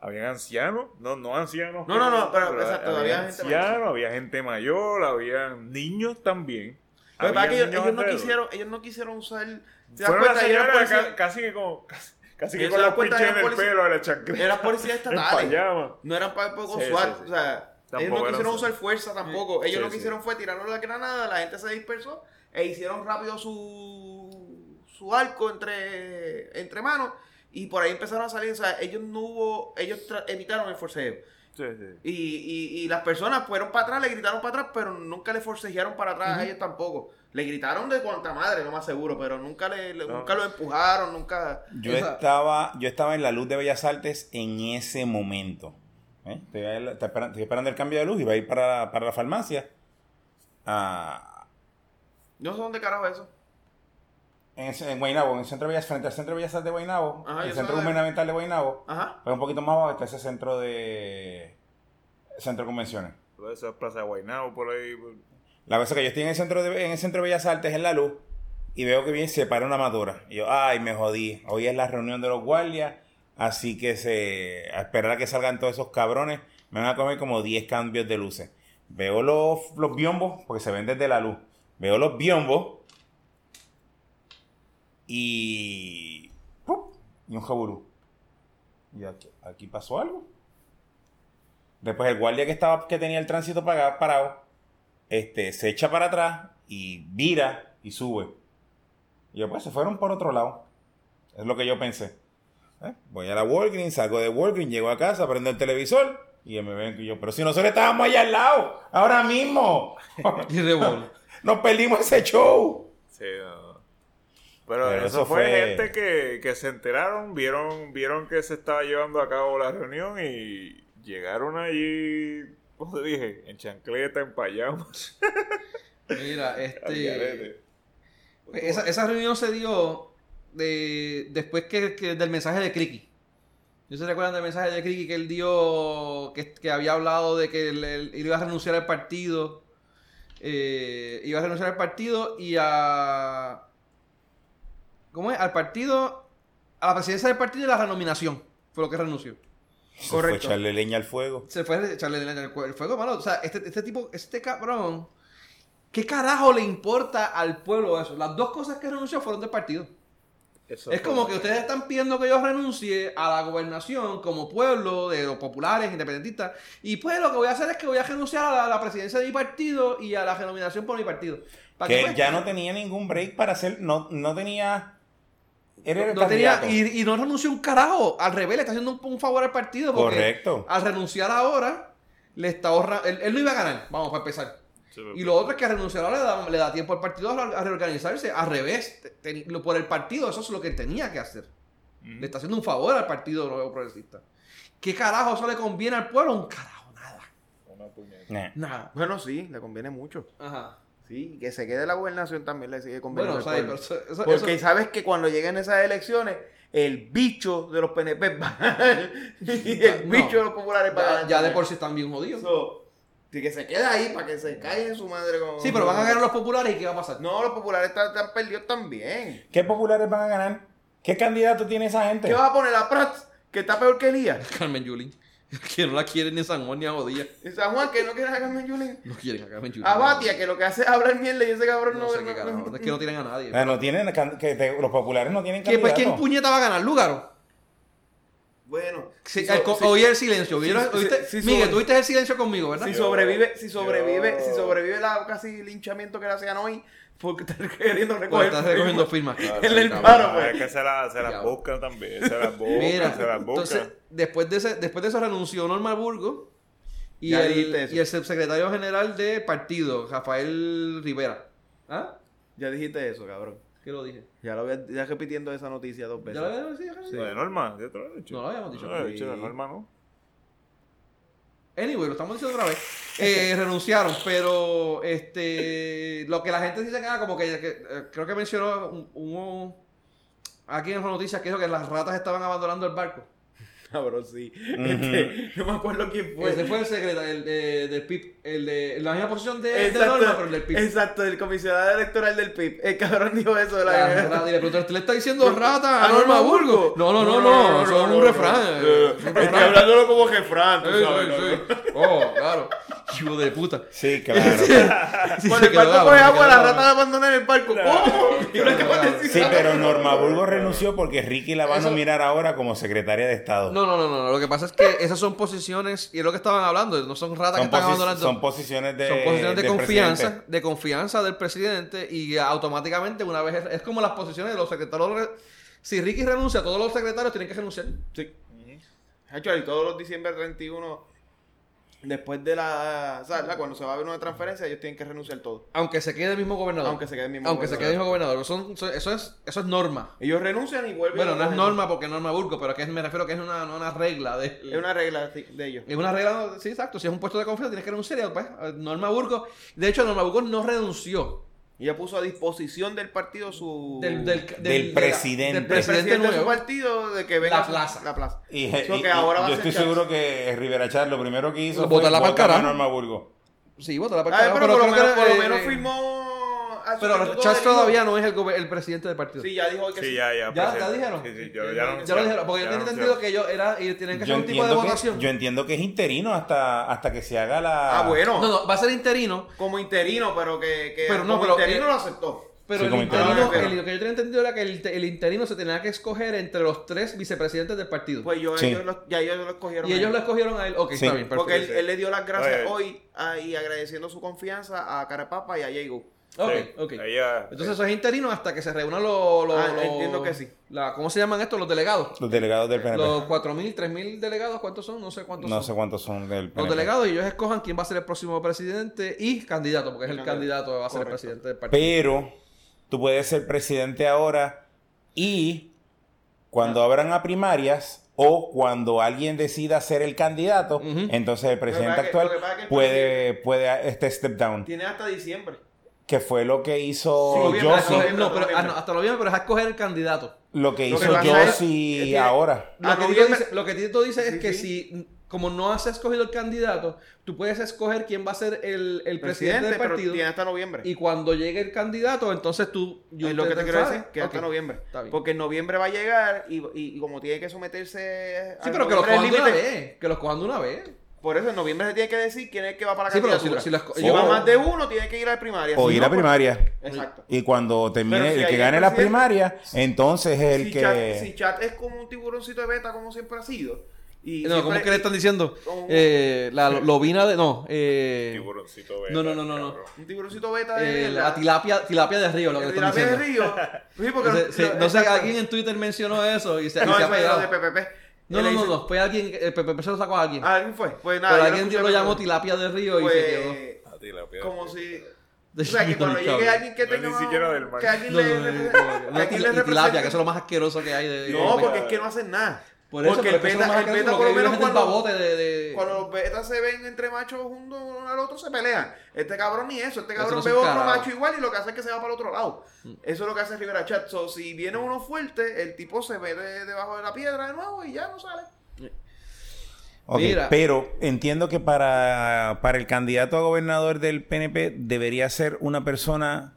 [SPEAKER 5] habían ancianos, no, no ancianos.
[SPEAKER 3] No, no, no, pero, exacto,
[SPEAKER 5] había,
[SPEAKER 3] había gente mayor.
[SPEAKER 5] ancianos, había gente mayor, había niños también.
[SPEAKER 3] Lo que pasa es
[SPEAKER 5] había
[SPEAKER 3] Pues, que ellos,
[SPEAKER 5] niños
[SPEAKER 3] ellos no
[SPEAKER 5] alrededor.
[SPEAKER 3] quisieron, ellos no quisieron usar. ¿Te das
[SPEAKER 5] Fueron las
[SPEAKER 3] cuenta? Ellos
[SPEAKER 5] señoras
[SPEAKER 3] eran
[SPEAKER 5] ca-
[SPEAKER 3] policías,
[SPEAKER 5] casi que con, casi, casi
[SPEAKER 3] Ellos
[SPEAKER 5] que
[SPEAKER 3] se
[SPEAKER 5] con
[SPEAKER 3] dan
[SPEAKER 5] los
[SPEAKER 3] cuenta,
[SPEAKER 5] pinches
[SPEAKER 3] eran
[SPEAKER 5] en el
[SPEAKER 3] policías-
[SPEAKER 5] pelo, de la chancleta.
[SPEAKER 3] eran policías
[SPEAKER 5] En
[SPEAKER 3] estatales.
[SPEAKER 5] pijama.
[SPEAKER 3] No eran para con
[SPEAKER 5] Sí,
[SPEAKER 3] SWAT.
[SPEAKER 5] sí, sí.
[SPEAKER 3] O sea, ellos
[SPEAKER 5] Tampoco
[SPEAKER 3] no
[SPEAKER 5] eran
[SPEAKER 3] quisieron
[SPEAKER 5] SWAT.
[SPEAKER 3] usar fuerza tampoco. Ellos
[SPEAKER 5] Sí,
[SPEAKER 3] lo que
[SPEAKER 5] sí.
[SPEAKER 3] hicieron fue tiraron la granada, la gente se dispersó e hicieron rápido su, su arco entre, entre manos. Y por ahí empezaron a salir. O sea, ellos no hubo. Ellos tra- evitaron el forcejeo.
[SPEAKER 5] Sí, sí.
[SPEAKER 3] Y, y, y las personas fueron para atrás, le gritaron para atrás, pero nunca le forcejearon para atrás a ellos tampoco. Le gritaron de cuanta madre, no más seguro, pero nunca le, le-
[SPEAKER 5] No.
[SPEAKER 3] nunca lo empujaron, nunca.
[SPEAKER 4] Yo
[SPEAKER 2] Esa-
[SPEAKER 4] estaba, yo estaba en la luz de Bellas Artes en ese momento. ¿eh? Estoy, ahí- está esperan- estoy esperando el cambio de luz y va a ir para, para la farmacia. Ah,
[SPEAKER 3] No sé dónde carajo es eso.
[SPEAKER 4] en, ese- en Guaynabo, en el centro de Bellas, frente al centro de Bellas Artes de Guaynabo,
[SPEAKER 3] Ajá,
[SPEAKER 4] el
[SPEAKER 3] yo
[SPEAKER 4] centro
[SPEAKER 3] sé.
[SPEAKER 4] gubernamental de Guaynabo,
[SPEAKER 3] Ajá.
[SPEAKER 4] pues un poquito más abajo está ese centro de centro de convenciones.
[SPEAKER 5] Esa plaza de Guaynabo por ahí. por-
[SPEAKER 4] La vez que yo estoy en el centro de, en el centro de Bellas Artes en la luz y veo que viene se para una madura. Y yo, ay, me jodí. Hoy es la reunión de los guardias, así que se a esperar a que salgan todos esos cabrones, me van a comer como 10 cambios de luces. Veo los, los biombos, porque se ven desde la luz. Veo los biombos y ¡pup! y un jaburú. Y aquí, aquí pasó algo. Después el guardia que estaba que tenía el tránsito paga- parado este, se echa para atrás y vira y sube. Y yo, pues se fueron por otro lado. Es lo que yo pensé. ¿Eh? Voy a la Walgreens, salgo de Walgreens, llego a casa, prendo el televisor y me ven que yo, pero si nosotros estábamos allá al lado, ahora mismo.
[SPEAKER 2] Y rebol.
[SPEAKER 4] Nos perdimos ese show.
[SPEAKER 5] Sí, no. Pero,
[SPEAKER 4] Pero
[SPEAKER 5] eso,
[SPEAKER 4] eso
[SPEAKER 5] fue,
[SPEAKER 4] fue-
[SPEAKER 5] gente que, que se enteraron, vieron, vieron que se estaba llevando a cabo la reunión y llegaron allí, como te dije, en chancleta, en payama.
[SPEAKER 2] Mira,
[SPEAKER 5] al
[SPEAKER 2] este.
[SPEAKER 5] garete.
[SPEAKER 2] Pues, Esa, esa reunión se dio de, después que, que del mensaje de Criqui. ¿No se recuerdan del mensaje de Criqui que él dio, que, que había hablado de que él, él iba a renunciar al partido? eh, iba a renunciar al partido y a... ¿Cómo es? Al partido, a la presidencia del partido y la renominación. Fue lo que renunció.
[SPEAKER 4] Se
[SPEAKER 3] Correcto.
[SPEAKER 4] fue echarle leña al fuego.
[SPEAKER 2] Se fue a echarle leña al cu- el fuego, mano. O sea, este, este tipo, este cabrón, ¿qué carajo le importa al pueblo eso? Las dos cosas que renunció fueron del partido.
[SPEAKER 5] Eso
[SPEAKER 2] Es
[SPEAKER 5] fue-
[SPEAKER 2] como que ustedes están pidiendo que yo renuncie a la gobernación como pueblo de los populares, independentistas. Y pues lo que voy a hacer es que voy a renunciar a la, la presidencia de mi partido y a la renominación por mi partido. ¿Para qué,
[SPEAKER 4] Que
[SPEAKER 2] pues?
[SPEAKER 4] ya no tenía ningún break para hacer. No, no tenía. Era el
[SPEAKER 2] No tenía,
[SPEAKER 4] candidato.
[SPEAKER 2] y, y no renunció un carajo. Al revés, le está haciendo un, un favor al partido. Porque
[SPEAKER 4] Correcto.
[SPEAKER 2] Al renunciar ahora, le está ahorrando. Él, él no iba a ganar, vamos, para empezar.
[SPEAKER 5] Sí, pero-
[SPEAKER 2] Y lo otro es que al renunciar ahora le da, le da tiempo al partido a, a reorganizarse. Al revés, te- te- lo- por el partido, eso es lo que tenía que hacer. Le está haciendo un favor al partido nuevo progresista. ¿Qué carajo eso le conviene al pueblo? Un carajo, nada.
[SPEAKER 5] Una puñeta.
[SPEAKER 4] Nah.
[SPEAKER 2] Nada.
[SPEAKER 3] Bueno, sí, le conviene mucho.
[SPEAKER 2] Ajá.
[SPEAKER 3] Sí, que se quede la gobernación también le sigue
[SPEAKER 2] Bueno,
[SPEAKER 3] conveniendo. al
[SPEAKER 2] ¿sabes?
[SPEAKER 3] pueblo.
[SPEAKER 2] Pero eso- eso-
[SPEAKER 3] Porque
[SPEAKER 2] eso-
[SPEAKER 3] sabes que cuando lleguen esas elecciones, el bicho de los PNP va a ganar. y el
[SPEAKER 2] No.
[SPEAKER 3] bicho de los populares va a
[SPEAKER 2] ya,
[SPEAKER 3] ganar
[SPEAKER 2] ya de
[SPEAKER 3] también.
[SPEAKER 2] por sí están bien jodidos.
[SPEAKER 3] So, y que se quede ahí para que se calle su madre. Con...
[SPEAKER 2] Sí, pero van a ganar los populares y ¿qué va a pasar?
[SPEAKER 3] No, los populares están, están perdidos también.
[SPEAKER 4] ¿Qué populares van a ganar? ¿Qué candidato tiene esa gente?
[SPEAKER 3] ¿Qué vas a poner a Prats? Que está peor que Elías.
[SPEAKER 2] Carmen Yulín. Que no la quieren ni San Juan ni a Jodilla.
[SPEAKER 3] Y San Juan, que no quiere a Carmen Yulín.
[SPEAKER 2] No quieren a Carmen Yulín.
[SPEAKER 3] A Batia, que lo que hace es hablar mierda y ese cabrón no...
[SPEAKER 2] Ah, No sé qué
[SPEAKER 3] no-
[SPEAKER 2] carajo. Es que no tienen a
[SPEAKER 3] Eh,
[SPEAKER 2] nadie.
[SPEAKER 4] Ah, no tienen can- que te- los populares no tienen
[SPEAKER 2] ¿Qué, pues,
[SPEAKER 4] candidato.
[SPEAKER 2] ¿Quién puñeta va a ganar? ¿Lúgaro?
[SPEAKER 3] Bueno,
[SPEAKER 2] Sí,
[SPEAKER 3] so-
[SPEAKER 2] al co-
[SPEAKER 3] sí.
[SPEAKER 2] oí el silencio. ¿Vieron?
[SPEAKER 3] sí,
[SPEAKER 2] ¿Oíste?
[SPEAKER 3] sí, sí,
[SPEAKER 2] Miguel,
[SPEAKER 3] sobre-
[SPEAKER 2] tuviste el silencio conmigo, ¿verdad?
[SPEAKER 3] Si
[SPEAKER 5] Yo-
[SPEAKER 3] sobrevive, si sobrevive,
[SPEAKER 5] yo-
[SPEAKER 3] si sobrevive la casi linchamiento que le hacían hoy, porque está queriendo
[SPEAKER 2] Bueno,
[SPEAKER 3] recoger.
[SPEAKER 2] estás recogiendo
[SPEAKER 3] pues,
[SPEAKER 2] firmas.
[SPEAKER 5] Claro,
[SPEAKER 3] el
[SPEAKER 5] cabrón,
[SPEAKER 3] paro, pues.
[SPEAKER 5] Ah, Es que se la, se la
[SPEAKER 2] Ya.
[SPEAKER 5] buscan también. Se la buscan,
[SPEAKER 2] Mira,
[SPEAKER 5] se la buscan.
[SPEAKER 2] entonces, después de, ese, después de eso renunció Norma Burgo y,
[SPEAKER 3] Ya
[SPEAKER 2] el,
[SPEAKER 3] dijiste eso.
[SPEAKER 2] y el subsecretario general de partido, Rafael Rivera. ¿Ah?
[SPEAKER 3] Ya dijiste eso, cabrón.
[SPEAKER 2] ¿Qué lo dije?
[SPEAKER 3] Ya lo voy ya repitiendo esa noticia dos
[SPEAKER 2] ¿Ya
[SPEAKER 3] veces.
[SPEAKER 2] lo habíamos dicho?
[SPEAKER 5] Lo de Norma, yo te lo he dicho.
[SPEAKER 2] No lo habíamos dicho.
[SPEAKER 5] No lo he dicho, de
[SPEAKER 3] Sí.
[SPEAKER 5] Norma, ¿no?
[SPEAKER 2] Anyway, lo estamos diciendo otra vez. Eh, renunciaron, pero este lo que la gente dice que ah, como que, que, eh, creo que mencionó un, un- aquí en las noticias que dijo que las ratas estaban abandonando el barco.
[SPEAKER 3] Cabrón, sí. Este, no me acuerdo quién fue.
[SPEAKER 2] Ese fue el secretario el, de- del PIB, el de en la misma posición de, de
[SPEAKER 3] Exacto,
[SPEAKER 2] Norma, pero el del PIB.
[SPEAKER 3] exacto, el comisionado electoral del PIB. El cabrón dijo eso de la,
[SPEAKER 2] La rata, y le preguntó, ¿usted le está diciendo rata a
[SPEAKER 3] ¿A
[SPEAKER 2] Norma
[SPEAKER 3] Norma
[SPEAKER 2] Burgo?
[SPEAKER 3] Burgo?
[SPEAKER 2] No, no,
[SPEAKER 3] No,
[SPEAKER 2] no,
[SPEAKER 3] no,
[SPEAKER 2] no,
[SPEAKER 3] no,
[SPEAKER 2] eso es
[SPEAKER 3] no,
[SPEAKER 2] un
[SPEAKER 3] no,
[SPEAKER 2] refrán. eh, es un
[SPEAKER 3] Estoy
[SPEAKER 2] refrán.
[SPEAKER 3] hablándolo como jefran, tú
[SPEAKER 2] Sí,
[SPEAKER 3] sabes.
[SPEAKER 2] sí,
[SPEAKER 3] ¿no?
[SPEAKER 2] sí. Oh, claro. Hijo de puta.
[SPEAKER 4] Sí, claro.
[SPEAKER 2] Sí,
[SPEAKER 3] Cuando
[SPEAKER 2] se
[SPEAKER 3] el
[SPEAKER 2] quedó
[SPEAKER 3] barco
[SPEAKER 2] bravo,
[SPEAKER 3] coge
[SPEAKER 2] se
[SPEAKER 3] agua,
[SPEAKER 2] quedó
[SPEAKER 3] la
[SPEAKER 2] bravo.
[SPEAKER 3] rata abandona el barco. ¿Cómo? Yo le acabo de decir.
[SPEAKER 4] Sí, pero Norma Burgos renunció porque Ricky la van a
[SPEAKER 2] Eso-
[SPEAKER 4] mirar ahora como secretaria de Estado.
[SPEAKER 2] No, no, no, no, no. Lo que pasa es que esas son posiciones, y es lo que estaban hablando, no son ratas que
[SPEAKER 4] son,
[SPEAKER 2] están
[SPEAKER 4] posi-
[SPEAKER 2] abandonando.
[SPEAKER 4] son posiciones de,
[SPEAKER 2] Son posiciones
[SPEAKER 3] eh,
[SPEAKER 2] de
[SPEAKER 4] del
[SPEAKER 2] confianza,
[SPEAKER 4] presidente.
[SPEAKER 2] de confianza del presidente, y automáticamente, una vez es, es como las posiciones de los secretarios. re- Si Ricky renuncia, todos los secretarios tienen que renunciar.
[SPEAKER 3] Hacho, Ah, y todos los diciembre 31, después de la. o sea, ¿verdad? Cuando se va a ver una transferencia, ellos tienen que renunciar todo.
[SPEAKER 2] Aunque se quede el mismo gobernador.
[SPEAKER 3] Aunque se quede el mismo
[SPEAKER 2] Aunque se
[SPEAKER 3] gobernador.
[SPEAKER 2] quede el mismo gobernador. Son- son- eso, es, eso es norma.
[SPEAKER 3] Ellos renuncian y vuelven.
[SPEAKER 2] Bueno,
[SPEAKER 3] y
[SPEAKER 2] no es
[SPEAKER 3] cogen.
[SPEAKER 2] norma porque es norma burco, pero que es- me refiero que es una, una regla. De,
[SPEAKER 3] Es una regla sí, de ellos.
[SPEAKER 2] Es una regla, sí, exacto. Si es un puesto de confianza, tienes que renunciar. y, Pues, Norma Burgos, de hecho, Norma Burgos no renunció
[SPEAKER 3] Ella puso a disposición del partido su.
[SPEAKER 2] del, del, del-
[SPEAKER 4] Del
[SPEAKER 2] de la-
[SPEAKER 4] presidente.
[SPEAKER 2] del
[SPEAKER 4] Del
[SPEAKER 3] del
[SPEAKER 2] presidente
[SPEAKER 3] presidente de su
[SPEAKER 2] nuevo.
[SPEAKER 3] partido de que venga
[SPEAKER 2] La
[SPEAKER 3] su-
[SPEAKER 2] plaza.
[SPEAKER 3] La plaza.
[SPEAKER 4] Y,
[SPEAKER 3] So
[SPEAKER 4] y-
[SPEAKER 3] que ahora va a
[SPEAKER 4] yo
[SPEAKER 3] ser Ah,
[SPEAKER 4] estoy
[SPEAKER 3] Charles.
[SPEAKER 4] seguro que Rivera Char lo primero que hizo
[SPEAKER 2] Botarla pa'l
[SPEAKER 4] fue votar a
[SPEAKER 2] carajo.
[SPEAKER 4] Norma Burgos.
[SPEAKER 2] Sí, vota la
[SPEAKER 3] Ah,
[SPEAKER 2] parte
[SPEAKER 3] pero, por lo
[SPEAKER 2] creo
[SPEAKER 3] menos,
[SPEAKER 2] que,
[SPEAKER 3] por lo
[SPEAKER 2] eh,
[SPEAKER 3] menos
[SPEAKER 2] eh,
[SPEAKER 3] firmó. a su
[SPEAKER 2] Pero
[SPEAKER 3] estatuto
[SPEAKER 2] Chávez
[SPEAKER 3] de hijo.
[SPEAKER 2] todavía no es el, gobe- el presidente del partido.
[SPEAKER 3] Sí, ya dijo que
[SPEAKER 5] Sí,
[SPEAKER 3] sí.
[SPEAKER 5] ya, ya.
[SPEAKER 2] ¿Ya?
[SPEAKER 5] pues,
[SPEAKER 2] ¿Ya
[SPEAKER 5] sí.
[SPEAKER 2] dijeron?
[SPEAKER 5] Sí, sí, yo- ya
[SPEAKER 2] ya lo
[SPEAKER 5] lo
[SPEAKER 2] dijeron,
[SPEAKER 5] anunciaron.
[SPEAKER 2] porque yo
[SPEAKER 5] Ya
[SPEAKER 2] tenía
[SPEAKER 5] lo
[SPEAKER 2] entendido
[SPEAKER 5] anunciaron.
[SPEAKER 2] que ellos era, y tienen que
[SPEAKER 4] Yo
[SPEAKER 2] hacer un tipo de
[SPEAKER 4] entiendo, que,
[SPEAKER 2] votación.
[SPEAKER 4] yo entiendo que es interino hasta, hasta que se haga la...
[SPEAKER 3] Ah, bueno.
[SPEAKER 2] No, no, va a ser interino,
[SPEAKER 3] Como interino, pero que. que
[SPEAKER 2] Pero no,
[SPEAKER 3] como
[SPEAKER 2] pero-
[SPEAKER 3] interino
[SPEAKER 2] eh,
[SPEAKER 3] lo aceptó.
[SPEAKER 2] pero
[SPEAKER 4] Sí,
[SPEAKER 2] el
[SPEAKER 4] como
[SPEAKER 2] interino,
[SPEAKER 3] interino.
[SPEAKER 2] el- lo que yo tenía entendido era que el, el interino se tenía que escoger entre los tres vicepresidentes del partido.
[SPEAKER 3] Pues yo,
[SPEAKER 4] Sí.
[SPEAKER 3] ellos lo- ya ellos lo escogieron.
[SPEAKER 2] y
[SPEAKER 3] a
[SPEAKER 2] ellos
[SPEAKER 3] él.
[SPEAKER 2] lo escogieron a él. Ok,
[SPEAKER 4] Sí.
[SPEAKER 2] está bien, perfecto.
[SPEAKER 3] Porque él, él le dio las gracias
[SPEAKER 5] Oye.
[SPEAKER 3] hoy ah, y agradeciendo su confianza a Carapapa y a Diego.
[SPEAKER 5] Sí,
[SPEAKER 2] Ah, Ok, ok.
[SPEAKER 5] Ella,
[SPEAKER 2] Entonces eso es interino hasta que se reúnan los... los-
[SPEAKER 3] Ah,
[SPEAKER 2] los-
[SPEAKER 3] entiendo que sí.
[SPEAKER 2] la- ¿Cómo se llaman estos? Los delegados.
[SPEAKER 4] Los delegados del PNP.
[SPEAKER 2] Los 4.000, 3.000 delegados, ¿cuántos son? No sé cuántos
[SPEAKER 4] no
[SPEAKER 2] son.
[SPEAKER 4] sé cuántos son del PNP.
[SPEAKER 2] Los delegados y ellos escojan quién va a ser el próximo presidente y candidato, porque es el
[SPEAKER 3] Y
[SPEAKER 2] candidato
[SPEAKER 3] candidato.
[SPEAKER 2] que va a ser el
[SPEAKER 3] Correcto.
[SPEAKER 2] presidente del partido.
[SPEAKER 4] Pero tú puedes ser presidente ahora y cuando abran a primarias o cuando alguien decida ser el candidato,
[SPEAKER 2] Ujú.
[SPEAKER 4] entonces el presidente
[SPEAKER 3] pasa que-
[SPEAKER 4] actual
[SPEAKER 3] lo que pasa que el
[SPEAKER 4] puede, puede este step down,
[SPEAKER 3] Tiene hasta diciembre.
[SPEAKER 4] que fue lo que
[SPEAKER 3] Sí,
[SPEAKER 4] hizo
[SPEAKER 3] bien,
[SPEAKER 2] Pero
[SPEAKER 3] Yo
[SPEAKER 2] es
[SPEAKER 4] Yossi,
[SPEAKER 3] eso
[SPEAKER 2] escoger-
[SPEAKER 3] sí.
[SPEAKER 2] no, pero ah, no, hasta lo bien, pero es escoger el candidato.
[SPEAKER 4] lo que
[SPEAKER 3] lo que
[SPEAKER 4] hizo
[SPEAKER 3] pasa es- es
[SPEAKER 4] Yossi
[SPEAKER 3] que-
[SPEAKER 4] ahora.
[SPEAKER 2] Lo
[SPEAKER 3] A
[SPEAKER 2] que, Tito
[SPEAKER 3] noviembre-
[SPEAKER 2] dice, lo que Tito dice es
[SPEAKER 3] Sí,
[SPEAKER 2] que
[SPEAKER 3] sí.
[SPEAKER 2] si, como no has escogido el candidato, tú puedes escoger quién va a ser el, el presidente, del
[SPEAKER 3] pero
[SPEAKER 2] partido.
[SPEAKER 3] tiene hasta noviembre.
[SPEAKER 2] Y cuando llegue el candidato, entonces tú...
[SPEAKER 3] es lo que te quiero
[SPEAKER 2] ¿sabes?
[SPEAKER 3] decir, que hasta
[SPEAKER 2] Ok.
[SPEAKER 3] noviembre.
[SPEAKER 2] Está bien.
[SPEAKER 3] Porque en noviembre va a llegar y, y- y como tiene que someterse
[SPEAKER 2] Sí,
[SPEAKER 3] al
[SPEAKER 2] pero que
[SPEAKER 3] noviembre
[SPEAKER 2] los cojan de una
[SPEAKER 3] límite,
[SPEAKER 2] vez. Que los cojan de una vez.
[SPEAKER 3] Por eso en noviembre se tiene que decir quién es el que va para la
[SPEAKER 2] Sí, pero si,
[SPEAKER 3] candidatura.
[SPEAKER 2] si las co-
[SPEAKER 3] Si
[SPEAKER 2] yo-
[SPEAKER 3] va más de uno, tiene que ir a la primaria.
[SPEAKER 4] Oh. O
[SPEAKER 3] Si
[SPEAKER 4] ir
[SPEAKER 3] no,
[SPEAKER 4] a
[SPEAKER 3] pues-
[SPEAKER 4] primaria.
[SPEAKER 3] Exacto.
[SPEAKER 4] Y cuando termine,
[SPEAKER 3] Pero si
[SPEAKER 4] el
[SPEAKER 3] ahí
[SPEAKER 4] que
[SPEAKER 3] el
[SPEAKER 4] gane la
[SPEAKER 3] presidente-
[SPEAKER 4] primaria, entonces es el
[SPEAKER 3] si,
[SPEAKER 4] que.
[SPEAKER 3] chat, si Chat es como un tiburoncito de beta, como siempre ha sido. Y
[SPEAKER 2] No, ¿cómo
[SPEAKER 3] siempre-
[SPEAKER 2] es que le están diciendo?
[SPEAKER 3] ¿Cómo?
[SPEAKER 2] Eh, la lobina de. No, eh.
[SPEAKER 5] Tiburoncito
[SPEAKER 2] No, no, no, no, no.
[SPEAKER 5] cabrón.
[SPEAKER 3] Un tiburoncito beta de.
[SPEAKER 2] eh,
[SPEAKER 3] la-
[SPEAKER 2] la tilapia, tilapia de río, lo que le
[SPEAKER 3] el
[SPEAKER 2] están
[SPEAKER 3] tilapia
[SPEAKER 2] diciendo.
[SPEAKER 3] de río. Sí, porque
[SPEAKER 2] Entonces,
[SPEAKER 3] lo- lo-
[SPEAKER 2] se- no sé,
[SPEAKER 3] exacto.
[SPEAKER 2] alguien en Twitter mencionó eso y se, y
[SPEAKER 3] No,
[SPEAKER 2] se ha
[SPEAKER 3] eso era
[SPEAKER 2] pegado.
[SPEAKER 3] de PPP.
[SPEAKER 2] No,
[SPEAKER 3] Él
[SPEAKER 2] no,
[SPEAKER 3] le
[SPEAKER 2] no,
[SPEAKER 3] dice-
[SPEAKER 2] no, fue alguien, el PPP se lo sacó a alguien.
[SPEAKER 3] Ah, ¿Alguien fue? Pues nada.
[SPEAKER 2] pero
[SPEAKER 3] yo
[SPEAKER 2] alguien
[SPEAKER 3] escuché
[SPEAKER 2] lo llamó
[SPEAKER 3] primero.
[SPEAKER 2] tilapia de río y se quedó.
[SPEAKER 3] Pues,
[SPEAKER 5] A ti la piedra.
[SPEAKER 3] como si...
[SPEAKER 2] De
[SPEAKER 3] O sea, que cuando
[SPEAKER 2] Chavo.
[SPEAKER 3] llegue alguien que
[SPEAKER 5] No es
[SPEAKER 3] tenga...
[SPEAKER 5] ni
[SPEAKER 3] más-
[SPEAKER 5] siquiera del mar.
[SPEAKER 3] Que alguien
[SPEAKER 2] No,
[SPEAKER 3] le...
[SPEAKER 2] no, no, no, no,
[SPEAKER 3] que
[SPEAKER 2] no,
[SPEAKER 3] alguien le
[SPEAKER 2] y tilapia, que eso es
[SPEAKER 3] represente-
[SPEAKER 2] lo más asqueroso que hay de.
[SPEAKER 3] No,
[SPEAKER 2] de-
[SPEAKER 3] porque es que no hacen nada.
[SPEAKER 2] Por eso,
[SPEAKER 3] porque el
[SPEAKER 2] pero es que eso es lo
[SPEAKER 3] beta,
[SPEAKER 2] más
[SPEAKER 3] el
[SPEAKER 2] asqueroso,
[SPEAKER 3] beta
[SPEAKER 2] lo
[SPEAKER 3] por
[SPEAKER 2] que
[SPEAKER 3] lo menos
[SPEAKER 2] vive es del
[SPEAKER 3] cuando...
[SPEAKER 2] babote de- de-
[SPEAKER 3] Cuando los betas se ven entre machos juntos uno al otro, se pelean. Este cabrón ni eso. Este
[SPEAKER 2] Eso
[SPEAKER 3] cabrón
[SPEAKER 2] no es
[SPEAKER 3] ve
[SPEAKER 2] un
[SPEAKER 3] otro
[SPEAKER 2] carajo. Mm.
[SPEAKER 3] macho igual y lo que hace es que se va para el otro lado. Eso es lo que hace Rivera Chat. So, si viene uno fuerte, el tipo se ve de- debajo de la piedra de nuevo y ya no sale.
[SPEAKER 4] Ok,
[SPEAKER 2] Mira.
[SPEAKER 4] Pero entiendo que para, para el candidato a gobernador del PNP debería ser una persona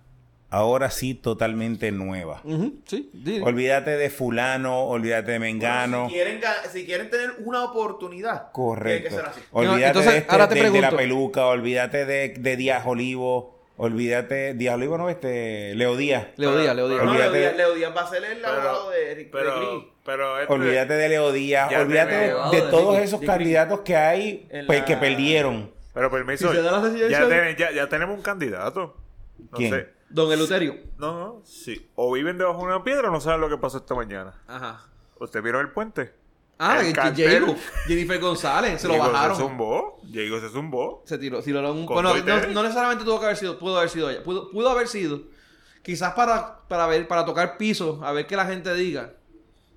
[SPEAKER 4] ahora sí totalmente nueva.
[SPEAKER 2] Ujú, sí, dile.
[SPEAKER 4] Olvídate de fulano, olvídate de mengano.
[SPEAKER 3] Si quieren, ga- si quieren tener una oportunidad, tiene que
[SPEAKER 4] Correcto.
[SPEAKER 3] ser así.
[SPEAKER 4] Olvídate
[SPEAKER 2] entonces,
[SPEAKER 4] de, este-
[SPEAKER 2] ahora te
[SPEAKER 4] de- de la
[SPEAKER 2] pregunto.
[SPEAKER 4] peluca, olvídate de, de Díaz Olivo, olvídate, Díaz Olivo no, este, Leo Díaz.
[SPEAKER 2] Le odia, le odia.
[SPEAKER 3] No, Leo
[SPEAKER 4] Olvídate
[SPEAKER 3] Díaz,
[SPEAKER 4] de-
[SPEAKER 3] Leo Díaz va a ser el abogado
[SPEAKER 5] Pero,
[SPEAKER 3] de Rick. de
[SPEAKER 5] pero,
[SPEAKER 3] Green.
[SPEAKER 5] pero este-
[SPEAKER 4] Olvídate de Leo Díaz,
[SPEAKER 5] Ya te
[SPEAKER 4] olvídate de,
[SPEAKER 5] veo.
[SPEAKER 4] de
[SPEAKER 2] De
[SPEAKER 4] todos
[SPEAKER 2] Ricky,
[SPEAKER 4] esos
[SPEAKER 2] de Ricky.
[SPEAKER 4] candidatos que hay
[SPEAKER 3] En
[SPEAKER 4] pues,
[SPEAKER 3] la-
[SPEAKER 4] que perdieron.
[SPEAKER 5] Pero permiso,
[SPEAKER 2] Si se da la
[SPEAKER 5] ya,
[SPEAKER 2] residencia-
[SPEAKER 5] ten- ya- ya tenemos un candidato. No
[SPEAKER 4] ¿Quién?
[SPEAKER 5] sé.
[SPEAKER 2] Don Eleuterio.
[SPEAKER 5] No, no, sí. O viven debajo de una piedra o no saben lo que pasó esta mañana.
[SPEAKER 2] Ajá.
[SPEAKER 5] ¿Usted vieron el puente?
[SPEAKER 2] Ah,
[SPEAKER 5] El
[SPEAKER 2] el
[SPEAKER 5] cartel.
[SPEAKER 2] J-Lo. Jennifer González, se lo
[SPEAKER 5] Diego Se
[SPEAKER 2] bajaron.
[SPEAKER 5] zumbó. Diego se zumbó.
[SPEAKER 2] Se tiró, tiraron un...
[SPEAKER 5] Con
[SPEAKER 2] Bueno,
[SPEAKER 5] Twitter.
[SPEAKER 2] no, no necesariamente tuvo que haber sido, pudo haber sido ella. Pudo, pudo haber sido. Quizás para, para ver, para tocar piso, a ver qué la gente diga.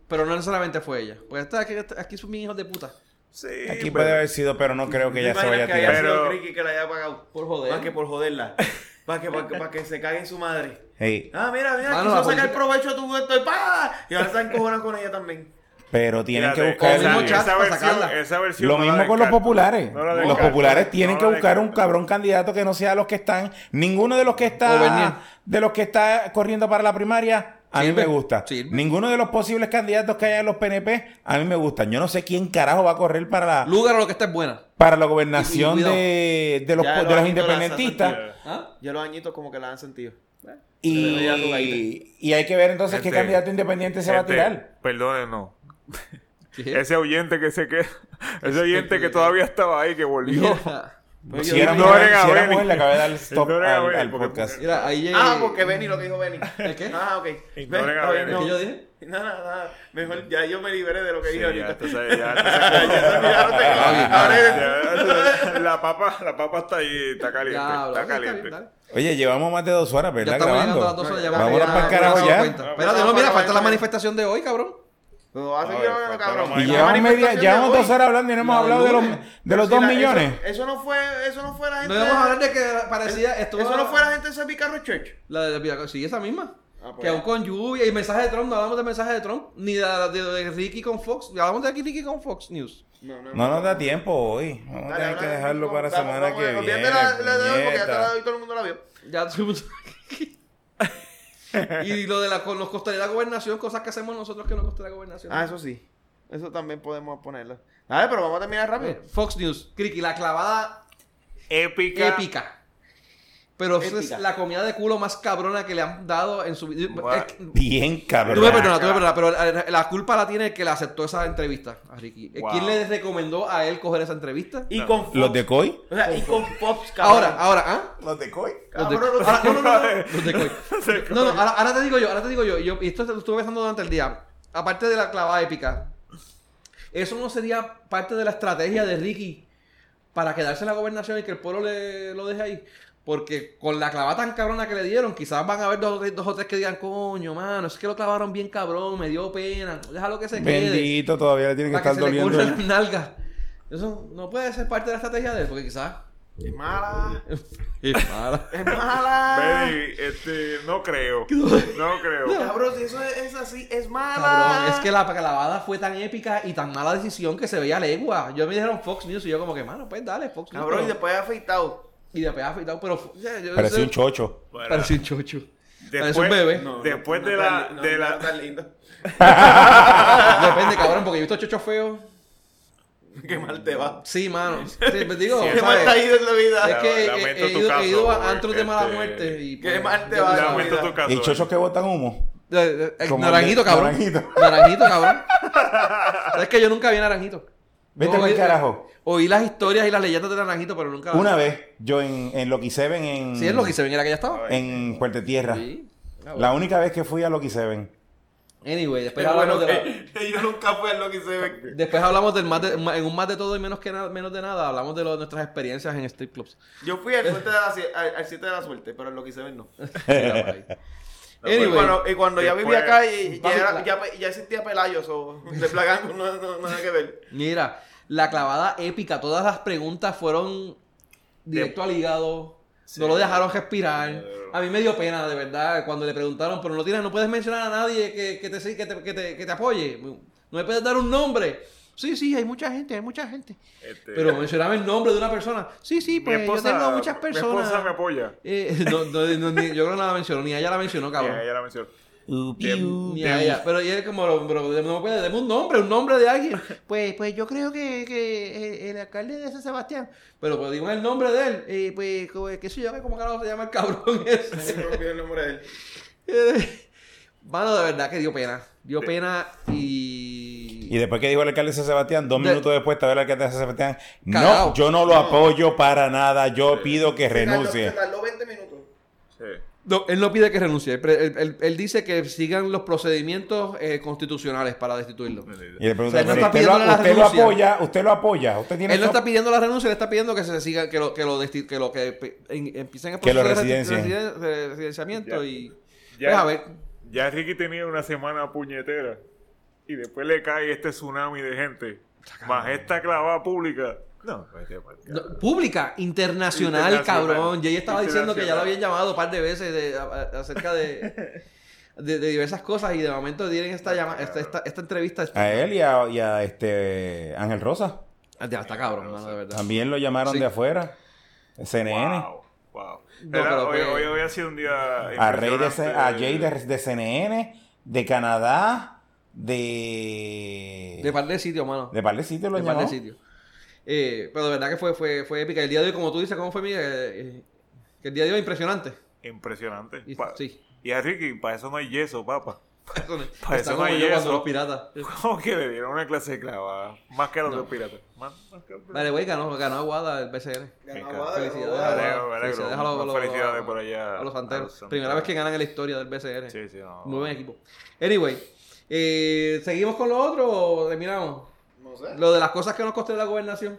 [SPEAKER 2] Pero no necesariamente fue ella. Pues está, aquí, aquí son mis hijos de puta.
[SPEAKER 5] Sí.
[SPEAKER 4] Aquí
[SPEAKER 5] pero-
[SPEAKER 4] puede haber sido, pero no creo que
[SPEAKER 3] ¿Te
[SPEAKER 4] ya se
[SPEAKER 3] imaginas
[SPEAKER 4] vaya a
[SPEAKER 3] que
[SPEAKER 4] tirar.
[SPEAKER 3] haya sido
[SPEAKER 5] Pero-
[SPEAKER 3] Ricky que la haya pagado?
[SPEAKER 2] Por joder.
[SPEAKER 3] Más que por joderla. Para que, pa' que, pa' que se cague en su madre.
[SPEAKER 4] Ey,
[SPEAKER 3] Ah, mira, mira,
[SPEAKER 2] Mano,
[SPEAKER 3] quiso sacar
[SPEAKER 2] la política-
[SPEAKER 3] provecho a tu esto y pa. Y ahora están cojonas con ella también.
[SPEAKER 4] pero tienen que
[SPEAKER 5] Fíjate,
[SPEAKER 4] buscar...
[SPEAKER 2] el mismo
[SPEAKER 5] esa,
[SPEAKER 2] chat
[SPEAKER 5] esa
[SPEAKER 2] para
[SPEAKER 5] versión,
[SPEAKER 2] sacarla.
[SPEAKER 5] esa versión
[SPEAKER 4] Lo
[SPEAKER 5] no la
[SPEAKER 4] mismo con los
[SPEAKER 5] descarto.
[SPEAKER 4] populares.
[SPEAKER 5] No la
[SPEAKER 4] los
[SPEAKER 5] descarto.
[SPEAKER 4] populares tienen
[SPEAKER 5] No
[SPEAKER 4] que
[SPEAKER 5] la
[SPEAKER 4] buscar un
[SPEAKER 5] descarto.
[SPEAKER 4] cabrón candidato que no sea los que están. Ninguno de los que
[SPEAKER 2] Gobernien.
[SPEAKER 4] está de los que está corriendo para la primaria a mí
[SPEAKER 2] Sirve,
[SPEAKER 4] me gusta.
[SPEAKER 2] sirve.
[SPEAKER 4] Ninguno de los posibles candidatos que haya en los PNP a mí me gustan. Yo no sé quién carajo va a correr para la
[SPEAKER 2] Lugar a lo que está es buena.
[SPEAKER 4] para la gobernación
[SPEAKER 2] Y- y cuidado.
[SPEAKER 4] de, de los
[SPEAKER 3] Ya
[SPEAKER 4] de
[SPEAKER 3] lo
[SPEAKER 4] los
[SPEAKER 3] han ido
[SPEAKER 4] independentistas
[SPEAKER 3] lanzando.
[SPEAKER 2] ¿Ah?
[SPEAKER 3] Ya los añitos como que la han sentido.
[SPEAKER 4] y,
[SPEAKER 3] Pero ya lo bailé.
[SPEAKER 4] y hay que ver entonces qué
[SPEAKER 5] Gente,
[SPEAKER 4] candidato independiente se va a
[SPEAKER 5] Gente,
[SPEAKER 4] tirar.
[SPEAKER 5] Perdónenos.
[SPEAKER 2] ¿Qué?
[SPEAKER 5] Ese oyente que se queda. Ese oyente que todavía estaba ahí, que volvió.
[SPEAKER 2] Mira,
[SPEAKER 3] Pues
[SPEAKER 4] Si
[SPEAKER 3] yo-
[SPEAKER 4] era
[SPEAKER 5] no
[SPEAKER 4] mujer,
[SPEAKER 5] era
[SPEAKER 4] si era
[SPEAKER 5] Benny.
[SPEAKER 4] mujer, le acabé de dar stop
[SPEAKER 5] No era
[SPEAKER 4] al-
[SPEAKER 5] Benny,
[SPEAKER 4] al
[SPEAKER 5] porque-
[SPEAKER 4] podcast.
[SPEAKER 2] mira, ahí llega-
[SPEAKER 3] Ah, porque Benny lo que dijo Benny.
[SPEAKER 2] ¿El qué?
[SPEAKER 3] Ah, ok.
[SPEAKER 5] Ignoren
[SPEAKER 3] Ven,
[SPEAKER 5] a
[SPEAKER 3] está bien,
[SPEAKER 5] Benny.
[SPEAKER 2] ¿Qué
[SPEAKER 3] no.
[SPEAKER 2] yo dije?
[SPEAKER 3] Nada, nada. Mejor ya yo me liberé de lo que
[SPEAKER 5] Sí,
[SPEAKER 3] dije
[SPEAKER 5] ya,
[SPEAKER 3] ahorita.
[SPEAKER 5] tú sabes, ya, tú sabes cómo-
[SPEAKER 3] Ya
[SPEAKER 2] Ah,
[SPEAKER 3] no tengo- ahora es-
[SPEAKER 5] Ya, La papa, la papa está ahí, está caliente,
[SPEAKER 2] Ya,
[SPEAKER 5] está
[SPEAKER 2] ok, está bien,
[SPEAKER 5] caliente.
[SPEAKER 2] dale.
[SPEAKER 4] Oye, llevamos más de dos horas,
[SPEAKER 2] Ya
[SPEAKER 4] ¿verdad?
[SPEAKER 2] estamos llegando a las
[SPEAKER 4] Grabando.
[SPEAKER 2] dos horas. Ya
[SPEAKER 4] Vámonos
[SPEAKER 2] vamos a-
[SPEAKER 4] pa'l
[SPEAKER 2] ya
[SPEAKER 4] carajo
[SPEAKER 2] me he
[SPEAKER 4] ya.
[SPEAKER 2] dado cuenta. Espérate, no, mira, falta la manifestación de hoy, cabrón.
[SPEAKER 3] Lo vas a seguir
[SPEAKER 5] Oye,
[SPEAKER 3] hablando,
[SPEAKER 5] falta
[SPEAKER 3] cabrón.
[SPEAKER 5] la
[SPEAKER 4] Y
[SPEAKER 5] Ay,
[SPEAKER 4] llevamos, media, llevamos dos horas hablando y no hemos
[SPEAKER 2] La
[SPEAKER 4] hablado de los,
[SPEAKER 2] luna.
[SPEAKER 4] de los
[SPEAKER 3] Sí,
[SPEAKER 4] dos
[SPEAKER 3] la-
[SPEAKER 4] millones.
[SPEAKER 3] Eso, eso no fue, eso no fue la gente.
[SPEAKER 2] No íbamos a hablar de que parecía. Estuvo
[SPEAKER 3] Eso no fue la gente de ese Picarro Church.
[SPEAKER 2] La de la Pidaco- sí, esa misma.
[SPEAKER 3] Ah, pues.
[SPEAKER 2] Que aún con lluvia y mensaje de Trump, no hablamos de mensaje de Trump, ni de, de- de Ricky con Fox, ya hablamos de aquí Ricky con Fox News.
[SPEAKER 3] No, no.
[SPEAKER 4] No nos da tiempo hoy. Vamos a
[SPEAKER 3] Dale,
[SPEAKER 4] tener que
[SPEAKER 3] habla-
[SPEAKER 4] dejarlo para
[SPEAKER 3] vamos-
[SPEAKER 4] semana
[SPEAKER 3] vamos-
[SPEAKER 4] que viene.
[SPEAKER 3] olvídate la- la de hoy, porque ya te la
[SPEAKER 4] puñeta.
[SPEAKER 3] doy, todo el mundo la vio.
[SPEAKER 2] Ya todo el mundo- Y lo de la, con los costaría la gobernación, cosas que hacemos nosotros que no costaría la gobernación.
[SPEAKER 3] Ah, eso sí. Eso también podemos ponerlo. Dale, pero vamos a terminar rápido.
[SPEAKER 2] Fox News, Criqui, la clavada
[SPEAKER 5] Épica.
[SPEAKER 2] épica. Pero esa es
[SPEAKER 3] Épica.
[SPEAKER 2] la comida de culo más cabrona que le han dado en su vida.
[SPEAKER 5] Buah.
[SPEAKER 2] Es que-
[SPEAKER 4] Bien
[SPEAKER 2] Tú me
[SPEAKER 4] cabrón.
[SPEAKER 2] perdonas, tú me perdonas, pero la, la culpa la tiene el que le aceptó esa entrevista a Ricky.
[SPEAKER 5] Wow.
[SPEAKER 2] ¿Quién le recomendó a él coger esa entrevista?
[SPEAKER 3] Y con Fox.
[SPEAKER 4] ¿Los de COI?
[SPEAKER 3] O sea, y con Fox, cabrón.
[SPEAKER 2] Ahora, ahora, ¿ah?
[SPEAKER 4] ¿Los de COI?
[SPEAKER 2] Los de-
[SPEAKER 3] Cabrón, los-
[SPEAKER 2] ahora- no, no, no, no, los de Coy. No, no, ahora, ahora te digo yo, ahora te digo yo, y yo- y esto te lo estuve pensando durante el día. Aparte de la clavada épica, ¿eso no sería parte de la estrategia de Ricky para quedarse en la gobernación y que el pueblo le, lo deje ahí? Porque con la clavada tan cabrona que le dieron, quizás van a haber dos, o tres- dos o tres que digan, coño, mano, es que lo clavaron bien cabrón, me dio pena, déjalo que se quede
[SPEAKER 4] Bendito, todavía le tienen que
[SPEAKER 2] para
[SPEAKER 4] estar
[SPEAKER 2] que se le
[SPEAKER 4] doliendo.
[SPEAKER 2] curven las nalgas. Eso no puede ser parte de la estrategia de él, porque quizás.
[SPEAKER 3] Es mala.
[SPEAKER 2] Ahora-
[SPEAKER 3] Es mala.
[SPEAKER 5] Baby, este, no creo. No creo.
[SPEAKER 3] Cabrón, si eso es, es así, es mala.
[SPEAKER 2] Cabrón, es que la clavada fue tan épica y tan mala decisión que se veía legua. Yo me dijeron Fox News y yo, como que, mano, pues dale, Fox News.
[SPEAKER 3] Cabrón, y
[SPEAKER 2] pero-
[SPEAKER 3] después afeitado.
[SPEAKER 2] y después afeitado, pero. o sea, yo-
[SPEAKER 4] Parecía
[SPEAKER 2] yo-
[SPEAKER 4] un chocho.
[SPEAKER 5] Bueno,
[SPEAKER 2] Parecía un chocho.
[SPEAKER 5] después,
[SPEAKER 2] Parece un bebé.
[SPEAKER 5] Después
[SPEAKER 3] No,
[SPEAKER 5] de
[SPEAKER 3] no tan
[SPEAKER 5] la.
[SPEAKER 3] li- no,
[SPEAKER 5] de
[SPEAKER 3] no
[SPEAKER 5] la
[SPEAKER 3] tan lindo.
[SPEAKER 2] Depende, cabrón, porque yo he visto chochos feos.
[SPEAKER 8] Qué mal te va.
[SPEAKER 2] Sí, mano. Sí, te digo,
[SPEAKER 5] Sí,
[SPEAKER 8] Qué mal
[SPEAKER 2] ¿sabes?
[SPEAKER 8] te ha ido en la
[SPEAKER 2] Es
[SPEAKER 8] vida.
[SPEAKER 2] que he,
[SPEAKER 5] Lamento
[SPEAKER 2] he
[SPEAKER 5] tu
[SPEAKER 2] ido, he ido
[SPEAKER 5] caso,
[SPEAKER 2] a antros de mala
[SPEAKER 5] este,
[SPEAKER 2] muerte y... pues,
[SPEAKER 8] qué mal te
[SPEAKER 2] ya
[SPEAKER 8] va,
[SPEAKER 2] sabes.
[SPEAKER 5] Lamento tu caso. eh,
[SPEAKER 4] Y chochos que botan humo.
[SPEAKER 2] Eh, eh,
[SPEAKER 4] Como
[SPEAKER 2] naranjito,
[SPEAKER 4] el de-
[SPEAKER 2] cabrón.
[SPEAKER 4] naranjito.
[SPEAKER 2] Naranjito, cabrón. ¿Sabes que yo nunca vi a Naranjito?
[SPEAKER 4] Vete
[SPEAKER 2] No,
[SPEAKER 4] al
[SPEAKER 2] oí-
[SPEAKER 4] carajo.
[SPEAKER 2] Oí las historias y las leyendas de Naranjito, pero nunca...
[SPEAKER 4] Una vez, yo en, en Loki Seven en,
[SPEAKER 2] Sí, es lo que se ven, era que ya estaba.
[SPEAKER 4] en Puerto Tierra.
[SPEAKER 2] Sí. Ah,
[SPEAKER 4] La
[SPEAKER 2] bueno.
[SPEAKER 4] única vez que fui a Loki Seven.
[SPEAKER 2] Anyway, después
[SPEAKER 8] Pero bueno,
[SPEAKER 2] hablamos, de la-
[SPEAKER 8] que- yo nunca fui a lo que se ve.
[SPEAKER 2] después hablamos del más de- en un más de todo y menos, que nada, menos de nada, hablamos de lo- nuestras experiencias en strip clubs.
[SPEAKER 8] Yo fui al 7 de la, sie- al, al siete de la suerte, pero en lo que se ve no.
[SPEAKER 2] Mira por ahí.
[SPEAKER 8] Y
[SPEAKER 2] anyway,
[SPEAKER 8] cuando, y cuando ya
[SPEAKER 5] Después-
[SPEAKER 8] vivía acá, y, ya,
[SPEAKER 2] Papi,
[SPEAKER 8] era-
[SPEAKER 2] la-
[SPEAKER 8] ya, pe- ya existía pelayos o de plagando, no, no, nada que ver.
[SPEAKER 2] mira, la clavada épica, todas las preguntas fueron directo al hígado. No lo dejaron respirar. A mí me dio pena, de verdad, cuando le preguntaron, pero no tienes, no puedes mencionar a nadie que, que te, sí- que, te, que, te, que te apoye. No me puedes dar un nombre. Sí, sí, hay mucha gente, hay mucha gente.
[SPEAKER 5] Este,
[SPEAKER 2] Pero mencionaba el nombre de una persona. Sí, sí,
[SPEAKER 5] mi
[SPEAKER 2] pues
[SPEAKER 5] esposa,
[SPEAKER 2] yo tengo muchas personas.
[SPEAKER 5] Mi esposa me apoya.
[SPEAKER 2] Eh, no, no, no, ni- yo creo que no la mencionó, ni ella la mencionó, cabrón.
[SPEAKER 5] Eh, ella la mencionó.
[SPEAKER 2] Ni a ella. Pero ella es como, pero no me puede, deme un nombre, un nombre de alguien. Pues, pues yo creo que, que el, el alcalde de San Sebastián. Pero pues dime el nombre de él. Eh, pues, como- qué sé yo, cómo carajo se llama el cabrón ese.
[SPEAKER 8] No olvidé el nombre de él.
[SPEAKER 2] Eh, Mano, de verdad que dio pena. Dio pena y.
[SPEAKER 4] Y después que dijo el alcalde de San Sebastián, dos
[SPEAKER 2] De-
[SPEAKER 4] minutos después estaba el alcalde de San Sebastián.
[SPEAKER 2] Cagao.
[SPEAKER 4] No, yo no lo apoyo para nada. Yo pido que renuncie.
[SPEAKER 8] Se tardó 20 minutos.
[SPEAKER 5] Sí.
[SPEAKER 2] No, él no pide que renuncie. Él, él- él- él dice que sigan los procedimientos eh, constitucionales para destituirlo.
[SPEAKER 4] Y le pregunta,
[SPEAKER 2] O sea, no está
[SPEAKER 4] "Pero usted, lo,
[SPEAKER 2] pidiendo la
[SPEAKER 4] usted lo
[SPEAKER 2] renuncia.
[SPEAKER 4] apoya, usted lo apoya, usted tiene
[SPEAKER 2] Él no
[SPEAKER 4] eso-
[SPEAKER 2] está pidiendo la renuncia, él está pidiendo que se siga, que lo, que lo, desti- que lo que pe- en- empiecen el
[SPEAKER 4] Que lo
[SPEAKER 2] proceso de resi-
[SPEAKER 4] residencien.
[SPEAKER 2] residen- de residenciamiento
[SPEAKER 5] Ya.
[SPEAKER 2] y.
[SPEAKER 5] Ya.
[SPEAKER 2] Pues, a ver.
[SPEAKER 5] Ya Ricky tenía una semana puñetera y después le cae este tsunami de gente. Más esta clavada pública. No, pues, vete pa'l
[SPEAKER 2] no,
[SPEAKER 5] carajo.
[SPEAKER 2] pública, internacional,
[SPEAKER 5] Internacional.
[SPEAKER 2] cabrón. Y ella estaba diciendo que ya lo
[SPEAKER 5] Internacional.
[SPEAKER 2] habían llamado un par de veces de- a- a- acerca de, de, de diversas cosas y de momento tienen esta, llama, esta, esta, esta entrevista.
[SPEAKER 4] A él y a, y a, este Ángel Rosa.
[SPEAKER 2] Ah, ya, está cabrón, mano, de verdad.
[SPEAKER 4] También lo llamaron
[SPEAKER 2] Sí.
[SPEAKER 4] de afuera. CNN.
[SPEAKER 5] Wow, wow.
[SPEAKER 2] No,
[SPEAKER 5] Era-
[SPEAKER 2] pero pues-
[SPEAKER 5] hoy,
[SPEAKER 2] fue-
[SPEAKER 5] hoy, hoy ha sido un día.
[SPEAKER 4] A, Rey de, C-
[SPEAKER 5] impresionante.
[SPEAKER 4] a Jay de, de CNN, de Canadá, de...
[SPEAKER 2] De par de sitios, mano.
[SPEAKER 4] de par de sitios lo
[SPEAKER 2] de par de
[SPEAKER 4] llamaron.
[SPEAKER 2] sitios. Eh, pero de verdad que fue, fue, fue épica. El día de hoy, como tú dices, ¿cómo fue, Miguel? Eh, eh, que el día de hoy impresionante.
[SPEAKER 5] Impresionante.
[SPEAKER 2] Y-
[SPEAKER 5] Pa-
[SPEAKER 2] sí.
[SPEAKER 5] y a Ricky, para eso no hay yeso, papá.
[SPEAKER 2] Eso no-
[SPEAKER 5] Para
[SPEAKER 2] está
[SPEAKER 5] eso no
[SPEAKER 2] como
[SPEAKER 5] hay
[SPEAKER 2] yo cuando
[SPEAKER 5] eso.
[SPEAKER 2] los piratas.
[SPEAKER 5] ¿Cómo que le dieron una clase de clavada? Más que a los de los piratas. Más, más que a los piratas.
[SPEAKER 2] Vale, güey, ganó, ganó Aguada el BCN.
[SPEAKER 8] Ganó
[SPEAKER 5] Venga.
[SPEAKER 8] Aguada, ganó
[SPEAKER 2] Felicidades,
[SPEAKER 5] Me
[SPEAKER 8] Aguada.
[SPEAKER 5] alegro, me alegro.
[SPEAKER 2] Felicidades a los- a los-
[SPEAKER 5] Felicidades por allá.
[SPEAKER 2] A los santeros.
[SPEAKER 5] santeros.
[SPEAKER 2] Primera vez que ganan en la historia del BCN.
[SPEAKER 5] Sí, sí, no.
[SPEAKER 2] Muy buen equipo. Anyway, eh, ¿seguimos con lo otro o terminamos?
[SPEAKER 8] No sé.
[SPEAKER 2] Lo de las cosas que nos costó la gobernación.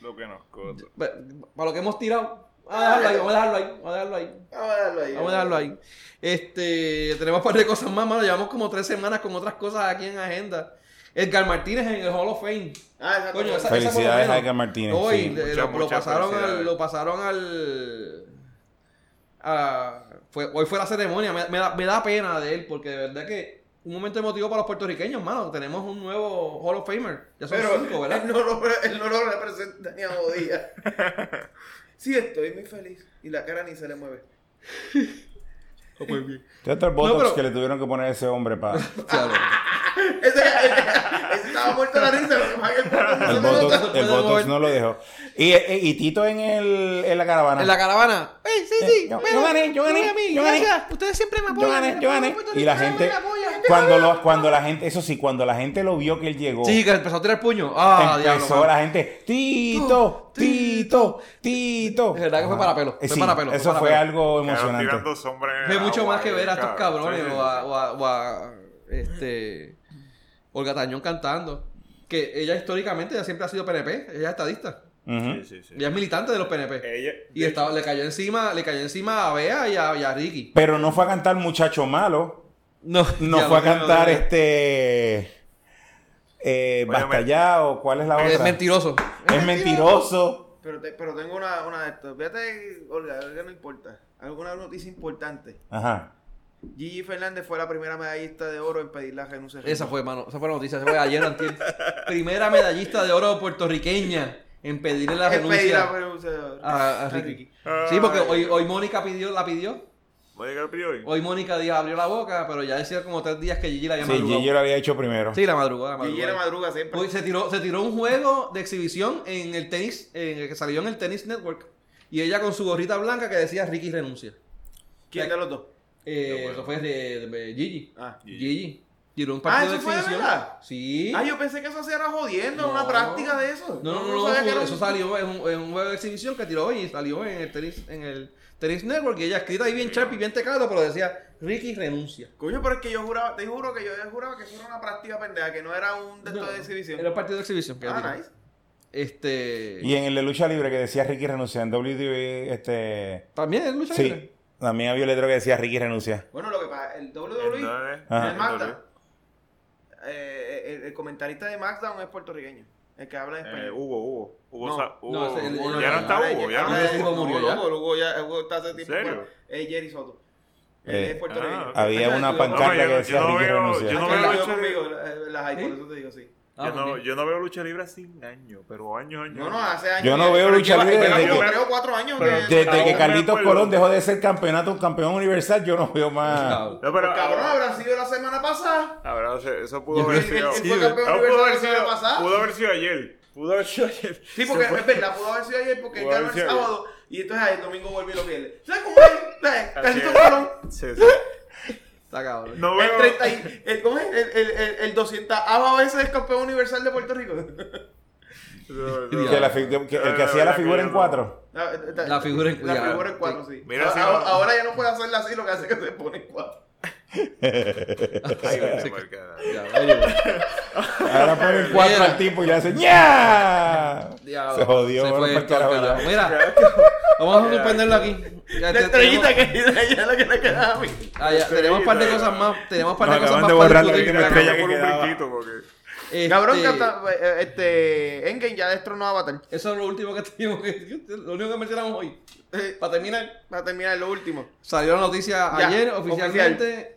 [SPEAKER 5] Lo que nos costó.
[SPEAKER 2] Pa- Para lo que hemos tirado. Vamos a dejarlo ahí, vamos a dejarlo ahí, vamos a dejarlo ahí.
[SPEAKER 8] Vamos a dejarlo ahí.
[SPEAKER 2] Vamos a dejarlo ahí. Este, tenemos un par de cosas más, mano. Llevamos como tres semanas con otras cosas aquí en agenda. Edgar Martínez en el Hall of Fame.
[SPEAKER 8] Ah, exacto.
[SPEAKER 2] Coño, esa- esa por lo
[SPEAKER 4] Felicidades
[SPEAKER 2] menos.
[SPEAKER 4] a Edgar Martínez.
[SPEAKER 2] Hoy
[SPEAKER 4] sí.
[SPEAKER 2] le-
[SPEAKER 5] Muchas,
[SPEAKER 2] lo, lo
[SPEAKER 5] muchas
[SPEAKER 2] pasaron al,
[SPEAKER 5] felicidades.
[SPEAKER 2] lo pasaron al. a- fue, hoy fue la ceremonia. Me, me da, me da pena de él porque de verdad que un momento emotivo para los puertorriqueños, mano. Tenemos un nuevo Hall of Famer. Ya son
[SPEAKER 8] Pero
[SPEAKER 2] cinco, ¿verdad?
[SPEAKER 8] Él, no lo, re- él no lo representa ni a jodida. sí, estoy muy feliz. Y la cara ni se le mueve.
[SPEAKER 4] Todo esto es el botox
[SPEAKER 2] pero-
[SPEAKER 4] que le tuvieron que poner a ese hombre para...
[SPEAKER 2] Claro.
[SPEAKER 8] Ese, ese, ese estaba muerto de la risa. Lo que pasa es que el cuerpo no
[SPEAKER 4] El
[SPEAKER 8] se le nota.
[SPEAKER 4] botox,
[SPEAKER 2] no
[SPEAKER 4] el
[SPEAKER 2] puede
[SPEAKER 4] botox
[SPEAKER 2] mover.
[SPEAKER 4] no lo dejó. Y, eh, y Tito en, el, en la caravana.
[SPEAKER 2] En la caravana. ¡Ey, sí, sí!
[SPEAKER 4] Eh, Ah, yo-
[SPEAKER 2] mira,
[SPEAKER 4] yo gané, yo gané,
[SPEAKER 2] mira a mí,
[SPEAKER 4] yo gané.
[SPEAKER 2] gracias. Ustedes siempre me apoyan.
[SPEAKER 4] Yo gané,
[SPEAKER 2] me
[SPEAKER 4] yo
[SPEAKER 2] apoyan,
[SPEAKER 4] gané.
[SPEAKER 2] me
[SPEAKER 4] Y la
[SPEAKER 2] apoyan,
[SPEAKER 4] gente,
[SPEAKER 2] me apoyan.
[SPEAKER 4] cuando, lo, cuando la gente, eso sí, cuando la gente lo vio que él llegó,
[SPEAKER 2] pues, Sí, que empezó a tirar puño. ¡Ah, diablo!
[SPEAKER 4] empezó
[SPEAKER 2] mano.
[SPEAKER 4] la gente, Tito, Tito, Tito.
[SPEAKER 2] Es verdad que fue
[SPEAKER 4] Ajá.
[SPEAKER 2] para pelo,
[SPEAKER 4] Eh,
[SPEAKER 2] fue
[SPEAKER 4] sí,
[SPEAKER 2] para pelo, fue
[SPEAKER 4] Eso
[SPEAKER 2] para
[SPEAKER 4] fue
[SPEAKER 2] pelo.
[SPEAKER 4] algo
[SPEAKER 5] Quedaron
[SPEAKER 4] emocionante.
[SPEAKER 5] tirando sombra en
[SPEAKER 2] Fue
[SPEAKER 5] el
[SPEAKER 2] mucho
[SPEAKER 5] agua,
[SPEAKER 2] más que ver a estos
[SPEAKER 5] Ah, cabrón.
[SPEAKER 2] cabrones
[SPEAKER 5] Sí, sí,
[SPEAKER 2] o, a, o a- o a, este, Olga Tañón cantando. Que ella históricamente ella siempre ha sido PNP, ella es estadista,
[SPEAKER 4] Ujú.
[SPEAKER 5] sí, sí, sí.
[SPEAKER 2] ella es militante de los PNP.
[SPEAKER 5] Ella,
[SPEAKER 2] y estaba, le cayó encima, le cayó encima a Bea y a, y a Ricky.
[SPEAKER 4] Pero no fue a cantar Muchacho Malo,
[SPEAKER 2] No,
[SPEAKER 4] no
[SPEAKER 2] ya
[SPEAKER 4] fue a
[SPEAKER 2] lo que me
[SPEAKER 4] cantar
[SPEAKER 2] dolió.
[SPEAKER 4] este... Eh,
[SPEAKER 5] Oye,
[SPEAKER 4] Basta
[SPEAKER 5] me-
[SPEAKER 4] ya, o cuál es la
[SPEAKER 2] Es
[SPEAKER 4] otra.
[SPEAKER 2] mentiroso.
[SPEAKER 4] Es mentiroso.
[SPEAKER 8] Pero, te- pero tengo una, una de estas. Fíjate, Olga, Olga no importa. Alguna noticia importante.
[SPEAKER 4] Ajá.
[SPEAKER 8] Gigi Fernández fue la primera medallista de oro en pedir la renuncia.
[SPEAKER 2] Esa fue, mano, esa fue la noticia, esa fue ayer antier. Primera medallista de oro puertorriqueña en pedirle la
[SPEAKER 8] En pedir la
[SPEAKER 2] renuncia
[SPEAKER 8] renuncia de oro.
[SPEAKER 2] a, a
[SPEAKER 8] A
[SPEAKER 2] Ricky.
[SPEAKER 5] Ah.
[SPEAKER 8] Ricky.
[SPEAKER 2] Sí, porque hoy, hoy Mónica pidió, la pidió.
[SPEAKER 5] Mónica lo pidió hoy.
[SPEAKER 2] Hoy Mónica Díaz abrió la boca, pero ya decía como tres días que Gigi la había
[SPEAKER 4] Sí,
[SPEAKER 2] madrugado.
[SPEAKER 4] Gigi lo había hecho primero.
[SPEAKER 2] Sí, la madrugada. la
[SPEAKER 3] Guillermo
[SPEAKER 2] madrugada.
[SPEAKER 3] madruga siempre.
[SPEAKER 2] Hoy se tiró, se tiró un juego de exhibición en el tenis, en el que salió en el Tennis Network. Y ella con su gorrita blanca que decía Ricky renuncia.
[SPEAKER 3] ¿Quién de los dos?
[SPEAKER 2] Eh,
[SPEAKER 5] bueno.
[SPEAKER 2] Eso fue de, de Gigi.
[SPEAKER 3] Ah.
[SPEAKER 5] Gigi.
[SPEAKER 2] Gigi. Tiró un partido
[SPEAKER 3] Ah,
[SPEAKER 2] de
[SPEAKER 3] ¿eso fue de
[SPEAKER 2] exhibición.
[SPEAKER 3] verdad?
[SPEAKER 2] sí.
[SPEAKER 3] Ah, yo pensé que eso se era jodiendo,
[SPEAKER 2] No.
[SPEAKER 3] una práctica de eso.
[SPEAKER 2] No, no, no,
[SPEAKER 3] sabía
[SPEAKER 2] no,
[SPEAKER 3] que era un-
[SPEAKER 2] eso salió en un, en un juego de exhibición que tiró hoy y salió en el tenis, en el tenis network y ella escrita ahí bien sharp y bien teclado, pero decía Ricky renuncia.
[SPEAKER 3] Coño, pero es que yo juraba, te juro que yo juraba que eso era una práctica pendeja, que no era un de esto de exhibición.
[SPEAKER 2] Era un partido de exhibición que ella
[SPEAKER 3] Ah,
[SPEAKER 2] tiró.
[SPEAKER 3] nice.
[SPEAKER 2] Este
[SPEAKER 4] Y en el de lucha libre que decía Ricky renuncia en WWE, este...
[SPEAKER 2] también es lucha
[SPEAKER 4] Sí,
[SPEAKER 2] libre.
[SPEAKER 4] también había otro que decía Ricky renuncia.
[SPEAKER 3] Bueno, lo que pasa, el
[SPEAKER 5] El
[SPEAKER 3] WWE,
[SPEAKER 5] Dane,
[SPEAKER 4] Ajá.
[SPEAKER 3] el Magda, eh, el, el comentarista de SmackDown es puertorriqueño, el que habla en español.
[SPEAKER 5] Eh, Hugo, Hugo. Hugo,
[SPEAKER 3] No.
[SPEAKER 5] Sa- Hugo.
[SPEAKER 2] No, ese- el- el-
[SPEAKER 5] ya no está
[SPEAKER 3] Ahora ya-
[SPEAKER 5] Hugo, ya no
[SPEAKER 3] ahora
[SPEAKER 5] está
[SPEAKER 3] es-
[SPEAKER 2] Hugo murió
[SPEAKER 3] no,
[SPEAKER 2] ya.
[SPEAKER 3] Hugo, Hugo ya Hugo está hace tiempo.
[SPEAKER 5] serio?
[SPEAKER 3] fuera. Es Jerry Soto. Él
[SPEAKER 4] Eh,
[SPEAKER 3] es puertorriqueño.
[SPEAKER 5] ah,
[SPEAKER 4] Había una
[SPEAKER 2] No,
[SPEAKER 4] pancarta
[SPEAKER 5] yo
[SPEAKER 4] que
[SPEAKER 5] no-
[SPEAKER 4] decía
[SPEAKER 5] yo no
[SPEAKER 4] Ricky
[SPEAKER 5] veo-
[SPEAKER 4] renuncia.
[SPEAKER 5] yo no
[SPEAKER 3] Es que
[SPEAKER 5] veo
[SPEAKER 3] él
[SPEAKER 5] eso.
[SPEAKER 3] estuvo conmigo, eh, las hay, por eso te digo, sí.
[SPEAKER 2] Ah,
[SPEAKER 5] Yo no,
[SPEAKER 2] también.
[SPEAKER 5] yo no veo lucha libre hace años, pero años, años.
[SPEAKER 3] No, no, hace años.
[SPEAKER 4] Yo no
[SPEAKER 3] que-
[SPEAKER 4] veo
[SPEAKER 3] pero
[SPEAKER 4] lucha
[SPEAKER 3] lleva-
[SPEAKER 4] libre
[SPEAKER 3] lleva
[SPEAKER 5] desde
[SPEAKER 3] como
[SPEAKER 5] que-
[SPEAKER 3] tres o cuatro años
[SPEAKER 5] pero-
[SPEAKER 3] que...
[SPEAKER 4] Desde que
[SPEAKER 5] Aún me
[SPEAKER 4] Carlitos
[SPEAKER 5] acuerdo.
[SPEAKER 4] Colón dejó de ser campeonato, campeón universal, yo no veo más.
[SPEAKER 2] Claro.
[SPEAKER 5] No, pero ah,
[SPEAKER 3] Los cabrones habrán sido la semana pasada.
[SPEAKER 5] A ver, no sé, eso pudo
[SPEAKER 2] Yo
[SPEAKER 5] haber
[SPEAKER 3] creo que
[SPEAKER 5] sido.
[SPEAKER 3] él
[SPEAKER 5] Sí,
[SPEAKER 3] fue
[SPEAKER 5] ¿verdad?
[SPEAKER 3] campeón
[SPEAKER 5] pudo, haber
[SPEAKER 3] universal la
[SPEAKER 5] sido
[SPEAKER 3] pasada.
[SPEAKER 5] pudo haber sido ayer. Pudo haber sido ayer.
[SPEAKER 3] Sí, porque es verdad, pudo haber sido ayer porque él
[SPEAKER 5] Pudo
[SPEAKER 3] ganó el
[SPEAKER 5] haber sido ayer.
[SPEAKER 3] sábado y entonces ahí el domingo volvió y lo pierde. ¿Sabes cómo es? Eh,
[SPEAKER 5] Así
[SPEAKER 3] Carlitos
[SPEAKER 5] es.
[SPEAKER 3] Colón.
[SPEAKER 5] Sí, sí.
[SPEAKER 2] Está cabrón.
[SPEAKER 5] No
[SPEAKER 3] El
[SPEAKER 5] veo.
[SPEAKER 3] 30 y- el, ¿Cómo es? El, el, el, el 200 ava veces es campeón universal de Puerto Rico.
[SPEAKER 5] No, no.
[SPEAKER 4] Que la fi- que- el que
[SPEAKER 5] Eh,
[SPEAKER 4] hacía la
[SPEAKER 5] la
[SPEAKER 4] figura en
[SPEAKER 5] que-
[SPEAKER 4] cuatro.
[SPEAKER 3] La,
[SPEAKER 2] La figura en-
[SPEAKER 3] eh, La
[SPEAKER 2] ya,
[SPEAKER 3] figura en cuatro, sí.
[SPEAKER 5] Mira,
[SPEAKER 3] ahora,
[SPEAKER 5] sí,
[SPEAKER 3] ahora-
[SPEAKER 5] no.
[SPEAKER 3] ahora ya no puede hacerla así, lo que hace es que se pone en cuatro.
[SPEAKER 5] Ay, vete
[SPEAKER 2] Sí,
[SPEAKER 5] pa'l carajo.
[SPEAKER 2] Ya, oye,
[SPEAKER 4] Ahora ponen cuatro
[SPEAKER 2] Mira.
[SPEAKER 4] al tipo y le hacen ¡Ya!
[SPEAKER 2] diablo.
[SPEAKER 4] Se jodió,
[SPEAKER 2] Se
[SPEAKER 4] bueno,
[SPEAKER 2] fue
[SPEAKER 4] para el
[SPEAKER 2] todo
[SPEAKER 4] carajo ya.
[SPEAKER 2] carajo. Mira, vamos a suspenderlo aquí. Ya
[SPEAKER 3] La
[SPEAKER 2] te-
[SPEAKER 3] estrellita
[SPEAKER 2] tenemos-
[SPEAKER 3] que ella es la que le queda a mí.
[SPEAKER 2] Ah, ya, tenemos un par de cosas más. Tenemos un par
[SPEAKER 4] Nos
[SPEAKER 2] de cosas
[SPEAKER 4] acaban
[SPEAKER 2] más
[SPEAKER 4] de
[SPEAKER 2] para
[SPEAKER 4] borrar la
[SPEAKER 2] discutir.
[SPEAKER 4] última estrella
[SPEAKER 5] Por
[SPEAKER 4] que
[SPEAKER 5] un
[SPEAKER 4] quedaba.
[SPEAKER 5] brinquito, porque.
[SPEAKER 2] Este,
[SPEAKER 3] Cabrón, que hasta, eh, este, Engen ya destronó a Avatar.
[SPEAKER 2] Eso es lo último que tenemos que, lo único que mencionamos hoy.
[SPEAKER 3] Eh,
[SPEAKER 2] Para terminar,
[SPEAKER 3] Para terminar, lo último.
[SPEAKER 2] salió la noticia
[SPEAKER 3] Ya,
[SPEAKER 2] ayer oficialmente.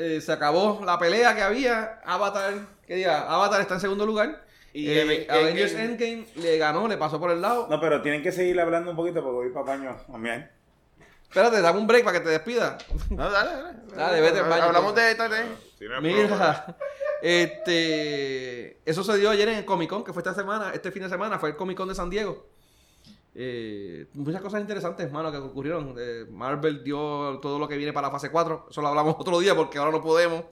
[SPEAKER 2] eh, se acabó la pelea que había. Avatar, que diga, Avatar está en segundo lugar.
[SPEAKER 3] Y
[SPEAKER 2] Eh,
[SPEAKER 3] Endgame-
[SPEAKER 2] Avengers Endgame le ganó, le pasó por el lado.
[SPEAKER 4] No, pero tienen que seguir hablando un poquito porque voy para paño también.
[SPEAKER 2] Espérate, dame un break para que te despidas.
[SPEAKER 3] No, dale, dale.
[SPEAKER 2] Dale, vete Ah, al baño,
[SPEAKER 3] Hablamos
[SPEAKER 2] tú.
[SPEAKER 3] de esta, de- E
[SPEAKER 5] Tiene pruebas.
[SPEAKER 2] Mira, este, eso se dio ayer en el Comic Con, que fue esta semana, este fin de semana, fue el Comic Con de San Diego. Eh, muchas cosas interesantes, mano, que ocurrieron. Eh, Marvel dio todo lo que viene para la fase 4. Eso lo hablamos otro día porque ahora no podemos.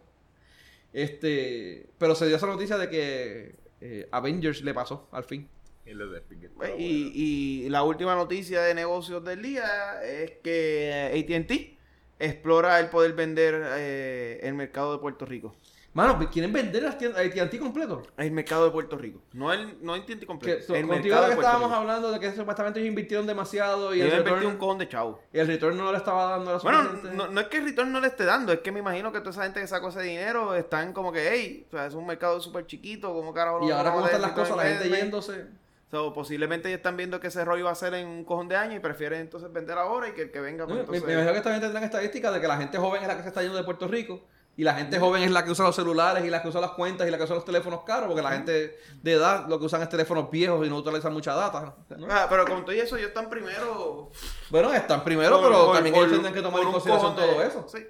[SPEAKER 2] Este, pero se dio esa noticia de que eh, Avengers le pasó al fin.
[SPEAKER 5] Y los de Piquet.
[SPEAKER 3] Pues, Y, y la última noticia de negocios del día es que ATT explora el poder vender eh, el mercado de Puerto Rico.
[SPEAKER 2] Mano, ¿quieren vender las tiendas AT&T completo?
[SPEAKER 3] El mercado de Puerto Rico. No el no AT&T
[SPEAKER 2] Que,
[SPEAKER 3] completo.
[SPEAKER 2] so-
[SPEAKER 3] Pues, el
[SPEAKER 2] contigo
[SPEAKER 3] mercado
[SPEAKER 2] lo
[SPEAKER 3] de
[SPEAKER 2] que
[SPEAKER 3] Puerto
[SPEAKER 2] estábamos
[SPEAKER 3] Rico.
[SPEAKER 2] hablando de que supuestamente ellos invirtieron demasiado y
[SPEAKER 3] Yo
[SPEAKER 2] el
[SPEAKER 3] invertí
[SPEAKER 2] retorno,
[SPEAKER 3] un cojón de chavo.
[SPEAKER 2] el retorno no le estaba dando la
[SPEAKER 3] Bueno,
[SPEAKER 2] suficiente-
[SPEAKER 3] no, no es que el return no le esté dando, es que me imagino que toda esa gente que sacó ese dinero están como que, hey, o sea, es un mercado súper chiquito, como carajo.
[SPEAKER 2] Y
[SPEAKER 3] no
[SPEAKER 2] ahora
[SPEAKER 3] vamos
[SPEAKER 2] como
[SPEAKER 3] a
[SPEAKER 2] están las
[SPEAKER 3] hacer
[SPEAKER 2] cosas, la
[SPEAKER 3] return
[SPEAKER 2] gente
[SPEAKER 3] investment?
[SPEAKER 2] yéndose.
[SPEAKER 3] So, posiblemente ellos están viendo que ese rollo va a ser en un cojón de años y prefieren entonces vender ahora y que el que venga.
[SPEAKER 2] No,
[SPEAKER 3] Pues,
[SPEAKER 2] Eh, me-
[SPEAKER 3] entonces...
[SPEAKER 2] Me imagino que también tendrán estadísticas de que la gente joven es la que se está yendo de Puerto Rico. Y la gente joven es la que usa los celulares y la que usa las cuentas y la que usa los teléfonos caros, porque la gente de edad lo que usan es teléfonos viejos y no utilizan mucha data. ¿no?
[SPEAKER 3] Ah, pero con todo y eso, ellos están primero.
[SPEAKER 2] Bueno, están primero, pero
[SPEAKER 3] Por-
[SPEAKER 2] también
[SPEAKER 3] por-
[SPEAKER 2] ellos tendrán que tomar
[SPEAKER 3] por
[SPEAKER 2] en
[SPEAKER 3] un
[SPEAKER 2] consideración
[SPEAKER 3] cojón de-
[SPEAKER 2] todo eso.
[SPEAKER 3] Sí.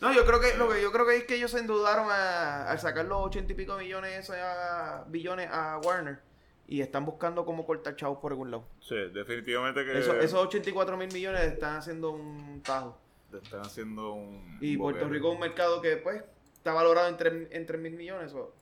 [SPEAKER 3] No, yo creo que lo que yo creo que es que ellos se endeudaron a- al sacar los ochenta y pico millones esos a, billones a Warner y están buscando cómo cortar chavos por algún lado.
[SPEAKER 5] Sí, definitivamente que.
[SPEAKER 2] Eh,
[SPEAKER 3] Eso- esos 84 mil millones están haciendo un tajo.
[SPEAKER 5] Te están haciendo un.
[SPEAKER 3] Y Puerto
[SPEAKER 5] boquete.
[SPEAKER 3] Rico es un mercado que pues está valorado en 3 en tres mil millones. o-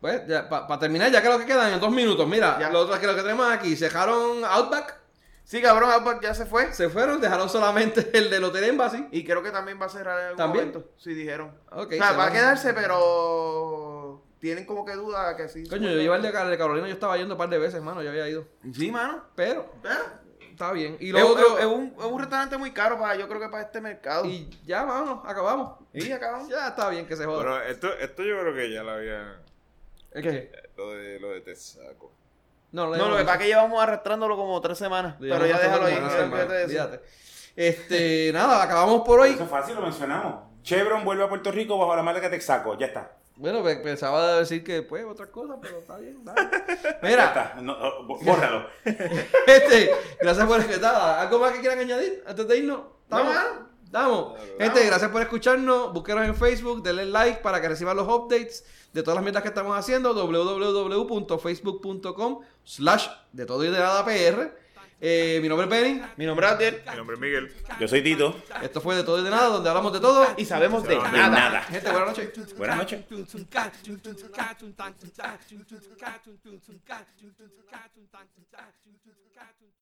[SPEAKER 2] Pues, para terminar, ya creo que quedan en dos minutos. Mira,
[SPEAKER 3] Ya.
[SPEAKER 2] lo otro que lo que tenemos aquí, se dejaron Outback,
[SPEAKER 3] Sí, cabrón, Outback ya se fue.
[SPEAKER 2] se fueron, dejaron solamente el del Hotel Embassy.
[SPEAKER 3] Y creo que también va a cerrar en algún
[SPEAKER 2] ¿También?
[SPEAKER 3] momento. Sí, dijeron.
[SPEAKER 2] Ok,
[SPEAKER 3] o sea,
[SPEAKER 2] se
[SPEAKER 3] va a
[SPEAKER 2] van.
[SPEAKER 3] quedarse, pero tienen como que duda que sí.
[SPEAKER 2] Coño, yo iba al de Car- de Carolina, yo estaba yendo un par de veces, mano, yo había ido.
[SPEAKER 3] Sí, mano.
[SPEAKER 2] Pero,
[SPEAKER 3] Pero-
[SPEAKER 2] está bien. Y
[SPEAKER 3] Es,
[SPEAKER 2] lo otro,
[SPEAKER 3] es- es un, es un restaurante muy caro para, yo creo que para este mercado. Y,
[SPEAKER 2] Y ya, vámonos, acabamos.
[SPEAKER 3] acabamos.
[SPEAKER 2] Ya está bien que se joda.
[SPEAKER 5] Pero esto, esto yo creo que ya lo habían.
[SPEAKER 2] ¿El qué?
[SPEAKER 5] Lo de, lo de Texaco.
[SPEAKER 2] No,
[SPEAKER 3] No, lo que pasa es que llevamos arrastrándolo como tres semanas. pero ya déjalo ahí.
[SPEAKER 2] Una
[SPEAKER 3] que-
[SPEAKER 2] semana,
[SPEAKER 3] que te decía.
[SPEAKER 2] olvídate. Este, nada, acabamos por hoy.
[SPEAKER 4] Eso es fácil, lo mencionamos. Chevron vuelve a Puerto Rico bajo la marca Texaco, ya está.
[SPEAKER 2] Bueno, pe- pensaba decir que pues otras cosas, pero está bien. dale.
[SPEAKER 4] Ya
[SPEAKER 2] Mira,
[SPEAKER 4] está. No, no, bó- bórralo.
[SPEAKER 2] este, gracias por estar. ¿Algo más que quieran añadir antes de irnos?
[SPEAKER 3] No,
[SPEAKER 2] ¿Estamos?
[SPEAKER 3] mano.
[SPEAKER 2] Damos. Gente, gracias por escucharnos. Búsquenos en Facebook, denle like para que reciban los updates de todas las metas que estamos haciendo. www.facebook.com slash de todo y de nada PR. Eh, mi nombre es Benny.
[SPEAKER 3] Mi nombre es Abdiel
[SPEAKER 5] Mi nombre es Miguel.
[SPEAKER 6] Yo soy Tito.
[SPEAKER 2] Esto fue de todo y de nada, donde hablamos de todo.
[SPEAKER 3] y sabemos de
[SPEAKER 6] De
[SPEAKER 3] nada.
[SPEAKER 6] nada.
[SPEAKER 2] Gente, buenas noches.
[SPEAKER 6] Buenas noches.
[SPEAKER 1] noches.